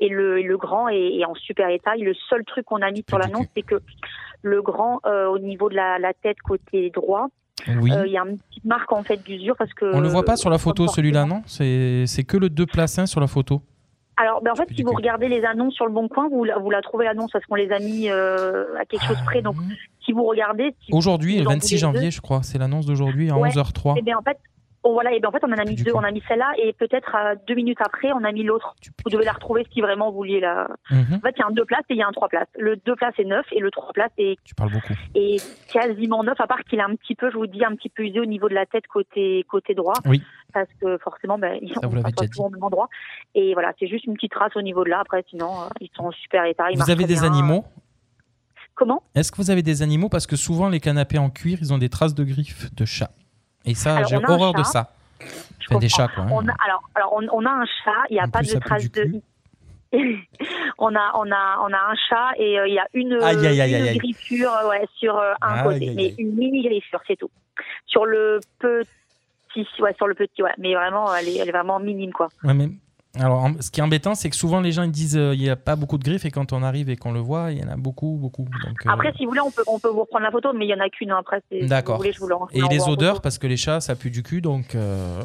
[SPEAKER 15] et le et le grand est, est en super état. Et le seul truc qu'on a mis sur l'annonce, c'est que le grand euh, au niveau de la, la tête côté droit. euh,
[SPEAKER 5] Oui.
[SPEAKER 15] Il y a une petite marque en fait d'usure parce que
[SPEAKER 5] On le voit pas sur la
[SPEAKER 15] comme
[SPEAKER 5] photo
[SPEAKER 15] forcément-
[SPEAKER 5] celui-là, non C'est c'est que le deux places un sur la photo.
[SPEAKER 15] Alors, ben en fait, si vous regardez les annonces sur le Bon Coin, vous la, vous la trouvez l'annonce parce qu'on les a mis euh, à quelque chose près. Donc, si vous regardez. si
[SPEAKER 5] Ah Aujourd'hui,
[SPEAKER 15] vous
[SPEAKER 5] le
[SPEAKER 15] en
[SPEAKER 5] 26
[SPEAKER 15] voulez deux,
[SPEAKER 5] janvier, je crois, c'est l'annonce d'aujourd'hui à
[SPEAKER 15] Ouais.
[SPEAKER 5] 11h03.
[SPEAKER 15] Eh bien, en fait, on, voilà, eh bien, en fait, on en a mis deux. On a mis celle-là et peut-être euh, deux minutes après, on a mis l'autre.
[SPEAKER 5] Vous
[SPEAKER 15] devez la retrouver si vraiment vous vouliez la.
[SPEAKER 5] Mhm.
[SPEAKER 15] En fait, il y a un deux places et il y a un trois places. Le deux places est neuf et le trois places est,
[SPEAKER 5] Tu parles beaucoup.
[SPEAKER 15] est quasiment neuf, à part qu'il est un petit peu, je vous dis, un petit peu usé au niveau de la tête côté, côté droit.
[SPEAKER 5] Oui.
[SPEAKER 15] Parce que forcément, ben, ils
[SPEAKER 5] Ça,
[SPEAKER 15] sont
[SPEAKER 5] vous l'avez
[SPEAKER 15] pas
[SPEAKER 5] déjà
[SPEAKER 15] toujours au même endroit. Et voilà, c'est juste une petite trace au niveau de là. Après, sinon, euh, ils sont en super état. Ils
[SPEAKER 5] Vous avez
[SPEAKER 15] marchent
[SPEAKER 5] des
[SPEAKER 15] bien.
[SPEAKER 5] animaux
[SPEAKER 15] Comment
[SPEAKER 5] Est-ce que vous avez des animaux Parce que souvent, les canapés en cuir, ils ont des traces de griffes de chat. Et ça,
[SPEAKER 15] Alors,
[SPEAKER 5] j'ai
[SPEAKER 15] on a un
[SPEAKER 5] horreur de
[SPEAKER 15] chat.
[SPEAKER 5] ça. Enfin, des chats, quoi. hein.
[SPEAKER 15] On a- alors, alors on, on a un chat, il n'y a pas
[SPEAKER 5] plus,
[SPEAKER 15] de
[SPEAKER 5] ça pue
[SPEAKER 15] trace
[SPEAKER 5] du
[SPEAKER 15] de. *laughs* on, a, on, a, on a un chat et euh, il y a une,
[SPEAKER 5] Aïe, aïe, aïe,
[SPEAKER 15] une
[SPEAKER 5] aïe, aïe.
[SPEAKER 15] griffure euh, ouais, sur euh, un
[SPEAKER 5] Aïe,
[SPEAKER 15] côté,
[SPEAKER 5] aïe,
[SPEAKER 15] mais
[SPEAKER 5] aïe.
[SPEAKER 15] une mini griffure, c'est tout. Sur le petit, ouais, sur le petit, ouais, mais vraiment, elle est, elle est vraiment minime, quoi.
[SPEAKER 5] Ouais, mais... Alors, en- ce qui est embêtant, c'est que souvent, les gens ils disent euh, il n'y a pas beaucoup de griffes, et quand on arrive et qu'on le voit, il y en a beaucoup, beaucoup. Donc, euh,
[SPEAKER 15] Après, si vous voulez, on peut, on peut vous reprendre la photo, mais il n'y en a qu'une. hein, Après, c'est- si vous
[SPEAKER 5] D'accord.
[SPEAKER 15] voulez, je vous l'en-
[SPEAKER 5] Et
[SPEAKER 15] l'envoie
[SPEAKER 5] les
[SPEAKER 15] en
[SPEAKER 5] odeurs,
[SPEAKER 15] photo.
[SPEAKER 5] parce que les chats, ça pue du cul, donc euh,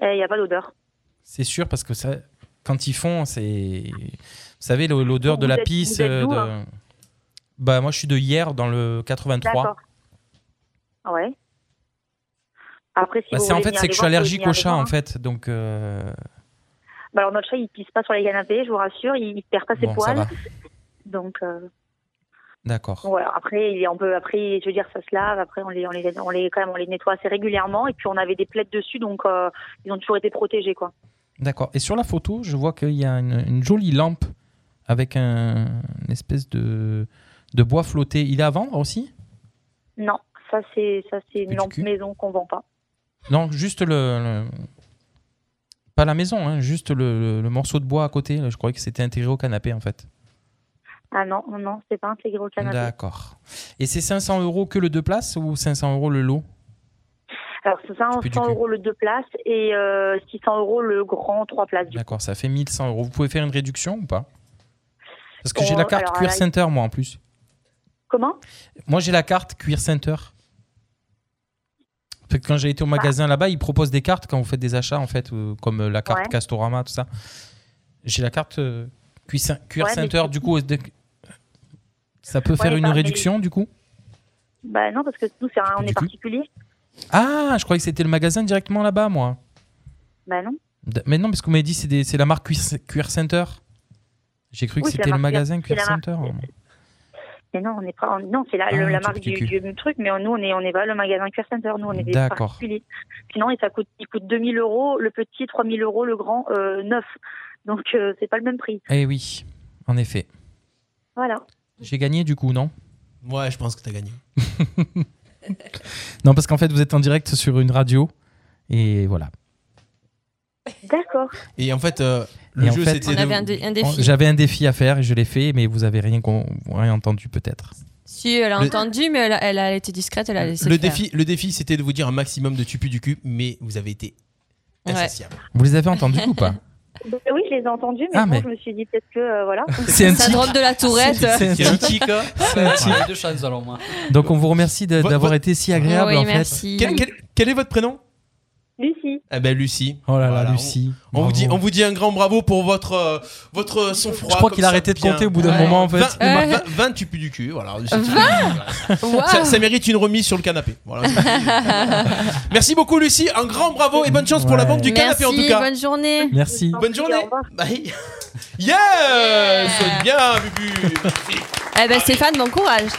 [SPEAKER 15] Eh, Il n'y a pas d'odeur.
[SPEAKER 5] c'est sûr, parce que ça, quand ils font, c'est. Vous savez, l'o- l'odeur
[SPEAKER 15] Vous
[SPEAKER 5] de la
[SPEAKER 15] êtes-
[SPEAKER 5] pisse.
[SPEAKER 15] vous êtes
[SPEAKER 5] euh,
[SPEAKER 15] d'où,
[SPEAKER 5] de-
[SPEAKER 15] hein
[SPEAKER 5] Bah, moi, je suis de hier, dans le 83.
[SPEAKER 15] D'accord. Ouais. Après, si
[SPEAKER 5] Bah,
[SPEAKER 15] vous
[SPEAKER 5] c'est en
[SPEAKER 15] voulez
[SPEAKER 5] fait,
[SPEAKER 15] venir
[SPEAKER 5] c'est
[SPEAKER 15] les
[SPEAKER 5] que je suis
[SPEAKER 15] voir, vous pouvez
[SPEAKER 5] allergique
[SPEAKER 15] venir
[SPEAKER 5] aux
[SPEAKER 15] les
[SPEAKER 5] chats,
[SPEAKER 15] voir.
[SPEAKER 5] en fait. Donc, euh,
[SPEAKER 15] Bah, alors, notre chat, il pisse pas sur les canapés, je vous rassure, il ne perd pas ses
[SPEAKER 5] bon, ça
[SPEAKER 15] poils.
[SPEAKER 5] va.
[SPEAKER 15] Donc euh,
[SPEAKER 5] D'accord.
[SPEAKER 15] voilà, après il est- on peut après je veux dire ça se lave, après on les on les on les quand même on les nettoie assez régulièrement et puis on avait des plaides dessus donc euh, ils ont toujours été protégés quoi.
[SPEAKER 5] D'accord. Et sur la photo, je vois qu'il y a une, une jolie lampe avec un, une espèce de, de bois flotté. Il est à vendre aussi
[SPEAKER 15] Non, ça c'est ça c'est une lampe maison qu'on vend pas.
[SPEAKER 5] Non, juste le. le- Pas la maison, hein, juste le, le- le morceau de bois à côté. Je croyais que c'était intégré au canapé en fait.
[SPEAKER 15] Ah non, non non, c'est pas intégré au canapé.
[SPEAKER 5] D'accord. Et c'est 500 euros que le deux places ou 500 euros le lot
[SPEAKER 15] Alors c'est ça 100 euros le deux places et euh, 600 euros le grand trois places. du coup.
[SPEAKER 5] D'accord, ça fait 1100 euros. Vous pouvez faire une réduction ou pas Parce que
[SPEAKER 15] Bon,
[SPEAKER 5] j'ai la carte
[SPEAKER 15] Oh, alors,
[SPEAKER 5] Cuir
[SPEAKER 15] là, il-
[SPEAKER 5] Center moi en plus.
[SPEAKER 15] Comment
[SPEAKER 5] Moi j'ai la carte Cuir Center. Fait que quand j'ai été au
[SPEAKER 15] Ah.
[SPEAKER 5] magasin là-bas, ils proposent des cartes quand vous faites des achats en fait, euh, comme la carte
[SPEAKER 15] Ouais.
[SPEAKER 5] Castorama, tout ça. J'ai la carte euh, Cuir, Cin- Cuir
[SPEAKER 15] Ouais, mais
[SPEAKER 5] Center, du coup, ça peut
[SPEAKER 15] Ouais,
[SPEAKER 5] faire une
[SPEAKER 15] bah, mais-
[SPEAKER 5] réduction du coup
[SPEAKER 15] Bah non parce que nous c'est un- on est particulier.
[SPEAKER 5] Ah, je croyais que c'était le magasin directement là-bas, moi.
[SPEAKER 15] Bah non.
[SPEAKER 5] D- Mais non, parce qu'on m'a dit c'est des- c'est la marque Cuir, Cuir Center. J'ai cru
[SPEAKER 15] Oui,
[SPEAKER 5] que
[SPEAKER 15] c'est la
[SPEAKER 5] c'était le
[SPEAKER 15] marque Cuir-
[SPEAKER 5] magasin
[SPEAKER 15] c'est
[SPEAKER 5] Cuir
[SPEAKER 15] la marque-
[SPEAKER 5] Center.
[SPEAKER 15] Mais non, on n'est pas. on- non, c'est la,
[SPEAKER 5] Ah,
[SPEAKER 15] le- la
[SPEAKER 5] tu
[SPEAKER 15] marque
[SPEAKER 5] petit
[SPEAKER 15] du,
[SPEAKER 5] cul.
[SPEAKER 15] du truc, mais nous, on n'est on est pas le magasin Cuir Center. Nous, on est des
[SPEAKER 5] D'accord.
[SPEAKER 15] particuliers. Sinon, et ça coûte, il coûte 2000 euros le petit, 3000 euros le grand, euh, neuf. Donc, euh, c'est pas le même prix.
[SPEAKER 5] Eh oui, en effet.
[SPEAKER 15] Voilà.
[SPEAKER 5] J'ai gagné du coup, non
[SPEAKER 3] Ouais, je pense que t'as gagné.
[SPEAKER 5] Non, parce qu'en fait, vous êtes en direct sur une radio. Et voilà.
[SPEAKER 15] D'accord.
[SPEAKER 3] Et en fait, euh, le
[SPEAKER 5] Et en
[SPEAKER 3] jeu,
[SPEAKER 5] fait-
[SPEAKER 3] c'était.
[SPEAKER 4] On
[SPEAKER 3] de-
[SPEAKER 4] avait un, dé- un défi.
[SPEAKER 5] J'avais un défi à faire et je l'ai fait, mais vous avez rien, con- rien entendu peut-être.
[SPEAKER 4] Si, elle a
[SPEAKER 3] Le-
[SPEAKER 4] entendu, mais elle a, elle a été discrète, elle a laissé
[SPEAKER 3] Le
[SPEAKER 4] faire. *laughs*
[SPEAKER 3] défi, le défi, c'était de vous dire un maximum de tupu du cul, mais vous avez été insatiable.
[SPEAKER 5] Vous les avez entendus *laughs* ou
[SPEAKER 4] *laughs*
[SPEAKER 5] pas
[SPEAKER 15] Donc, oui, je les ai entendus, mais,
[SPEAKER 5] Ah,
[SPEAKER 15] bon,
[SPEAKER 5] mais-
[SPEAKER 15] je me suis dit peut-être que. euh, voilà.
[SPEAKER 5] *laughs* C'est un tic. Syndrome
[SPEAKER 4] de la Tourette.
[SPEAKER 6] *laughs*
[SPEAKER 4] C'est-
[SPEAKER 5] c'est un tic, hein. C'est un tic.
[SPEAKER 6] Deux chances alors, moi.
[SPEAKER 5] Donc on vous remercie de- d'avoir été si agréable
[SPEAKER 4] Ah Oui,
[SPEAKER 5] en fait.
[SPEAKER 4] merci.
[SPEAKER 3] Quel, quel- quel est votre prénom
[SPEAKER 15] Lucie.
[SPEAKER 3] Ah ben Lucie.
[SPEAKER 5] Oh là là,
[SPEAKER 3] Voilà, on-
[SPEAKER 5] Lucie.
[SPEAKER 3] On, vous
[SPEAKER 5] bravo.
[SPEAKER 3] dit, on vous dit un grand bravo pour votre, euh, votre sang-froid.
[SPEAKER 5] Je crois
[SPEAKER 3] comme
[SPEAKER 5] qu'il a
[SPEAKER 3] ça,
[SPEAKER 5] arrêté de
[SPEAKER 3] bien.
[SPEAKER 5] compter au bout d'un Ouais. moment, en fait.
[SPEAKER 3] 20,
[SPEAKER 5] Ouais.
[SPEAKER 3] 20, 20 tupus du cul, voilà. C'est-
[SPEAKER 5] 20?
[SPEAKER 3] Voilà. ça, ça mérite une remise sur le canapé.
[SPEAKER 4] *laughs*
[SPEAKER 3] Voilà. Merci beaucoup Lucie, un grand bravo et bonne chance pour la vente du canapé en tout cas.
[SPEAKER 4] bonne journée.
[SPEAKER 5] Merci.
[SPEAKER 3] Bonne journée. Bye. *laughs* Yes, Soigne bien Bubu.
[SPEAKER 4] Eh ben Stéphane, bon courage.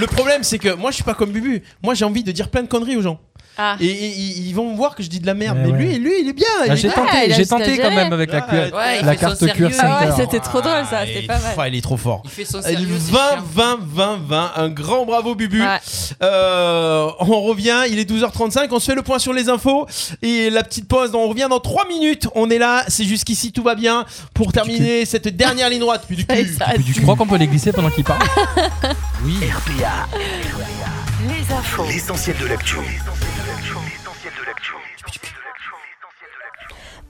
[SPEAKER 3] Le problème c'est que moi je suis pas comme Bubu, moi j'ai envie de dire plein de conneries aux gens.
[SPEAKER 4] Ah.
[SPEAKER 3] Et, et- ils ils vont voir que je dis de la merde,
[SPEAKER 5] Mais
[SPEAKER 3] mais,
[SPEAKER 5] ouais.
[SPEAKER 3] lui, lui, il est bien.
[SPEAKER 5] Ah,
[SPEAKER 3] il est
[SPEAKER 5] j'ai
[SPEAKER 3] bien.
[SPEAKER 5] tenté, j'ai tenté quand même avec la, cuir-
[SPEAKER 3] Ouais, il
[SPEAKER 5] la
[SPEAKER 3] fait son
[SPEAKER 5] carte cuir
[SPEAKER 3] sérieux.
[SPEAKER 5] Center.
[SPEAKER 3] Ah ouais,
[SPEAKER 9] C'était trop drôle ça, c'était pas mal.
[SPEAKER 3] Pff, il est trop fort.
[SPEAKER 6] Il fait
[SPEAKER 3] Euh,
[SPEAKER 6] son
[SPEAKER 3] 20, 20, 20, 20. Un grand bravo, Bubu. Euh, on revient. Il est 12h35. On se fait le point sur les infos. Et la petite pause. On revient dans 3 minutes. On est là. C'est jusqu'ici. Tout va bien. Pour terminer cette dernière ligne droite. Puis du cul.
[SPEAKER 5] Tu crois qu'on peut les glisser pendant
[SPEAKER 3] *laughs*
[SPEAKER 5] qu'il parle Oui.
[SPEAKER 13] RPA. Les infos. L'essentiel de l'actu.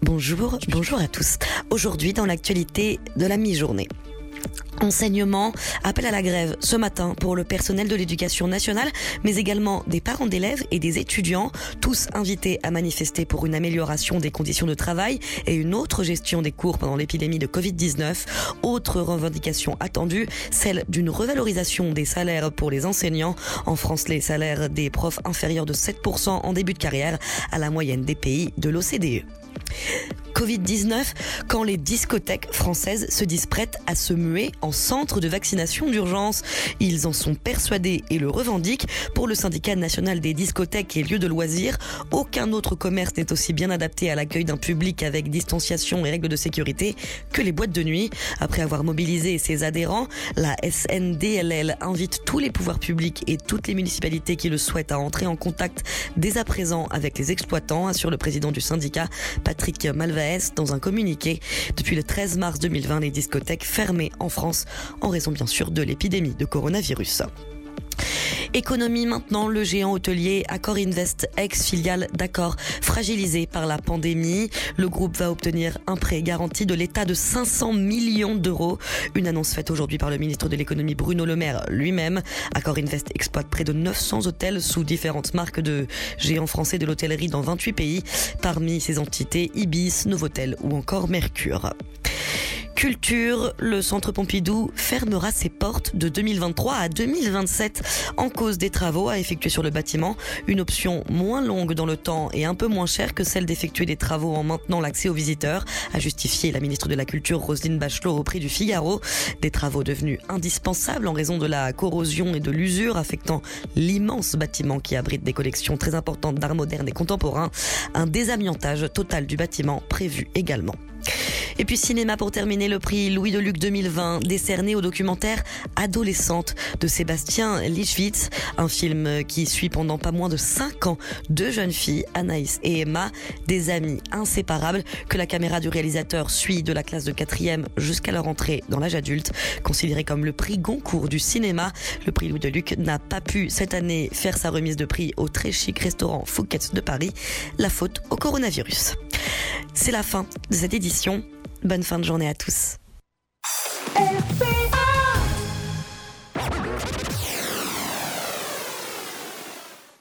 [SPEAKER 16] Bonjour, bonjour à tous. Aujourd'hui dans l'actualité de la mi-journée. Enseignement, appel à la grève ce matin pour le personnel de l'éducation nationale, mais également des parents d'élèves et des étudiants, tous invités à manifester pour une amélioration des conditions de travail et une autre gestion des cours pendant l'épidémie de Covid-19. Autre revendication attendue, celle d'une revalorisation des salaires pour les enseignants. En France, les salaires des profs inférieurs de 7% en début de carrière à la moyenne des pays de l'OCDE. Covid-19, quand les discothèques françaises se disent prêtes à se muer en centre de vaccination d'urgence. Ils en sont persuadés et le revendiquent. Pour le syndicat national des discothèques et lieux de loisirs, aucun autre commerce n'est aussi bien adapté à l'accueil d'un public avec distanciation et règles de sécurité que les boîtes de nuit. Après avoir mobilisé ses adhérents, la SNDLL invite tous les pouvoirs publics et toutes les municipalités qui le souhaitent à entrer en contact dès à présent avec les exploitants, assure le président du syndicat, Patrick Malvaes, dans un communiqué. Depuis le 13 mars 2020, les discothèques fermées en France en raison bien sûr de l'épidémie de coronavirus. Économie maintenant, le géant hôtelier Accor Invest, ex-filiale d'Accor, fragilisé par la pandémie. Le groupe va obtenir un prêt garanti de l'État de 500 millions d'euros. Une annonce faite aujourd'hui par le ministre de l'économie Bruno Le Maire lui-même. Accor Invest exploite près de 900 hôtels sous différentes marques de géants français de l'hôtellerie dans 28 pays. Parmi ces entités, Ibis, Novotel ou encore Mercure. Culture, le centre Pompidou fermera ses portes de 2023 à 2027 en cause des travaux à effectuer sur le bâtiment, une option moins longue dans le temps et un peu moins chère que celle d'effectuer des travaux en maintenant l'accès aux visiteurs, a justifié la ministre de la Culture Roselyne Bachelot au prix du Figaro, des travaux devenus indispensables en raison de la corrosion et de l'usure affectant l'immense bâtiment qui abrite des collections très importantes d'art moderne et contemporain, un désamiantage total du bâtiment prévu également. Et puis cinéma pour terminer le prix Louis de Luc 2020 décerné au documentaire Adolescente de Sébastien Lichwitz, un film qui suit pendant pas moins de 5 ans deux jeunes filles, Anaïs et Emma, des amies inséparables que la caméra du réalisateur suit de la classe de 4e jusqu'à leur entrée dans l'âge adulte, considéré comme le prix Goncourt du cinéma. Le prix Louis de Luc n'a pas pu cette année faire sa remise de prix au très chic restaurant Fouquet de Paris, la faute au coronavirus. C'est la fin de cette édition. Bonne fin de journée à tous.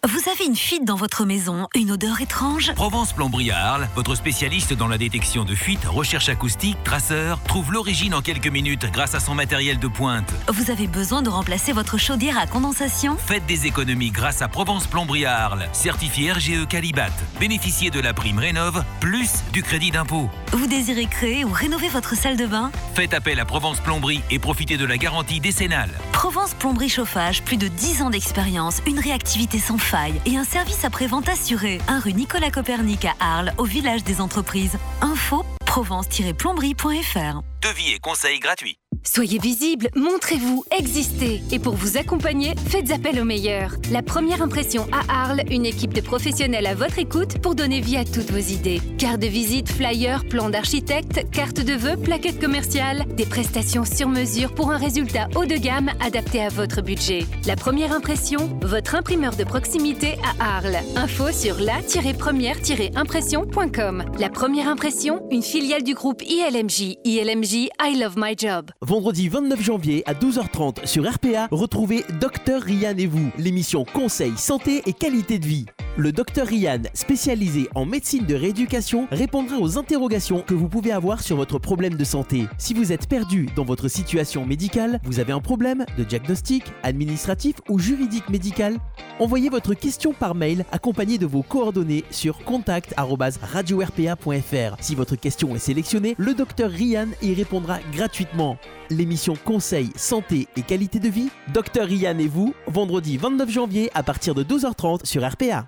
[SPEAKER 17] Vous avez une fuite dans votre maison, une odeur étrange
[SPEAKER 11] Provence Plomberie à Arles, votre spécialiste dans la détection de fuites, recherche acoustique, traceur, trouve l'origine en quelques minutes grâce à son matériel de pointe.
[SPEAKER 17] Vous avez besoin de remplacer votre chaudière à condensation
[SPEAKER 11] Faites des économies grâce à Provence Plomberie à Arles, certifié RGE Calibat. Bénéficiez de la prime Rénov, plus du crédit d'impôt.
[SPEAKER 17] Vous désirez créer ou rénover votre salle de bain
[SPEAKER 11] Faites appel à Provence Plomberie et profitez de la garantie décennale.
[SPEAKER 17] Provence Plomberie Chauffage, plus de 10 ans d'expérience, une réactivité sans faille et un service après-vente assuré. Un rue Nicolas Copernic à Arles, au village des entreprises. Info provence-plomberie.fr
[SPEAKER 11] Devis et conseils gratuits.
[SPEAKER 8] Soyez visible, montrez-vous, existez. Et pour vous accompagner, faites appel au meilleur. La première impression à Arles, une équipe de professionnels à votre écoute pour donner vie à toutes vos idées. Cartes de visite, flyers, plans d'architecte, cartes de vœux, plaquettes commerciales, des prestations sur mesure pour un résultat haut de gamme adapté à votre budget. La première impression, votre imprimeur de proximité à Arles. Info sur la-première-impression.com. La première impression, une filiale du groupe ILMJ. ILMJ, I love my job.
[SPEAKER 1] Vendredi 29 janvier à 12h30 sur RPA, retrouvez Docteur Ryan et vous, l'émission Conseil santé et qualité de vie. Le Docteur Ryan, spécialisé en médecine de rééducation, répondra aux interrogations que vous pouvez avoir sur votre problème de santé. Si vous êtes perdu dans votre situation médicale, vous avez un problème de diagnostic, administratif ou juridique médical, envoyez votre question par mail accompagnée de vos coordonnées sur contact@radio-rpa.fr. Si votre question est sélectionnée, le Docteur Ryan y répondra gratuitement. L'émission Conseil, Santé et Qualité de Vie, Docteur Ryan et vous, vendredi 29 janvier à partir de 12h30 sur RPA.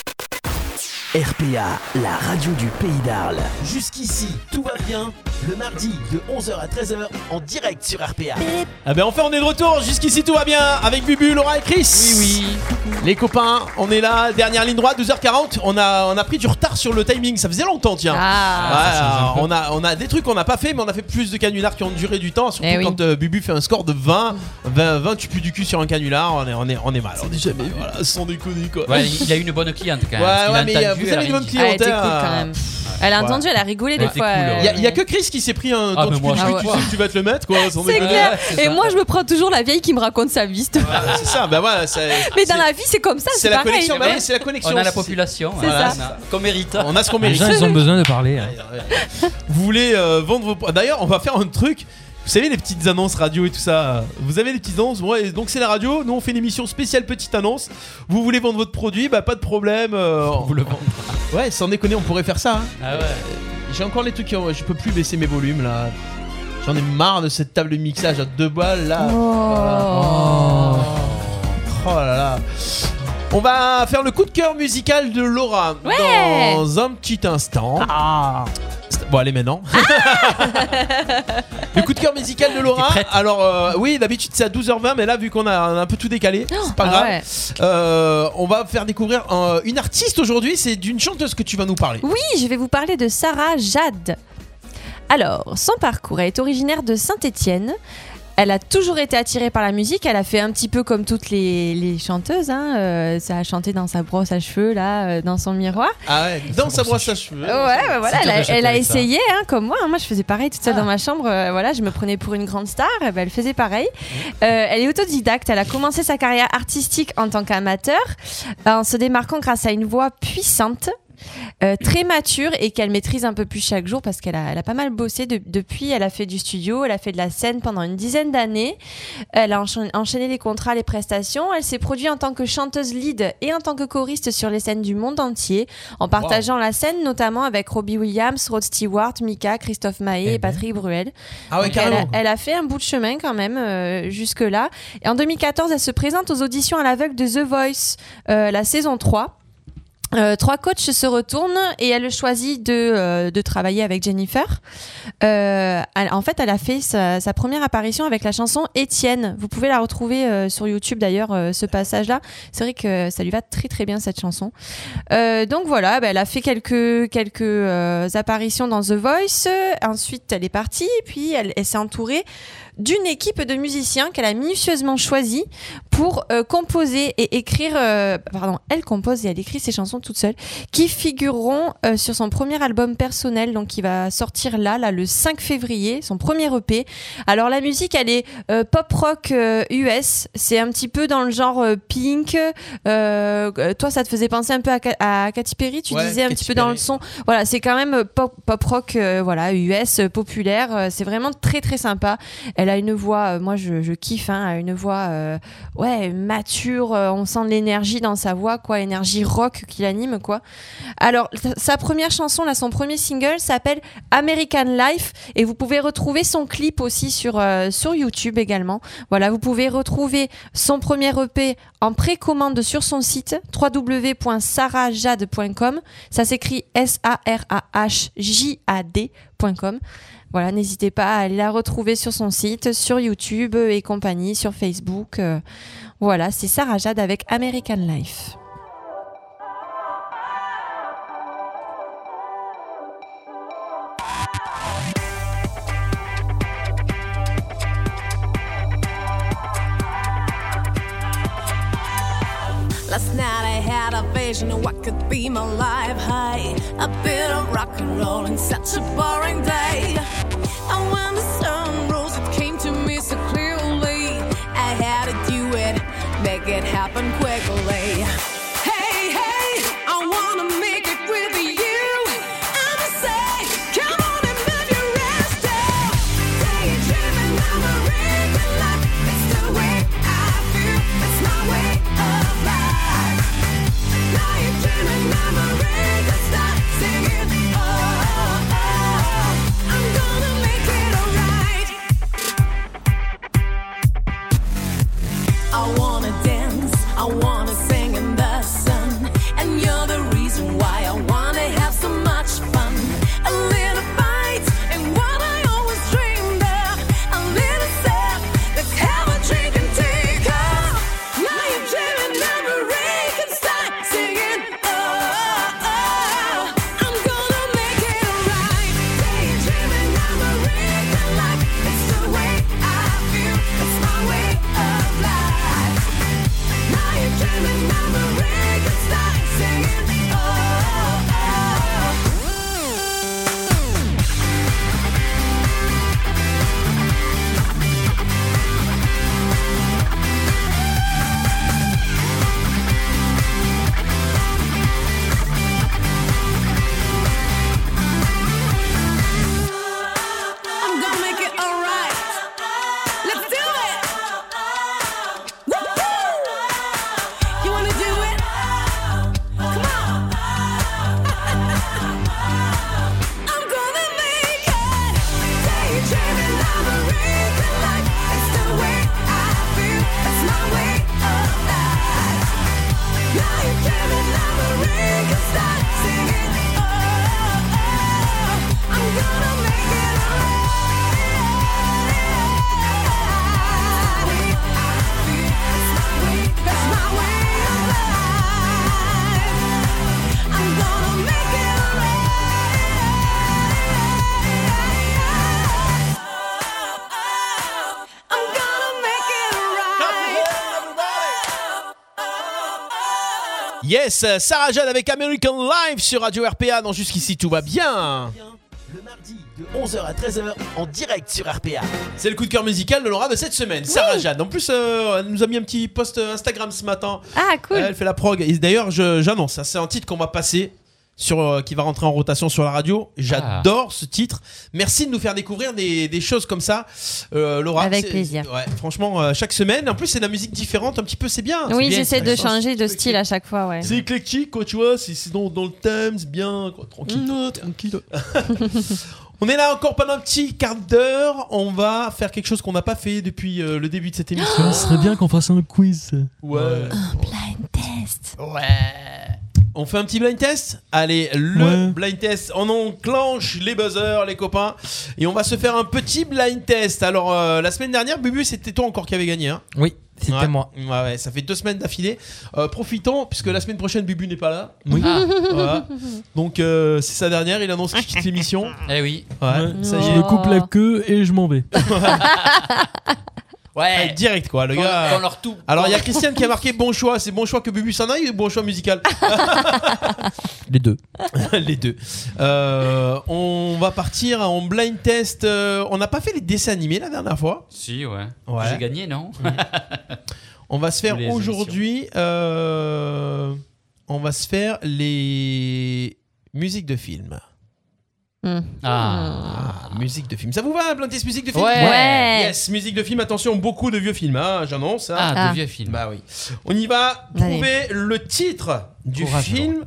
[SPEAKER 18] RPA, la radio du pays d'Arles.
[SPEAKER 1] Jusqu'ici, tout va bien. Le mardi de 11h à 13h en direct sur RPA.
[SPEAKER 3] Ah ben enfin on est de retour, jusqu'ici tout va bien avec Bubu, Laura et Chris. Oui oui. Les copains, on est là, dernière ligne droite, 12h40. On a, on a pris du retard sur le timing, ça faisait longtemps tiens.
[SPEAKER 4] Ah.
[SPEAKER 3] Ouais,
[SPEAKER 4] Ça change un peu.
[SPEAKER 3] on, a, on a des trucs qu'on n'a pas fait, mais on a fait plus de canulars qui ont duré du temps. Surtout
[SPEAKER 4] Eh oui.
[SPEAKER 3] quand euh, Bubu fait un score de 20, 20, 20 tu pues du cul sur un canular, on est, on est, on est mal. On est jamais, voilà, sans déconner quoi.
[SPEAKER 4] *laughs*
[SPEAKER 6] Ouais, il a eu une bonne cliente quand même.
[SPEAKER 3] Ouais,
[SPEAKER 6] parce qu'il
[SPEAKER 3] ouais,
[SPEAKER 6] a
[SPEAKER 3] mais euh,
[SPEAKER 6] entendu
[SPEAKER 3] vous avez le même client.
[SPEAKER 4] Ah, Elle était cool quand même. Elle a entendu, elle a rigolé des fois. euh.
[SPEAKER 3] Il y a- il y, a que Chris qui s'est pris un
[SPEAKER 5] Ah,
[SPEAKER 3] dont
[SPEAKER 5] mais
[SPEAKER 3] tu
[SPEAKER 5] moi,
[SPEAKER 3] dis,
[SPEAKER 5] je
[SPEAKER 3] oui,
[SPEAKER 5] suis
[SPEAKER 3] tu
[SPEAKER 5] toi.
[SPEAKER 3] sais que tu vas te le mettre quoi. sans
[SPEAKER 4] C'est
[SPEAKER 3] déconner.
[SPEAKER 4] clair. Et moi, je me prends toujours la vieille qui me raconte sa vie. cette-
[SPEAKER 3] Ah, c'est ça, bah voilà, c'est
[SPEAKER 4] *laughs* Mais dans la vie, c'est comme ça,
[SPEAKER 3] c'est
[SPEAKER 4] c'est
[SPEAKER 3] la
[SPEAKER 4] pareil.
[SPEAKER 3] connexion, bah oui, c'est la connexion.
[SPEAKER 6] On a la population.
[SPEAKER 4] C'est
[SPEAKER 3] Voilà,
[SPEAKER 4] ça.
[SPEAKER 3] c'est ça.
[SPEAKER 6] Qu'on mérite.
[SPEAKER 3] On a ce qu'on
[SPEAKER 5] Les
[SPEAKER 3] mérite.
[SPEAKER 5] gens, ils ont besoin de parler. hein.
[SPEAKER 3] Vous voulez euh, vendre vos. pro- D'ailleurs, on va faire un truc. Vous savez les petites annonces radio et tout ça. euh, Vous avez les petites annonces. Ouais, donc c'est la radio. Nous on fait une émission spéciale petite annonce. Vous voulez vendre votre produit, bah pas de problème. on vous le vendre. *laughs* Ouais, sans déconner, on pourrait faire ça. hein. Euh, J'ai encore les trucs. qui ont- Je peux plus baisser mes volumes là. J'en ai marre de cette table de mixage à deux balles là. Voilà. Oh. Oh là là. On va faire le coup de cœur musical de Laura
[SPEAKER 13] Ouais.
[SPEAKER 3] dans un petit instant. C'est- Bon, allez maintenant. le coup de cœur musical de Laura. Alors, euh, oui, d'habitude c'est à 12h20, mais là, vu qu'on a, on a un peu tout décalé, c'est pas
[SPEAKER 4] Ah
[SPEAKER 3] grave.
[SPEAKER 4] ouais.
[SPEAKER 3] Euh, on va faire découvrir euh, une artiste aujourd'hui. C'est d'une chanteuse que tu vas nous parler.
[SPEAKER 4] Oui, je vais vous parler de Sarah Jade. Alors, son parcours, elle est originaire de Saint-Étienne. Elle a toujours été attirée par la musique. Elle a fait un petit peu comme toutes les, les chanteuses. hein, euh, ça a chanté dans sa brosse à cheveux, là, euh, dans son miroir.
[SPEAKER 3] Ah ouais, dans sa brosse à cheveux.
[SPEAKER 4] Ouais, bah voilà, elle a, elle a
[SPEAKER 3] avec ça.
[SPEAKER 4] essayé, hein, comme moi. hein. Moi, je faisais pareil toute seule dans ma chambre. euh, voilà, je me prenais pour une grande star. eh ben, elle faisait pareil. Euh, elle est autodidacte. Elle a commencé sa carrière artistique en tant qu'amateur, euh, en se démarquant grâce à une voix puissante. euh, très mature et qu'elle maîtrise un peu plus chaque jour parce qu'elle a, elle a pas mal bossé de- depuis. Elle a fait du studio, elle a fait de la scène pendant une dizaine d'années. Elle a enchaîné, enchaîné les contrats, les prestations. Elle s'est produite en tant que chanteuse lead et en tant que choriste sur les scènes du monde entier en partageant dans la scène, notamment avec Robbie Williams, Rod Stewart, Mika, Christophe Maé et, Patrick Bruel.
[SPEAKER 3] Eh ben. Ah ouais,
[SPEAKER 4] Donc elle, a,
[SPEAKER 3] carrément.
[SPEAKER 4] elle a fait un bout de chemin quand même euh, jusque-là. Et en 2014, elle se présente aux auditions à l'aveugle de The Voice, euh, la saison 3. Euh, trois coachs se retournent et elle choisit de, euh, de travailler avec Jennifer. Euh, elle- en fait, elle a fait sa, sa première apparition avec la chanson Étienne. Vous pouvez la retrouver euh, sur YouTube d'ailleurs, euh, ce passage-là. C'est vrai que ça lui va très très bien cette chanson. Euh, donc voilà, bah, elle a fait quelques, quelques euh, apparitions dans The Voice. Ensuite, elle est partie, puis elle, elle s'est entourée d'une équipe de musiciens qu'elle a minutieusement choisi pour euh, composer et écrire, euh, pardon, elle compose et elle écrit ses chansons toute seule, qui figureront euh, sur son premier album personnel, donc qui va sortir là, là, le 5 février, son premier EP. Alors la musique, elle est euh, pop rock US, c'est un petit peu dans le genre euh, Pink. euh, euh, toi, ça te faisait penser un peu à, Ka- à Katy Perry, tu
[SPEAKER 19] Ouais,
[SPEAKER 4] disais un
[SPEAKER 19] Katy
[SPEAKER 4] petit peu dans le son. Voilà, c'est quand même pop, pop rock, euh, voilà, US euh, populaire. euh, c'est vraiment très très sympa. Elle a une voix, euh, moi je, je kiffe, hein, elle a une voix euh, ouais mature. euh, on sent de l'énergie dans sa voix, quoi, énergie rock qui l'anime, quoi. Alors sa- sa première chanson, là, son premier single s'appelle American Life et vous pouvez retrouver son clip aussi sur euh, sur YouTube également. Voilà, vous pouvez retrouver son premier EP en précommande sur son site www.sarahjade.com. Ça s'écrit S-A-R-A-H-J-A-D.com. Voilà, n'hésitez pas à aller la retrouver sur son site, sur YouTube et compagnie, sur Facebook. euh, voilà, c'est Sarah Jade avec American Life.
[SPEAKER 20] *laughs* Last night I had a vision of what could be my life. High, a bit of rock and roll in such a boring day. And when the sun rose, it came to me so clearly. I had to do it, make it happen quickly. Hey, hey, I wanna make it with you. I'ma say, come on and move your ass down. Say it, dreaming I'm a real life. It's the way I feel. It's my way of life. Now you're dreaming I'm a real star. Sing it, oh, oh, oh. I'm gonna make it alright.
[SPEAKER 3] Yes, Sarah Jeanne avec American Live sur Radio RPA. Non, jusqu'ici tout va bien.
[SPEAKER 18] Le mardi de 11h à 13h en direct sur RPA.
[SPEAKER 3] C'est le coup de cœur musical de Laura de cette semaine, Sarah Jeanne. En plus, euh, elle nous a mis un petit post euh, Instagram ce matin.
[SPEAKER 4] Ah, cool.
[SPEAKER 3] Elle fait la prog. Et d'ailleurs, je- j'annonce, hein, c'est un titre qu'on va passer. Sur, euh, qui va rentrer en rotation sur la radio. J'adore
[SPEAKER 4] Ah.
[SPEAKER 3] ce titre. Merci de nous faire découvrir des, des choses comme ça, euh, Laura.
[SPEAKER 4] Avec
[SPEAKER 3] C'est-
[SPEAKER 4] plaisir.
[SPEAKER 3] ouais, franchement, euh, chaque semaine. En plus, c'est de la musique différente, un petit peu, Ah, c'est bien. C'est
[SPEAKER 4] Oui,
[SPEAKER 3] bien,
[SPEAKER 4] j'essaie
[SPEAKER 3] ça
[SPEAKER 4] de
[SPEAKER 3] fait sens.
[SPEAKER 4] changer de style à chaque fois, ouais.
[SPEAKER 3] C'est éclectique, quoi, tu vois. C'est c'est dans, dans le thème, c'est bien, quoi, tranquille. *laughs* on est là encore pendant un petit quart d'heure. On va faire quelque chose qu'on n'a pas fait depuis euh, le début de cette émission.
[SPEAKER 19] Ah, Ce serait bien qu'on fasse un quiz.
[SPEAKER 3] Ouais. Un blind test. Ouais. On fait un petit blind test Allez, le blind test. On enclenche les buzzers, les copains. Et on va se faire un petit blind test. Alors, euh, la semaine dernière, Bubu, c'était toi encore qui avait gagné. Hein
[SPEAKER 5] Oui, c'était
[SPEAKER 3] Ouais.
[SPEAKER 5] moi.
[SPEAKER 3] Ouais, ouais, ça fait deux semaines d'affilée. Euh, profitons, puisque la semaine prochaine, Bubu n'est pas là.
[SPEAKER 5] Oui.
[SPEAKER 3] Ah, voilà. Donc, euh, c'est sa dernière. Il annonce qu'il quitte l'émission.
[SPEAKER 19] *laughs*
[SPEAKER 6] Eh oui.
[SPEAKER 3] Ouais, ça y
[SPEAKER 19] je
[SPEAKER 3] est.
[SPEAKER 19] me coupe la queue et je m'en vais.
[SPEAKER 3] Ouais. direct, quoi, le
[SPEAKER 19] Dans-
[SPEAKER 3] gars.
[SPEAKER 19] dans leur tout.
[SPEAKER 3] Alors, il y a Christiane qui a marqué bon choix. C'est bon choix que Bubu s'en aille ou bon choix musical
[SPEAKER 5] Les deux.
[SPEAKER 3] *laughs* les deux. Euh, on va partir en blind test. Euh, on n'a pas fait les dessins animés la dernière fois.
[SPEAKER 6] Si, ouais.
[SPEAKER 3] Ouais.
[SPEAKER 6] J'ai gagné, non *laughs*
[SPEAKER 3] On va se faire
[SPEAKER 6] Les émissions.
[SPEAKER 3] aujourd'hui. euh, on va se faire les musiques de films. Ah, musique de film. Ça vous va, un blind test musique de film
[SPEAKER 6] Ouais. Ouais.
[SPEAKER 3] Yes, musique de film. Attention, beaucoup de vieux films, hein, j'annonce. hein.
[SPEAKER 6] Ah, de Ah. vieux films.
[SPEAKER 3] Bah oui. On y va.
[SPEAKER 6] Allez.
[SPEAKER 3] Trouver le titre du
[SPEAKER 6] Courage,
[SPEAKER 3] film.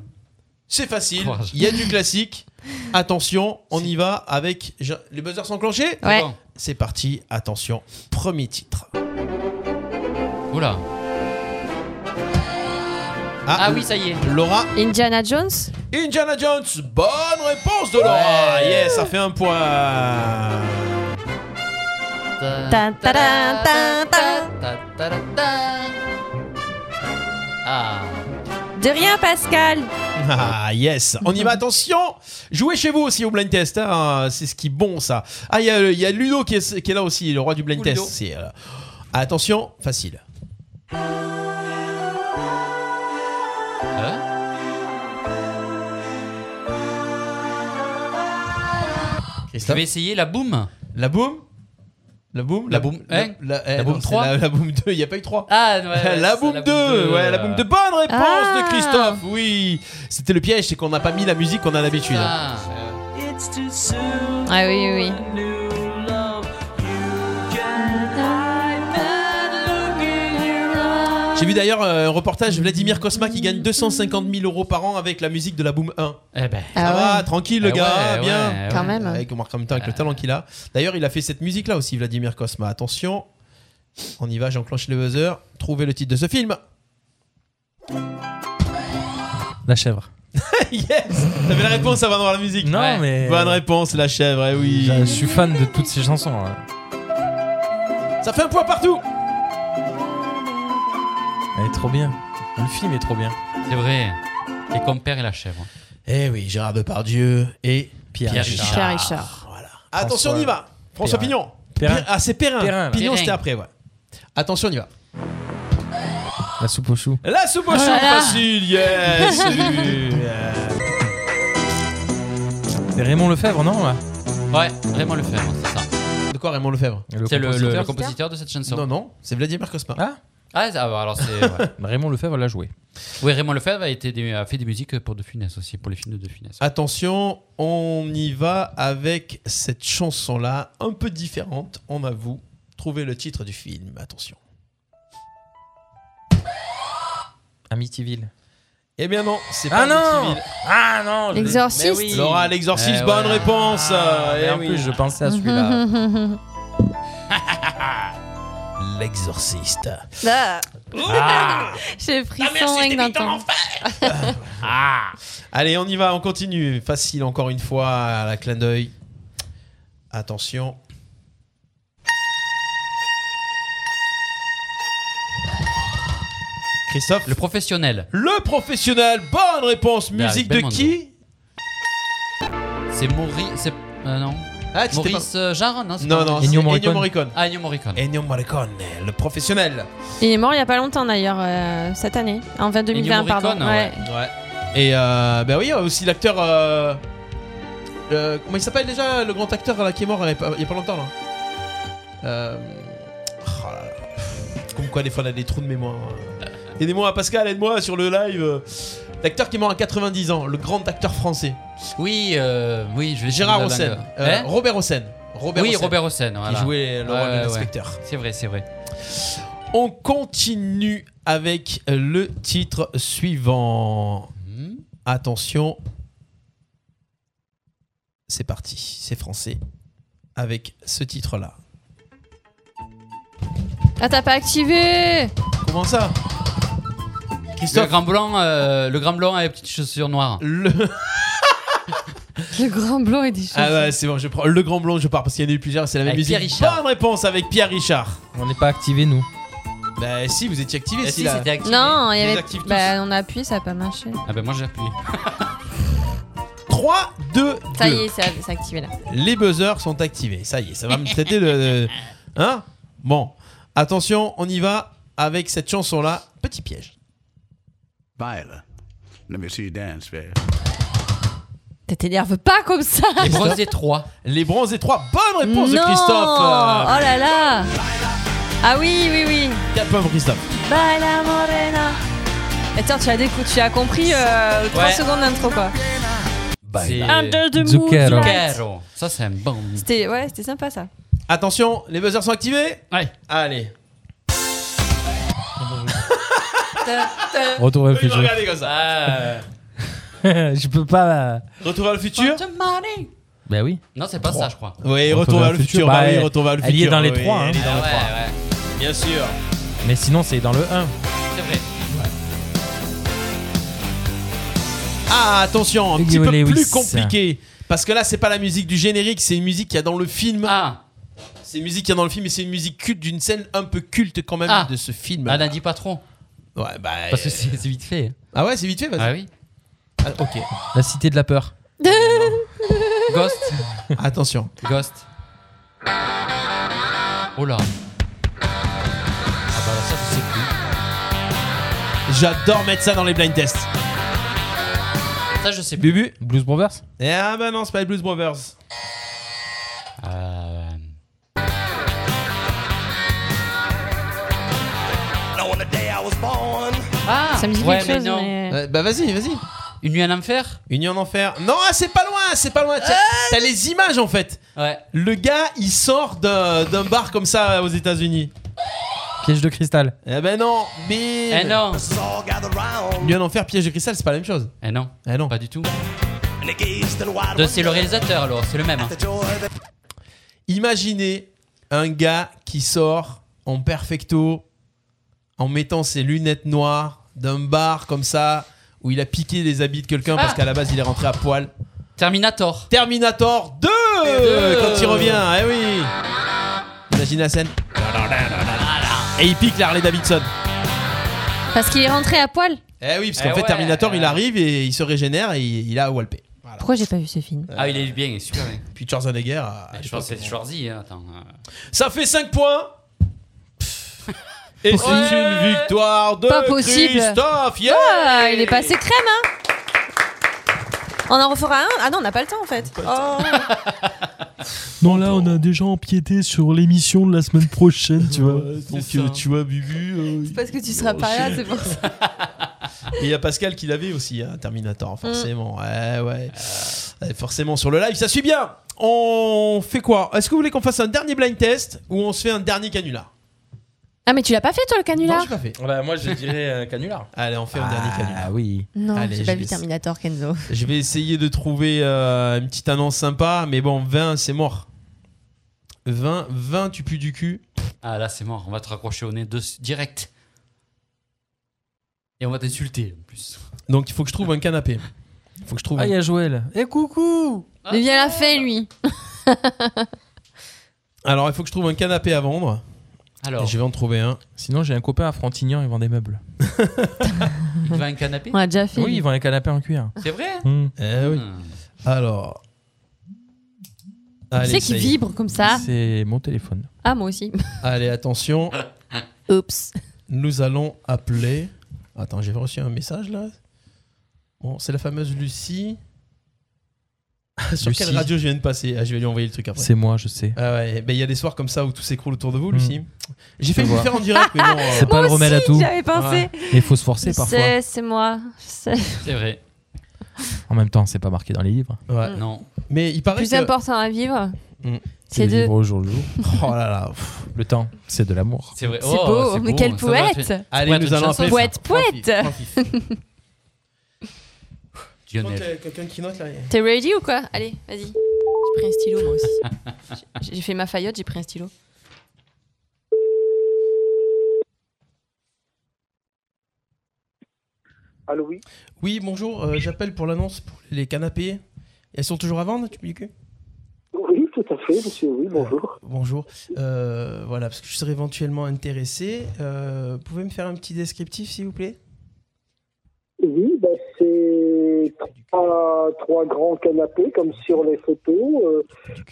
[SPEAKER 3] C'est facile.
[SPEAKER 6] Courage.
[SPEAKER 3] Il y a du
[SPEAKER 6] *laughs*
[SPEAKER 3] classique. Attention, on y va avec. je- Les buzzers sont enclenchés
[SPEAKER 6] Ouais. Bon.
[SPEAKER 3] C'est parti. Attention, premier titre.
[SPEAKER 6] Oula. Ah oui, ça y est.
[SPEAKER 3] Laura.
[SPEAKER 4] Indiana Jones
[SPEAKER 3] Indiana Jones. Bonne réponse de Laura. Yes, ça fait un point.
[SPEAKER 4] Tan, taran, tan, tan. De rien, Pascal
[SPEAKER 3] Ah yes, on y va, attention Jouez chez vous aussi au blind test, hein, c'est ce qui est bon ça. Ah, il y a, il y a Ludo qui est, qui est là aussi, le roi du blind
[SPEAKER 6] Coucou,
[SPEAKER 3] test.
[SPEAKER 6] Ludo.
[SPEAKER 3] C'est, euh, Attention, facile.
[SPEAKER 6] hein. Je vais essayer la boum.
[SPEAKER 3] La boum La boum
[SPEAKER 6] La boum.
[SPEAKER 3] La,
[SPEAKER 6] hein
[SPEAKER 3] la- eh,
[SPEAKER 6] La
[SPEAKER 3] non,
[SPEAKER 6] boum
[SPEAKER 3] c'est
[SPEAKER 6] 3
[SPEAKER 3] La, la boum 2, il n'y a pas eu 3.
[SPEAKER 6] Ah, ouais,
[SPEAKER 3] *laughs*
[SPEAKER 6] ouais,
[SPEAKER 3] la
[SPEAKER 6] c'est
[SPEAKER 3] boum
[SPEAKER 6] la
[SPEAKER 3] 2,
[SPEAKER 6] boum 2,
[SPEAKER 3] ouais, la
[SPEAKER 6] euh.
[SPEAKER 3] boum 2. Bonne réponse
[SPEAKER 6] Ah.
[SPEAKER 3] de Christophe, oui C'était le piège, c'est qu'on n'a pas mis la musique qu'on a l'habitude.
[SPEAKER 6] Ah.
[SPEAKER 4] Ah oui, oui,
[SPEAKER 3] J'ai vu d'ailleurs euh, un reportage Vladimir Kosma qui gagne 250 000 euros par an avec la musique de la boum 1.
[SPEAKER 6] Eh ben.
[SPEAKER 3] Ça va, Ah tranquille le
[SPEAKER 6] Eh
[SPEAKER 3] gars,
[SPEAKER 6] ouais,
[SPEAKER 3] bien.
[SPEAKER 6] ouais,
[SPEAKER 4] Quand ouais. même.
[SPEAKER 3] Avec, on marque en même temps avec le talent qu'il a. D'ailleurs, il a fait cette musique là aussi, Vladimir Kosma. Attention, on y va, j'enclenche le buzzer. Trouvez le titre de ce film.
[SPEAKER 5] La chèvre.
[SPEAKER 3] *laughs* yes T'avais la réponse avant d'avoir la musique.
[SPEAKER 5] Non,
[SPEAKER 3] *laughs*
[SPEAKER 5] mais.
[SPEAKER 3] Bonne réponse, la chèvre, eh oui.
[SPEAKER 5] Je suis fan de toutes ces chansons. hein.
[SPEAKER 3] Ça fait un point partout.
[SPEAKER 5] Elle est trop bien. Le film est trop bien.
[SPEAKER 6] C'est vrai. Les compères et la chèvre.
[SPEAKER 3] Eh oui, Gérard Depardieu et Pierre,
[SPEAKER 6] Pierre
[SPEAKER 3] Richard.
[SPEAKER 6] Richard.
[SPEAKER 3] Attention, on y va. François
[SPEAKER 5] Ah, Perrin.
[SPEAKER 3] Pignon. Pierre- Ah, c'est Perrin.
[SPEAKER 5] Perrin, là.
[SPEAKER 3] Pignon,
[SPEAKER 5] Perrin.
[SPEAKER 3] c'était après, ouais. Attention, on y va.
[SPEAKER 5] La soupe aux choux.
[SPEAKER 3] La soupe aux choux,
[SPEAKER 5] Voilà.
[SPEAKER 3] facile,
[SPEAKER 6] *laughs*
[SPEAKER 3] yes. Yeah.
[SPEAKER 5] C'est Raymond Lefebvre, non là
[SPEAKER 6] Ouais, Raymond Lefebvre, c'est ça.
[SPEAKER 3] De quoi Raymond Lefebvre
[SPEAKER 6] C'est le- le- le compositeur de cette chanson.
[SPEAKER 3] Non, non, c'est Vladimir Cosma.
[SPEAKER 5] Ah
[SPEAKER 6] Ah, ça va, alors c'est. ouais.
[SPEAKER 5] *laughs* Raymond Lefebvre l'a joué.
[SPEAKER 6] Oui, Raymond Lefebvre a, été des- a fait des musiques pour De Funès aussi, pour les films de De Funès.
[SPEAKER 3] Attention, on y va avec cette chanson-là, un peu différente, on avoue. Trouvez le titre du film, attention.
[SPEAKER 5] Amityville.
[SPEAKER 3] Eh bien non, c'est pas
[SPEAKER 5] Ah non
[SPEAKER 3] Amityville.
[SPEAKER 5] Ah non je l'ai-
[SPEAKER 4] L'Exorciste.
[SPEAKER 5] Mais oui.
[SPEAKER 3] Laura, l'exorciste,
[SPEAKER 5] Eh
[SPEAKER 3] bonne
[SPEAKER 5] ouais.
[SPEAKER 3] réponse.
[SPEAKER 5] Ah,
[SPEAKER 3] Eh
[SPEAKER 5] mais en
[SPEAKER 3] oui.
[SPEAKER 5] plus, je pensais à
[SPEAKER 4] *laughs*
[SPEAKER 5] celui-là.
[SPEAKER 3] *laughs* L'exorciste.
[SPEAKER 4] Ah.
[SPEAKER 3] Ah.
[SPEAKER 4] J'ai pris son ring dans ton... *laughs*
[SPEAKER 5] Ah.
[SPEAKER 3] Allez, on y va, on continue. Facile encore une fois à la clin d'œil. Attention. Christophe
[SPEAKER 6] Le professionnel.
[SPEAKER 3] *laughs* Le professionnel, bonne réponse.
[SPEAKER 6] D'Harry
[SPEAKER 3] Musique de
[SPEAKER 6] Belmondo.
[SPEAKER 3] qui
[SPEAKER 6] C'est Maury. C'est. Ah non.
[SPEAKER 3] Ah, tu t'es
[SPEAKER 6] Maurice
[SPEAKER 3] pas-
[SPEAKER 6] euh, Jarre, non c'est
[SPEAKER 3] Non,
[SPEAKER 6] pas
[SPEAKER 3] non,
[SPEAKER 6] Maurice.
[SPEAKER 3] c'est Ennio Morricone.
[SPEAKER 6] Ah, Ennio Morricone.
[SPEAKER 3] Ennio Morricone, le professionnel.
[SPEAKER 4] Il est mort il y a pas longtemps d'ailleurs, euh, cette année. En 20 2020, pardon.
[SPEAKER 6] hein,
[SPEAKER 4] Ouais.
[SPEAKER 3] Ouais. Et euh, bah oui, aussi l'acteur. euh, euh, comment il s'appelle déjà le grand acteur là, qui est mort il y a pas, il y a pas longtemps là Euh, oh là là. Pff, Comme quoi, des fois, on a des trous de mémoire. Aidez-moi, Pascal, aide-moi sur le live. L'acteur qui est mort à 90 ans, le grand acteur français.
[SPEAKER 6] Oui, euh, oui, je vais
[SPEAKER 3] Gérard
[SPEAKER 6] essayer de la
[SPEAKER 3] Hossein.
[SPEAKER 6] langue.
[SPEAKER 3] Euh,
[SPEAKER 6] Hein
[SPEAKER 3] Robert Hossein. Robert
[SPEAKER 6] oui,
[SPEAKER 3] Hossein.
[SPEAKER 6] Robert Hossein. voilà.
[SPEAKER 3] Qui jouait le
[SPEAKER 6] Ouais,
[SPEAKER 3] rôle de
[SPEAKER 6] ouais.
[SPEAKER 3] l'inspecteur.
[SPEAKER 6] C'est vrai, c'est vrai.
[SPEAKER 3] On continue avec le titre suivant. Attention. C'est parti, c'est français. Avec ce titre-là.
[SPEAKER 4] Ah, t'as pas activé
[SPEAKER 3] Comment ça
[SPEAKER 6] Le grand blanc, euh, le grand blanc avec les petites chaussures noires.
[SPEAKER 4] *laughs*
[SPEAKER 3] Le...
[SPEAKER 4] Le grand blanc est des
[SPEAKER 3] Ah ouais, c'est bon, je prends le grand blond, je pars parce qu'il y en a eu plusieurs, c'est la même
[SPEAKER 6] Avec
[SPEAKER 3] musique.
[SPEAKER 6] Pierre Richard.
[SPEAKER 3] Bonne réponse avec Pierre Richard.
[SPEAKER 5] On n'est pas activés, nous.
[SPEAKER 3] Bah si, vous étiez activés.
[SPEAKER 6] Eh si,
[SPEAKER 3] là.
[SPEAKER 6] c'était activé.
[SPEAKER 4] Non, il y avait.
[SPEAKER 3] Désactive tous.
[SPEAKER 4] Bah, on a appuyé, ça a pas marché.
[SPEAKER 6] Ah
[SPEAKER 3] bah,
[SPEAKER 6] ben moi j'ai appuyé.
[SPEAKER 3] 3, 2,
[SPEAKER 4] Ça y est, ça- c'est activé là.
[SPEAKER 3] Les buzzers sont activés. Ça y est, ça va me traiter de. de- Hein Bon. Attention, on y va avec cette chanson-là. Petit piège.
[SPEAKER 21] Baila. Let me see you dance, baby.
[SPEAKER 4] T'énerve pas comme ça
[SPEAKER 6] Les bronzés 3.
[SPEAKER 3] Les bronzés 3. Bonne réponse de
[SPEAKER 4] Non
[SPEAKER 3] Christophe. euh.
[SPEAKER 4] Oh là là Ah oui, oui, oui
[SPEAKER 3] Quatre points pour Christophe.
[SPEAKER 4] Baila morena Attends, tu as, déco- tu as compris euh, 3
[SPEAKER 6] Ouais.
[SPEAKER 4] secondes d'intro quoi.
[SPEAKER 6] C'est
[SPEAKER 4] Under the
[SPEAKER 3] Zucchero.
[SPEAKER 4] moonlight.
[SPEAKER 6] Zucchero. Ça c'est un bon.
[SPEAKER 4] C'était ouais, c'était sympa ça.
[SPEAKER 3] Attention, les buzzers sont activés
[SPEAKER 6] Ouais.
[SPEAKER 3] Allez.
[SPEAKER 5] Retour vers le
[SPEAKER 3] Il m'a
[SPEAKER 5] futur.
[SPEAKER 3] regardé comme ça.
[SPEAKER 5] *laughs* je peux pas. euh,
[SPEAKER 3] Retour vers le futur
[SPEAKER 5] Bah oui.
[SPEAKER 6] Non, c'est pas ça, je crois.
[SPEAKER 3] Oui, retour vers le futur. Bah oui, retour vers le
[SPEAKER 5] Elle y est
[SPEAKER 3] futur,
[SPEAKER 5] dans les
[SPEAKER 3] oui,
[SPEAKER 5] trois. hein.
[SPEAKER 3] elle est dans les
[SPEAKER 6] Ouais,
[SPEAKER 3] trois.
[SPEAKER 6] ouais.
[SPEAKER 3] Bien sûr.
[SPEAKER 5] Mais sinon, c'est dans le 1.
[SPEAKER 6] C'est vrai.
[SPEAKER 3] Ah, attention, un petit
[SPEAKER 5] Hugo
[SPEAKER 3] peu
[SPEAKER 5] Lewis.
[SPEAKER 3] plus compliqué. Parce que là, c'est pas la musique du générique, c'est une musique qu'il y a dans le film.
[SPEAKER 6] Ah
[SPEAKER 3] C'est une musique qu'il y a dans le film et c'est une musique culte d'une scène un peu culte quand même
[SPEAKER 6] Ah.
[SPEAKER 3] de ce film.
[SPEAKER 6] Ah, n'en dis pas trop.
[SPEAKER 3] Ouais, bah.
[SPEAKER 6] Parce que c'est c'est vite fait. hein.
[SPEAKER 3] Ah ouais, c'est vite fait, vas-y.
[SPEAKER 6] Ah oui.
[SPEAKER 3] Ah, ok.
[SPEAKER 6] *laughs*
[SPEAKER 5] La cité de la peur.
[SPEAKER 6] Ghost.
[SPEAKER 3] Attention.
[SPEAKER 6] Ghost. Oh là. Ah bah là, ça, je sais plus.
[SPEAKER 3] J'adore mettre ça dans les blind tests.
[SPEAKER 6] Ça, je sais plus.
[SPEAKER 3] Bubu
[SPEAKER 5] Blues Brothers
[SPEAKER 3] Eh, Ah bah non, c'est pas les Blues Brothers.
[SPEAKER 6] Euh, Ah
[SPEAKER 4] Ça me dit
[SPEAKER 6] ouais,
[SPEAKER 4] quelque
[SPEAKER 6] mais
[SPEAKER 4] chose,
[SPEAKER 6] non.
[SPEAKER 4] mais-
[SPEAKER 3] Euh, bah vas-y, vas-y.
[SPEAKER 6] Une nuit en enfer
[SPEAKER 3] Une nuit en enfer. Non, ah, c'est pas loin, c'est pas loin. Tiens,
[SPEAKER 4] Euh,
[SPEAKER 3] T'as les images en fait.
[SPEAKER 6] Ouais.
[SPEAKER 3] Le gars, il sort d'un d'un bar comme ça euh, aux États-Unis.
[SPEAKER 5] Piège de cristal.
[SPEAKER 3] Eh ben non, mais.
[SPEAKER 6] Eh non.
[SPEAKER 3] Nuit en enfer, piège de cristal, c'est pas la même chose.
[SPEAKER 6] Eh non.
[SPEAKER 3] Eh non.
[SPEAKER 6] Pas du tout. De- C'est le réalisateur alors, c'est le même. hein.
[SPEAKER 7] Ah,
[SPEAKER 3] Imaginez un gars qui sort en perfecto, en mettant ses lunettes noires, d'un bar comme ça, où il a piqué les habits de quelqu'un parce
[SPEAKER 6] Ah.
[SPEAKER 3] qu'à la base il est rentré à poil.
[SPEAKER 6] Terminator.
[SPEAKER 3] Terminator 2
[SPEAKER 6] deux.
[SPEAKER 3] Quand il revient, eh oui Imaginez la scène.
[SPEAKER 5] Ah,
[SPEAKER 3] Et il pique l'Harley Davidson.
[SPEAKER 4] Parce qu'il est rentré à poil.
[SPEAKER 3] Eh oui, parce
[SPEAKER 6] Eh
[SPEAKER 3] qu'en fait,
[SPEAKER 6] ouais,
[SPEAKER 3] Terminator,
[SPEAKER 6] euh.
[SPEAKER 3] il arrive et il se régénère et il, il a Walpé.
[SPEAKER 4] Pourquoi j'ai pas vu ce film
[SPEAKER 6] Ah, il est bien, il est super bien. Eh,
[SPEAKER 3] Puis Schwarzenegger. a-
[SPEAKER 6] Je pense que c'est Schwarzy, hein, attends. euh.
[SPEAKER 3] Ça fait 5 points. Et c'est une victoire de
[SPEAKER 4] Pas possible.
[SPEAKER 3] Christophe. Yeah
[SPEAKER 4] Ah, il est passé crème hein. On en refera un Ah non, on n'a pas le temps en fait. Oh. *laughs*
[SPEAKER 19] Non, là, on a déjà empiété sur l'émission de la semaine prochaine, tu
[SPEAKER 3] *laughs*
[SPEAKER 19] vois.
[SPEAKER 3] Donc, euh, tu vois, Bubu, euh,
[SPEAKER 4] Parce que tu seras pas là, c'est pour ça.
[SPEAKER 3] Et il y a Pascal qui l'avait aussi, hein,
[SPEAKER 4] Mm.
[SPEAKER 3] Terminator, forcément. Ouais, ouais. Ouais, Forcément, sur le live, ça suit bien. On fait quoi Est-ce que vous voulez qu'on fasse un dernier blind test ou on se fait un dernier canular
[SPEAKER 4] Ah mais tu l'as pas fait toi le
[SPEAKER 3] Non,
[SPEAKER 4] canular
[SPEAKER 3] j'ai pas fait.
[SPEAKER 5] Bah, moi, je dirais euh, canular.
[SPEAKER 3] Allez, on fait un dernier canular.
[SPEAKER 5] Ah oui.
[SPEAKER 4] Non,
[SPEAKER 3] Allez,
[SPEAKER 4] j'ai pas
[SPEAKER 3] je
[SPEAKER 4] vu
[SPEAKER 3] vais-
[SPEAKER 4] Terminator Kenzo.
[SPEAKER 3] Je vais essayer de trouver euh, une petite annonce sympa, mais bon, 20, c'est mort. 20, 20, tu pues du cul.
[SPEAKER 6] Ah là, c'est mort, on va te raccrocher au nez de... direct. Et on va t'insulter en plus.
[SPEAKER 3] Donc, il faut que je trouve un canapé. Il faut que je trouve
[SPEAKER 5] Ah,
[SPEAKER 3] un-
[SPEAKER 5] il y a Joël. Eh coucou
[SPEAKER 3] Hein
[SPEAKER 4] Il vient à la fin
[SPEAKER 3] *laughs*
[SPEAKER 4] lui.
[SPEAKER 3] Alors, il faut que je trouve un canapé à vendre.
[SPEAKER 6] Alors,
[SPEAKER 3] Et je vais en trouver un.
[SPEAKER 5] Sinon, j'ai un copain à Frontignan, il vend des meubles.
[SPEAKER 6] il te va un canapé hein
[SPEAKER 4] On a déjà fait.
[SPEAKER 5] Oui, il vend un canapé en cuir.
[SPEAKER 6] C'est vrai
[SPEAKER 5] Hmm.
[SPEAKER 3] Eh oui.
[SPEAKER 6] Hmm.
[SPEAKER 3] Alors.
[SPEAKER 4] Ah. Tu sais qui vibre comme ça
[SPEAKER 3] C'est mon téléphone.
[SPEAKER 4] Ah, moi aussi.
[SPEAKER 3] *laughs* Allez, attention.
[SPEAKER 4] *laughs* Oups.
[SPEAKER 3] Nous allons appeler. Attends, j'ai reçu un message là. Bon, c'est la fameuse Lucie. *laughs* Sur
[SPEAKER 5] Lucie.
[SPEAKER 3] quelle radio je viens de passer Ah, Je vais lui envoyer le truc après.
[SPEAKER 5] C'est moi, je sais.
[SPEAKER 3] Ah ouais, ben, il y a des soirs comme ça où tout s'écroule autour de vous,
[SPEAKER 5] Mm.
[SPEAKER 3] Lucie. J'ai
[SPEAKER 5] Je
[SPEAKER 3] fait le
[SPEAKER 5] vois.
[SPEAKER 3] faire en
[SPEAKER 5] *laughs*
[SPEAKER 3] direct, mais bon. euh,
[SPEAKER 5] C'est pas le remède à tout.
[SPEAKER 4] j'y avais pensé.
[SPEAKER 5] Ouais. Mais il faut se forcer
[SPEAKER 4] Je
[SPEAKER 5] parfois.
[SPEAKER 4] sais, C'est moi.
[SPEAKER 3] *laughs*
[SPEAKER 4] C'est
[SPEAKER 6] C'est vrai.
[SPEAKER 5] En même temps, c'est pas marqué dans les livres.
[SPEAKER 3] Ouais.
[SPEAKER 6] Non.
[SPEAKER 3] Mais il paraît
[SPEAKER 4] plus
[SPEAKER 3] que. Mm.
[SPEAKER 4] important à vivre.
[SPEAKER 5] C'est
[SPEAKER 4] C'est
[SPEAKER 5] de
[SPEAKER 4] de-
[SPEAKER 5] vivre au jour le jour.
[SPEAKER 3] oh là là.
[SPEAKER 5] Mm. Le temps, c'est de l'amour.
[SPEAKER 6] C'est vrai.
[SPEAKER 4] C'est
[SPEAKER 3] Oh,
[SPEAKER 4] beau, mais quel
[SPEAKER 6] Ça doit être
[SPEAKER 4] poète.
[SPEAKER 6] une-
[SPEAKER 3] Allez,
[SPEAKER 6] ça doit
[SPEAKER 3] nous
[SPEAKER 6] être une
[SPEAKER 3] allons
[SPEAKER 6] chanson.
[SPEAKER 3] appeler
[SPEAKER 4] Poète, poète.
[SPEAKER 6] Lionel.
[SPEAKER 3] euh, quelqu'un qui note là.
[SPEAKER 4] *laughs* T'es ready ou quoi Allez, vas-y. J'ai pris un stylo moi aussi. J'ai j'ai fait ma faillotte, j'ai pris un stylo.
[SPEAKER 12] Allô, oui
[SPEAKER 3] Oui, bonjour, euh, j'appelle pour l'annonce pour les canapés. Elles sont toujours à vendre, tu me dis que
[SPEAKER 12] Oui, tout à fait, monsieur, oui, bonjour.
[SPEAKER 3] Bonjour. Euh, voilà, parce que je serais éventuellement intéressé. Euh, pouvez me faire un petit descriptif, s'il vous plaît
[SPEAKER 12] Oui, ben, c'est trois, trois grands canapés, comme sur les photos. Euh,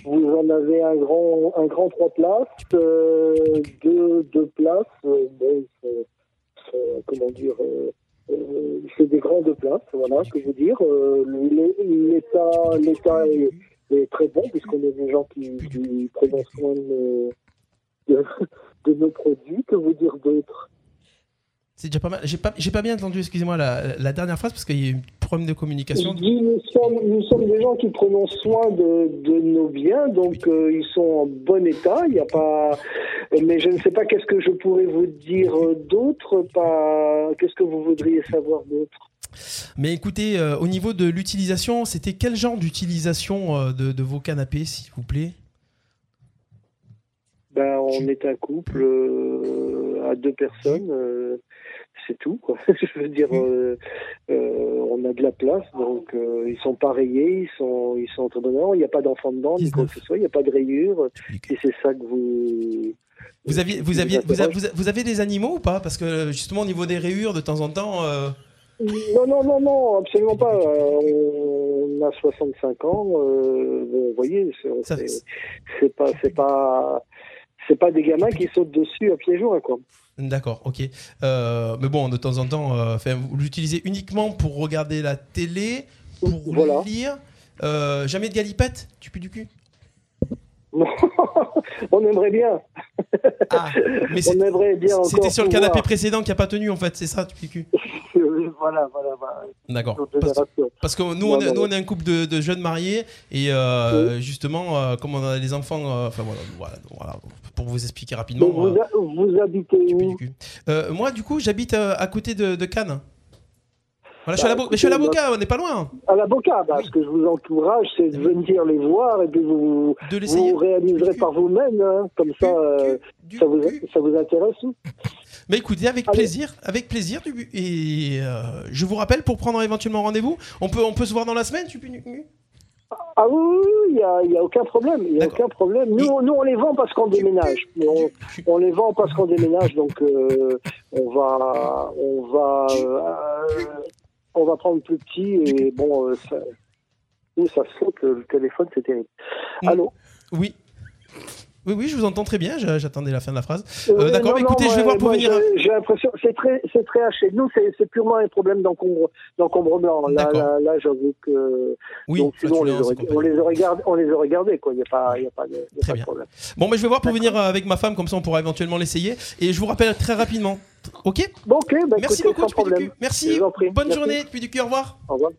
[SPEAKER 12] vous en avez un grand, un grand trois places, euh, deux, deux places. euh, bon, ils sont- sont, comment dire euh, euh, C'est des grands deux places, voilà, que je veux dire. Euh, l'é- l'état- L'état est, est très bon, puisqu'on est des gens qui, qui prennent soin de nos- de- de nos produits. Que vous dire d'autre
[SPEAKER 3] C'est déjà pas mal. J'ai pas, j'ai pas bien entendu, excusez-moi, la, la dernière phrase, parce qu'il y a eu un problème de communication.
[SPEAKER 12] Il dit, nous, sommes, nous sommes des gens qui prenons soin de, de nos biens, donc euh, ils sont en bon état. Il n'y a pas. Mais je ne sais pas qu'est-ce que je pourrais vous dire euh, d'autre. Pas. Qu'est-ce que vous voudriez savoir d'autre
[SPEAKER 3] Mais écoutez, euh, au niveau de l'utilisation, c'était quel genre d'utilisation euh, de, de vos canapés, s'il vous plaît
[SPEAKER 12] Ben, on est un couple euh, à deux personnes. euh, c'est tout, quoi. *laughs* Je veux dire, euh, euh, on a de la place, donc euh, ils sont pareillés, ils sont, ils sont entre bonheur. Il n'y a pas d'enfant dedans, ni quoi que ce soit. Il n'y a pas de rayures. Et c'est ça que vous.
[SPEAKER 3] vous aviez, vous, aviez, vous, a- vous a- vous avez des animaux ou pas Parce que euh, justement, au niveau des rayures, de temps en temps. euh,
[SPEAKER 12] Non, non, non, non, absolument pas. Euh, on a 65 ans. euh, bon, vous voyez, c'est- on fait- c'est pas, c'est pas, c'est pas des gamins qui sautent dessus à pieds joints, quoi. *laughs*
[SPEAKER 3] D'accord, ok. Euh, mais bon, de temps en temps, euh, enfin, vous l'utilisez uniquement pour regarder la télé, pour lire. Euh, jamais de galipette Tu pues du cul
[SPEAKER 12] On aimerait bien. *laughs* on aimerait bien
[SPEAKER 3] Ah,
[SPEAKER 12] encore.
[SPEAKER 3] C'était sur le
[SPEAKER 12] pouvoir-
[SPEAKER 3] canapé précédent qui n'a pas tenu, en fait, c'est ça, tu pues du cul
[SPEAKER 12] *laughs* voilà, voilà, voilà.
[SPEAKER 3] D'accord.
[SPEAKER 12] Notre génération.
[SPEAKER 3] Parce que nous,
[SPEAKER 12] Non,
[SPEAKER 3] on est,
[SPEAKER 12] non,
[SPEAKER 3] nous,
[SPEAKER 12] non.
[SPEAKER 3] on est un couple de, de jeunes mariés et euh, justement, euh, comme on a les enfants, euh, enfin voilà, voilà, voilà, pour vous expliquer rapidement.
[SPEAKER 12] Donc, vous,
[SPEAKER 3] euh,
[SPEAKER 12] a- vous habitez où
[SPEAKER 3] euh, moi, du coup, j'habite euh, à côté de, de Cannes. Voilà, je suis à la Bo-
[SPEAKER 12] Bah,
[SPEAKER 3] je suis à la
[SPEAKER 12] écoutez,
[SPEAKER 3] Boca, on n'est pas loin.
[SPEAKER 12] À la Boca, bah, ce que je vous encourage, c'est de venir les voir et puis vous, vous réaliserez par vous-même. hein. Comme ça, euh, ça, vous, ça vous intéresse ou
[SPEAKER 3] Mais écoutez, avec plaisir, avec plaisir. du bu- Et euh, je vous rappelle pour prendre éventuellement rendez-vous. On peut, on peut se voir dans la semaine, tu peux
[SPEAKER 12] Ah oui, oui, oui, il n'y a, il y a aucun problème. Il y a aucun problème. Nous, on- nous, on les vend parce qu'on déménage. Mais On, on les vend parce qu'on déménage. Donc, euh, on va, on va, euh, on va prendre plus petit et bon, euh, ça, Ouh, ça saute le téléphone, c'est terrible.
[SPEAKER 3] Mm.
[SPEAKER 12] Allô.
[SPEAKER 3] Oui. Oui, oui, je vous entends très bien. j'a- J'attendais la fin de la phrase.
[SPEAKER 12] Euh,
[SPEAKER 3] Euh, D'accord,
[SPEAKER 12] non,
[SPEAKER 3] mais
[SPEAKER 12] non,
[SPEAKER 3] écoutez, je vais
[SPEAKER 12] moi,
[SPEAKER 3] voir pour
[SPEAKER 12] moi,
[SPEAKER 3] venir. hein. euh,
[SPEAKER 12] j'ai- J'ai l'impression, c'est très, c'est très haché. Nous, c'est c'est purement un problème d'encombre, d'encombre blanc. Là, là, là, j'avoue que.
[SPEAKER 3] Oui, bah,
[SPEAKER 12] donc, sinon, on les,
[SPEAKER 3] flatulence
[SPEAKER 12] aurait,
[SPEAKER 3] et compagnie.
[SPEAKER 12] on les aurait gardés, on les aurait gardés, quoi. Il n'y a pas, il y a pas de, il y a pas de problème.
[SPEAKER 3] Bon, mais je vais voir pour venir euh, avec ma femme, comme ça on pourra éventuellement l'essayer. Et je vous rappelle très rapidement. Ok
[SPEAKER 12] Ok, bah,
[SPEAKER 3] Merci
[SPEAKER 12] écoutez,
[SPEAKER 3] beaucoup, Dupuis
[SPEAKER 12] sans
[SPEAKER 3] du
[SPEAKER 12] problème.
[SPEAKER 3] cul. Merci.
[SPEAKER 12] Je vous en prie.
[SPEAKER 3] Bonne
[SPEAKER 12] Merci.
[SPEAKER 3] journée, puis du cul, au revoir.
[SPEAKER 12] Au revoir.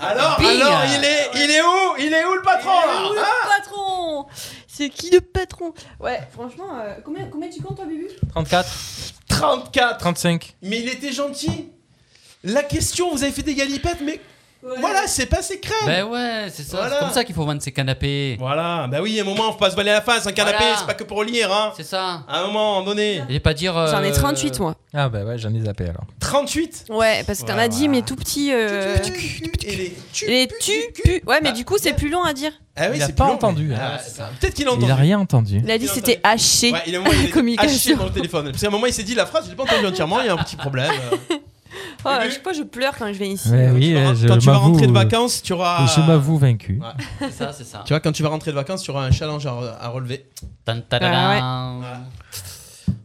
[SPEAKER 3] Alors,
[SPEAKER 13] Bing.
[SPEAKER 3] alors, il est, il est où Il est où le
[SPEAKER 4] Oh
[SPEAKER 3] patron là
[SPEAKER 13] Il est où,
[SPEAKER 3] Ah
[SPEAKER 9] patron C'est qui le patron Ouais, franchement, euh, combien, combien tu comptes toi, Bubu
[SPEAKER 5] 34,
[SPEAKER 3] 34
[SPEAKER 5] 35.
[SPEAKER 3] Mais il était gentil. La question, vous avez fait des galipettes, mais Voilà, c'est pas secret.
[SPEAKER 6] Ben ouais, c'est ça.
[SPEAKER 3] Voilà.
[SPEAKER 6] C'est comme ça qu'il faut vendre ses canapés.
[SPEAKER 3] Voilà, ben oui, à un moment, faut pas se valer la face. hein, Un canapé, c'est pas que pour lire, hein.
[SPEAKER 6] C'est ça.
[SPEAKER 3] À un moment donné.
[SPEAKER 6] J'ai pas dire.
[SPEAKER 4] J'en ai 38, moi.
[SPEAKER 5] Ah bah ouais, j'en ai zappé alors.
[SPEAKER 3] 38
[SPEAKER 4] Ouais, parce que t'en as dit, mais tout petit. euh, Les tu pu- Ouais, mais du coup, c'est plus long à dire.
[SPEAKER 3] Ah oui,
[SPEAKER 5] Il a
[SPEAKER 3] c'est
[SPEAKER 5] pas
[SPEAKER 3] plus long,
[SPEAKER 5] entendu.
[SPEAKER 3] mais-
[SPEAKER 5] hein.
[SPEAKER 3] Ah, ça- Peut-être qu'il a
[SPEAKER 5] Il
[SPEAKER 3] entendu.
[SPEAKER 5] a rien entendu.
[SPEAKER 4] Il a dit c'était haché.
[SPEAKER 3] Ouais, il *laughs* a un moment, il a dit,
[SPEAKER 4] Communication.
[SPEAKER 3] haché dans le téléphone. Parce qu'à un moment, il s'est dit la phrase, je l'ai pas entendue entièrement, il y a un petit problème.
[SPEAKER 4] *laughs* Oh, je sais pas, je pleure quand je viens ici.
[SPEAKER 5] Ouais, oui,
[SPEAKER 3] vas-
[SPEAKER 5] euh, je
[SPEAKER 3] quand tu vas
[SPEAKER 5] m'avoue,
[SPEAKER 3] rentrer de
[SPEAKER 5] euh,
[SPEAKER 3] vacances, tu auras-
[SPEAKER 5] Je m'avoue vaincu.
[SPEAKER 6] C'est ça, c'est ça.
[SPEAKER 3] Tu vois, quand tu vas rentrer de vacances, tu auras un challenge à, re- à relever. Voilà.
[SPEAKER 6] tadadam.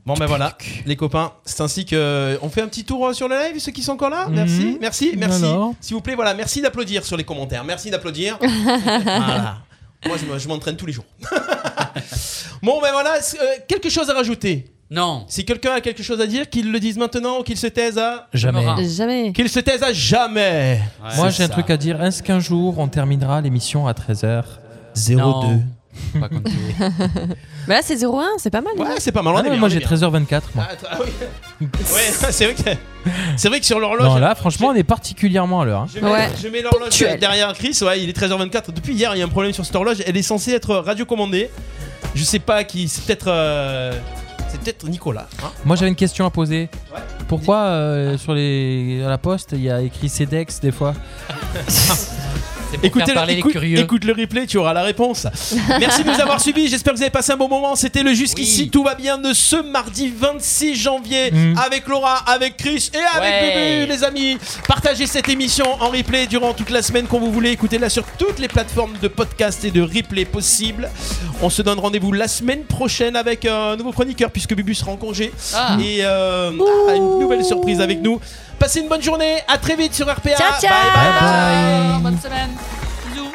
[SPEAKER 3] Bon ben voilà, les copains, c'est ainsi que on fait un petit tour euh, sur le live, ceux qui sont encore là. Merci,
[SPEAKER 5] Mhm.
[SPEAKER 3] merci, merci.
[SPEAKER 5] Alors
[SPEAKER 3] S'il vous plaît, voilà, merci d'applaudir sur les commentaires, merci
[SPEAKER 6] *laughs*
[SPEAKER 3] d'applaudir. Voilà. Moi, je me- je m'entraîne tous les jours. *laughs* bon ben voilà, c'est, euh, quelque chose à rajouter.
[SPEAKER 6] Non.
[SPEAKER 3] Si quelqu'un a quelque chose à dire, qu'il le dise maintenant ou qu'il se taise à
[SPEAKER 5] Jamais. *laughs*
[SPEAKER 4] *laughs* Jamais.
[SPEAKER 3] Qu'il se taise à jamais.
[SPEAKER 5] Moi j'ai un truc à dire. Est-ce qu'un jour on terminera l'émission à 13h02
[SPEAKER 3] Non.
[SPEAKER 5] *laughs*
[SPEAKER 6] Pas continuer.
[SPEAKER 4] Mais là, c'est 01, c'est pas mal.
[SPEAKER 3] Ouais, c'est pas mal. Ah, on est bien,
[SPEAKER 5] Ah moi
[SPEAKER 3] on est
[SPEAKER 5] j'ai
[SPEAKER 3] bien.
[SPEAKER 5] 13h24. Moi.
[SPEAKER 3] Ah, ah oui. Ouais, *laughs* c'est vrai que c'est vrai que sur l'horloge.
[SPEAKER 5] non, là franchement on est particulièrement à l'heure. hein.
[SPEAKER 3] Je mets, je mets l'horloge derrière Chris, ouais, il est 13h24. Depuis hier, il y a un problème sur cette horloge. Elle est censée être radiocommandée. Je sais pas qui, c'est peut-être. euh, c'est peut-être Nicolas. hein. *laughs*
[SPEAKER 5] Moi j'avais une question à poser. Pourquoi euh, sur les à la poste il y a écrit Cedex des fois
[SPEAKER 6] C'est pour
[SPEAKER 3] Écoutez
[SPEAKER 6] faire
[SPEAKER 3] le,
[SPEAKER 6] parler
[SPEAKER 3] écoute-
[SPEAKER 6] les curieux.
[SPEAKER 3] écoute le replay, tu auras la réponse. Merci de nous avoir suivis. J'espère que vous avez passé un bon moment. C'était le Jusqu'ici, tout va bien de ce mardi 26 janvier avec Laura, avec Chris et avec
[SPEAKER 6] Ouais.
[SPEAKER 3] Bubu, les amis. Partagez cette émission en replay durant toute la semaine quand vous voulez. Écoutez-la sur toutes les plateformes de podcast et de replay possibles. On se donne rendez-vous la semaine prochaine avec un nouveau chroniqueur puisque Bubu sera en congé.
[SPEAKER 6] Ah.
[SPEAKER 3] Et euh, ah, une nouvelle surprise avec nous. Passez une bonne journée. À très vite sur RPA.
[SPEAKER 6] Ciao,
[SPEAKER 3] Bye,
[SPEAKER 6] ciao.
[SPEAKER 3] bye, bye.
[SPEAKER 6] Alors, Bonne semaine. Bisous.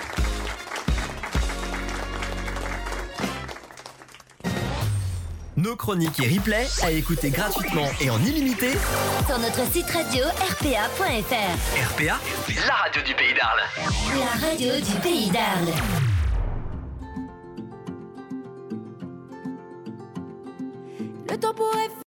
[SPEAKER 18] Nos chroniques et replays à écouter gratuitement et en illimité.
[SPEAKER 17] Sur notre site radio rpa.fr,
[SPEAKER 18] RPA, la radio du pays d'Arles.
[SPEAKER 17] la radio du pays d'Arles.
[SPEAKER 20] Le topo est